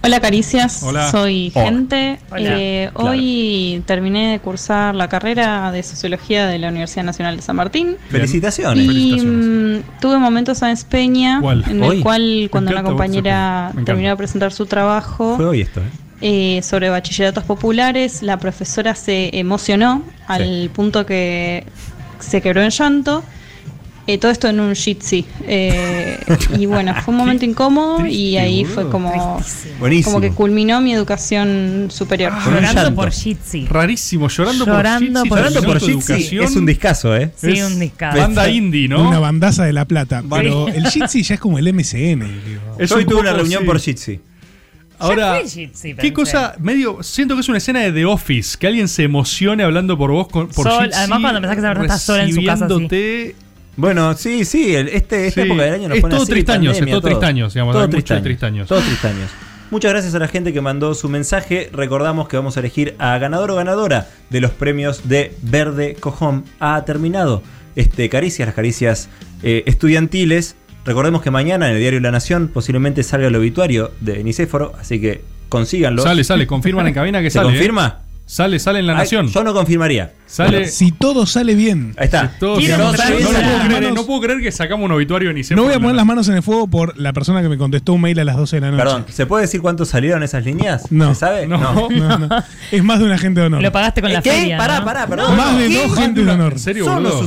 Speaker 11: Hola Caricias,
Speaker 9: Hola.
Speaker 11: soy
Speaker 9: Hola.
Speaker 11: gente.
Speaker 9: Hola.
Speaker 11: Eh,
Speaker 9: Claro.
Speaker 11: Hoy terminé de cursar la carrera de Sociología de la Universidad Nacional de San Martín.
Speaker 9: Felicitaciones.
Speaker 11: Y mm, tuve momentos a Peña
Speaker 9: ¿Cuál?
Speaker 11: en
Speaker 9: Hoy.
Speaker 11: el cual
Speaker 9: Me
Speaker 11: cuando una
Speaker 9: encanta vos, Sáenz
Speaker 11: compañera
Speaker 9: Peña. Me
Speaker 11: terminó
Speaker 9: encanta.
Speaker 11: de presentar su trabajo
Speaker 9: Fue hoy esto, ¿eh?
Speaker 11: eh, sobre bachilleratos populares, la profesora se emocionó al punto que se quebró en llanto. Eh, todo esto en un jitsi. Eh, y bueno, fue un momento incómodo y
Speaker 9: triste,
Speaker 11: ahí
Speaker 9: boludo.
Speaker 11: fue como,
Speaker 9: Buenísimo.
Speaker 11: como que culminó mi educación superior.
Speaker 3: Con un Ah, Llorando llanto. por
Speaker 6: Jitsi.
Speaker 3: Rarísimo, llorando,
Speaker 11: Llorando
Speaker 3: por Jitsi.
Speaker 11: por
Speaker 3: terminó
Speaker 9: Llorando por
Speaker 3: tu
Speaker 9: Jitsi
Speaker 3: educación.
Speaker 9: es un discazo, ¿eh?
Speaker 6: Sí, un discazo.
Speaker 3: Banda indie, ¿no?
Speaker 12: Una bandaza de La Plata. Pero
Speaker 3: Sí.
Speaker 12: el Jitsi ya es como el MCN. digo.
Speaker 3: Es
Speaker 9: Hoy
Speaker 3: un
Speaker 9: tuve
Speaker 3: poco
Speaker 9: una reunión
Speaker 3: así.
Speaker 9: por Jitsi.
Speaker 3: Ahora,
Speaker 6: fue Jitsi, pensé.
Speaker 3: qué cosa medio. Siento que es una escena de The Office, que alguien se emocione hablando por vos, con, por
Speaker 6: Sol,
Speaker 3: Jitsi,
Speaker 6: además cuando pensás que esa persona está sola en su casa, así.
Speaker 3: recibiéndote.
Speaker 9: Bueno, sí, sí, el- este, esta
Speaker 3: Sí.
Speaker 9: época del año nos
Speaker 3: Es
Speaker 9: pone
Speaker 3: todo
Speaker 9: así,
Speaker 3: tristaños,
Speaker 9: pandemia,
Speaker 3: es todo tristaños, digamos, hay
Speaker 9: Todo
Speaker 3: mucho
Speaker 9: tristaños,
Speaker 3: tristaños.
Speaker 9: todo tristaños. Muchas gracias a la gente que mandó su mensaje. Recordamos que vamos a elegir a ganador o ganadora de los premios de Verde Cojón. Ha terminado este Caricias, las caricias eh, estudiantiles. Recordemos que mañana en el diario La Nación posiblemente salga el obituario de Nicéforo, así que consíganlo.
Speaker 3: Sale, sale, confirman en cabina que
Speaker 9: ¿Se
Speaker 3: sale, ¿eh?
Speaker 9: confirma?
Speaker 3: Sale, sale en La
Speaker 9: Ay,
Speaker 3: Nación.
Speaker 9: yo no confirmaría.
Speaker 3: Sale-
Speaker 12: Si todo sale bien.
Speaker 9: Ahí está.
Speaker 3: Todo-
Speaker 12: Quiero
Speaker 3: no,
Speaker 12: mostrar
Speaker 3: no lo
Speaker 12: esa-
Speaker 3: puedo creer, ¿eh?
Speaker 12: manos.
Speaker 3: no puedo creer que sacamos un obituario ni
Speaker 12: No voy a poner las manos en el fuego por la persona que me contestó un mail a las 12 de la noche.
Speaker 9: Perdón, ¿se puede decir cuánto salieron esas líneas?
Speaker 12: No.
Speaker 9: ¿Se sabe?
Speaker 12: No, no, no. Es más de una gente de honor.
Speaker 9: Lo pagaste con la ¿Eh, ¿Qué? feria, Pará, ¿no? pará, perdón.
Speaker 12: Más de
Speaker 9: ¿Qué?
Speaker 12: dos gente de honor.
Speaker 3: ¿En serio, boludo?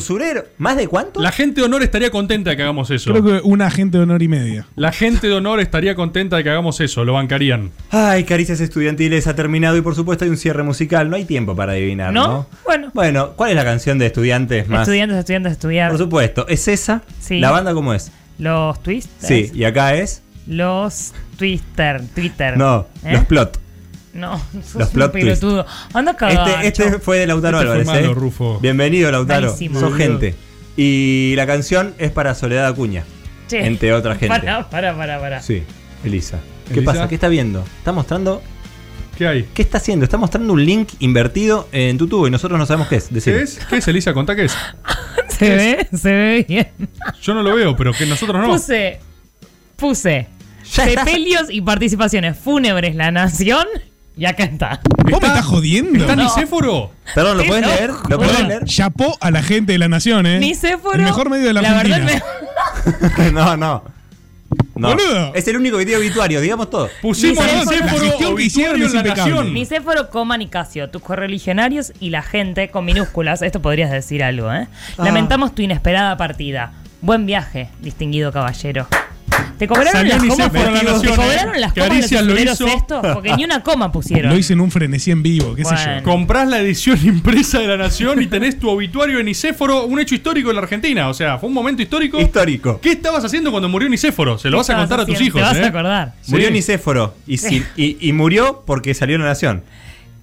Speaker 9: ¿Más de cuánto?
Speaker 3: La gente de honor estaría contenta de que hagamos eso.
Speaker 12: Creo que una gente de honor y media.
Speaker 3: La gente de honor estaría contenta de que hagamos eso, lo bancarían.
Speaker 9: Ay, Caricias Estudiantiles ha terminado y por supuesto hay un cierre musical. No hay tiempo para adivinar, ¿no?
Speaker 6: ¿No? Bueno.
Speaker 9: Bueno, ¿cuál es la canción de estudiantes más?
Speaker 6: Estudiantes, estudiantes, estudiar.
Speaker 9: Por supuesto, ¿es esa?
Speaker 6: Sí.
Speaker 9: ¿La banda cómo es?
Speaker 6: Los twisters.
Speaker 9: Sí, y acá es.
Speaker 6: Los twister, Twitter.
Speaker 9: No,
Speaker 6: ¿Eh?
Speaker 9: los plot.
Speaker 6: No, sos
Speaker 9: Los
Speaker 6: un
Speaker 9: plot twist.
Speaker 6: pelotudo. Anda
Speaker 9: Este,
Speaker 6: cagando.
Speaker 9: este fue de Lautaro
Speaker 3: Este fue
Speaker 9: Álvarez.
Speaker 3: malo,
Speaker 9: ¿eh?
Speaker 3: Rufo.
Speaker 9: Bienvenido, Lautaro.
Speaker 6: Malísimo.
Speaker 9: Sos
Speaker 6: Boludo.
Speaker 9: gente. Y la canción es para Soledad Acuña.
Speaker 6: Che.
Speaker 9: Entre otra gente.
Speaker 6: Pará, pará, pará, pará.
Speaker 9: Sí, Elisa. ¿Qué
Speaker 6: Elisa?
Speaker 9: pasa? ¿Qué está viendo? Está mostrando.
Speaker 3: ¿Qué hay?
Speaker 9: ¿Qué está haciendo? Está mostrando un link invertido en tu tubo y nosotros no sabemos qué es. Decime.
Speaker 3: ¿Qué es? ¿Qué es, Elisa? Contá qué es.
Speaker 6: Se ve, se ve bien.
Speaker 3: Yo no lo veo, pero que nosotros no.
Speaker 6: Puse. Puse. Sepelios y participaciones fúnebres La Nación. Y acá está.
Speaker 12: ¿Vos me estás jodiendo?
Speaker 6: ¿Está No.
Speaker 3: Nicéforo?
Speaker 9: Perdón,
Speaker 6: ¿lo podés leer? ¿Lo podés
Speaker 12: Perdón,
Speaker 6: leer?
Speaker 12: Chapó a la gente de la nación, ¿eh?
Speaker 6: Nicéforo.
Speaker 12: El mejor medio de la, Argentina.
Speaker 6: verdad
Speaker 9: no, no. No.
Speaker 5: Boludo.
Speaker 9: Es el único que tiene obituario, digamos todo.
Speaker 3: Pues
Speaker 6: Pusimos Ni
Speaker 9: el
Speaker 6: en Sephora, Sephora,
Speaker 9: obituario
Speaker 6: obituario en la nación. Ni Céforo, coma, ni Casio, tus correligionarios y la gente con minúsculas. Esto podrías decir algo, ¿eh?
Speaker 5: Ah.
Speaker 6: Lamentamos tu inesperada partida. Buen viaje, distinguido caballero. ¿Te cobraron
Speaker 12: Salió
Speaker 6: las
Speaker 12: ni
Speaker 6: comas?
Speaker 12: Sephora la
Speaker 6: ¿Te
Speaker 12: nación,
Speaker 6: cobraron
Speaker 12: eh?
Speaker 6: las comas
Speaker 12: Caricias
Speaker 6: los
Speaker 12: lo
Speaker 6: utileros
Speaker 12: hizo.
Speaker 6: estos? Porque ni una coma pusieron.
Speaker 12: Lo hice en un frenesí en vivo, qué sé
Speaker 6: Bueno.
Speaker 12: yo.
Speaker 3: Comprás la edición impresa de la Nación y tenés tu obituario en Nicéforo, un hecho histórico en la Argentina. O sea, fue un momento histórico.
Speaker 9: Histórico.
Speaker 3: ¿Qué estabas haciendo cuando murió Nicéforo? Se
Speaker 9: ¿Qué
Speaker 3: lo vas a
Speaker 9: estabas
Speaker 3: contar a tus
Speaker 9: haciendo?
Speaker 3: hijos.
Speaker 9: Te vas a
Speaker 3: ¿eh?
Speaker 9: acordar. Murió Nicéforo y, si- y, y murió porque salió en la nación.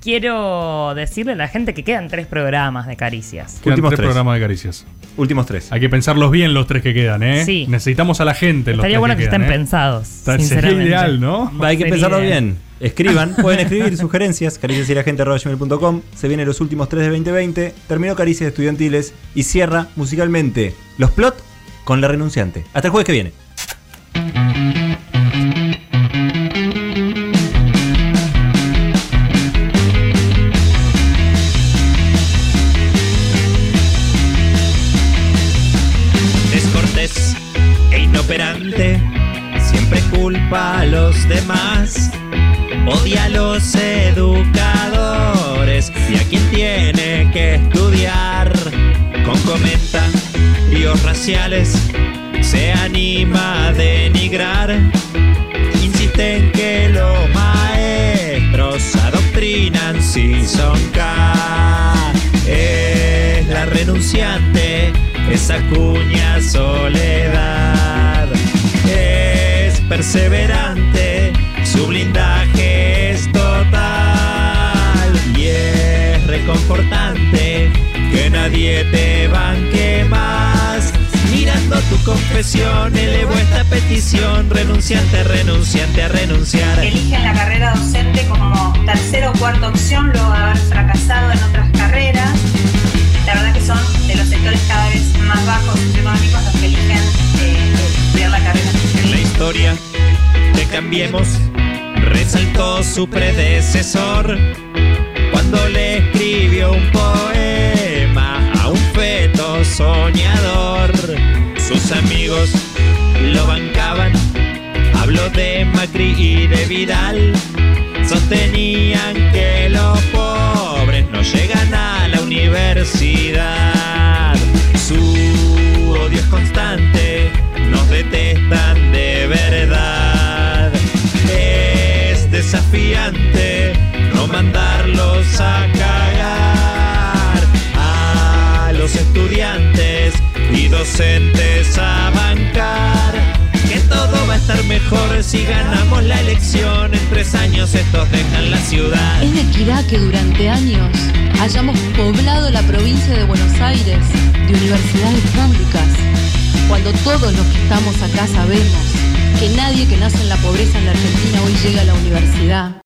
Speaker 6: Quiero decirle a la gente que quedan tres programas de caricias.
Speaker 3: Quedan
Speaker 9: Últimos
Speaker 3: tres
Speaker 9: tres.
Speaker 3: programas de caricias.
Speaker 9: Últimos tres.
Speaker 3: Hay que pensarlos bien los tres que quedan, ¿eh?
Speaker 6: Sí.
Speaker 3: Necesitamos a la gente. en los
Speaker 6: Estaría
Speaker 3: tres
Speaker 6: bueno que
Speaker 3: quedan,
Speaker 6: estén
Speaker 3: ¿eh?
Speaker 6: pensados.
Speaker 3: Está- sería
Speaker 6: sinceramente.
Speaker 3: ideal, ¿no?
Speaker 9: Hay que
Speaker 6: Sería
Speaker 9: pensarlo
Speaker 6: ideal.
Speaker 9: bien. Escriban, pueden escribir sugerencias, caricias y la gente Se vienen los últimos tres de 2020. Terminó Caricias Estudiantiles y cierra musicalmente los plot con la renunciante. Hasta el jueves que viene.
Speaker 5: Descortés e inoperante, siempre culpa a los demás. Odia a los educadores y a quien tiene que estudiar. Con comenta líos raciales, se anima a denigrar. Insiste en que los maestros adoctrinan si son K. Es la renunciante, esa cuña soledad. Es perseverante, su blindaje es total. Y es reconfortante que nadie te banque más. Mirando tu confesión, elevo esta petición. Renunciante, renunciante a renunciar.
Speaker 21: eligen la carrera docente como tercera o cuarta opción luego de haber fracasado en otras carreras. La verdad que son de los sectores cada vez más bajos económicos los que eligen eh, estudiar la carrera.
Speaker 5: La historia de Cambiemos resaltó su predecesor cuando le escribió un poema a un feto soñador. Sus amigos lo bancaban, habló de Macri y de Vidal. Sostenían que los pobres no llegan a la universidad. Su odio es constante, nos detestan de verdad. Es desafiante no mandarlos a cagar a los estudiantes y docentes a bancar. Que todo va a estar mejor si ganamos la elección. En tres años estos dejan la ciudad.
Speaker 22: Es de equidad que durante años hayamos poblado la provincia de Buenos Aires de universidades públicas, cuando todos los que estamos acá sabemos que nadie que nace en la pobreza en la Argentina hoy llega a la universidad.